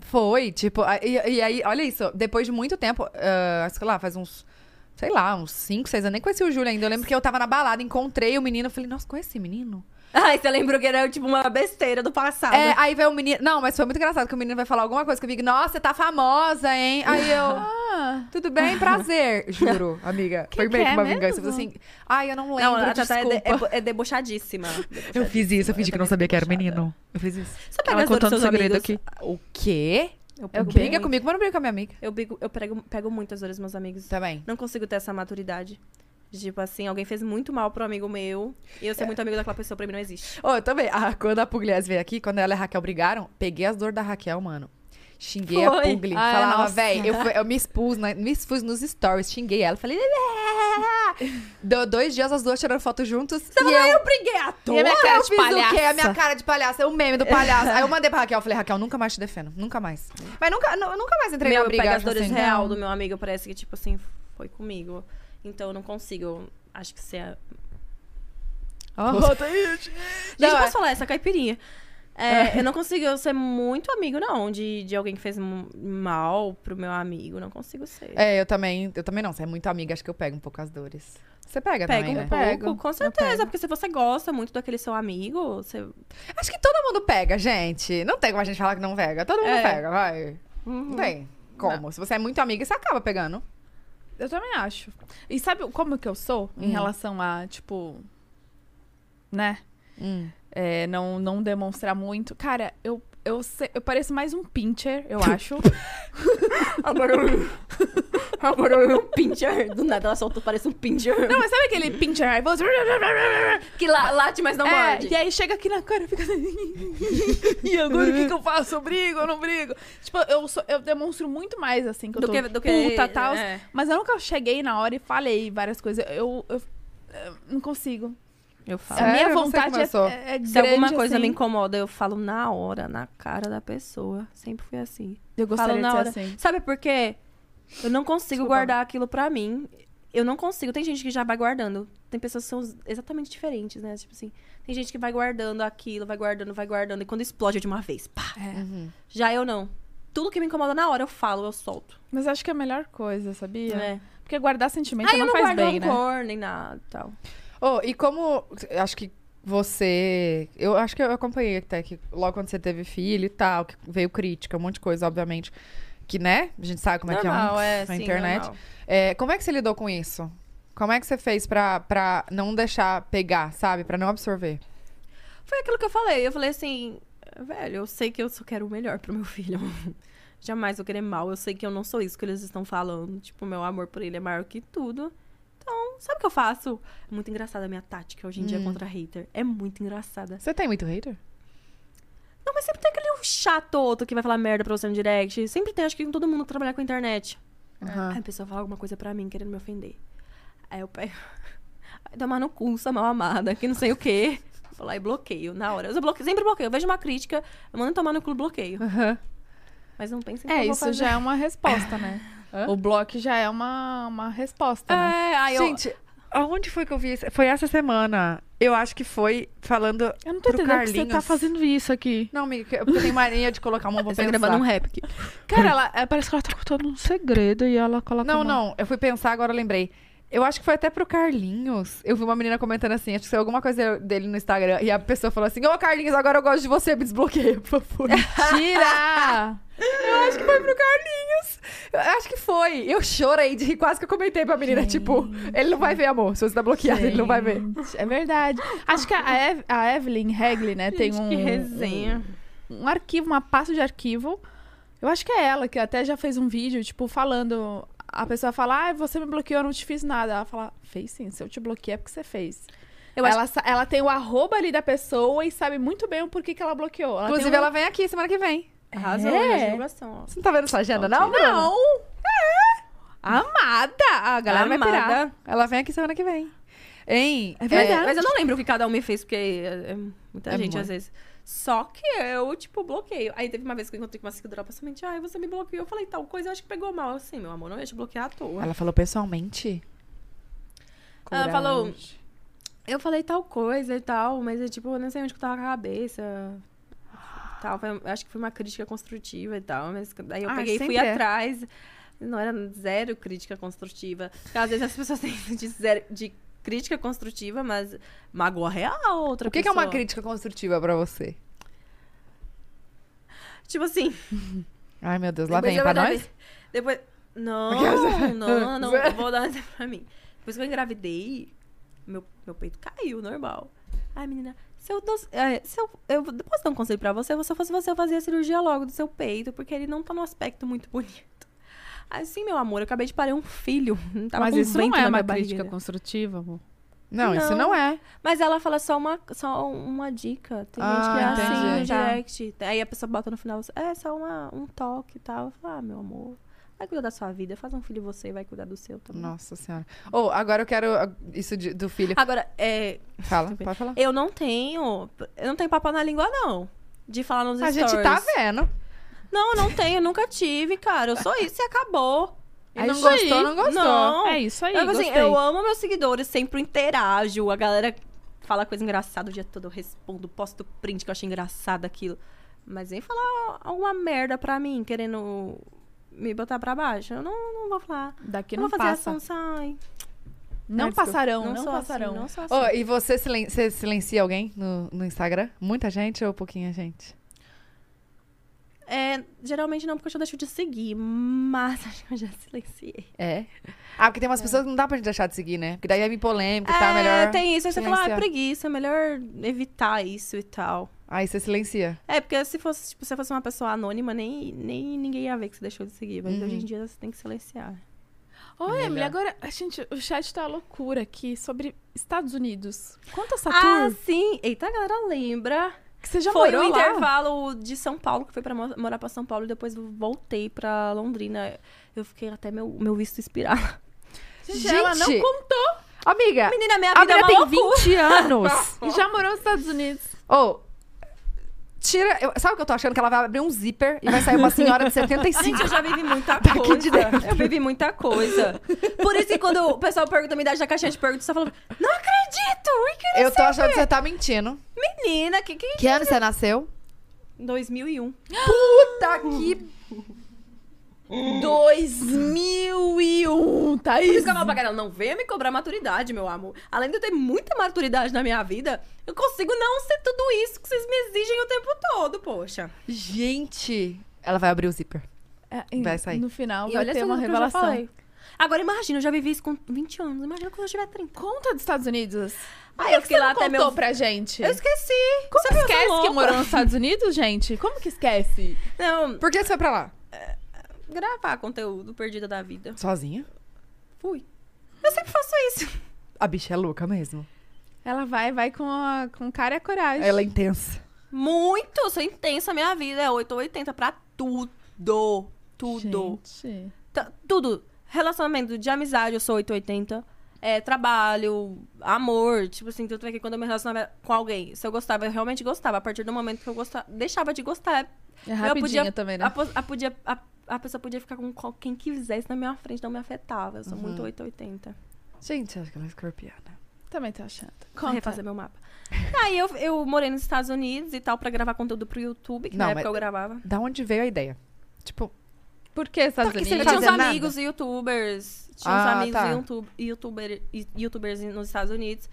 Speaker 1: Foi, tipo, a- e, e aí, olha isso, depois de muito tempo, ah, sei lá, faz uns, sei lá, uns 5, 6 anos, nem conheci o Júlio ainda. Eu lembro que eu tava na balada, encontrei o menino, eu falei, nossa, conheci esse menino?
Speaker 3: Ai, você lembrou que era, tipo, uma besteira do passado.
Speaker 1: É, aí veio o menino, não, mas foi muito engraçado que o menino vai falar alguma coisa que eu digo, nossa, você tá famosa, hein? Aí eu,
Speaker 2: Ah,
Speaker 1: tudo bem, prazer, juro, amiga. foi
Speaker 2: que
Speaker 1: meio que
Speaker 2: é
Speaker 1: uma vingança,
Speaker 2: mesmo?
Speaker 1: eu falei assim, ai, eu não lembro,
Speaker 3: Não, a
Speaker 2: tá
Speaker 3: Tatá é, de-
Speaker 1: desculpa.
Speaker 3: é bo- é debochadíssima.
Speaker 1: Eu fiz isso, eu fingi que não sabia que era o menino.
Speaker 2: Tá
Speaker 1: Eu fiz isso.
Speaker 3: Você pega as dores dos seus amigos.
Speaker 1: O quê?
Speaker 3: Eu
Speaker 1: Eu
Speaker 3: pego,
Speaker 1: briga
Speaker 3: muito.
Speaker 1: comigo, mas não briga com a minha amiga. Tá
Speaker 3: Eu, brigo- eu prego- pego muito as dores dos meus amigos.
Speaker 1: Também.
Speaker 3: Não consigo ter essa maturidade. Tipo assim, alguém fez muito mal pro amigo meu. E eu
Speaker 1: É.
Speaker 3: ser muito amigo daquela pessoa, pra mim não existe.
Speaker 1: Ô, eu também. Ah, quando a Pugliese veio aqui, quando ela e a Raquel brigaram, peguei as dores da Raquel, mano. Xinguei a
Speaker 3: Foi.
Speaker 1: Pugli.
Speaker 3: Ai,
Speaker 1: falava,
Speaker 3: nossa.
Speaker 1: véi, eu, fui- eu me expus, na- me expus nos stories, xinguei ela. Falei, deu dois dias as duas tirando foto juntas.
Speaker 3: é
Speaker 1: e eu, eu briguei à
Speaker 2: toa? é minha cara
Speaker 1: eu
Speaker 2: de
Speaker 1: fiz o quê? A minha
Speaker 2: palhaça.
Speaker 1: cara de palhaça, é o meme do palhaço. Aí eu mandei pra Raquel, eu falei, Raquel, nunca mais te defendo, nunca mais. Mas nunca, nu- nunca mais entrei
Speaker 3: Meu,
Speaker 1: na
Speaker 3: eu
Speaker 1: briga.
Speaker 3: pego as
Speaker 1: acho
Speaker 3: dores
Speaker 1: assim.
Speaker 3: real do meu amigo, parece que, tipo assim, foi comigo. Então eu não consigo. eu Acho que você é.
Speaker 1: Ó.
Speaker 3: Gente,
Speaker 1: Não,
Speaker 3: eu
Speaker 1: é-
Speaker 3: posso falar essa caipirinha? É, eu não consigo ser muito amigo, não, de, de alguém que fez mu- mal pro meu amigo. Não consigo ser.
Speaker 1: É, eu também, eu também não. Você é muito amiga, acho que eu pego um pouco as dores. Você pega
Speaker 3: Pega
Speaker 1: também,
Speaker 3: um
Speaker 1: né?
Speaker 3: pouco,
Speaker 2: Pego,
Speaker 3: com
Speaker 2: eu
Speaker 3: certeza.
Speaker 2: pego.
Speaker 3: Porque se você gosta muito daquele seu amigo, você.
Speaker 1: Acho que todo mundo pega, gente. Não tem como a gente falar que não pega. Todo mundo
Speaker 3: É. Uhum.
Speaker 1: pega, vai. Não tem como. Se você é muito amiga, você acaba pegando.
Speaker 2: eu também acho. E sabe como que eu sou em relação a, tipo,
Speaker 3: Hum.
Speaker 2: né? É, não, não demonstrar muito. Cara, eu, eu, se- eu pareço mais um pincher, eu acho.
Speaker 3: Agora eu... Agora eu era um pincher. Do nada ela soltou, parece um pincher.
Speaker 2: Não, mas sabe aquele pincher raivoso?
Speaker 3: é Que la- late, mas não
Speaker 2: É,
Speaker 3: morde.
Speaker 2: e aí chega aqui na cara e fica assim. e agora o que, que eu faço? Eu brigo, eu não brigo. Tipo, eu, sou- eu demonstro muito mais assim que eu
Speaker 3: Do
Speaker 2: tô
Speaker 3: que, do que...
Speaker 2: puta e tal.
Speaker 3: é.
Speaker 2: Mas eu nunca cheguei na hora e falei várias coisas. Eu, eu- eu não consigo.
Speaker 3: Eu
Speaker 2: A
Speaker 3: falo.
Speaker 1: É, eu
Speaker 2: minha
Speaker 1: não sei
Speaker 2: vontade
Speaker 1: como eu sou.
Speaker 2: é, é, é grande.
Speaker 3: Se alguma coisa
Speaker 2: assim.
Speaker 3: me incomoda, eu falo na hora, na cara da pessoa. Sempre fui assim.
Speaker 2: Eu gostaria
Speaker 3: falo na
Speaker 2: de ser
Speaker 3: hora.
Speaker 2: assim.
Speaker 3: Sabe por quê? Eu não consigo
Speaker 1: Desculpa.
Speaker 3: guardar aquilo pra mim. Eu não consigo. Tem gente que já vai guardando. Tem pessoas que são exatamente diferentes, né? Tipo assim, tem gente que vai guardando aquilo, vai guardando, vai guardando. E quando explode é de uma vez, pá. Já eu não. Tudo que me incomoda na hora, eu falo, eu solto.
Speaker 2: Mas acho que é a melhor coisa, sabia?
Speaker 3: É.
Speaker 2: Porque guardar sentimento
Speaker 3: Aí eu
Speaker 2: não
Speaker 3: não
Speaker 2: faz
Speaker 3: guardo
Speaker 2: bem, né?
Speaker 3: rancor, nem nada e tal.
Speaker 1: Oh, e como. Acho que você. Eu acho que eu acompanhei até que logo quando você teve filho e tal, que veio crítica, um monte de coisa, obviamente. Que, né? A gente sabe como é que é um,
Speaker 3: Normal, é,
Speaker 1: a
Speaker 3: sim,
Speaker 1: internet.
Speaker 3: normal.
Speaker 1: É, como é que você lidou com isso? Como é que você fez pra, pra não deixar pegar, sabe? Pra não absorver?
Speaker 3: Foi aquilo que eu falei. Eu falei assim, velho, eu sei que eu só quero o melhor pro meu filho. Jamais vou querer mal. Eu sei que eu não sou isso que eles estão falando. Tipo, meu amor por ele é maior que tudo. Então, sabe o que eu faço? É muito engraçada a minha tática hoje em dia contra hater. É muito engraçada.
Speaker 1: Você tem muito hater?
Speaker 3: Não, mas sempre tem aquele um chato outro que vai falar merda pra você no direct. Sempre tem, acho que todo mundo que trabalha com internet. Aí
Speaker 1: Aham.
Speaker 3: a pessoa fala alguma coisa pra mim, querendo me ofender. Aí eu pego. Aí tomar no cu, essa mal amada, que não sei o quê. Vou lá e bloqueio na hora. Eu bloqueio, sempre bloqueio. Eu vejo uma crítica, eu mando tomar no cu e bloqueio.
Speaker 1: Aham.
Speaker 3: Mas não pensa em que
Speaker 2: É,
Speaker 3: eu vou
Speaker 2: isso
Speaker 3: fazer.
Speaker 2: já é uma resposta, né?
Speaker 1: Hã?
Speaker 2: O bloco já é uma, uma resposta, né?
Speaker 3: É, aí eu.
Speaker 1: Gente, aonde foi que eu vi isso? Foi essa semana. Eu acho que foi falando.
Speaker 2: Eu não tô
Speaker 1: Pro
Speaker 2: entendendo que você tá
Speaker 1: Carlinhos.
Speaker 2: fazendo isso aqui.
Speaker 1: Não, amiga, que- porque eu tenho mania de colocar uma mão pra
Speaker 3: Você tá
Speaker 1: pensar.
Speaker 3: gravando um rap aqui.
Speaker 2: Cara, ela, é, parece que ela tá contando um segredo e ela coloca
Speaker 1: Não,
Speaker 2: uma...
Speaker 1: não. Eu fui pensar, agora eu lembrei. Eu acho que foi até pro Carlinhos. Eu vi uma menina comentando assim, acho que foi alguma coisa dele no Instagram. E a pessoa falou assim: Ô Carlinhos, agora eu gosto de você, me desbloqueia, por favor.
Speaker 2: Tira!
Speaker 1: eu acho que foi pro Carlinhos. Eu acho que foi. Eu chorei de rir, quase que eu comentei pra menina, tipo, ele não vai ver, amor. Se você tá bloqueado, ele não vai ver.
Speaker 2: Gente, É verdade. Acho que a, Ev- a Evelyn Hagley, né, tem um, um, um arquivo, uma pasta de arquivo. Eu acho que é ela, que até já fez um vídeo, tipo, falando. A pessoa fala, ah, você me bloqueou, eu não te fiz nada. Ela fala, fez sim, se eu te bloqueei é porque você fez.
Speaker 3: Eu
Speaker 2: ela, sa- ela tem o arroba ali da pessoa e sabe muito bem o porquê que ela bloqueou. Ela
Speaker 1: Inclusive,
Speaker 2: tem um-
Speaker 1: ela vem aqui semana que vem.
Speaker 3: Arrasou,
Speaker 2: É.
Speaker 3: é. divulgação, ó.
Speaker 1: Você não tá vendo sua agenda, não? É. Bruno?
Speaker 2: Não! Amada! A galera vai pirar.
Speaker 3: Amada.
Speaker 1: Ela vem aqui semana que vem. Hein?
Speaker 2: É
Speaker 3: É,
Speaker 2: verdade.
Speaker 3: mas eu não lembro o que cada um me fez, porque é, é muita
Speaker 1: É
Speaker 3: gente
Speaker 1: muito.
Speaker 3: às vezes. Só que eu, tipo, bloqueio. Aí teve uma vez que eu encontrei com uma seguidora, ela falou assim, ai, você me bloqueou. Eu falei, tal coisa, eu acho que pegou mal. Eu assim, meu amor, não ia te bloquear à toa.
Speaker 1: Ela falou pessoalmente.
Speaker 3: Ela falou, eu falei tal coisa e tal, mas é tipo, eu não sei onde que eu tava com a cabeça. Tal, foi- acho que foi uma crítica construtiva e tal, mas daí eu
Speaker 2: Ah,
Speaker 3: peguei e fui
Speaker 2: sempre é.
Speaker 3: atrás. Não era zero crítica construtiva. Porque às vezes as pessoas têm de, zero, de crítica construtiva, mas magoa real a outra
Speaker 1: O que, que é uma
Speaker 3: pessoa.
Speaker 1: crítica construtiva pra você?
Speaker 3: Tipo assim.
Speaker 1: Ai, meu Deus, lá
Speaker 3: depois
Speaker 1: vem
Speaker 3: eu
Speaker 1: pra
Speaker 3: engravidei-
Speaker 1: nós?
Speaker 3: Depois. Não, não, não. eu Vou dar um exemplo pra mim. Depois que eu engravidei, meu, meu peito caiu, normal. Ai, menina, se eu, dou- é, se eu, eu posso dar um conselho pra você? Se eu fosse você, eu fazia a cirurgia logo do seu peito, porque ele não tá num aspecto muito bonito. Assim, meu amor, eu acabei de parir um filho. Não tava
Speaker 2: Mas
Speaker 3: com um
Speaker 2: isso não
Speaker 3: vento
Speaker 2: é
Speaker 3: na
Speaker 2: uma
Speaker 3: minha barriga.
Speaker 2: crítica construtiva, amor.
Speaker 1: Não, isso
Speaker 3: Não.
Speaker 1: não é.
Speaker 3: Mas ela fala só uma, só uma dica. Tem gente que é
Speaker 1: Ah,
Speaker 3: assim no
Speaker 1: entendi.
Speaker 3: direct. Aí a pessoa bota no final, é só uma, um toque e tal. Eu falo, ah, meu amor, vai cuidar da sua vida. Faz um filho você e vai cuidar do seu também.
Speaker 1: Nossa senhora. Ou agora eu quero ah, isso de- do filho.
Speaker 3: Agora, é,
Speaker 1: Fala,
Speaker 3: tudo bem.
Speaker 1: pode falar.
Speaker 3: eu não tenho... Eu não tenho papo na língua, não. De falar nos
Speaker 1: A
Speaker 3: stories.
Speaker 1: gente tá vendo.
Speaker 3: Não, não tenho. Nunca tive, cara. Eu sou isso e acabou.
Speaker 2: E
Speaker 1: Aí
Speaker 2: não
Speaker 1: gostou,
Speaker 2: gostei.
Speaker 1: não gostou.
Speaker 3: Não.
Speaker 2: É isso aí,
Speaker 3: eu, assim,
Speaker 2: gostei.
Speaker 3: eu amo meus seguidores, sempre interajo. A galera fala coisa engraçada o dia todo, eu respondo, posto print que eu achei engraçado aquilo. Mas vem falar alguma merda pra mim, querendo me botar pra baixo. Eu não, não vou falar.
Speaker 2: Daqui
Speaker 3: Eu
Speaker 2: não
Speaker 3: não vou fazer
Speaker 2: passa.
Speaker 3: ação, sai.
Speaker 2: Não
Speaker 1: Ah, desculpa.
Speaker 2: passarão, não,
Speaker 3: sou
Speaker 2: passarão.
Speaker 3: Assim, não sou assim.
Speaker 1: Ô, e você, silen- você silencia alguém no, no Instagram? Muita gente ou pouquinha gente?
Speaker 3: É, geralmente não, porque eu já deixo de seguir, mas acho que eu já silenciei.
Speaker 1: É. Ah, porque tem umas pessoas que não dá pra gente deixar de seguir, né? Porque daí é meio polêmico e tá
Speaker 3: É,
Speaker 1: melhor.
Speaker 3: tem isso. Aí você fala, ah, é
Speaker 1: silenciar.
Speaker 3: preguiça, é melhor evitar isso e tal.
Speaker 1: Aí você silencia.
Speaker 3: É, porque se fosse, tipo, se eu fosse uma pessoa anônima, nem, nem ninguém ia ver que você deixou de seguir. Mas
Speaker 1: Uhum.
Speaker 3: hoje em dia você tem que silenciar.
Speaker 8: Ô, Emily,
Speaker 1: Melhor.
Speaker 8: agora, a gente, o chat tá uma loucura aqui sobre Estados Unidos. Conta
Speaker 1: Tá
Speaker 8: essa
Speaker 3: Ah,
Speaker 8: tour,
Speaker 3: sim! Eita, a galera lembra.
Speaker 8: que você já
Speaker 3: foi
Speaker 8: morou
Speaker 3: um
Speaker 8: lá.
Speaker 3: intervalo de São Paulo, que foi pra mo- morar pra São Paulo e depois voltei pra Londrina. Eu fiquei até meu, meu visto expirar.
Speaker 8: Gente, ela não
Speaker 1: contou. Amiga,
Speaker 3: Menina, minha
Speaker 1: a
Speaker 3: vida é
Speaker 1: menina
Speaker 3: uma
Speaker 1: tem
Speaker 3: loucura.
Speaker 1: 20 anos.
Speaker 8: E já morou nos Estados Unidos.
Speaker 1: Ô, tira... eu- sabe o que eu tô achando? Que ela vai abrir um zíper e vai sair uma senhora de 75.
Speaker 3: Gente, eu já vivi muita
Speaker 1: Daqui
Speaker 3: coisa.
Speaker 1: de dentro.
Speaker 3: Eu vivi muita coisa. Por isso que quando o pessoal pergunta a minha idade na caixinha de perguntas, eu só falo, não acredito! e que
Speaker 1: Eu tô achando que você tá mentindo.
Speaker 3: Menina, que, é? que...
Speaker 1: Que ano você nasceu?
Speaker 3: 2001.
Speaker 1: Tá aqui.
Speaker 3: 2001, Thaís! Por um. Tá isso que eu falo pra galera, não venha me cobrar maturidade, meu amor. Além de eu ter muita maturidade na minha vida, eu consigo não ser tudo isso que vocês me exigem o tempo todo, poxa.
Speaker 1: Gente, ela vai abrir o zíper.
Speaker 2: É, e
Speaker 1: Vai sair.
Speaker 2: No final
Speaker 3: E
Speaker 2: vai
Speaker 3: olha
Speaker 2: ter
Speaker 3: só
Speaker 2: uma
Speaker 3: o que eu já
Speaker 2: revelação.
Speaker 3: falei. Agora imagina, eu já vivi isso com 20 anos. Imagina quando eu tiver 30.
Speaker 2: Conta dos Estados Unidos.
Speaker 3: Aí eu
Speaker 2: Por que
Speaker 3: fiquei
Speaker 2: você
Speaker 3: lá
Speaker 2: não
Speaker 3: até
Speaker 2: contou
Speaker 3: meu...
Speaker 2: pra gente?
Speaker 3: Eu esqueci.
Speaker 2: Como
Speaker 3: Sabe, eu sou
Speaker 2: esquece que
Speaker 3: louca.
Speaker 2: morou nos Estados Unidos, gente? Como que esquece?
Speaker 3: Não,
Speaker 1: Por que você foi pra lá?
Speaker 3: gravar conteúdo perdida da vida.
Speaker 1: Sozinha?
Speaker 3: Fui. Eu sempre faço isso.
Speaker 1: A bicha é louca mesmo.
Speaker 2: Ela vai, vai com, a, com cara e a coragem.
Speaker 1: Ela é intensa.
Speaker 3: Muito, eu sou intensa, minha vida é 8 ou 80 pra tudo. Tudo.
Speaker 2: Gente. é
Speaker 3: Tá- tudo. Relacionamento de amizade, eu sou 8 ou 80. É, trabalho, amor, tipo assim, tanto é que quando eu me relacionava com alguém, se eu gostava, eu realmente gostava. A partir do momento que eu gostava, deixava de gostar,
Speaker 2: É rapidinha
Speaker 3: podia-
Speaker 2: também, né?
Speaker 3: a, pos- a podia, a, a pessoa podia ficar com qual- quem quisesse na minha frente, não me afetava. Eu
Speaker 1: Uhum.
Speaker 3: sou muito 8 ou 80.
Speaker 1: Gente, acho que ela é escorpiana.
Speaker 2: Também tô achando.
Speaker 3: Vou refazer meu mapa. Aí eu, eu morei nos Estados Unidos e tal pra gravar conteúdo pro YouTube, que
Speaker 1: Não,
Speaker 3: na
Speaker 1: mas-
Speaker 3: época eu gravava.
Speaker 1: Da onde veio a ideia? Tipo,
Speaker 2: Por que Estados
Speaker 1: Tá aqui,
Speaker 3: Eu
Speaker 1: sem
Speaker 2: Unidos?
Speaker 3: tinha uns
Speaker 1: fazer nada?
Speaker 3: amigos youtubers. Tinha uns
Speaker 1: Ah,
Speaker 3: amigos
Speaker 1: tá.
Speaker 3: youtu- youtuber, e- youtubers nos Estados Unidos.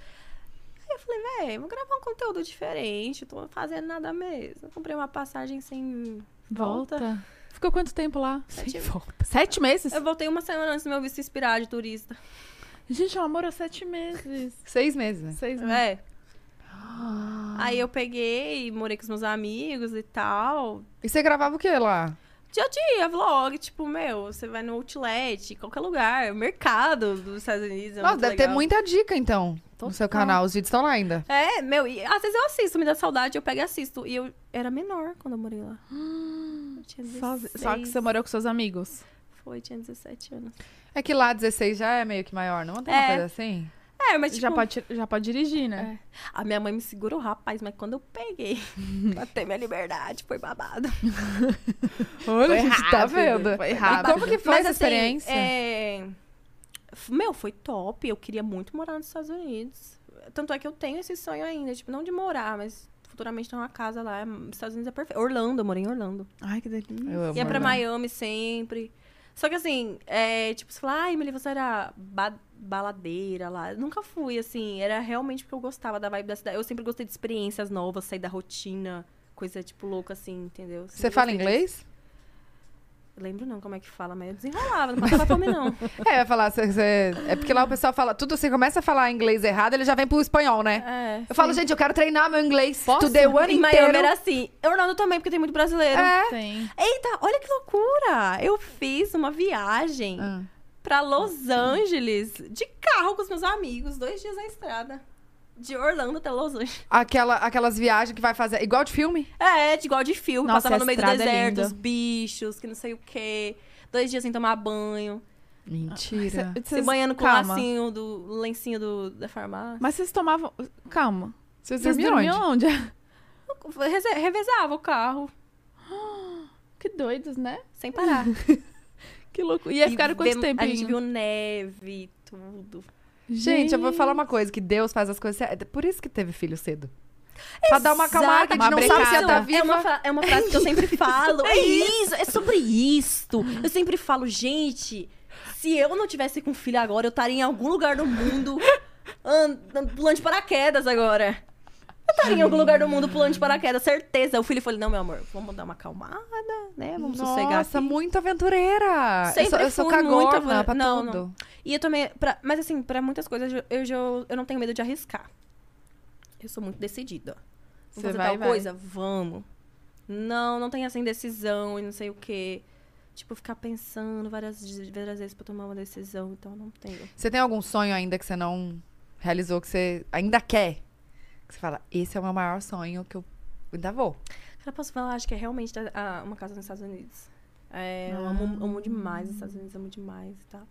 Speaker 3: Aí eu falei, véi, vou gravar um conteúdo diferente, tô fazendo nada mesmo. Eu comprei uma passagem sem.
Speaker 2: Volta. Ficou quanto tempo lá?
Speaker 1: sem volta.
Speaker 2: Sete meses?
Speaker 3: Eu voltei uma semana antes do meu visto expirar de turista.
Speaker 2: Gente, ela morou sete meses.
Speaker 1: Seis meses, né?
Speaker 2: Seis meses.
Speaker 3: É.
Speaker 1: Ah.
Speaker 3: Aí eu peguei, morei com os meus amigos e tal.
Speaker 1: E você gravava o que lá?
Speaker 3: dia a dia, vlog, tipo, meu, você vai no outlet, qualquer lugar, mercado dos Estados Unidos. É
Speaker 1: Nossa,
Speaker 3: muito
Speaker 1: deve ter
Speaker 3: legal.
Speaker 1: muita dica, então,
Speaker 3: Total.
Speaker 1: no seu canal. Os vídeos estão lá ainda.
Speaker 3: É, meu, e às vezes eu assisto, me dá saudade, eu pego e assisto. E eu era menor quando eu morei lá. Eu tinha 16,
Speaker 2: Só, só que você morou com seus amigos.
Speaker 3: Foi, tinha 17 anos.
Speaker 1: É que lá 16 já é meio que maior, não tem uma
Speaker 3: É.
Speaker 1: coisa assim?
Speaker 3: É, mas tipo,
Speaker 2: já, pode, já pode dirigir, né?
Speaker 3: a minha mãe me segurou, rapaz, mas quando eu peguei pra ter minha liberdade, foi babado.
Speaker 1: Olha, a gente tá
Speaker 2: rápido,
Speaker 1: vendo.
Speaker 2: É. foi
Speaker 1: E
Speaker 2: rápido.
Speaker 1: Como que foi
Speaker 3: Mas,
Speaker 1: essa
Speaker 3: assim,
Speaker 1: experiência?
Speaker 3: é, f- Meu, foi top. Eu queria muito morar nos Estados Unidos. Tanto é que eu tenho esse sonho ainda. Tipo, não de morar, mas futuramente ter uma casa lá. É- Estados Unidos é perfeito. Orlando, eu morei em Orlando.
Speaker 2: Ai, que delícia.
Speaker 1: Eu amo
Speaker 3: Ia pra
Speaker 1: Orlando.
Speaker 3: Miami sempre. Só que assim, é, tipo, você fala, ai, Emily, você era ba- baladeira lá. Eu nunca fui, assim. Era realmente porque eu gostava da vibe da cidade. Eu sempre gostei de experiências novas, sair da rotina. Coisa, tipo, louca, assim, entendeu?
Speaker 1: Você
Speaker 3: Sempre
Speaker 1: fala
Speaker 3: gostei
Speaker 1: inglês?
Speaker 3: disso. Lembro não como é que fala, mas eu desenrolava, não passava fome, não.
Speaker 1: É, vai falar. cê- cê- É porque lá o pessoal fala tudo. Você começa a falar inglês errado, ele já vem pro espanhol, né?
Speaker 3: É.
Speaker 1: Eu falo, gente, eu quero treinar meu inglês.
Speaker 2: Posso?
Speaker 1: Tu deu o ano
Speaker 3: Em Miami era
Speaker 1: inteiro.
Speaker 3: assim. Orlando também, porque tem muito brasileiro.
Speaker 1: É.
Speaker 2: Tem.
Speaker 3: Eita, olha que loucura! Eu fiz uma viagem
Speaker 1: Ah.
Speaker 3: pra Los Angeles de carro com os meus amigos, dois dias na estrada. De Orlando até Los Angeles.
Speaker 1: Aquela, aquelas viagens que vai fazer. Igual de filme?
Speaker 3: É, de igual de filme.
Speaker 2: Nossa,
Speaker 3: Passava
Speaker 2: a
Speaker 3: no meio do
Speaker 2: estrada é
Speaker 3: deserto,
Speaker 2: linda.
Speaker 3: os bichos, que não sei o quê. Dois dias sem tomar banho.
Speaker 1: Mentira.
Speaker 3: Se
Speaker 2: Vocês-
Speaker 3: banhando com
Speaker 2: Então, calma.
Speaker 3: o lacinho do lencinho do, da farmácia.
Speaker 2: Mas vocês tomavam. Calma.
Speaker 1: Vocês
Speaker 2: Vocês
Speaker 1: dormiram onde?
Speaker 2: dormiam onde?
Speaker 3: Eu reze- revezava o carro,
Speaker 2: Que doidos, né?
Speaker 3: sem parar.
Speaker 2: Que louco. E aí ficaram quanto
Speaker 3: vemos-
Speaker 2: tempo?
Speaker 3: A gente viu neve, tudo.
Speaker 1: Gente, eu vou falar uma coisa: que Deus faz as coisas. certas. É Por isso que teve filho cedo. Pra dar uma acalmada, que a gente não
Speaker 2: Uma
Speaker 1: sabe se ela tá
Speaker 2: brecada.
Speaker 1: viva.
Speaker 3: É uma, fra- é uma frase que eu sempre falo. é isso, é sobre isto. Eu sempre falo, gente, se eu não tivesse com filho agora, eu estaria em algum lugar do mundo an- an- pulando de paraquedas agora. Eu estaria em algum lugar do mundo pulando de paraquedas, certeza. O filho falou, não, meu amor, vamos dar uma acalmada, né? Vamos sossegar.
Speaker 1: Nossa,
Speaker 3: aqui."
Speaker 1: muito aventureira. Eu sou,
Speaker 3: Sempre
Speaker 1: eu sou
Speaker 3: fui muito
Speaker 1: cagona
Speaker 3: aventura-
Speaker 1: pra
Speaker 3: Não,
Speaker 1: tudo.
Speaker 3: E eu também. pra- mas assim, pra muitas coisas eu, eu, já- eu não tenho medo de arriscar. Eu sou muito decidida.
Speaker 2: Você
Speaker 3: Vamos fazer
Speaker 2: vai,
Speaker 3: tal
Speaker 2: vai.
Speaker 3: coisa? Vamos. Não, não tem essa indecisão e não sei o quê. Tipo, ficar pensando várias, várias vezes pra tomar uma decisão, então não tenho.
Speaker 1: Você tem algum sonho ainda que você não realizou, que você ainda quer? Que você fala, esse é o meu maior sonho que eu ainda vou.
Speaker 3: Cara, posso falar? Acho que é realmente da- a- uma casa nos Estados Unidos. É, eu
Speaker 2: Ah.
Speaker 3: amo, amo demais os Estados Unidos, amo demais e tal.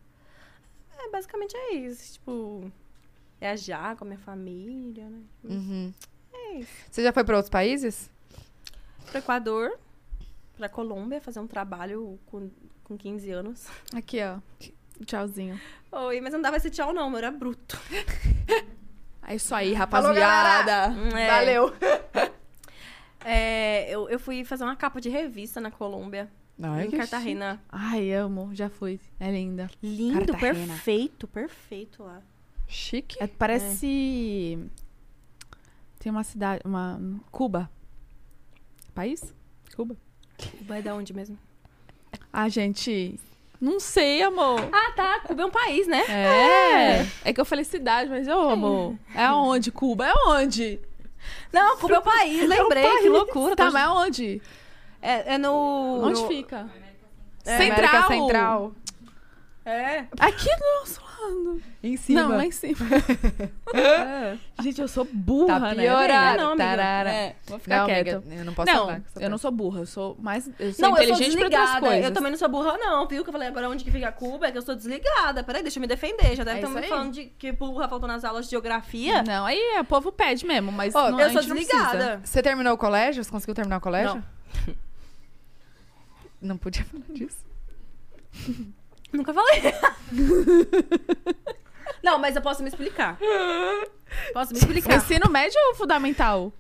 Speaker 3: É, basicamente é isso. Tipo, viajar com a minha família, né?
Speaker 1: Uhum.
Speaker 3: É isso.
Speaker 1: Você já foi pra outros países?
Speaker 3: Pro Equador, pra Colômbia, fazer um trabalho com, com 15 anos.
Speaker 2: Aqui, ó. Tchauzinho.
Speaker 3: Oi, mas não dava esse tchau, não, eu era bruto.
Speaker 2: É isso aí,
Speaker 1: Falou,
Speaker 2: rapaziada.
Speaker 3: É,
Speaker 1: Valeu!
Speaker 3: é, eu, eu fui fazer uma capa de revista na Colômbia,
Speaker 1: Não, é
Speaker 3: em Cartagena.
Speaker 2: Ai, amo. Já fui. É linda.
Speaker 3: Lindo,
Speaker 1: Cartagena.
Speaker 3: perfeito, perfeito lá.
Speaker 1: Chique.
Speaker 2: É, parece. Tem uma cidade. Uma. Cuba. País? Cuba.
Speaker 3: Vai é da onde mesmo?
Speaker 2: Ah, gente. Não sei, amor.
Speaker 3: Ah, tá, Cuba é um país, né?
Speaker 2: é. É que eu falei cidade, mas eu amo. É onde, Cuba? É onde?
Speaker 3: Não, Cuba é o país, lembrei, que loucura.
Speaker 2: um Tá,
Speaker 3: tô-
Speaker 2: mas é onde?
Speaker 3: é, é no...
Speaker 2: Onde
Speaker 3: no-
Speaker 2: fica?
Speaker 3: É,
Speaker 1: América Central.
Speaker 3: É.
Speaker 2: Aqui do nosso lado.
Speaker 1: Em cima.
Speaker 2: Não, lá em cima. É. Gente, eu sou burra,
Speaker 1: Tá
Speaker 2: né?
Speaker 1: piorado.
Speaker 3: Não, amiga.
Speaker 1: tarara.
Speaker 2: É, vou ficar
Speaker 1: não,
Speaker 2: quieta.
Speaker 1: amiga, eu não posso
Speaker 2: não,
Speaker 1: falar com essa
Speaker 2: eu
Speaker 1: pessoa.
Speaker 2: não sou burra, eu sou mais. Eu sou
Speaker 3: Não, eu sou
Speaker 2: inteligente pra outras
Speaker 3: desligada.
Speaker 2: coisas.
Speaker 3: Eu também não sou burra, não, viu? Que eu falei agora onde que fica Cuba, é que eu sou desligada. Peraí, deixa eu me defender. Já deve
Speaker 2: É
Speaker 3: estar
Speaker 2: isso
Speaker 3: me
Speaker 2: aí.
Speaker 3: falando de que burra faltou nas aulas de geografia.
Speaker 2: Não, aí é, o povo pede mesmo, mas
Speaker 1: Ó,
Speaker 2: não,
Speaker 3: eu
Speaker 2: a
Speaker 3: sou
Speaker 2: gente não precisa.
Speaker 3: desligada.
Speaker 1: Você terminou o colégio? Você conseguiu terminar o colégio? Não. Não podia falar disso.
Speaker 3: Nunca falei. não, mas eu posso me explicar. Posso me explicar.
Speaker 2: Ensino médio ou fundamental?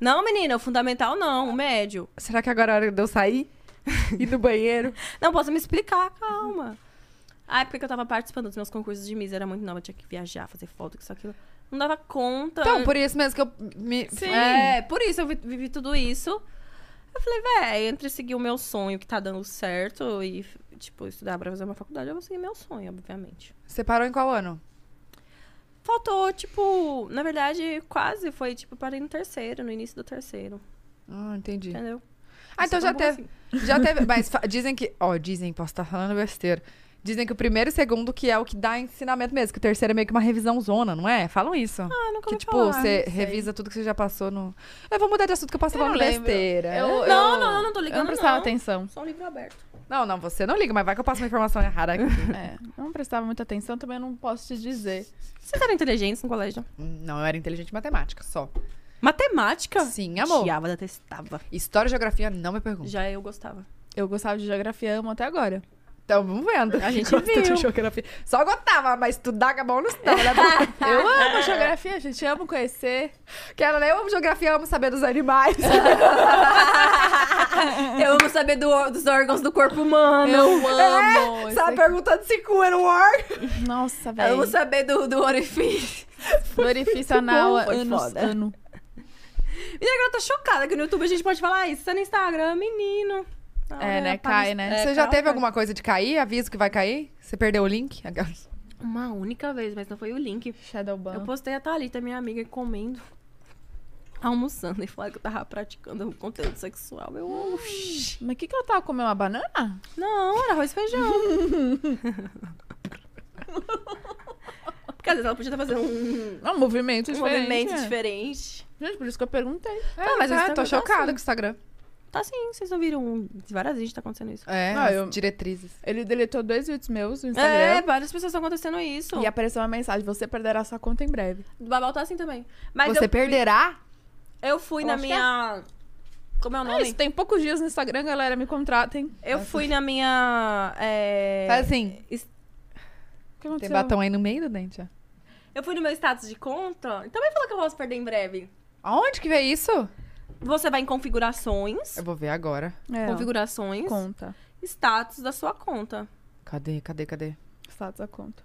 Speaker 3: Não, menina, o fundamental não, o médio.
Speaker 1: Será que agora é a hora de eu sair? Ir no banheiro?
Speaker 3: Não, posso me explicar, calma. A época que eu tava participando dos meus concursos de Miss era muito nova, eu tinha que viajar, fazer foto, que isso, aquilo. Não dava conta.
Speaker 1: Então, por isso mesmo que eu me...
Speaker 2: Sim.
Speaker 3: É, por isso eu vi- vivi tudo isso. Eu falei, véi, entre seguir o meu sonho que tá dando certo e, tipo, estudar pra fazer uma faculdade, eu vou seguir meu sonho, obviamente.
Speaker 1: Você parou em qual ano?
Speaker 3: Faltou, tipo, na verdade, quase foi, tipo, parei no terceiro, no início do terceiro,
Speaker 1: Ah, entendi.
Speaker 3: entendeu?
Speaker 1: Ah, então
Speaker 3: Eu sou
Speaker 1: já
Speaker 3: tão boa
Speaker 1: teve. Já teve. Mas fa- dizem que. Ó, dizem, posso estar falando besteira. Dizem que o primeiro e o segundo que é o que dá ensinamento mesmo, que o terceiro é meio que uma revisão zona, não é? Falam isso.
Speaker 3: Ah, nunca
Speaker 1: que
Speaker 3: ouvi
Speaker 1: tipo,
Speaker 3: falar,
Speaker 1: você
Speaker 3: não sei.
Speaker 1: revisa tudo que você já passou no. Eu vou mudar de assunto que eu posso
Speaker 2: Eu
Speaker 1: falando
Speaker 2: É. não lembro.
Speaker 1: besteira.
Speaker 2: Eu-
Speaker 3: Não,
Speaker 2: eu-
Speaker 3: não, não, não tô ligando,
Speaker 2: Eu não prestava
Speaker 3: não.
Speaker 2: atenção.
Speaker 3: Só um livro aberto.
Speaker 1: Não, não, você não liga, mas vai que eu passo uma informação errada aqui.
Speaker 2: É, eu não prestava muita atenção, também eu não posso te dizer.
Speaker 3: Vocês eram inteligentes no colégio?
Speaker 1: não, eu era inteligente em matemática só.
Speaker 3: Matemática?
Speaker 1: Sim, amor.
Speaker 3: Odiava, detestava.
Speaker 1: História e geografia não me pergunta.
Speaker 3: Já eu gostava.
Speaker 2: Eu gostava de geografia, amo até agora.
Speaker 1: Então, vamos vendo.
Speaker 3: A gente
Speaker 1: Gosto de
Speaker 3: viu.
Speaker 1: geografia. Só gostava, mas estudar acabou não estava, né?
Speaker 3: Tá.
Speaker 2: Eu amo geografia, gente, amo conhecer.
Speaker 1: Porque ela, né, eu amo geografia, amo saber dos animais.
Speaker 3: Eu amo saber do- dos órgãos do corpo humano.
Speaker 2: Eu
Speaker 3: É,
Speaker 2: amo. isso
Speaker 1: Sabe, perguntando se cu era um órgão.
Speaker 2: aqui. Nossa,
Speaker 3: Eu
Speaker 2: velho.
Speaker 3: amo saber do, do orifício.
Speaker 2: Do orifício anal,
Speaker 3: é bom, foi
Speaker 2: tá anos,
Speaker 3: foda.
Speaker 2: ano.
Speaker 3: Menina, agora eu tô chocada que no YouTube a gente pode falar isso. Tá no Instagram, menino. Ah,
Speaker 2: É, né,
Speaker 3: rapaz.
Speaker 2: cai, né?
Speaker 1: Você já
Speaker 3: calma.
Speaker 1: teve alguma coisa de cair? Aviso que vai cair? Você perdeu o link?
Speaker 3: Uma única vez, mas não foi o link.
Speaker 2: Shadowban.
Speaker 3: Eu postei a Thalita, minha amiga, comendo, almoçando e falaram que eu tava praticando conteúdo sexual. Eu, oxi.
Speaker 2: Mas o que, que ela tava comendo? Uma banana?
Speaker 3: Não, era arroz e feijão. Porque às vezes ela podia estar fazendo um,
Speaker 2: É um movimento
Speaker 3: um
Speaker 2: diferente.
Speaker 3: movimento
Speaker 2: né?
Speaker 3: diferente.
Speaker 2: Gente, por isso que eu perguntei. É,
Speaker 3: Ah, mas o
Speaker 1: eu tô
Speaker 3: Instagram tá
Speaker 1: chocada
Speaker 3: assim.
Speaker 1: com o Instagram.
Speaker 3: Tá sim, vocês não viram várias vezes tá acontecendo isso.
Speaker 1: É,
Speaker 2: Ah,
Speaker 1: as
Speaker 2: eu-
Speaker 1: diretrizes.
Speaker 2: Ele deletou dois vídeos meus no
Speaker 3: É, então.
Speaker 2: Instagram.
Speaker 3: várias pessoas estão acontecendo isso.
Speaker 2: E apareceu uma mensagem, você perderá sua conta em breve.
Speaker 3: O Babal tá assim também. Mas
Speaker 1: Você
Speaker 3: eu,
Speaker 1: perderá?
Speaker 3: eu fui
Speaker 2: Eu
Speaker 3: na
Speaker 2: acho que
Speaker 3: minha. Como é o
Speaker 2: É
Speaker 3: nome?
Speaker 2: isso, tem poucos dias no Instagram, galera, me contratem.
Speaker 3: eu fui na minha. é,
Speaker 1: Faz assim.
Speaker 2: O que
Speaker 1: Tem
Speaker 2: aconteceu?
Speaker 1: batom aí no meio do dente, ó.
Speaker 3: Eu fui no meu status de conta. Também falou que eu posso perder em breve.
Speaker 1: Aonde que vê isso?
Speaker 3: Você vai em configurações.
Speaker 1: Eu vou ver agora.
Speaker 2: É, ó,
Speaker 3: configurações.
Speaker 2: conta.
Speaker 3: Status da sua conta.
Speaker 1: Cadê, cadê, cadê?
Speaker 2: Status da conta.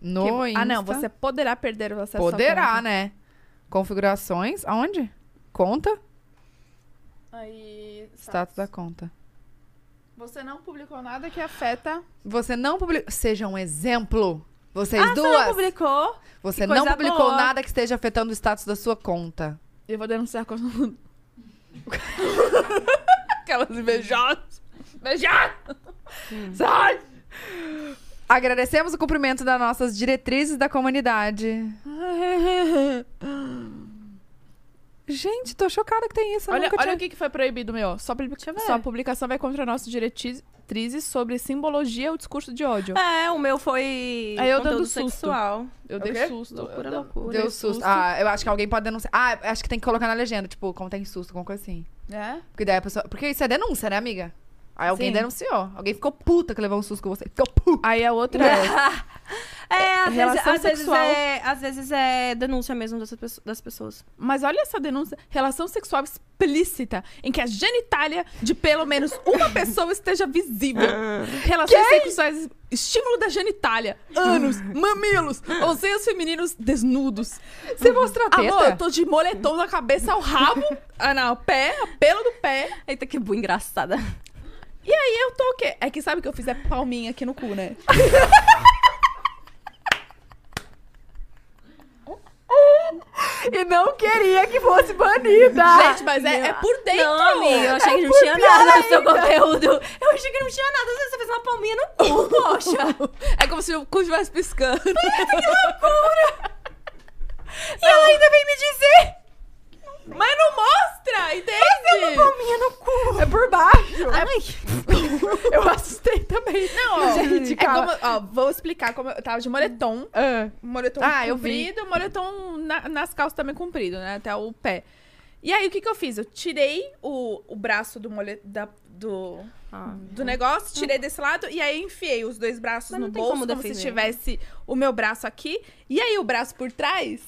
Speaker 1: No
Speaker 2: Que- Ah, não,
Speaker 1: Insta.
Speaker 2: você poderá perder o
Speaker 3: Tá
Speaker 2: acesso
Speaker 1: Poderá,
Speaker 2: à conta.
Speaker 1: né? Configurações. Aonde? Conta.
Speaker 2: Aí,
Speaker 1: Status da conta.
Speaker 2: Você não publicou nada que afeta...
Speaker 1: Você não publicou. Seja um exemplo. Vocês
Speaker 3: Ah, Você não
Speaker 1: duas.
Speaker 3: publicou.
Speaker 1: Você
Speaker 3: que coisa
Speaker 1: não publicou
Speaker 3: boa.
Speaker 1: nada que esteja afetando o status da sua conta.
Speaker 2: Eu vou denunciar com
Speaker 1: Aquelas invejadas. Invejadas! Sai! Agradecemos o cumprimento das nossas diretrizes da comunidade. Gente, tô chocada que tem isso. Eu
Speaker 2: Olha,
Speaker 1: nunca
Speaker 2: olha
Speaker 1: tinha...
Speaker 2: o que, que foi proibido, meu. Só publica- Sua publicação vai contra nossos diretrizes sobre simbologia ou discurso de ódio.
Speaker 3: É, o meu foi
Speaker 2: Aí eu
Speaker 3: conteúdo
Speaker 2: dando susto.
Speaker 3: sexual.
Speaker 2: Eu
Speaker 1: o
Speaker 2: dei
Speaker 1: quê?
Speaker 2: susto.
Speaker 3: Loucura,
Speaker 2: eu dei-
Speaker 3: loucura.
Speaker 2: dei
Speaker 1: Deu susto. Ah, eu acho que alguém pode denunciar. Ah, eu acho que tem que colocar na legenda, tipo, contém susto, alguma coisa assim.
Speaker 2: É?
Speaker 1: Porque daí a pessoa. Porque isso é denúncia, né, amiga? Aí alguém
Speaker 2: Sim.
Speaker 1: denunciou. Alguém ficou puta que levou um susto com você. Ficou puta.
Speaker 2: Aí a outra é.
Speaker 3: É, às, vezes,
Speaker 2: relação
Speaker 3: às, vezes
Speaker 2: sexual.
Speaker 3: é, às vezes é denúncia mesmo dessas pesso- das pessoas.
Speaker 2: Mas olha essa denúncia. Relação sexual explícita em que a genitália de pelo menos uma pessoa esteja visível.
Speaker 1: Ah.
Speaker 2: Relações sexuais, estímulo da genitália, ânus,
Speaker 1: Ah.
Speaker 2: mamilos, ou seios femininos desnudos.
Speaker 1: Você mostrou a teta?
Speaker 2: Amor, eu tô de moletom da cabeça ao rabo, ah, não, pé, pelo do pé.
Speaker 3: Eita, que bu engraçada.
Speaker 2: E aí eu tô o quê? É que sabe o que eu fiz? É palminha aqui no cu, né?
Speaker 1: E não queria que fosse banida. É
Speaker 2: Gente, mas é, é por dentro.
Speaker 3: Não, amiga, eu achei que não tinha nada no seu conteúdo. Eu achei que não tinha nada. Às vezes você fez uma palminha no cu, poxa.
Speaker 2: É como se o cu estivesse piscando.
Speaker 3: e ela ainda vem me dizer.
Speaker 2: Mas não mostra, entende?
Speaker 3: Palminha no cu.
Speaker 1: É por baixo.
Speaker 3: Ai.
Speaker 1: Eu assustei também.
Speaker 2: Não, ó,
Speaker 1: Gente,
Speaker 2: é
Speaker 1: calma.
Speaker 2: como- ó, vou explicar como eu tava de moletom.
Speaker 1: Ah,
Speaker 2: Moletom
Speaker 1: Ah, eu vi.
Speaker 2: comprido, moletom na- nas calças também comprido, né? Até o pé. E aí, o que que eu fiz? Eu tirei o, o braço do mole, da- do, do negócio, tirei desse lado e aí enfiei os dois braços
Speaker 3: Mas
Speaker 2: no
Speaker 3: não tem
Speaker 2: bolso, como,
Speaker 3: como
Speaker 2: se
Speaker 3: defender.
Speaker 2: tivesse o meu braço aqui. E aí, o braço por trás,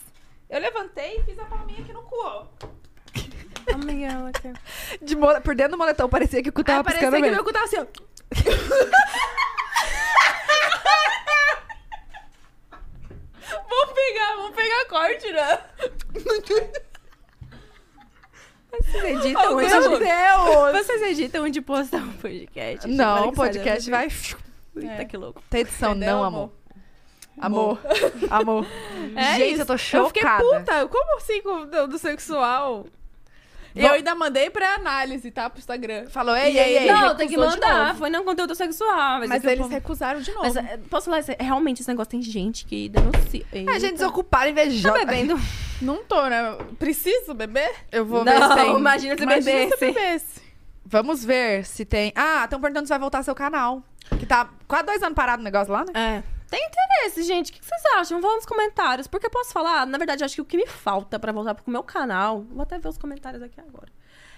Speaker 2: eu levantei e fiz a palminha aqui no cu, ó.
Speaker 3: Amiga, ela quer.
Speaker 1: de mo- Por dentro do moletom, parecia que o cu
Speaker 2: Aí
Speaker 1: tava
Speaker 2: parecia
Speaker 1: piscando
Speaker 2: que
Speaker 1: mesmo.
Speaker 2: meu cu
Speaker 3: tá
Speaker 2: tava assim, ó. Vamos pegar, vamos pegar corte, né?
Speaker 3: Editam
Speaker 1: Meu
Speaker 3: onde...
Speaker 1: Deus!
Speaker 3: um Vocês editam onde postar um podcast? Tomara
Speaker 1: Não,
Speaker 3: que
Speaker 1: o podcast
Speaker 3: saia
Speaker 1: vai...
Speaker 3: dessa- Eita, que louco.
Speaker 1: Tem edição,
Speaker 2: Entendeu,
Speaker 1: não, amor. Amor. Amor.
Speaker 2: É
Speaker 1: Gente,
Speaker 2: isso.
Speaker 1: eu tô
Speaker 2: Eu fiquei
Speaker 1: chocada.
Speaker 2: puta, como assim com do, do sexual? E
Speaker 1: Vam-
Speaker 2: eu ainda mandei pra análise, tá? Pro Instagram.
Speaker 1: Falou, ei,
Speaker 2: E aí,
Speaker 1: ei, ei.
Speaker 3: Não, tem que
Speaker 2: recusou de
Speaker 3: mandar.
Speaker 2: novo.
Speaker 3: Foi não conteúdo sexual. Mas, é
Speaker 2: Mas
Speaker 3: que o
Speaker 2: eles
Speaker 3: povo-
Speaker 2: recusaram de novo.
Speaker 3: Mas é, posso falar, é, realmente esse negócio tem gente que denuncia.
Speaker 1: A gente
Speaker 2: então.
Speaker 3: Eita.
Speaker 1: desocupada,
Speaker 3: tá
Speaker 1: invejosa.
Speaker 3: bebendo.
Speaker 2: Não tô, né? Preciso beber?
Speaker 1: Eu vou ver se
Speaker 3: Não,
Speaker 1: tem.
Speaker 3: imagina se
Speaker 2: Imagina se eu
Speaker 3: bebesse.
Speaker 2: bebesse.
Speaker 1: Vamos ver se tem. Ah, estão perguntando se vai voltar seu canal. Que tá quase dois anos parado o negócio lá, né?
Speaker 3: É. Tem interesse, gente. O que que vocês acham? Vão nos comentários. Porque eu posso falar, na verdade, eu acho que o que me falta pra voltar pro meu canal, vou até ver os comentários aqui agora,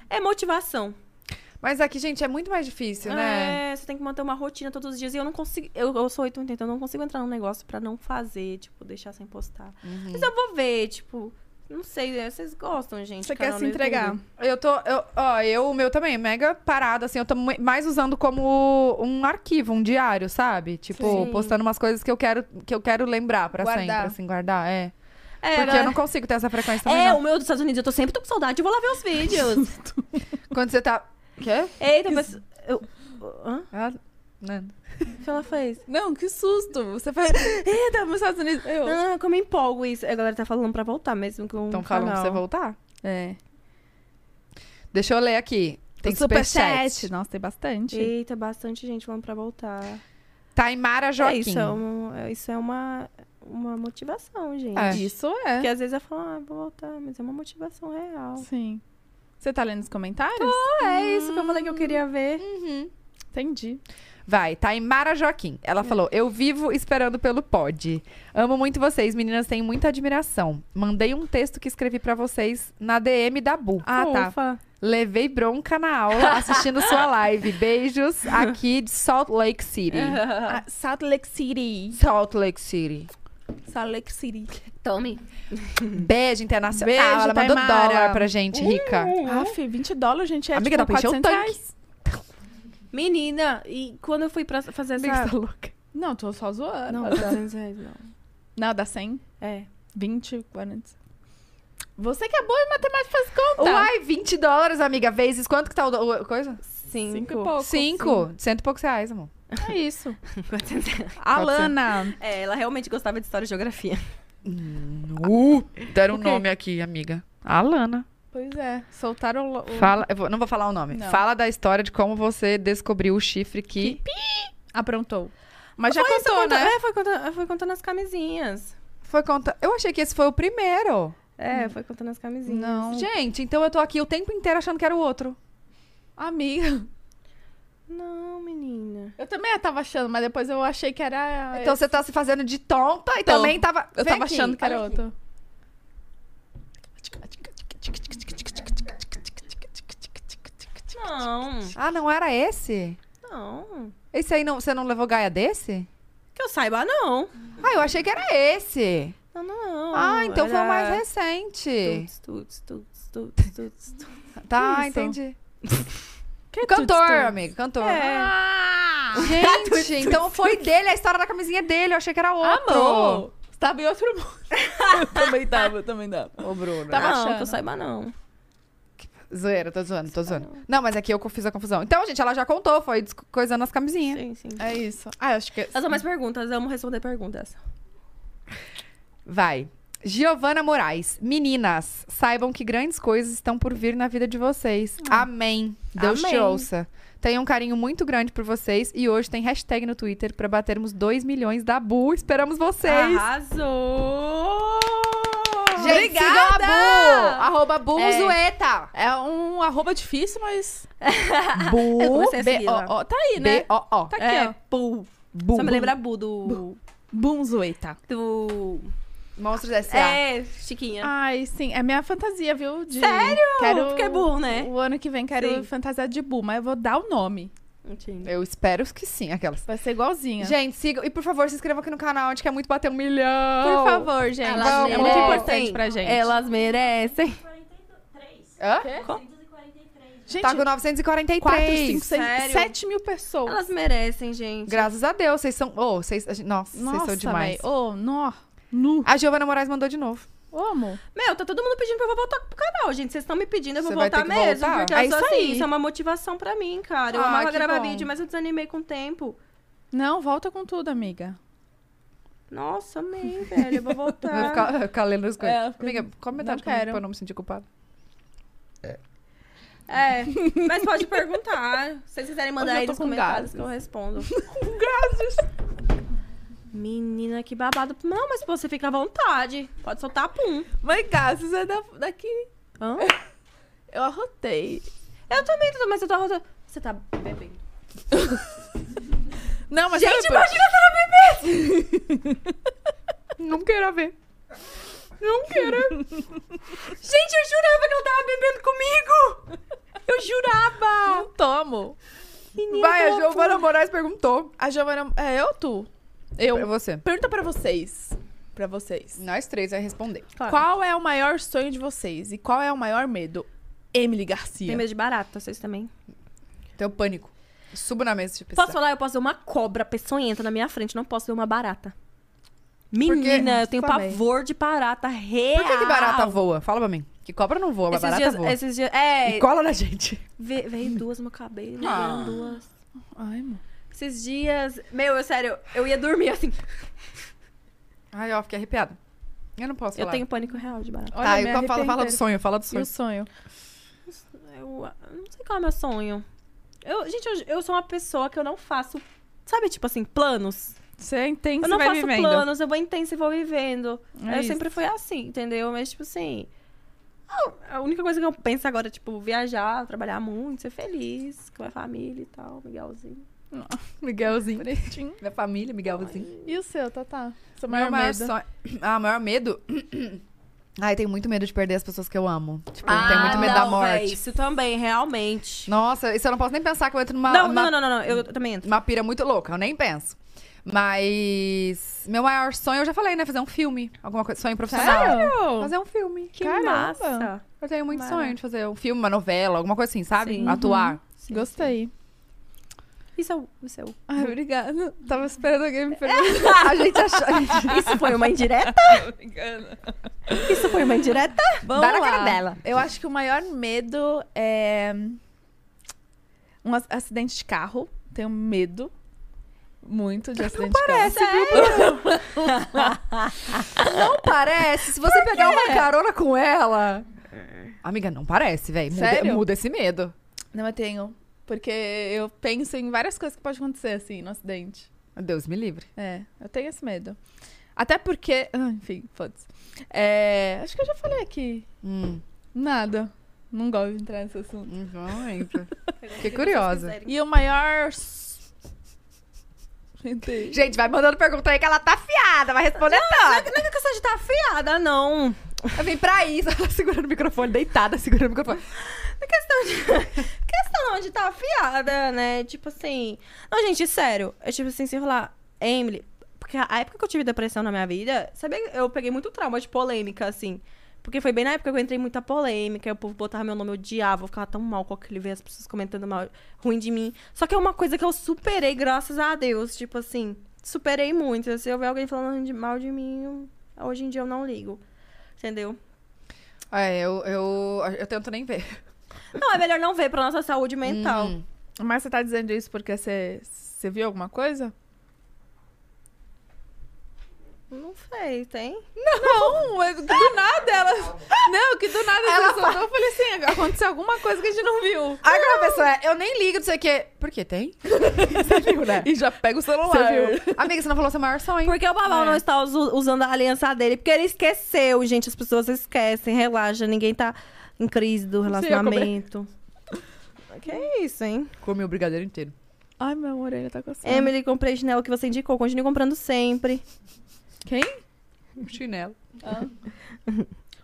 Speaker 3: é motivação.
Speaker 1: Mas aqui, gente, é muito mais difícil, né?
Speaker 3: É, você tem que manter uma rotina todos os dias. E eu não consigo. Eu, eu sou 880, eu não consigo entrar num negócio pra não fazer, tipo, deixar sem postar. Mas eu vou ver, tipo. Não sei, é, vocês gostam, gente.
Speaker 2: Você
Speaker 3: canal
Speaker 2: quer se
Speaker 3: no
Speaker 2: entregar.
Speaker 3: YouTube.
Speaker 1: Eu tô. Eu, ó, eu, o meu também, é mega parado, assim. Eu tô mui- mais usando como um arquivo, um diário, sabe? Tipo,
Speaker 3: Sim.
Speaker 1: postando umas coisas que eu quero, que eu quero lembrar pra
Speaker 2: Guardar.
Speaker 1: sempre, assim, guardar, é.
Speaker 3: É,
Speaker 1: Porque eu
Speaker 3: galera,
Speaker 1: não consigo ter essa frequência também.
Speaker 3: é
Speaker 1: não.
Speaker 3: o meu dos Estados Unidos, eu tô sempre tô com saudade, eu vou lá ver os vídeos.
Speaker 1: Quando você tá. Quê?
Speaker 3: Eita, mas. Eu... Hã?
Speaker 1: Ah, né?
Speaker 3: O que ela fez?
Speaker 2: Não, que susto. Você faz. Eita, nos Estados Unidos. Eu.
Speaker 3: Ah, como eu me empolgo isso. A galera tá falando pra voltar mesmo com o
Speaker 1: Então falam pra
Speaker 3: canal.
Speaker 1: você voltar.
Speaker 2: É.
Speaker 1: Deixa eu ler aqui. Tem superchat.
Speaker 2: Nossa, tem bastante.
Speaker 3: Eita, bastante gente falando pra voltar.
Speaker 1: Taimara
Speaker 3: É,
Speaker 1: Joaquim.
Speaker 3: isso é, um, é- isso é uma, uma motivação, gente.
Speaker 1: É.
Speaker 2: Isso é.
Speaker 3: Porque às vezes eu falo, ah, vou voltar, mas é uma motivação real.
Speaker 2: Sim. Você tá lendo os comentários?
Speaker 3: É isso que eu falei que eu queria ver.
Speaker 2: Entendi.
Speaker 1: Vai, Taimara Joaquim.
Speaker 2: É.
Speaker 1: Ela falou: Eu vivo esperando pelo pod. Amo muito vocês, meninas, tenho muita admiração. Mandei um texto que escrevi pra vocês na DM da Bu.
Speaker 2: Ah, tá.
Speaker 3: Ufa.
Speaker 1: Levei bronca na aula assistindo sua live. Beijos aqui de Salt Lake City.
Speaker 2: Ah, Salt Lake City.
Speaker 1: Salt Lake City.
Speaker 2: Salt Lake City.
Speaker 3: Tome.
Speaker 1: Beijo internacional.
Speaker 2: Hum.
Speaker 1: Ah,
Speaker 2: Beijo,
Speaker 1: ela mandou
Speaker 2: Taimara. Uh!
Speaker 1: dólar pra gente, rica.
Speaker 2: Aff, 20 dólares, gente. É
Speaker 1: Amiga,
Speaker 2: tipo,
Speaker 1: dá pra encher o
Speaker 2: 400
Speaker 1: tanque.
Speaker 2: reais.
Speaker 3: Menina, e quando eu fui pra fazer essa...
Speaker 1: Amiga, você tá louca.
Speaker 2: Não, tô só zoando.
Speaker 3: Não, 200 reais, não.
Speaker 2: Não, dá 100.
Speaker 3: É.
Speaker 2: 20, 40. Você que é boa em matemática, faz conta.
Speaker 1: Uai, 20 dólares, amiga. Vezes quanto que tá o, o coisa?
Speaker 3: Cinco.
Speaker 2: Cinco e pouco.
Speaker 1: Cinco. Cento e poucos reais, amor.
Speaker 2: Sim. É isso.
Speaker 1: Alana.
Speaker 2: Alana.
Speaker 3: É, ela realmente gostava de história e geografia.
Speaker 1: Uh, deram um nome aqui, amiga. Alana.
Speaker 2: Pois é. Soltaram o. o-
Speaker 1: Fala, eu vou- não vou falar o nome.
Speaker 2: Não.
Speaker 1: Fala da história de como você descobriu o chifre que.
Speaker 2: Aprontou. Mas já contou,
Speaker 3: Conta-
Speaker 2: né?
Speaker 3: É, foi contando, foi contando as camisinhas.
Speaker 1: Foi conta. Eu achei que esse foi o primeiro.
Speaker 3: É, foi contando as camisinhas.
Speaker 2: Não.
Speaker 1: Gente, então eu tô aqui o tempo inteiro achando que era o outro.
Speaker 2: Amiga.
Speaker 3: Não, menina.
Speaker 2: Eu também tava achando, mas depois eu achei que era.
Speaker 1: Então você tá se fazendo de tonta e
Speaker 2: Tô.
Speaker 1: também tava.
Speaker 2: eu
Speaker 1: Vem
Speaker 2: tava
Speaker 1: aqui.
Speaker 2: achando que era
Speaker 1: Olha aqui.
Speaker 2: outro.
Speaker 3: Não,
Speaker 1: Ah, não era esse?
Speaker 3: não.
Speaker 1: Esse aí não, você não levou gaia desse?
Speaker 3: Que eu saiba, não.
Speaker 1: Ah, eu achei que era esse.
Speaker 3: Não, não.
Speaker 1: ah, então foi o mais
Speaker 3: era
Speaker 1: recente.
Speaker 3: Tuts, tuts, tuts, tuts, tuts, tuts.
Speaker 1: Tá,
Speaker 2: isso?
Speaker 1: entendi.
Speaker 2: Que
Speaker 1: O cantor,
Speaker 2: tuts, tuts?
Speaker 1: amigo, cantor.
Speaker 3: É.
Speaker 2: Ah!
Speaker 3: Ah,
Speaker 1: Gente, então foi dele, a história da camisinha é dele, eu achei que era outro.
Speaker 2: Amor! Você tava em outro mundo. eu também tava, eu também tava.
Speaker 1: Ô, Bruno.
Speaker 2: Tava
Speaker 3: não,
Speaker 2: achando.
Speaker 3: que eu saiba, não.
Speaker 1: Zoeira, tô zoando, tô zoando. Não, mas aqui eu co- fiz a confusão. Então, gente, ela já contou, foi des- coisando as camisinhas.
Speaker 3: Sim, sim.
Speaker 2: É isso. Ah, eu acho que.
Speaker 3: Mas são mais perguntas, eu amo responder perguntas.
Speaker 1: Vai. Giovana Moraes. Meninas, saibam que grandes coisas estão por vir na vida de vocês. Amém. Deus te
Speaker 3: Ah. Amém.
Speaker 1: ouça. Tenho um carinho muito grande por vocês e hoje tem hashtag no Twitter pra batermos 2 milhões da Bu. Esperamos vocês.
Speaker 3: Arrasou!
Speaker 1: Gente, sigam a Bu. Arroba Bu
Speaker 3: É.
Speaker 1: Zueta.
Speaker 2: É um arroba difícil, mas.
Speaker 1: Bu.
Speaker 3: Eu comecei a seguir lá.
Speaker 2: B-O-O. Tá aí, né?
Speaker 1: B-O-O.
Speaker 2: Tá aqui,
Speaker 3: É,
Speaker 2: ó.
Speaker 3: bu.
Speaker 1: Bu.
Speaker 3: Só me lembra Bu do...
Speaker 2: Bunzoeta.
Speaker 3: do...
Speaker 1: Monstros S.A.
Speaker 3: É, Chiquinha.
Speaker 2: Ai, sim. É minha fantasia, viu? De...
Speaker 3: Sério?
Speaker 2: Quero...
Speaker 3: Porque é Bu, né?
Speaker 2: O ano que vem quero
Speaker 3: Sim.
Speaker 2: fantasiar de Bu, mas eu vou dar o nome.
Speaker 3: Entendi.
Speaker 1: Eu espero que sim, aquelas.
Speaker 2: Vai ser igualzinha.
Speaker 1: Gente, sigam. E por favor, se inscrevam aqui no canal. A gente quer muito bater um milhão.
Speaker 2: Por favor, gente.
Speaker 3: Oh. Elas
Speaker 2: é muito
Speaker 3: merecem.
Speaker 2: importante pra gente.
Speaker 3: Elas merecem.
Speaker 6: 43.
Speaker 1: Hã?
Speaker 6: 343.
Speaker 2: Gente,
Speaker 1: Tá com
Speaker 2: 4,
Speaker 1: 943.
Speaker 2: 5, 6,
Speaker 3: Sério?
Speaker 2: 7 mil pessoas.
Speaker 3: Elas merecem, gente.
Speaker 1: Graças a Deus, vocês são. Oh, vocês, a gente- nossa, vocês
Speaker 2: Nossa,
Speaker 1: são demais.
Speaker 2: véi. Ô, nó. Nu.
Speaker 1: A Giovana Moraes mandou de novo.
Speaker 2: Amo.
Speaker 3: Meu, tá todo mundo pedindo pra eu voltar pro canal, gente. Vocês estão me pedindo, eu vou
Speaker 1: Você vai
Speaker 3: voltar
Speaker 1: ter que
Speaker 3: mesmo.
Speaker 1: voltar.
Speaker 3: Porque
Speaker 2: É
Speaker 3: eu sou
Speaker 2: isso
Speaker 3: assim,
Speaker 2: aí.
Speaker 3: isso é uma motivação pra mim, cara. Eu
Speaker 1: Ah,
Speaker 3: amava
Speaker 1: que
Speaker 3: gravar
Speaker 1: bom.
Speaker 3: vídeo, mas eu desanimei com o tempo.
Speaker 2: Não, volta com tudo, amiga.
Speaker 3: Nossa, amei, velho. Eu vou voltar.
Speaker 1: Eu vou ficar, ficar lendo as coisas.
Speaker 2: Tá. É, fica-
Speaker 1: Amiga, come metade
Speaker 2: Não
Speaker 1: comigo
Speaker 2: quero.
Speaker 1: pra eu não me sentir culpada.
Speaker 3: É, mas pode perguntar. Se vocês quiserem mandar
Speaker 2: Hoje eu
Speaker 3: aí
Speaker 2: tô
Speaker 3: nos
Speaker 2: com
Speaker 3: comentários
Speaker 2: gases.
Speaker 3: que eu respondo. com gases! Menina, que babado. Não, mas pô, você fica à vontade. Pode soltar pum.
Speaker 2: Mãe, cá, você é da- daqui.
Speaker 3: Hã?
Speaker 2: Eu arrotei.
Speaker 3: Eu também, Dudu, mas eu tô arrotando. Você tá bebendo.
Speaker 2: Não, mas
Speaker 3: Gente,
Speaker 2: sabe-
Speaker 3: imagina
Speaker 1: Não quero ver. Não quero.
Speaker 3: Gente, eu jurava que ela tava bebendo comigo! Eu jurava!
Speaker 2: Não tomo.
Speaker 3: Menina,
Speaker 1: Vai,
Speaker 3: que
Speaker 1: a Giovana Moraes perguntou.
Speaker 2: A Giovana. É eu ou tu?
Speaker 1: Pra
Speaker 2: Eu.
Speaker 1: você.
Speaker 2: Pergunta pra vocês. Pra vocês.
Speaker 1: Nós três vai responder.
Speaker 3: Claro.
Speaker 2: Qual é o maior sonho de vocês? E qual é o maior medo? Emily Garcia.
Speaker 3: Tem medo de barata, vocês também.
Speaker 1: Tenho Então, pânico. Subo na mesa se precisar.
Speaker 3: Posso falar? Eu posso ver uma cobra peçonhenta na minha frente, não posso ver uma barata. Menina, eu tenho
Speaker 2: Também.
Speaker 3: pavor de barata real.
Speaker 1: Por que, que barata voa? Fala pra mim. Que cobra não voa, mas
Speaker 3: Esses
Speaker 1: barata
Speaker 3: dias,
Speaker 1: voa.
Speaker 3: esses dias, é,
Speaker 1: E cola na gente.
Speaker 3: ve- veio duas no meu cabelo,
Speaker 1: Ah.
Speaker 3: veio duas.
Speaker 2: Ai, amor.
Speaker 3: Esses dias, meu, eu sério, eu ia dormir assim.
Speaker 1: Ai, ó, fiquei arrepiada. Eu não posso
Speaker 3: Eu
Speaker 1: falar.
Speaker 3: tenho pânico real de barata.
Speaker 1: Tá, eu
Speaker 2: Olha, me
Speaker 1: fala, fala do
Speaker 2: arrependeram.
Speaker 1: sonho, fala do
Speaker 2: E
Speaker 1: sonho.
Speaker 2: o sonho?
Speaker 3: Eu ah, não sei qual é o meu sonho. Eu, gente, eu, eu sou uma pessoa que eu não faço, sabe, tipo assim, planos.
Speaker 2: Você é intenso,
Speaker 3: eu não
Speaker 2: vai
Speaker 3: faço
Speaker 2: vivendo.
Speaker 3: planos, eu vou intenso e vou vivendo.
Speaker 2: É
Speaker 3: eu
Speaker 2: isso.
Speaker 3: sempre fui assim, entendeu? Mas, tipo assim. a- A única coisa que eu penso agora é, tipo, viajar, trabalhar muito, ser feliz com a família e tal, Miguelzinho.
Speaker 1: Miguelzinho.
Speaker 2: Bonitinho.
Speaker 1: Minha família, Miguelzinho.
Speaker 2: E o seu, Tatá? Seu
Speaker 1: Meu
Speaker 2: maior,
Speaker 1: maior
Speaker 2: medo?
Speaker 1: sonho. Ah, maior medo? Ai, tenho muito medo de perder as pessoas que eu amo. Tipo,
Speaker 3: Ah,
Speaker 1: tenho muito medo da
Speaker 3: não,
Speaker 1: morte.
Speaker 3: véi, isso também, realmente.
Speaker 1: Nossa, isso eu não posso nem pensar que eu entro numa,
Speaker 3: não,
Speaker 1: numa-
Speaker 3: não, não, não, não, eu também entro.
Speaker 1: uma pira muito louca, eu nem penso. Mas meu maior sonho, eu já falei, né? Fazer um filme. Alguma coisa, sonho profissional.
Speaker 2: Sério?
Speaker 1: Fazer um filme.
Speaker 3: Que
Speaker 2: Caramba.
Speaker 3: massa.
Speaker 1: Eu tenho muito
Speaker 3: Mara.
Speaker 1: sonho de fazer um filme, uma novela, alguma coisa assim, sabe?
Speaker 3: Sim.
Speaker 1: Atuar.
Speaker 2: Gostei.
Speaker 3: Isso é o o seu.
Speaker 2: Ai, obrigada. Tava esperando alguém me perguntar.
Speaker 1: A gente achou. a gente-
Speaker 3: Isso foi uma indireta? Isso foi uma indireta?
Speaker 2: Vamos
Speaker 1: Dá na
Speaker 2: lá.
Speaker 1: cara dela.
Speaker 2: Eu acho que o maior medo é um ac- acidente de carro. Tenho medo muito de acidente de carro.
Speaker 3: É,
Speaker 1: Não parece. Se você pegar uma carona com ela, Amiga, não parece, velho. Muda,
Speaker 2: Sério?
Speaker 1: muda esse medo.
Speaker 2: Não, eu tenho. Porque eu penso em várias coisas que pode acontecer, assim, no acidente.
Speaker 1: Deus me livre.
Speaker 2: É, eu tenho esse medo. Até porque. Ah, enfim, foda-se. É, acho que eu já falei aqui.
Speaker 1: Hum.
Speaker 2: Nada. Não gosto de entrar nesse assunto.
Speaker 1: Não entra. Fiquei curiosa.
Speaker 2: E o maior. s- Gente.
Speaker 1: Gente, vai mandando pergunta aí que ela tá afiada, vai responder todas.
Speaker 3: Não é questão de estar afiada, não.
Speaker 1: Eu vim pra isso, ela segurando o microfone, deitada, segurando o microfone.
Speaker 3: Questão não de estar afiada, né? Tipo assim. Não, gente, sério. Eu, tipo assim, se rolar, Emily. Porque a época que eu tive depressão na minha vida, sabe? Eu peguei muito trauma de polêmica, assim. Porque foi bem na época que eu entrei em muita polêmica, e o povo botava meu nome, eu odiava, eu ficava tão mal com aquele ver as pessoas comentando mal, ruim de mim. Só que é uma coisa que eu superei, graças a Deus. Tipo assim, superei muito. Se eu ver alguém falando de- mal de mim, eu- hoje em dia eu não ligo. Entendeu?
Speaker 1: É, eu, eu, eu tento nem ver.
Speaker 3: Não, é melhor não ver pra nossa saúde mental.
Speaker 1: Hum.
Speaker 2: Mas você tá dizendo isso porque você, você viu alguma coisa?
Speaker 3: Não sei, tem?
Speaker 2: Não, é que do nada ela. Não, que do nada ela soltou. Eu falei assim: aconteceu alguma coisa que a gente não viu.
Speaker 1: Aí quando a pessoa é, eu nem ligo, não sei o quê. Por quê? Tem? Você viu, né?
Speaker 2: E já pega o celular.
Speaker 1: Você viu. Amiga, você não falou seu maior sonho.
Speaker 3: Porque o Babal não está usu- usando a aliança dele, porque ele esqueceu, gente. As pessoas esquecem, relaxa, ninguém tá em crise do relacionamento. Que isso, hein?
Speaker 1: Comi o brigadeiro inteiro.
Speaker 2: Ai, meu orelha tá coçando.
Speaker 3: É. Emily, comprei chinelo que você indicou, continue comprando sempre.
Speaker 1: Um chinelo.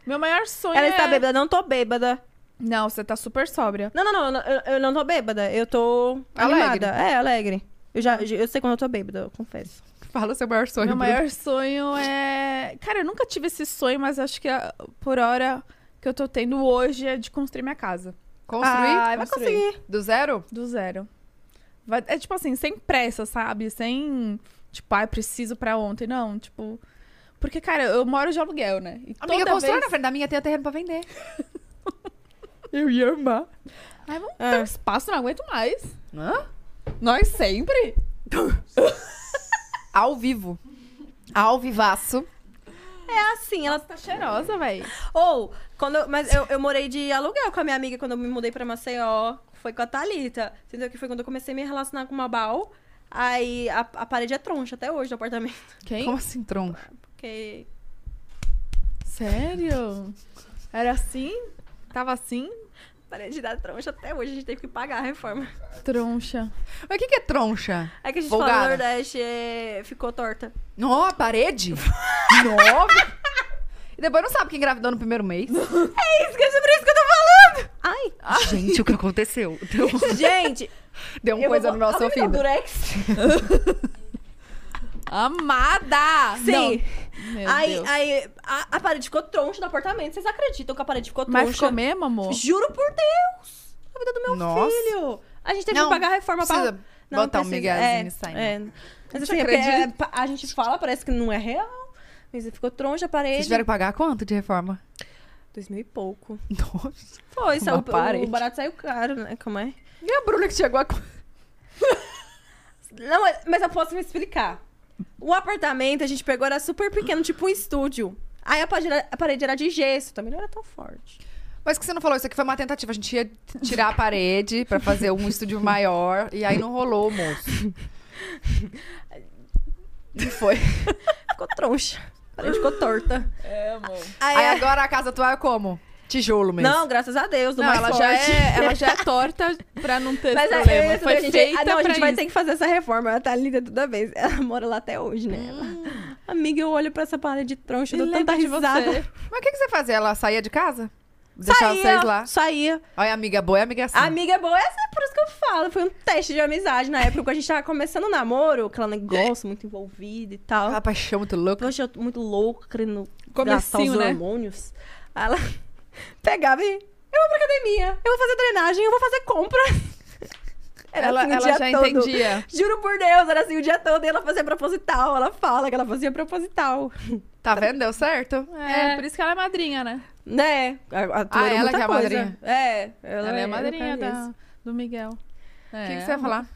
Speaker 2: Meu maior sonho
Speaker 3: Ela
Speaker 2: é...
Speaker 3: está bêbada, não tô bêbada.
Speaker 2: Não, você tá super sóbria.
Speaker 3: Não, não, não, eu não- eu, eu não tô bêbada, eu tô
Speaker 1: Alegre.
Speaker 3: animada. É, alegre. Eu já eu sei quando eu tô bêbada, eu confesso.
Speaker 1: Fala seu maior sonho.
Speaker 2: Meu
Speaker 1: Bruno.
Speaker 2: maior sonho é... Cara, eu nunca tive esse sonho, mas acho que a- por hora que eu tô tendo hoje é de construir minha casa.
Speaker 1: Construir?
Speaker 3: Ah, vai conseguir.
Speaker 1: Do zero?
Speaker 2: Do zero. Vai- É tipo assim, sem pressa, sabe? Sem... Tipo, ai, preciso pra ontem. Não, tipo... Porque, cara, eu moro de aluguel, né? E
Speaker 1: Amiga,
Speaker 2: toda
Speaker 1: constrói
Speaker 2: vez...
Speaker 1: na frente da minha, tem terreno pra vender.
Speaker 2: Eu ia amar. Ai, vamos ter
Speaker 3: É.
Speaker 2: um espaço, não aguento mais.
Speaker 1: Hã?
Speaker 2: Nós sempre.
Speaker 1: Ao vivo. Ao vivaço.
Speaker 3: É assim, ela
Speaker 2: Tá cheirosa, véi.
Speaker 3: Ou, quando eu- mas eu, eu morei de aluguel com a minha amiga quando eu me mudei pra Maceió. Foi com a Thalita. Entendeu? Que foi quando eu comecei a me relacionar com uma Bal. Aí a, a parede é troncha até hoje do apartamento.
Speaker 2: Quem?
Speaker 1: Como assim, tronco?
Speaker 3: Porque.
Speaker 2: Sério? Era assim? Tava assim?
Speaker 3: a Parede dá troncha até hoje, a gente teve que pagar a reforma.
Speaker 2: Troncha.
Speaker 1: Mas o que, que é troncha?
Speaker 3: É que a gente fala
Speaker 1: Folgada.
Speaker 3: no Nordeste, é, ficou torta.
Speaker 1: Nó, a parede? Nova? E depois não sabe quem engravidou no primeiro mês.
Speaker 3: É isso que é sobre isso que eu tô falando! Ai!
Speaker 1: Gente, o que aconteceu? Deu,
Speaker 3: Gente!
Speaker 1: deu É uma
Speaker 3: eu
Speaker 1: coisa
Speaker 3: vou-
Speaker 1: no meu
Speaker 3: Alguém me dá um
Speaker 1: sofrido.
Speaker 3: Durex?
Speaker 2: Amada!
Speaker 3: Sim.
Speaker 2: Não. Meu
Speaker 3: Aí,
Speaker 2: Deus.
Speaker 3: aí a, a parede ficou troncha do apartamento. Vocês acreditam que a parede ficou troncha?
Speaker 2: Mas ficou mesmo, amor?
Speaker 3: Juro por Deus! A vida do meu
Speaker 1: Nossa.
Speaker 3: filho! A gente teve
Speaker 1: Não,
Speaker 3: que pagar a reforma
Speaker 1: precisa
Speaker 3: pra.
Speaker 1: botar um miguezinho
Speaker 3: é,
Speaker 1: e sair,
Speaker 3: É. Mas
Speaker 1: gente
Speaker 3: assim, é porque é-
Speaker 1: acredita.
Speaker 3: pa- a gente fala, parece que não é real. Mas ficou troncha a
Speaker 1: Vocês
Speaker 3: parede.
Speaker 1: tiveram que pagar quanto de reforma?
Speaker 3: Dois mil e pouco.
Speaker 1: Nossa.
Speaker 3: Foi, saiu, o,
Speaker 1: parede.
Speaker 3: o barato saiu caro, né? Como é?
Speaker 1: E a Bruna que chegou a...
Speaker 3: Não, mas- mas eu posso me explicar. O apartamento a gente pegou era super pequeno, tipo um estúdio. Aí a parede, era- a parede era de gesso, também não era tão forte.
Speaker 1: Mas que você não falou, isso aqui foi uma tentativa. A gente ia tirar a parede pra fazer um estúdio maior e aí não rolou, moço. E foi.
Speaker 3: Ficou troncha. A parede ficou torta.
Speaker 2: É, amor.
Speaker 1: Aí agora a casa atual é como? Tijolo mesmo.
Speaker 3: Não, graças a Deus, do
Speaker 2: Não,
Speaker 3: mais
Speaker 2: ela
Speaker 3: forte.
Speaker 2: já, é, ela já é torta pra não ter
Speaker 3: Mas
Speaker 2: esse
Speaker 3: é,
Speaker 2: problema.
Speaker 3: eu-
Speaker 2: Foi
Speaker 3: a gente,
Speaker 2: feita
Speaker 3: ah, não, a
Speaker 2: pra
Speaker 3: gente vai
Speaker 2: isso.
Speaker 3: ter que fazer essa reforma. Ela tá linda toda vez. Ela mora lá até hoje, né? Ela- Amiga, eu olho pra essa parede de troncho,
Speaker 2: E
Speaker 3: dou tanta
Speaker 2: lembra de
Speaker 3: risada.
Speaker 2: você.
Speaker 1: Mas o que, que você fazia? Ela saía de casa? Deixava vocês lá?
Speaker 3: saía.
Speaker 1: Olha, amiga boa é amiga assim.
Speaker 3: Amiga boa, essa é por isso que eu falo. Foi um teste de amizade na época, quando a gente tava começando o namoro, aquele negócio muito envolvido e tal.
Speaker 1: Uma paixão muito louca.
Speaker 3: Poxa, eu tô muito louca, querendo gastar os
Speaker 2: Comecinho, né?
Speaker 3: hormônios. Aí ela pegava e... Eu vou pra academia, eu vou fazer drenagem, eu vou fazer compras. Era
Speaker 2: Ela,
Speaker 3: assim o
Speaker 2: ela
Speaker 3: dia
Speaker 2: já
Speaker 3: todo.
Speaker 2: entendia.
Speaker 3: Juro por Deus, era assim o dia todo e ela fazia proposital. Ela fala que ela fazia proposital.
Speaker 1: Tá vendo? Deu certo?
Speaker 2: É, por isso que ela é madrinha, né?
Speaker 3: Né? A, a,
Speaker 1: Ah, ela
Speaker 3: muita
Speaker 1: que é a
Speaker 3: coisa.
Speaker 1: madrinha?
Speaker 3: É,
Speaker 2: Ela,
Speaker 3: ela,
Speaker 2: é a madrinha
Speaker 3: ela
Speaker 2: da, do Miguel.
Speaker 1: O
Speaker 2: É.
Speaker 1: que, que você ia falar?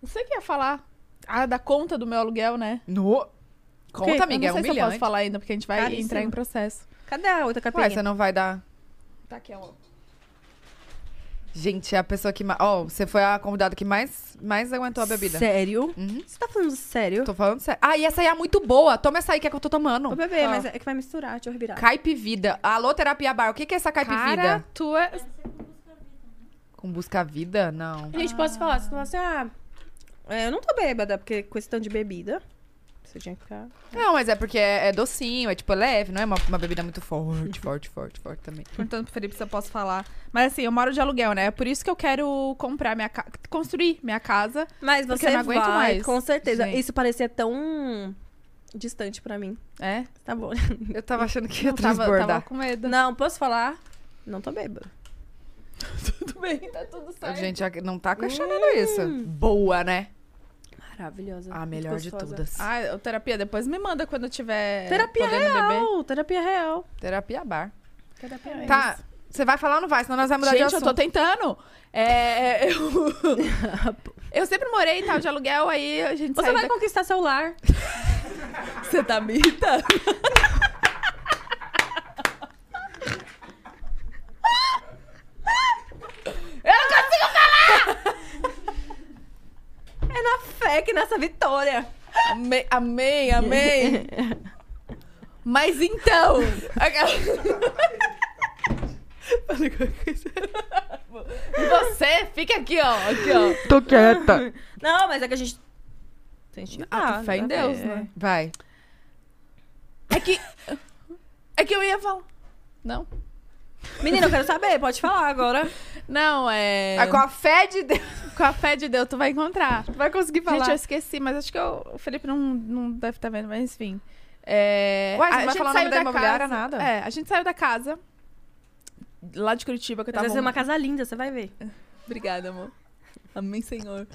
Speaker 2: Não sei o que ia falar. Ah, da conta do meu aluguel, né?
Speaker 1: No. Conta,
Speaker 2: Eu
Speaker 1: amiga, é
Speaker 2: não sei
Speaker 1: um
Speaker 2: se eu
Speaker 1: milhão.
Speaker 2: posso falar ainda, porque a gente vai
Speaker 3: Caríssimo.
Speaker 2: entrar em processo.
Speaker 3: Cadê a outra
Speaker 1: Ué,
Speaker 3: capinha?
Speaker 1: você não vai dar
Speaker 2: Tá aqui, ó.
Speaker 1: Gente, é a pessoa que mais. Ó, você foi a convidada que mais, mais aguentou a bebida.
Speaker 3: Sério?
Speaker 1: Uhum.
Speaker 3: Você tá falando sério?
Speaker 1: Tô falando sério. Ah, e essa aí é muito boa. Toma essa aí que é que eu tô
Speaker 3: Ô,
Speaker 1: tomando.
Speaker 3: bebê,
Speaker 2: Ah.
Speaker 3: mas é que vai misturar, deixa eu revirar.
Speaker 1: Caipivida. Alô, terapia bar. O que, que é essa caipivida?
Speaker 2: Cara, tu é...
Speaker 1: Com busca a vida? Não.
Speaker 3: A gente, posso falar? Você fala assim, ah, é, eu não tô bêbada, porque com esse tanto de bebida, você tinha que ficar...
Speaker 1: Não, mas é porque é, é docinho, é tipo é leve, não é uma, uma bebida muito forte, forte, forte, forte também.
Speaker 2: Perguntando pro Felipe se eu posso falar. Mas assim, eu moro de aluguel, né? É por isso que eu quero comprar minha casa. Construir minha casa.
Speaker 3: Mas
Speaker 2: Porque
Speaker 3: você
Speaker 2: eu não aguento
Speaker 3: vai,
Speaker 2: mais.
Speaker 3: com certeza.
Speaker 2: Gente.
Speaker 3: Isso parecia tão distante pra mim.
Speaker 2: É.
Speaker 3: Tá bom.
Speaker 1: Eu tava achando que ia
Speaker 2: Eu tava, tava
Speaker 1: transbordar.
Speaker 2: com medo.
Speaker 3: Não, posso falar? Não tô bêbada.
Speaker 2: Tudo bem, tá tudo
Speaker 1: A
Speaker 2: certo.
Speaker 1: gente já não tá questionando isso. Boa, né?
Speaker 3: Maravilhosa.
Speaker 1: A
Speaker 3: muito
Speaker 1: melhor de
Speaker 3: gostosa.
Speaker 1: todas.
Speaker 2: Ah, ô, terapia, depois me manda quando eu tiver
Speaker 3: Terapia
Speaker 2: podendo beber.
Speaker 3: real, terapia real.
Speaker 1: Terapia bar.
Speaker 3: Terapia
Speaker 1: Tá. Você vai falar ou não vai? Senão nós vamos mudar
Speaker 2: Gente,
Speaker 1: de
Speaker 2: eu tô
Speaker 1: assunto.
Speaker 2: tentando. É, eu... eu sempre morei em tal de aluguel, aí a gente
Speaker 3: Você
Speaker 2: saiu
Speaker 3: vai
Speaker 2: da-
Speaker 3: conquistar seu lar.
Speaker 2: Você tá me irritando.
Speaker 3: É na fé que nessa vitória.
Speaker 2: Amei, amei, amei. Mas então. E você fica aqui, ó. Aqui, ó.
Speaker 1: Tô quieta.
Speaker 3: Não, mas é que a gente. Tem que
Speaker 2: Ah,
Speaker 3: ah,
Speaker 2: fé em Deus, né?
Speaker 1: Vai.
Speaker 2: É que. É que eu ia falar. Não?
Speaker 3: Menina, eu quero saber, pode falar agora.
Speaker 2: Não, é.
Speaker 1: Ah, com a fé de Deus.
Speaker 2: Com a fé de Deus, tu vai encontrar.
Speaker 1: Vai conseguir falar.
Speaker 2: Gente, eu esqueci, mas acho que eu- o Felipe não, não deve estar vendo, mas enfim. É,
Speaker 1: Ué, você não vai
Speaker 2: gente
Speaker 1: falar o nome
Speaker 2: saiu
Speaker 1: da imobiliária,
Speaker 2: casa,
Speaker 1: nada?
Speaker 2: É, a gente saiu da casa, lá de Curitiba, que eu
Speaker 3: Vai
Speaker 2: tava...
Speaker 3: ser é uma casa linda, você vai ver.
Speaker 2: Obrigada, amor. Amém, senhor.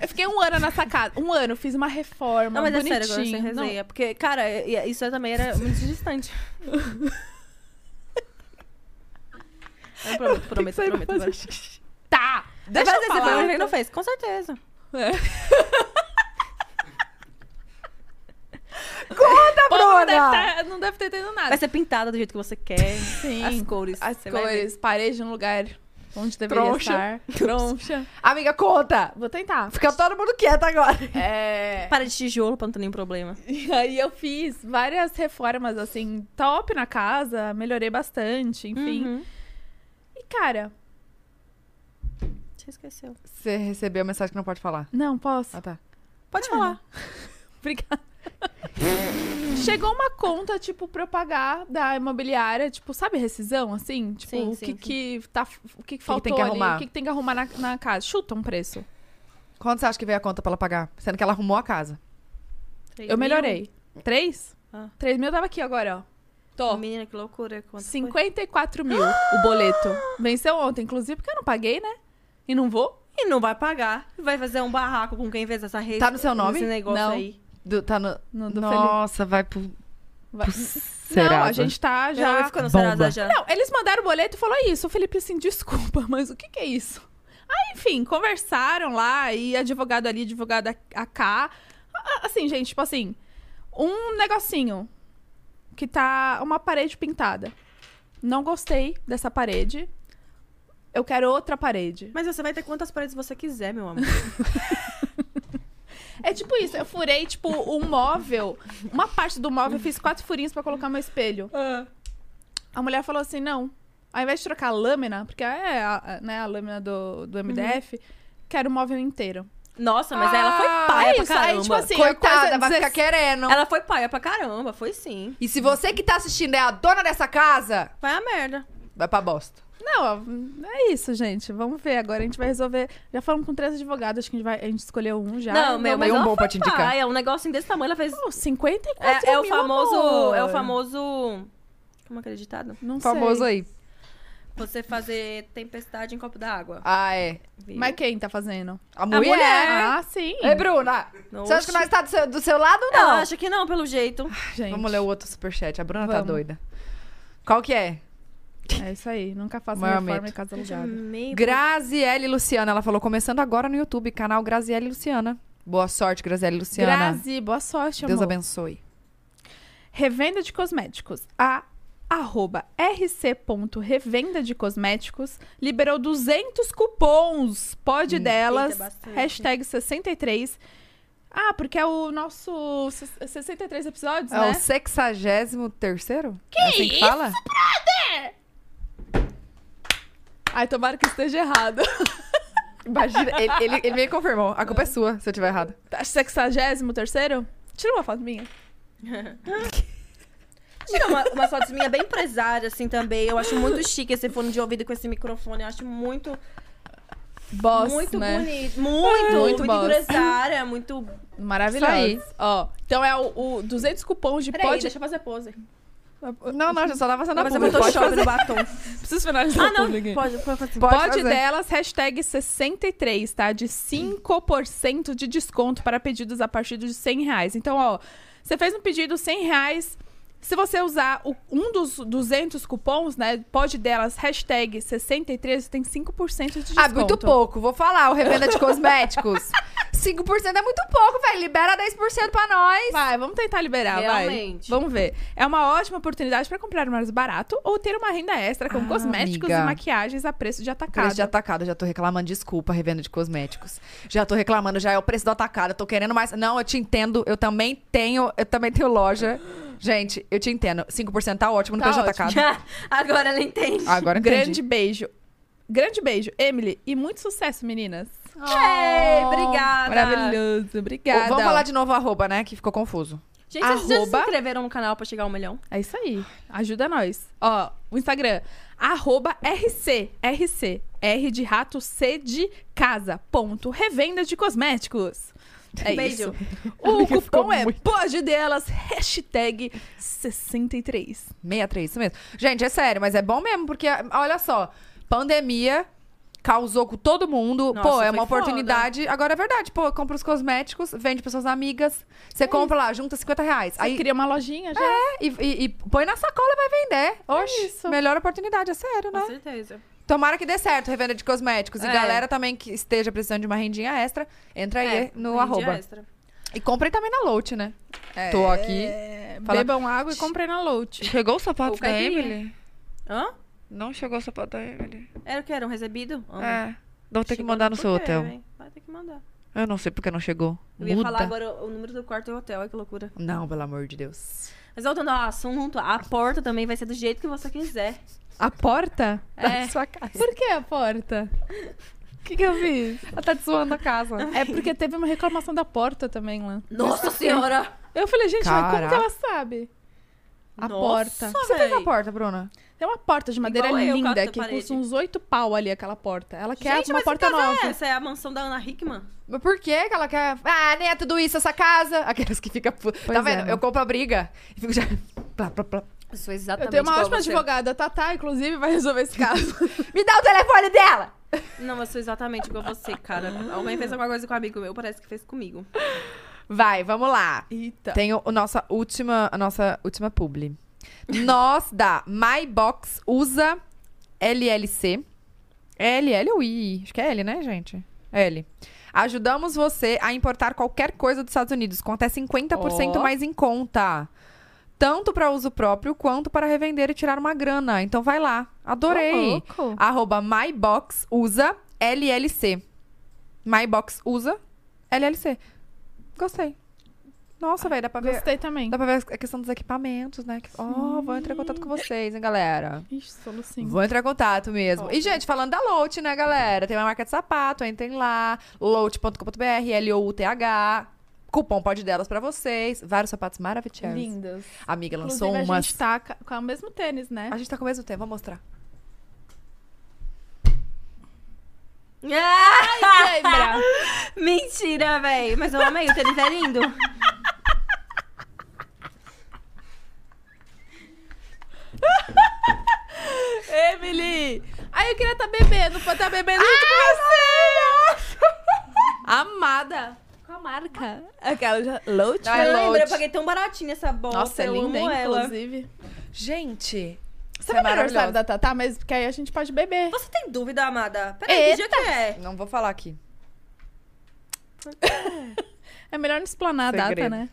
Speaker 2: Eu fiquei um ano nessa casa. Um ano, fiz uma reforma,
Speaker 3: Não, mas é
Speaker 2: bonitinho.
Speaker 3: sério, agora sem
Speaker 2: Não,
Speaker 3: resenha. Porque, cara, é, e- e- isso também era muito distante. eu
Speaker 2: tem
Speaker 3: prometo,
Speaker 2: que
Speaker 3: prometo,
Speaker 2: sair pra
Speaker 3: prometo. Agora.
Speaker 2: fazer xixi. Tá! Deixa
Speaker 3: Mas
Speaker 1: assim,
Speaker 2: eu
Speaker 3: Você
Speaker 2: falar.
Speaker 3: foi que não fez, com certeza.
Speaker 1: Conta,
Speaker 2: O povo não deve,
Speaker 1: Bruna!
Speaker 2: tá- não deve ter entendido nada.
Speaker 3: Vai ser pintada do jeito que você quer.
Speaker 2: Sim.
Speaker 3: é As cores.
Speaker 2: As
Speaker 3: você vai ver.
Speaker 2: cores, parede no lugar onde deveria
Speaker 1: Troncha.
Speaker 2: estar. Troncha.
Speaker 1: Amiga, conta.
Speaker 2: Vou tentar.
Speaker 1: Fica todo mundo quieto agora.
Speaker 2: É...
Speaker 3: Para de tijolo pra não ter nenhum problema.
Speaker 2: E aí eu fiz várias reformas, assim, top na casa, melhorei bastante, enfim.
Speaker 3: Uhum.
Speaker 2: E, cara,
Speaker 3: Você esqueceu.
Speaker 1: Você recebeu a mensagem que não pode falar.
Speaker 2: não posso.
Speaker 1: Ah, tá.
Speaker 3: Pode falar.
Speaker 2: Obrigada. Chegou uma conta, tipo, pra eu pagar da imobiliária, tipo, sabe, rescisão, assim? Tipo,
Speaker 3: Sim,
Speaker 2: o
Speaker 3: sim,
Speaker 2: que
Speaker 3: sim.
Speaker 2: que tá. O que, que
Speaker 1: tem
Speaker 2: faltou
Speaker 1: que
Speaker 2: ali?
Speaker 1: arrumar?
Speaker 2: O que, que tem que arrumar na, na casa? Chuta um preço.
Speaker 1: Quanto você acha que veio a conta pra ela pagar? Sendo que ela arrumou a casa.
Speaker 2: eu melhorei. Três?
Speaker 3: Ah.
Speaker 2: Três mil eu tava aqui agora, ó. Tô.
Speaker 3: Menina, que loucura. Quanto foi?
Speaker 2: 54 mil o boleto. Venceu ontem, inclusive, porque eu não paguei, né? E não vou.
Speaker 3: E não vai pagar. Vai fazer um barraco com quem fez essa rede.
Speaker 1: Tá no seu nome?
Speaker 3: Esse negócio
Speaker 2: Não.
Speaker 3: aí.
Speaker 1: Do- tá no...
Speaker 2: No do
Speaker 1: Nossa, vai pro...
Speaker 2: Vai-
Speaker 1: pro
Speaker 2: Não,
Speaker 3: né?
Speaker 1: Serasa.
Speaker 2: a gente tá
Speaker 3: Já
Speaker 2: já.
Speaker 3: vai ficando
Speaker 1: bomba.
Speaker 3: Serasa já.
Speaker 2: Não, eles mandaram o boleto e falou isso. O Felipe assim, desculpa, mas o que que é isso? Aí, enfim, conversaram lá e advogado ali, advogado a- a cá. A- a- Assim, gente, tipo assim, um negocinho que tá uma parede pintada. Não gostei dessa parede. Eu quero outra parede.
Speaker 3: Mas você vai ter quantas paredes você quiser, meu amor.
Speaker 2: É tipo isso, eu furei, tipo, um móvel. Uma parte do móvel, eu fiz quatro furinhos pra colocar meu espelho.
Speaker 3: Ah.
Speaker 2: A mulher falou assim, não. Ao invés de trocar a lâmina, porque é a, a- né, a lâmina do, do MDF, quero o móvel inteiro.
Speaker 3: Nossa, mas ela foi
Speaker 1: Ah,
Speaker 3: paia
Speaker 2: é
Speaker 3: pra
Speaker 2: isso, aí,
Speaker 3: caramba.
Speaker 2: tipo assim,
Speaker 1: Coitada,
Speaker 2: a coisa
Speaker 1: vai ficar
Speaker 2: dezesse-
Speaker 1: querendo.
Speaker 3: Ela foi paia pra caramba, foi sim.
Speaker 1: E se você que tá assistindo é a dona dessa casa,
Speaker 3: Vai a merda.
Speaker 1: vai pra bosta.
Speaker 2: Não, é isso, gente. Vamos ver. Agora a gente vai resolver. Já falamos com três advogados, acho que a gente, vai, a gente escolheu um já.
Speaker 3: não, meu, mas
Speaker 1: um
Speaker 3: ela
Speaker 1: bom
Speaker 3: foi
Speaker 1: pra te indicar.
Speaker 3: paia. Um negocinho desse tamanho, ela fez...
Speaker 2: Pô, 54
Speaker 3: É, é o
Speaker 2: mil,
Speaker 3: famoso...
Speaker 2: amor.
Speaker 3: É o famoso... Como acreditado?
Speaker 2: Não
Speaker 1: Famoso
Speaker 2: sei.
Speaker 1: aí.
Speaker 3: Você fazer tempestade em copo d'água.
Speaker 1: Ah, é.
Speaker 3: viu?
Speaker 2: Mas quem tá fazendo?
Speaker 1: A mulher. É,
Speaker 2: Ah, sim.
Speaker 1: Ei, Bruna, você acha que nós tá do seu, do seu lado ou
Speaker 3: Ela
Speaker 1: não?
Speaker 3: acha que não, pelo jeito.
Speaker 2: Gente,
Speaker 1: Vamos ler o outro superchat. A Bruna tá
Speaker 2: Vamos.
Speaker 1: doida. Qual que é?
Speaker 2: É isso aí. Nunca faço
Speaker 1: Maior
Speaker 2: reforma
Speaker 1: medo.
Speaker 2: em casa alugada.
Speaker 3: Meio...
Speaker 1: Graziele Luciana. Ela falou, começando agora no YouTube, canal Graziele Luciana. Boa sorte, Graziele Luciana.
Speaker 2: Grazi, boa sorte,
Speaker 1: Deus
Speaker 2: amor.
Speaker 1: abençoe.
Speaker 2: Revenda de cosméticos. A arroba rc.revenda de cosméticos liberou 200 cupons. Pode delas.
Speaker 3: Eita, bastante.
Speaker 2: Hashtag 63. Ah, porque é o nosso se- 63 episódios,
Speaker 1: É
Speaker 2: né?
Speaker 1: o 63 terceiro? Que é assim que fala?
Speaker 2: Ai, tomara que esteja errado.
Speaker 1: Imagina, ele, ele, ele me confirmou. A culpa é sua, se eu tiver errado.
Speaker 2: Tá, 63? Tira uma foto minha.
Speaker 3: Tira uma, uma foto minha bem empresária, assim, também. Eu acho muito chique esse fone de ouvido com esse microfone. Eu acho muito,
Speaker 2: Boss,
Speaker 3: muito
Speaker 2: né?
Speaker 3: bonito. Muito, muito,
Speaker 2: Muito boss.
Speaker 3: empresária, muito...
Speaker 2: Maravilhoso.
Speaker 1: Isso
Speaker 2: Ó, então é o, o 200 cupons de
Speaker 3: Peraí,
Speaker 2: pode.
Speaker 3: deixa eu fazer pose.
Speaker 1: Não, não, já só tava fazendo a
Speaker 3: Vou fazer
Speaker 1: publi. Pode fazer.
Speaker 3: Photoshop no batom.
Speaker 2: Preciso finalizar
Speaker 3: Ah, não.
Speaker 2: o público aqui.
Speaker 3: Pode, pode fazer.
Speaker 1: Pode
Speaker 2: Pode
Speaker 1: fazer.
Speaker 2: delas, hashtag 63, tá? De 5% de desconto para pedidos a partir de 100 reais. Então, ó, você fez um pedido 100 reais. Se você usar o- um dos 200 cupons, né? Pode delas, hashtag 63, você tem 5% de desconto.
Speaker 1: Ah, muito pouco. Vou falar, o revenda de cosméticos. 5% é muito pouco, velho. Libera 10% pra nós.
Speaker 2: Vai, vamos tentar liberar,
Speaker 3: Realmente.
Speaker 2: vai. Vamos ver. É uma ótima oportunidade para comprar mais barato ou ter uma renda extra com
Speaker 1: Ah,
Speaker 2: cosméticos
Speaker 1: amiga.
Speaker 2: e maquiagens a preço de atacado.
Speaker 1: Preço de atacado, já tô reclamando, desculpa, revenda de cosméticos. Já tô reclamando, já é o preço do atacado, eu tô querendo mais. Não, eu te entendo, eu também tenho, eu também tenho loja. Gente, eu te entendo. 5% tá ótimo no
Speaker 2: Tá
Speaker 1: preço de
Speaker 2: ótimo.
Speaker 1: atacado.
Speaker 3: Agora ela entende.
Speaker 1: Agora entendi.
Speaker 2: Grande beijo. Grande beijo, Emily. E muito sucesso, meninas.
Speaker 3: Ei, obrigada.
Speaker 2: Maravilhoso. Obrigada.
Speaker 1: Vamos falar de novo arroba, né? Que ficou confuso.
Speaker 3: Gente, vocês já se
Speaker 2: Arroba-
Speaker 3: inscreveram no canal pra chegar ao milhão?
Speaker 2: É isso aí. Ajuda nós. Ó, o Instagram. Arroba RC. RC. R de rato, C de casa. Ponto. Revenda de cosméticos. É
Speaker 3: Beijo.
Speaker 2: isso. O cupom é pode delas. Hashtag 63.
Speaker 1: 63, isso mesmo. Gente, é sério, mas é bom mesmo, porque, olha só, pandemia causou com todo mundo.
Speaker 3: Nossa,
Speaker 1: pô, é
Speaker 3: foi
Speaker 1: uma
Speaker 3: foda.
Speaker 1: oportunidade. Agora é verdade, pô, compra os cosméticos, vende pras suas amigas. Você compra lá, junta 50 reais.
Speaker 2: Aí
Speaker 1: aí É.
Speaker 2: cria uma lojinha já.
Speaker 1: e, e- e põe na sacola e vai vender. Oxe, melhor oportunidade, é sério, né?
Speaker 3: certeza.
Speaker 1: Tomara que dê certo, revenda de cosméticos. E
Speaker 3: É.
Speaker 1: galera também que esteja precisando de uma rendinha extra, entra aí é,
Speaker 3: É, um
Speaker 1: no arroba. E comprem também na Lout, né? Tô aqui.
Speaker 2: É,
Speaker 1: Fala-
Speaker 2: Bebam água e comprem na Lout.
Speaker 9: Chegou o sapato
Speaker 3: Ou
Speaker 9: da
Speaker 3: caipirinha.
Speaker 9: Emily?
Speaker 3: Hã?
Speaker 9: Não chegou o sapato da Emily?
Speaker 3: Era o que? Era um recebido? Amo.
Speaker 9: É. Vou ter que
Speaker 3: Chegou
Speaker 9: mandar no seu
Speaker 3: correio,
Speaker 9: hotel.
Speaker 3: hein? Vai ter que mandar.
Speaker 9: Eu não sei porque não chegou.
Speaker 3: Eu ia
Speaker 9: Muda.
Speaker 3: falar agora o o número do quarto do hotel, olha que loucura.
Speaker 1: Não, pelo amor de Deus.
Speaker 3: Mas voltando ao assunto, a porta também vai ser do jeito que você quiser.
Speaker 2: A porta?
Speaker 3: É.
Speaker 2: sua casa. Por que a porta? O que, que eu fiz?
Speaker 1: Ela tá te zoando a casa.
Speaker 2: É porque teve uma reclamação da porta também lá.
Speaker 3: É. Nossa senhora!
Speaker 2: Eu falei, gente, mas como
Speaker 1: Caraca.
Speaker 2: que ela sabe? A
Speaker 3: Nossa,
Speaker 2: porta.
Speaker 1: Você fez
Speaker 3: véi.
Speaker 1: a porta, Bruna?
Speaker 2: Tem uma porta de madeira
Speaker 3: Igual eu,
Speaker 2: linda
Speaker 3: caso da
Speaker 2: que
Speaker 3: parede.
Speaker 2: custa uns oito pau ali aquela porta. Ela quer
Speaker 3: Gente,
Speaker 2: uma
Speaker 3: mas
Speaker 2: porta
Speaker 3: que casa
Speaker 2: nova.
Speaker 3: é essa? É a mansão da Ana Hickman?
Speaker 1: Mas por que que ela quer... Ah, nem é tudo isso, essa casa. Aquelas que fica... pu- Tá
Speaker 2: Pois é,
Speaker 1: vendo?
Speaker 2: né?
Speaker 1: Eu compro a briga e fico já... Plá, plá, plá.
Speaker 3: Eu sou
Speaker 2: Eu
Speaker 3: exatamente
Speaker 2: tenho uma
Speaker 3: igual
Speaker 2: ótima
Speaker 3: você.
Speaker 2: advogada, a Tatá, inclusive, vai resolver esse caso.
Speaker 1: Me dá o telefone dela!
Speaker 3: Não, eu sou exatamente igual você, cara. Alguém fez alguma coisa com um amigo meu, parece que fez comigo.
Speaker 1: Vai, vamos lá.
Speaker 2: Eita.
Speaker 1: Tem o, o nossa última, a nossa última publi. Nós da MyBox usa LLC. LL ou II? Acho que é L, né, gente? L. Ajudamos você a importar qualquer coisa dos Estados Unidos com até 50%
Speaker 2: Ó.
Speaker 1: mais em conta. Tanto para uso próprio quanto para revender e tirar uma grana. Então vai lá. Adorei.
Speaker 2: louco.
Speaker 1: Arroba MyBox usa LLC. MyBox usa LLC. Gostei. Nossa, velho, dá pra ver. Tá
Speaker 2: Gostei também.
Speaker 1: Dá pra ver a questão dos equipamentos, né? Que- Ó, vou entrar em contato com vocês, hein, galera.
Speaker 2: Ixi, solucinho.
Speaker 1: Vou entrar em contato mesmo. E, gente, falando da Lout, né, galera? Tem uma marca de sapato, entrem lá. Lout.com.br, L-O-U-T-H. Cupom pode delas pra vocês. Vários sapatos maravilhosos.
Speaker 2: Lindas.
Speaker 1: Amiga, lançou
Speaker 2: Inclusive, a
Speaker 1: umas.
Speaker 2: gente tá ca- com o mesmo tênis, né?
Speaker 1: A gente tá com o mesmo tempo, vou mostrar.
Speaker 2: Lembra?
Speaker 3: Ah, Mentira, véi. Mas eu amei, o tênis é lindo.
Speaker 2: Emily! Aí eu queria estar bebendo, pode estar bebendo junto com você! Amada! Com a marca. Aquela já... Loach?
Speaker 3: eu lembro, eu paguei tão baratinho essa bola.
Speaker 2: Nossa, é
Speaker 3: eu
Speaker 2: linda,
Speaker 3: amo
Speaker 2: hein,
Speaker 3: ela.
Speaker 2: inclusive.
Speaker 1: Gente,
Speaker 2: Sabe
Speaker 1: é
Speaker 2: o aniversário
Speaker 1: maravilhosa.
Speaker 2: da Tatá? tá? Mas porque aí a gente pode beber.
Speaker 3: Você tem dúvida, amada? Peraí, que dia que é?
Speaker 1: não vou falar aqui.
Speaker 2: É melhor não explanar a
Speaker 1: Segredo.
Speaker 2: data, né?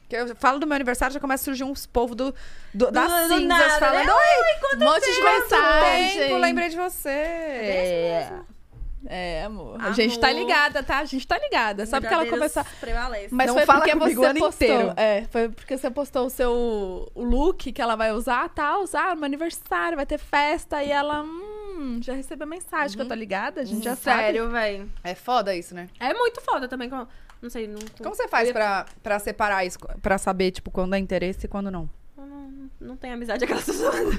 Speaker 1: Porque Que eu falo do meu aniversário, já começa a surgir uns povos do, do- das
Speaker 3: do
Speaker 1: cinzas
Speaker 3: nada,
Speaker 1: falando.
Speaker 3: né?
Speaker 1: Oi, quanto
Speaker 2: Um monte de mensagem.
Speaker 1: tempo, lembrei de você.
Speaker 2: É, amor. A
Speaker 3: Amor.
Speaker 2: gente tá ligada, tá? A gente tá ligada. Só porque ela
Speaker 3: Verdadeiros
Speaker 2: começou.
Speaker 3: prevalecem.
Speaker 2: Mas
Speaker 1: Não
Speaker 2: foi
Speaker 1: fala
Speaker 2: porque
Speaker 1: comigo o
Speaker 2: você
Speaker 1: ano
Speaker 2: postou.
Speaker 1: inteiro.
Speaker 2: É, foi porque você postou o seu o look que ela vai usar, tá? Usar meu aniversário, vai ter festa. E ela, hum, já recebeu mensagem que eu tô ligada, a gente já sabe.
Speaker 3: Sério, velho.
Speaker 1: É foda isso, né?
Speaker 3: É muito foda também. como- Não sei, não,
Speaker 1: Como você faz pra, pra separar isso? Pra saber, tipo, quando é interesse e quando não?
Speaker 3: não tenho amizade aquelas pessoas.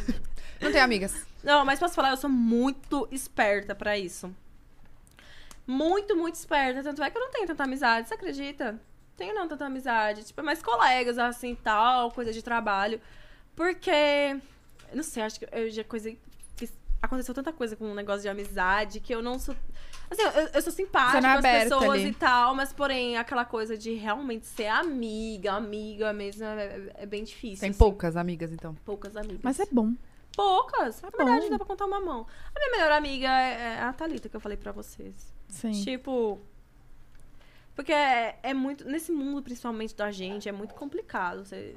Speaker 1: Não tem amigas.
Speaker 3: Não, mas posso falar, eu sou muito esperta pra isso. Muito, muito esperta. Tanto é que eu não tenho tanta amizade, você acredita? Tenho não tanta amizade. Tipo, mais colegas, assim, tal, coisa de trabalho. Porque. Não sei, acho que eu já coisa. fiz- Aconteceu tanta coisa com um negócio de amizade que eu não sou. Assim, eu, eu sou simpática
Speaker 2: Zona
Speaker 3: com as
Speaker 2: aberta
Speaker 3: pessoas
Speaker 2: ali.
Speaker 3: e tal, mas porém, aquela coisa de realmente ser amiga, amiga mesmo, é, é bem difícil.
Speaker 1: Tem
Speaker 3: assim.
Speaker 1: poucas amigas, então.
Speaker 3: poucas amigas.
Speaker 2: Mas é bom.
Speaker 3: Poucas. Na
Speaker 2: bom.
Speaker 3: verdade, dá pra contar uma mão. A minha melhor amiga é é a Thalita, que eu falei pra vocês.
Speaker 2: Sim.
Speaker 3: Tipo. Porque é, é muito. Nesse mundo, principalmente da gente, é muito complicado você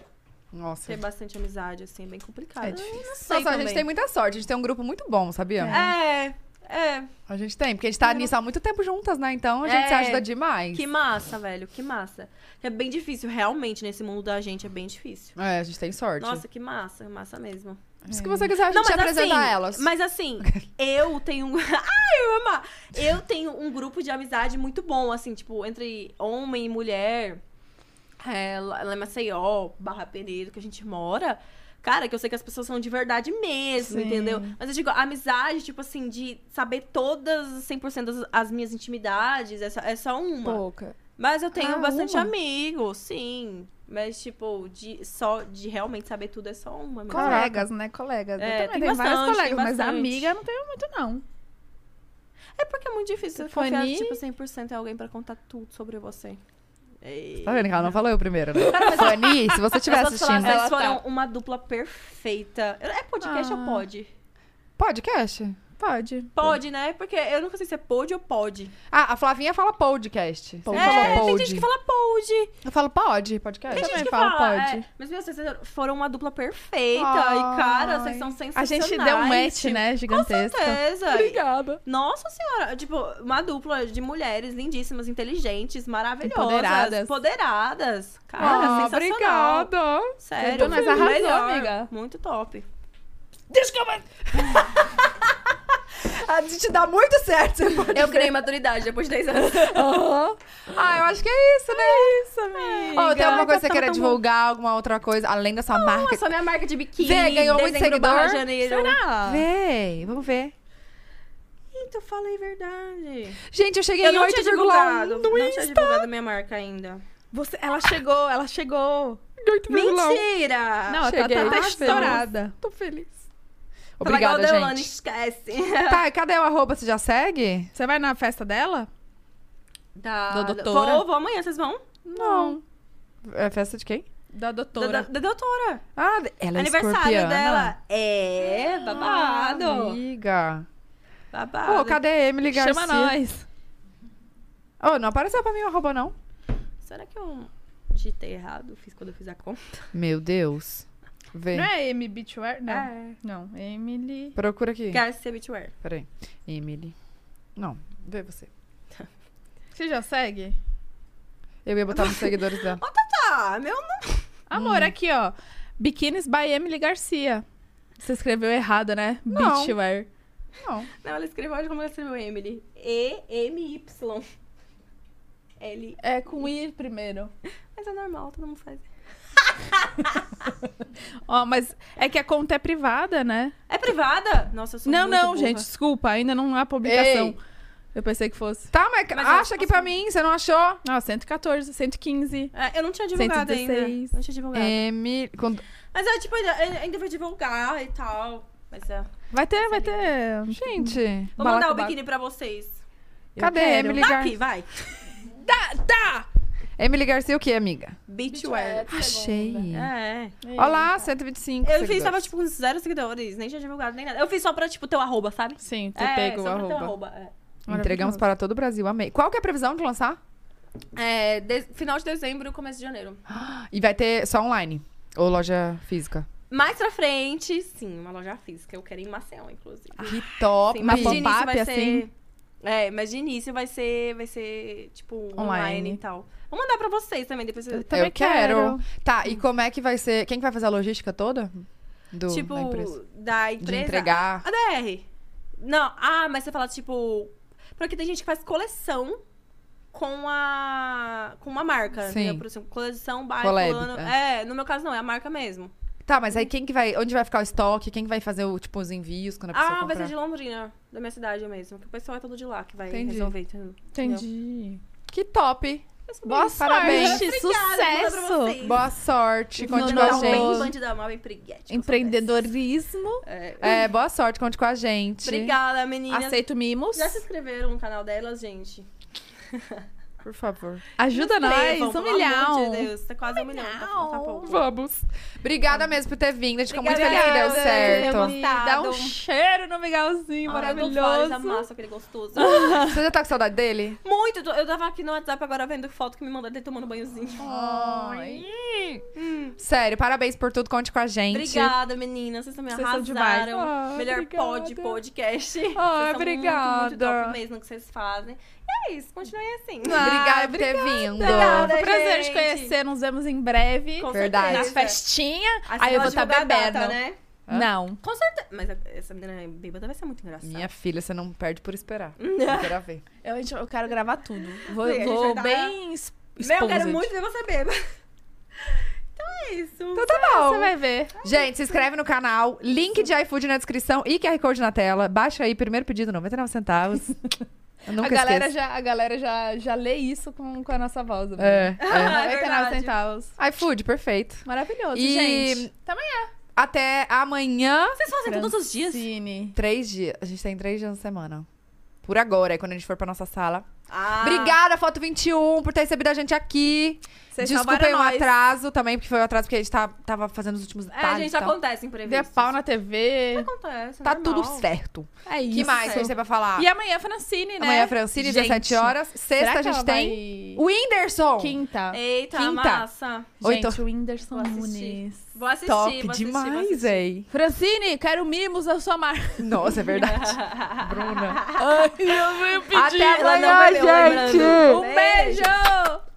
Speaker 1: Nossa.
Speaker 3: ter bastante amizade, assim, é bem complicado.
Speaker 1: É difícil.
Speaker 3: sei
Speaker 1: Nossa, a gente
Speaker 3: também.
Speaker 1: tem muita sorte. A gente tem um grupo muito bom, sabia?
Speaker 3: É, é.
Speaker 1: A gente tem, porque a gente tá nisso há muito tempo juntas, né? Então a gente
Speaker 3: É.
Speaker 1: se ajuda demais.
Speaker 3: Que massa, velho, que massa. É bem difícil, realmente, nesse mundo da gente é bem difícil.
Speaker 1: É, a gente tem sorte.
Speaker 3: Nossa, que massa, massa mesmo.
Speaker 1: Se que você quiser, a gente
Speaker 3: Não, mas
Speaker 1: apresenta
Speaker 3: assim,
Speaker 1: elas.
Speaker 3: Mas assim, eu tenho um. Ai, eu amo! Eu tenho um grupo de amizade muito bom, assim, tipo, entre homem e mulher. É, lá lá em Maceió, Barra Peneiro, que a gente mora. Cara, que eu sei que as pessoas são de verdade mesmo,
Speaker 2: Sim.
Speaker 3: entendeu? Mas eu digo, a amizade, tipo assim, de saber todas 100% das as minhas intimidades, é só, é só uma.
Speaker 2: Pouca.
Speaker 3: Mas eu tenho
Speaker 2: Ah,
Speaker 3: bastante
Speaker 2: uma?
Speaker 3: amigos, sim. Mas, tipo, de, só, de realmente saber tudo é só uma. mesmo.
Speaker 2: Colegas, né? Colegas.
Speaker 3: É,
Speaker 2: eu também
Speaker 3: tem
Speaker 2: tenho vários
Speaker 3: bastante,
Speaker 2: colegas,
Speaker 3: tem
Speaker 2: mas
Speaker 3: bastante.
Speaker 2: amiga eu não tenho muito, não.
Speaker 3: É porque é muito difícil você
Speaker 2: Fani?
Speaker 3: confiar, tipo, 100% em alguém pra contar tudo sobre você. E...
Speaker 1: Tá vendo que ela não falou eu primeiro, né? Fani, se você estiver
Speaker 3: Mas posso falar,
Speaker 1: assistindo.
Speaker 3: vocês foram uma dupla perfeita. É podcast
Speaker 2: Ah.
Speaker 3: ou pode?
Speaker 1: Podcast?
Speaker 2: Pode.
Speaker 3: Pode, né? Porque eu nunca sei se é pod ou pode.
Speaker 1: Ah, a Flavinha fala podcast. Você
Speaker 2: Pod.
Speaker 1: falou
Speaker 3: É, tem
Speaker 1: pod.
Speaker 3: gente que fala pod.
Speaker 1: Eu falo pod, podcast.
Speaker 3: Tem gente
Speaker 2: também
Speaker 3: que
Speaker 2: falo
Speaker 3: fala
Speaker 2: pod.
Speaker 3: É, mas, meu, vocês foram uma dupla perfeita.
Speaker 1: Ai.
Speaker 3: E, cara, vocês são
Speaker 2: A
Speaker 3: sensacionais.
Speaker 2: gente deu um match,
Speaker 3: tipo,
Speaker 2: né?
Speaker 3: Com
Speaker 2: Gigantesco.
Speaker 3: certeza.
Speaker 2: Obrigada.
Speaker 3: Nossa senhora, tipo, uma dupla de mulheres lindíssimas, inteligentes, maravilhosas.
Speaker 2: Empoderadas.
Speaker 3: Empoderadas. Cara,
Speaker 1: Ah,
Speaker 3: sensacional.
Speaker 1: obrigada.
Speaker 3: Sério,
Speaker 2: Então nós
Speaker 3: foi
Speaker 2: arrasou,
Speaker 3: melhor.
Speaker 2: amiga.
Speaker 3: Muito top. Ah,
Speaker 1: A gente dá muito certo.
Speaker 3: Eu criei maturidade depois de 10 anos.
Speaker 1: Ah, eu acho que é isso, né? É isso,
Speaker 3: amiga.
Speaker 1: tem alguma
Speaker 3: Ai,
Speaker 1: coisa que você
Speaker 3: tá
Speaker 1: queira
Speaker 3: tão bom.
Speaker 1: divulgar, alguma outra coisa, além da sua marca?
Speaker 3: Nossa, minha marca de biquíni.
Speaker 1: Vê, ganhou muito
Speaker 3: dezembro barra
Speaker 1: seguidor?
Speaker 3: janeiro.
Speaker 2: Será?
Speaker 1: Vem, vamos ver.
Speaker 3: Eita, eu falei verdade.
Speaker 1: Gente, eu cheguei
Speaker 3: Eu
Speaker 1: em
Speaker 3: não tinha divulgado.
Speaker 1: 8,1
Speaker 3: Não
Speaker 1: no
Speaker 3: tinha divulgado minha marca ainda.
Speaker 2: Você, ela chegou, ela chegou.
Speaker 1: um.
Speaker 3: Mentira!
Speaker 2: Não, ela tá,
Speaker 1: cheguei.
Speaker 2: tá, tá
Speaker 1: Ah,
Speaker 2: estourada.
Speaker 1: Tô feliz.
Speaker 3: Fala igual
Speaker 1: Obrigada,
Speaker 3: a é. Deolane,
Speaker 1: gente.
Speaker 3: esquece.
Speaker 1: Tá, cadê o arroba? Você já segue?
Speaker 2: Você vai na festa dela?
Speaker 3: Da,
Speaker 2: Da doutora.
Speaker 3: Vou, vou amanhã, vocês vão?
Speaker 1: Não. É festa de quem?
Speaker 2: Da
Speaker 3: Da, da,
Speaker 2: doutora.
Speaker 3: da doutora.
Speaker 1: Ah, ela é
Speaker 3: Aniversário
Speaker 1: escorpiana.
Speaker 3: dela. É, babado.
Speaker 1: Amiga.
Speaker 3: babado.
Speaker 1: Ô, cadê a Emily Garcia?
Speaker 2: Chama nós.
Speaker 1: Ô, não apareceu pra mim o arroba, não?
Speaker 3: Será que eu digitei errado? Fiz quando eu fiz a conta?
Speaker 1: Meu Deus. Vê.
Speaker 2: Não é Amy Beachwear? Não.
Speaker 3: É.
Speaker 2: Não, Emily.
Speaker 1: Procura aqui.
Speaker 3: Garcia Beachwear.
Speaker 1: Peraí. Emily. Não, vê você.
Speaker 2: Você já segue?
Speaker 1: Eu ia botar nos seguidores dela.
Speaker 3: Tá, meu
Speaker 2: Amor, aqui, ó. Bikinis by Emily Garcia. Você escreveu errado, né?
Speaker 1: Não.
Speaker 2: Beachwear.
Speaker 1: Não.
Speaker 3: Não, ela escreveu, olha como ela escreveu Emily. E-M-Y. L.
Speaker 2: É com I primeiro.
Speaker 3: Mas é normal, todo mundo faz.
Speaker 2: Ó, mas é que a conta é privada, né?
Speaker 3: É privada? Nossa, eu sou
Speaker 2: não,
Speaker 3: muito
Speaker 2: não,
Speaker 3: burra.
Speaker 2: gente, desculpa. Ainda não há publicação.
Speaker 1: Ei.
Speaker 2: Eu pensei que fosse.
Speaker 1: Tá, mas,
Speaker 3: Mas eu
Speaker 1: acha aqui pra mim, você não achou?
Speaker 2: Ó, 114, 115.
Speaker 3: É, eu não tinha divulgado ainda.
Speaker 2: 116.
Speaker 3: Não tinha divulgado.
Speaker 1: É. Emily. com-
Speaker 3: Mas eu, tipo, ainda, ainda vou divulgar e tal. Mas é.
Speaker 2: Vai ter, vai ter.
Speaker 1: Gente.
Speaker 3: Vou
Speaker 2: Balacobaco.
Speaker 3: mandar o biquíni pra vocês.
Speaker 2: Eu
Speaker 1: Cadê
Speaker 2: quero.
Speaker 1: Emily
Speaker 3: Tá
Speaker 1: Garcia?
Speaker 3: aqui, vai.
Speaker 1: Emily Garcia o que, amiga?
Speaker 3: Tá Beachwear.
Speaker 1: Achei.
Speaker 3: É.
Speaker 1: Olha lá, 125
Speaker 3: Eu fiz, tava,
Speaker 1: seguidores.
Speaker 3: tipo, com zero seguidores. Nem tinha divulgado, nem nada. Eu fiz só pra, tipo, teu arroba, sabe?
Speaker 2: Sim, tu
Speaker 3: é,
Speaker 2: pega o
Speaker 3: só pra teu
Speaker 2: arroba.
Speaker 3: arroba. é.
Speaker 1: Entregamos para todo o Brasil, amei. Qual que é a previsão de lançar?
Speaker 3: É, de- final de dezembro, começo de janeiro.
Speaker 1: E vai ter só online? Ou loja física?
Speaker 3: Mais pra frente, sim, uma loja física. Eu quero ir em Maceió, inclusive.
Speaker 1: Que Ah, top!
Speaker 3: Ah, Sim,
Speaker 2: uma
Speaker 3: mas de início
Speaker 2: pop-up,
Speaker 3: vai
Speaker 2: assim?
Speaker 3: ser. É, mas de início vai ser, vai ser tipo, online,
Speaker 2: Online.
Speaker 3: e tal. Vou mandar pra vocês também, depois vocês-
Speaker 2: também
Speaker 1: eu quero. Tá, e como é que vai ser? Quem que vai fazer a logística toda? Do,
Speaker 3: tipo,
Speaker 1: da empresa?
Speaker 3: da empresa.
Speaker 1: De entregar.
Speaker 3: A DR. Não, ah, mas você fala, tipo. Porque tem gente que faz coleção com a. com uma marca.
Speaker 1: Sim.
Speaker 3: né? Por exemplo, coleção by
Speaker 1: Collab,
Speaker 3: fulano. É, no meu caso não, é a marca mesmo.
Speaker 1: Tá, mas aí quem que vai. Onde vai ficar o estoque? Quem que vai fazer o, tipo, os envios quando a pessoa
Speaker 3: Ah, vai
Speaker 1: comprar?
Speaker 3: ser de Londrina, da minha cidade mesmo. Que o pessoal é todo de lá que vai
Speaker 1: Entendi.
Speaker 3: resolver, entendeu?
Speaker 2: Entendi.
Speaker 1: Que top!
Speaker 2: Boa
Speaker 1: Parabéns.
Speaker 2: sorte, sucesso.
Speaker 1: Boa sorte, conte
Speaker 2: Não,
Speaker 3: Tipo, é
Speaker 1: com a
Speaker 3: um
Speaker 2: não,
Speaker 1: gente.
Speaker 2: não.
Speaker 3: Band da mal empreguete.
Speaker 2: Empreendedorismo.
Speaker 1: É, boa sorte, conte com a gente.
Speaker 3: Obrigada, meninas.
Speaker 2: Aceito mimos.
Speaker 3: Já se inscreveram no canal delas, gente?
Speaker 1: Por favor.
Speaker 2: Ajuda nós.
Speaker 3: Inscrevam,
Speaker 2: Um
Speaker 3: pelo amor
Speaker 2: milhão.
Speaker 3: de Deus, tá quase um milhão. Tá, tá pouco.
Speaker 1: Vamos. Obrigada mesmo por ter vindo. A gente ficou muito feliz
Speaker 3: Obrigada,
Speaker 1: que deu
Speaker 3: eu
Speaker 1: certo.
Speaker 3: gostei.
Speaker 2: Dá um
Speaker 3: Gostado.
Speaker 2: cheiro no migalzinho
Speaker 3: Ai, não fala, já
Speaker 2: maravilhoso.
Speaker 3: massa aquele gostoso.
Speaker 1: Você já tá com saudade dele?
Speaker 3: Muito! Eu tava aqui no WhatsApp agora vendo foto que me mandaram dele tomando banhozinho.
Speaker 1: Ai. Sério, parabéns por tudo. Conte com a gente.
Speaker 3: Obrigada, meninas. Vocês também
Speaker 2: Vocês são
Speaker 3: arrasaram.
Speaker 1: demais. Ah,
Speaker 3: Melhor pod,
Speaker 1: obrigada.
Speaker 3: podcast.
Speaker 1: Ah,
Speaker 3: Vocês são
Speaker 1: obrigada.
Speaker 3: Muito, muito top mesmo que vocês fazem. E é isso, continuem assim.
Speaker 2: Ah,
Speaker 1: Obrigada por ter vindo.
Speaker 3: Obrigada.
Speaker 2: Foi um prazer te
Speaker 3: gente.
Speaker 2: conhecer. Nos vemos em breve.
Speaker 3: Com
Speaker 1: Verdade.
Speaker 2: Na
Speaker 3: certeza.
Speaker 2: festinha.
Speaker 3: Assim
Speaker 2: Aí eu
Speaker 3: ela
Speaker 2: vou estar
Speaker 3: divulga a
Speaker 2: bebendo.
Speaker 3: data, né?
Speaker 1: Hã?
Speaker 2: Não.
Speaker 3: Com certeza. Mas a- essa menina é bêbada vai ser muito engraçada.
Speaker 1: Minha filha, você não perde por esperar. Eu quero ver.
Speaker 2: Eu, gente, eu quero gravar tudo. Vou,
Speaker 3: Sim, a gente
Speaker 2: vou
Speaker 3: vai dar-
Speaker 2: bem es-
Speaker 3: Meu, eu
Speaker 2: exposed.
Speaker 3: quero muito ver você bêbada. Então é isso.
Speaker 1: tá
Speaker 2: Você vai ver.
Speaker 1: Gente, se inscreve no canal, link de iFood na descrição e QR Code na tela. Baixa aí, primeiro pedido, 99 centavos. Eu nunca
Speaker 2: a galera,
Speaker 1: esqueço.
Speaker 2: já, a galera já, já lê isso com, com a nossa voz. né? amiga.
Speaker 1: É,
Speaker 3: Ah, é
Speaker 2: 99
Speaker 3: verdade.
Speaker 2: centavos.
Speaker 1: é. iFood, perfeito.
Speaker 2: Maravilhoso,
Speaker 1: E-
Speaker 2: gente. Também
Speaker 1: Até amanhã.
Speaker 3: Vocês fazem todos os dias?
Speaker 2: Cine.
Speaker 1: Três dias. A gente tem três dias na semana. Por agora, aí quando a gente for pra nossa sala.
Speaker 3: Ah,
Speaker 1: Obrigada, Foto 21, por ter recebido a gente aqui.
Speaker 2: Vocês
Speaker 1: Desculpem o
Speaker 2: salvaram nós.
Speaker 1: atraso também, porque foi o atraso porque a gente tá- tava fazendo os últimos
Speaker 3: É,
Speaker 1: detalhes.
Speaker 3: gente,
Speaker 2: tá
Speaker 1: e tal.
Speaker 3: acontece
Speaker 2: Dê
Speaker 3: imprevisto.
Speaker 2: pau na TV.
Speaker 3: Acontece, é
Speaker 1: Tá
Speaker 3: normal.
Speaker 1: tudo certo.
Speaker 2: É
Speaker 1: O
Speaker 2: isso.
Speaker 1: que mais que a gente tem pra falar?
Speaker 2: E amanhã, Francine, né?
Speaker 1: Amanhã, Francine, 17 horas. Sexta,
Speaker 2: Será
Speaker 1: a
Speaker 2: que
Speaker 1: gente
Speaker 2: ela
Speaker 1: tem
Speaker 2: vai-
Speaker 1: o Whindersson.
Speaker 2: Quinta.
Speaker 3: Eita,
Speaker 1: Quinta.
Speaker 3: massa.
Speaker 1: Oito.
Speaker 2: Gente, o Whindersson
Speaker 3: Vou assistir.
Speaker 2: Nunes.
Speaker 3: Vou assistir,
Speaker 1: Top
Speaker 3: vou assistir, vou
Speaker 1: demais,
Speaker 3: assistir.
Speaker 1: véi.
Speaker 2: Francine, quero mimos da sua marca.
Speaker 1: Nossa, é verdade. Bruna.
Speaker 2: Ai, eu vou pedir.
Speaker 1: Até
Speaker 3: Ela não
Speaker 1: amanhã,
Speaker 3: bebeu, lembrando.
Speaker 1: gente.
Speaker 2: Um beijo!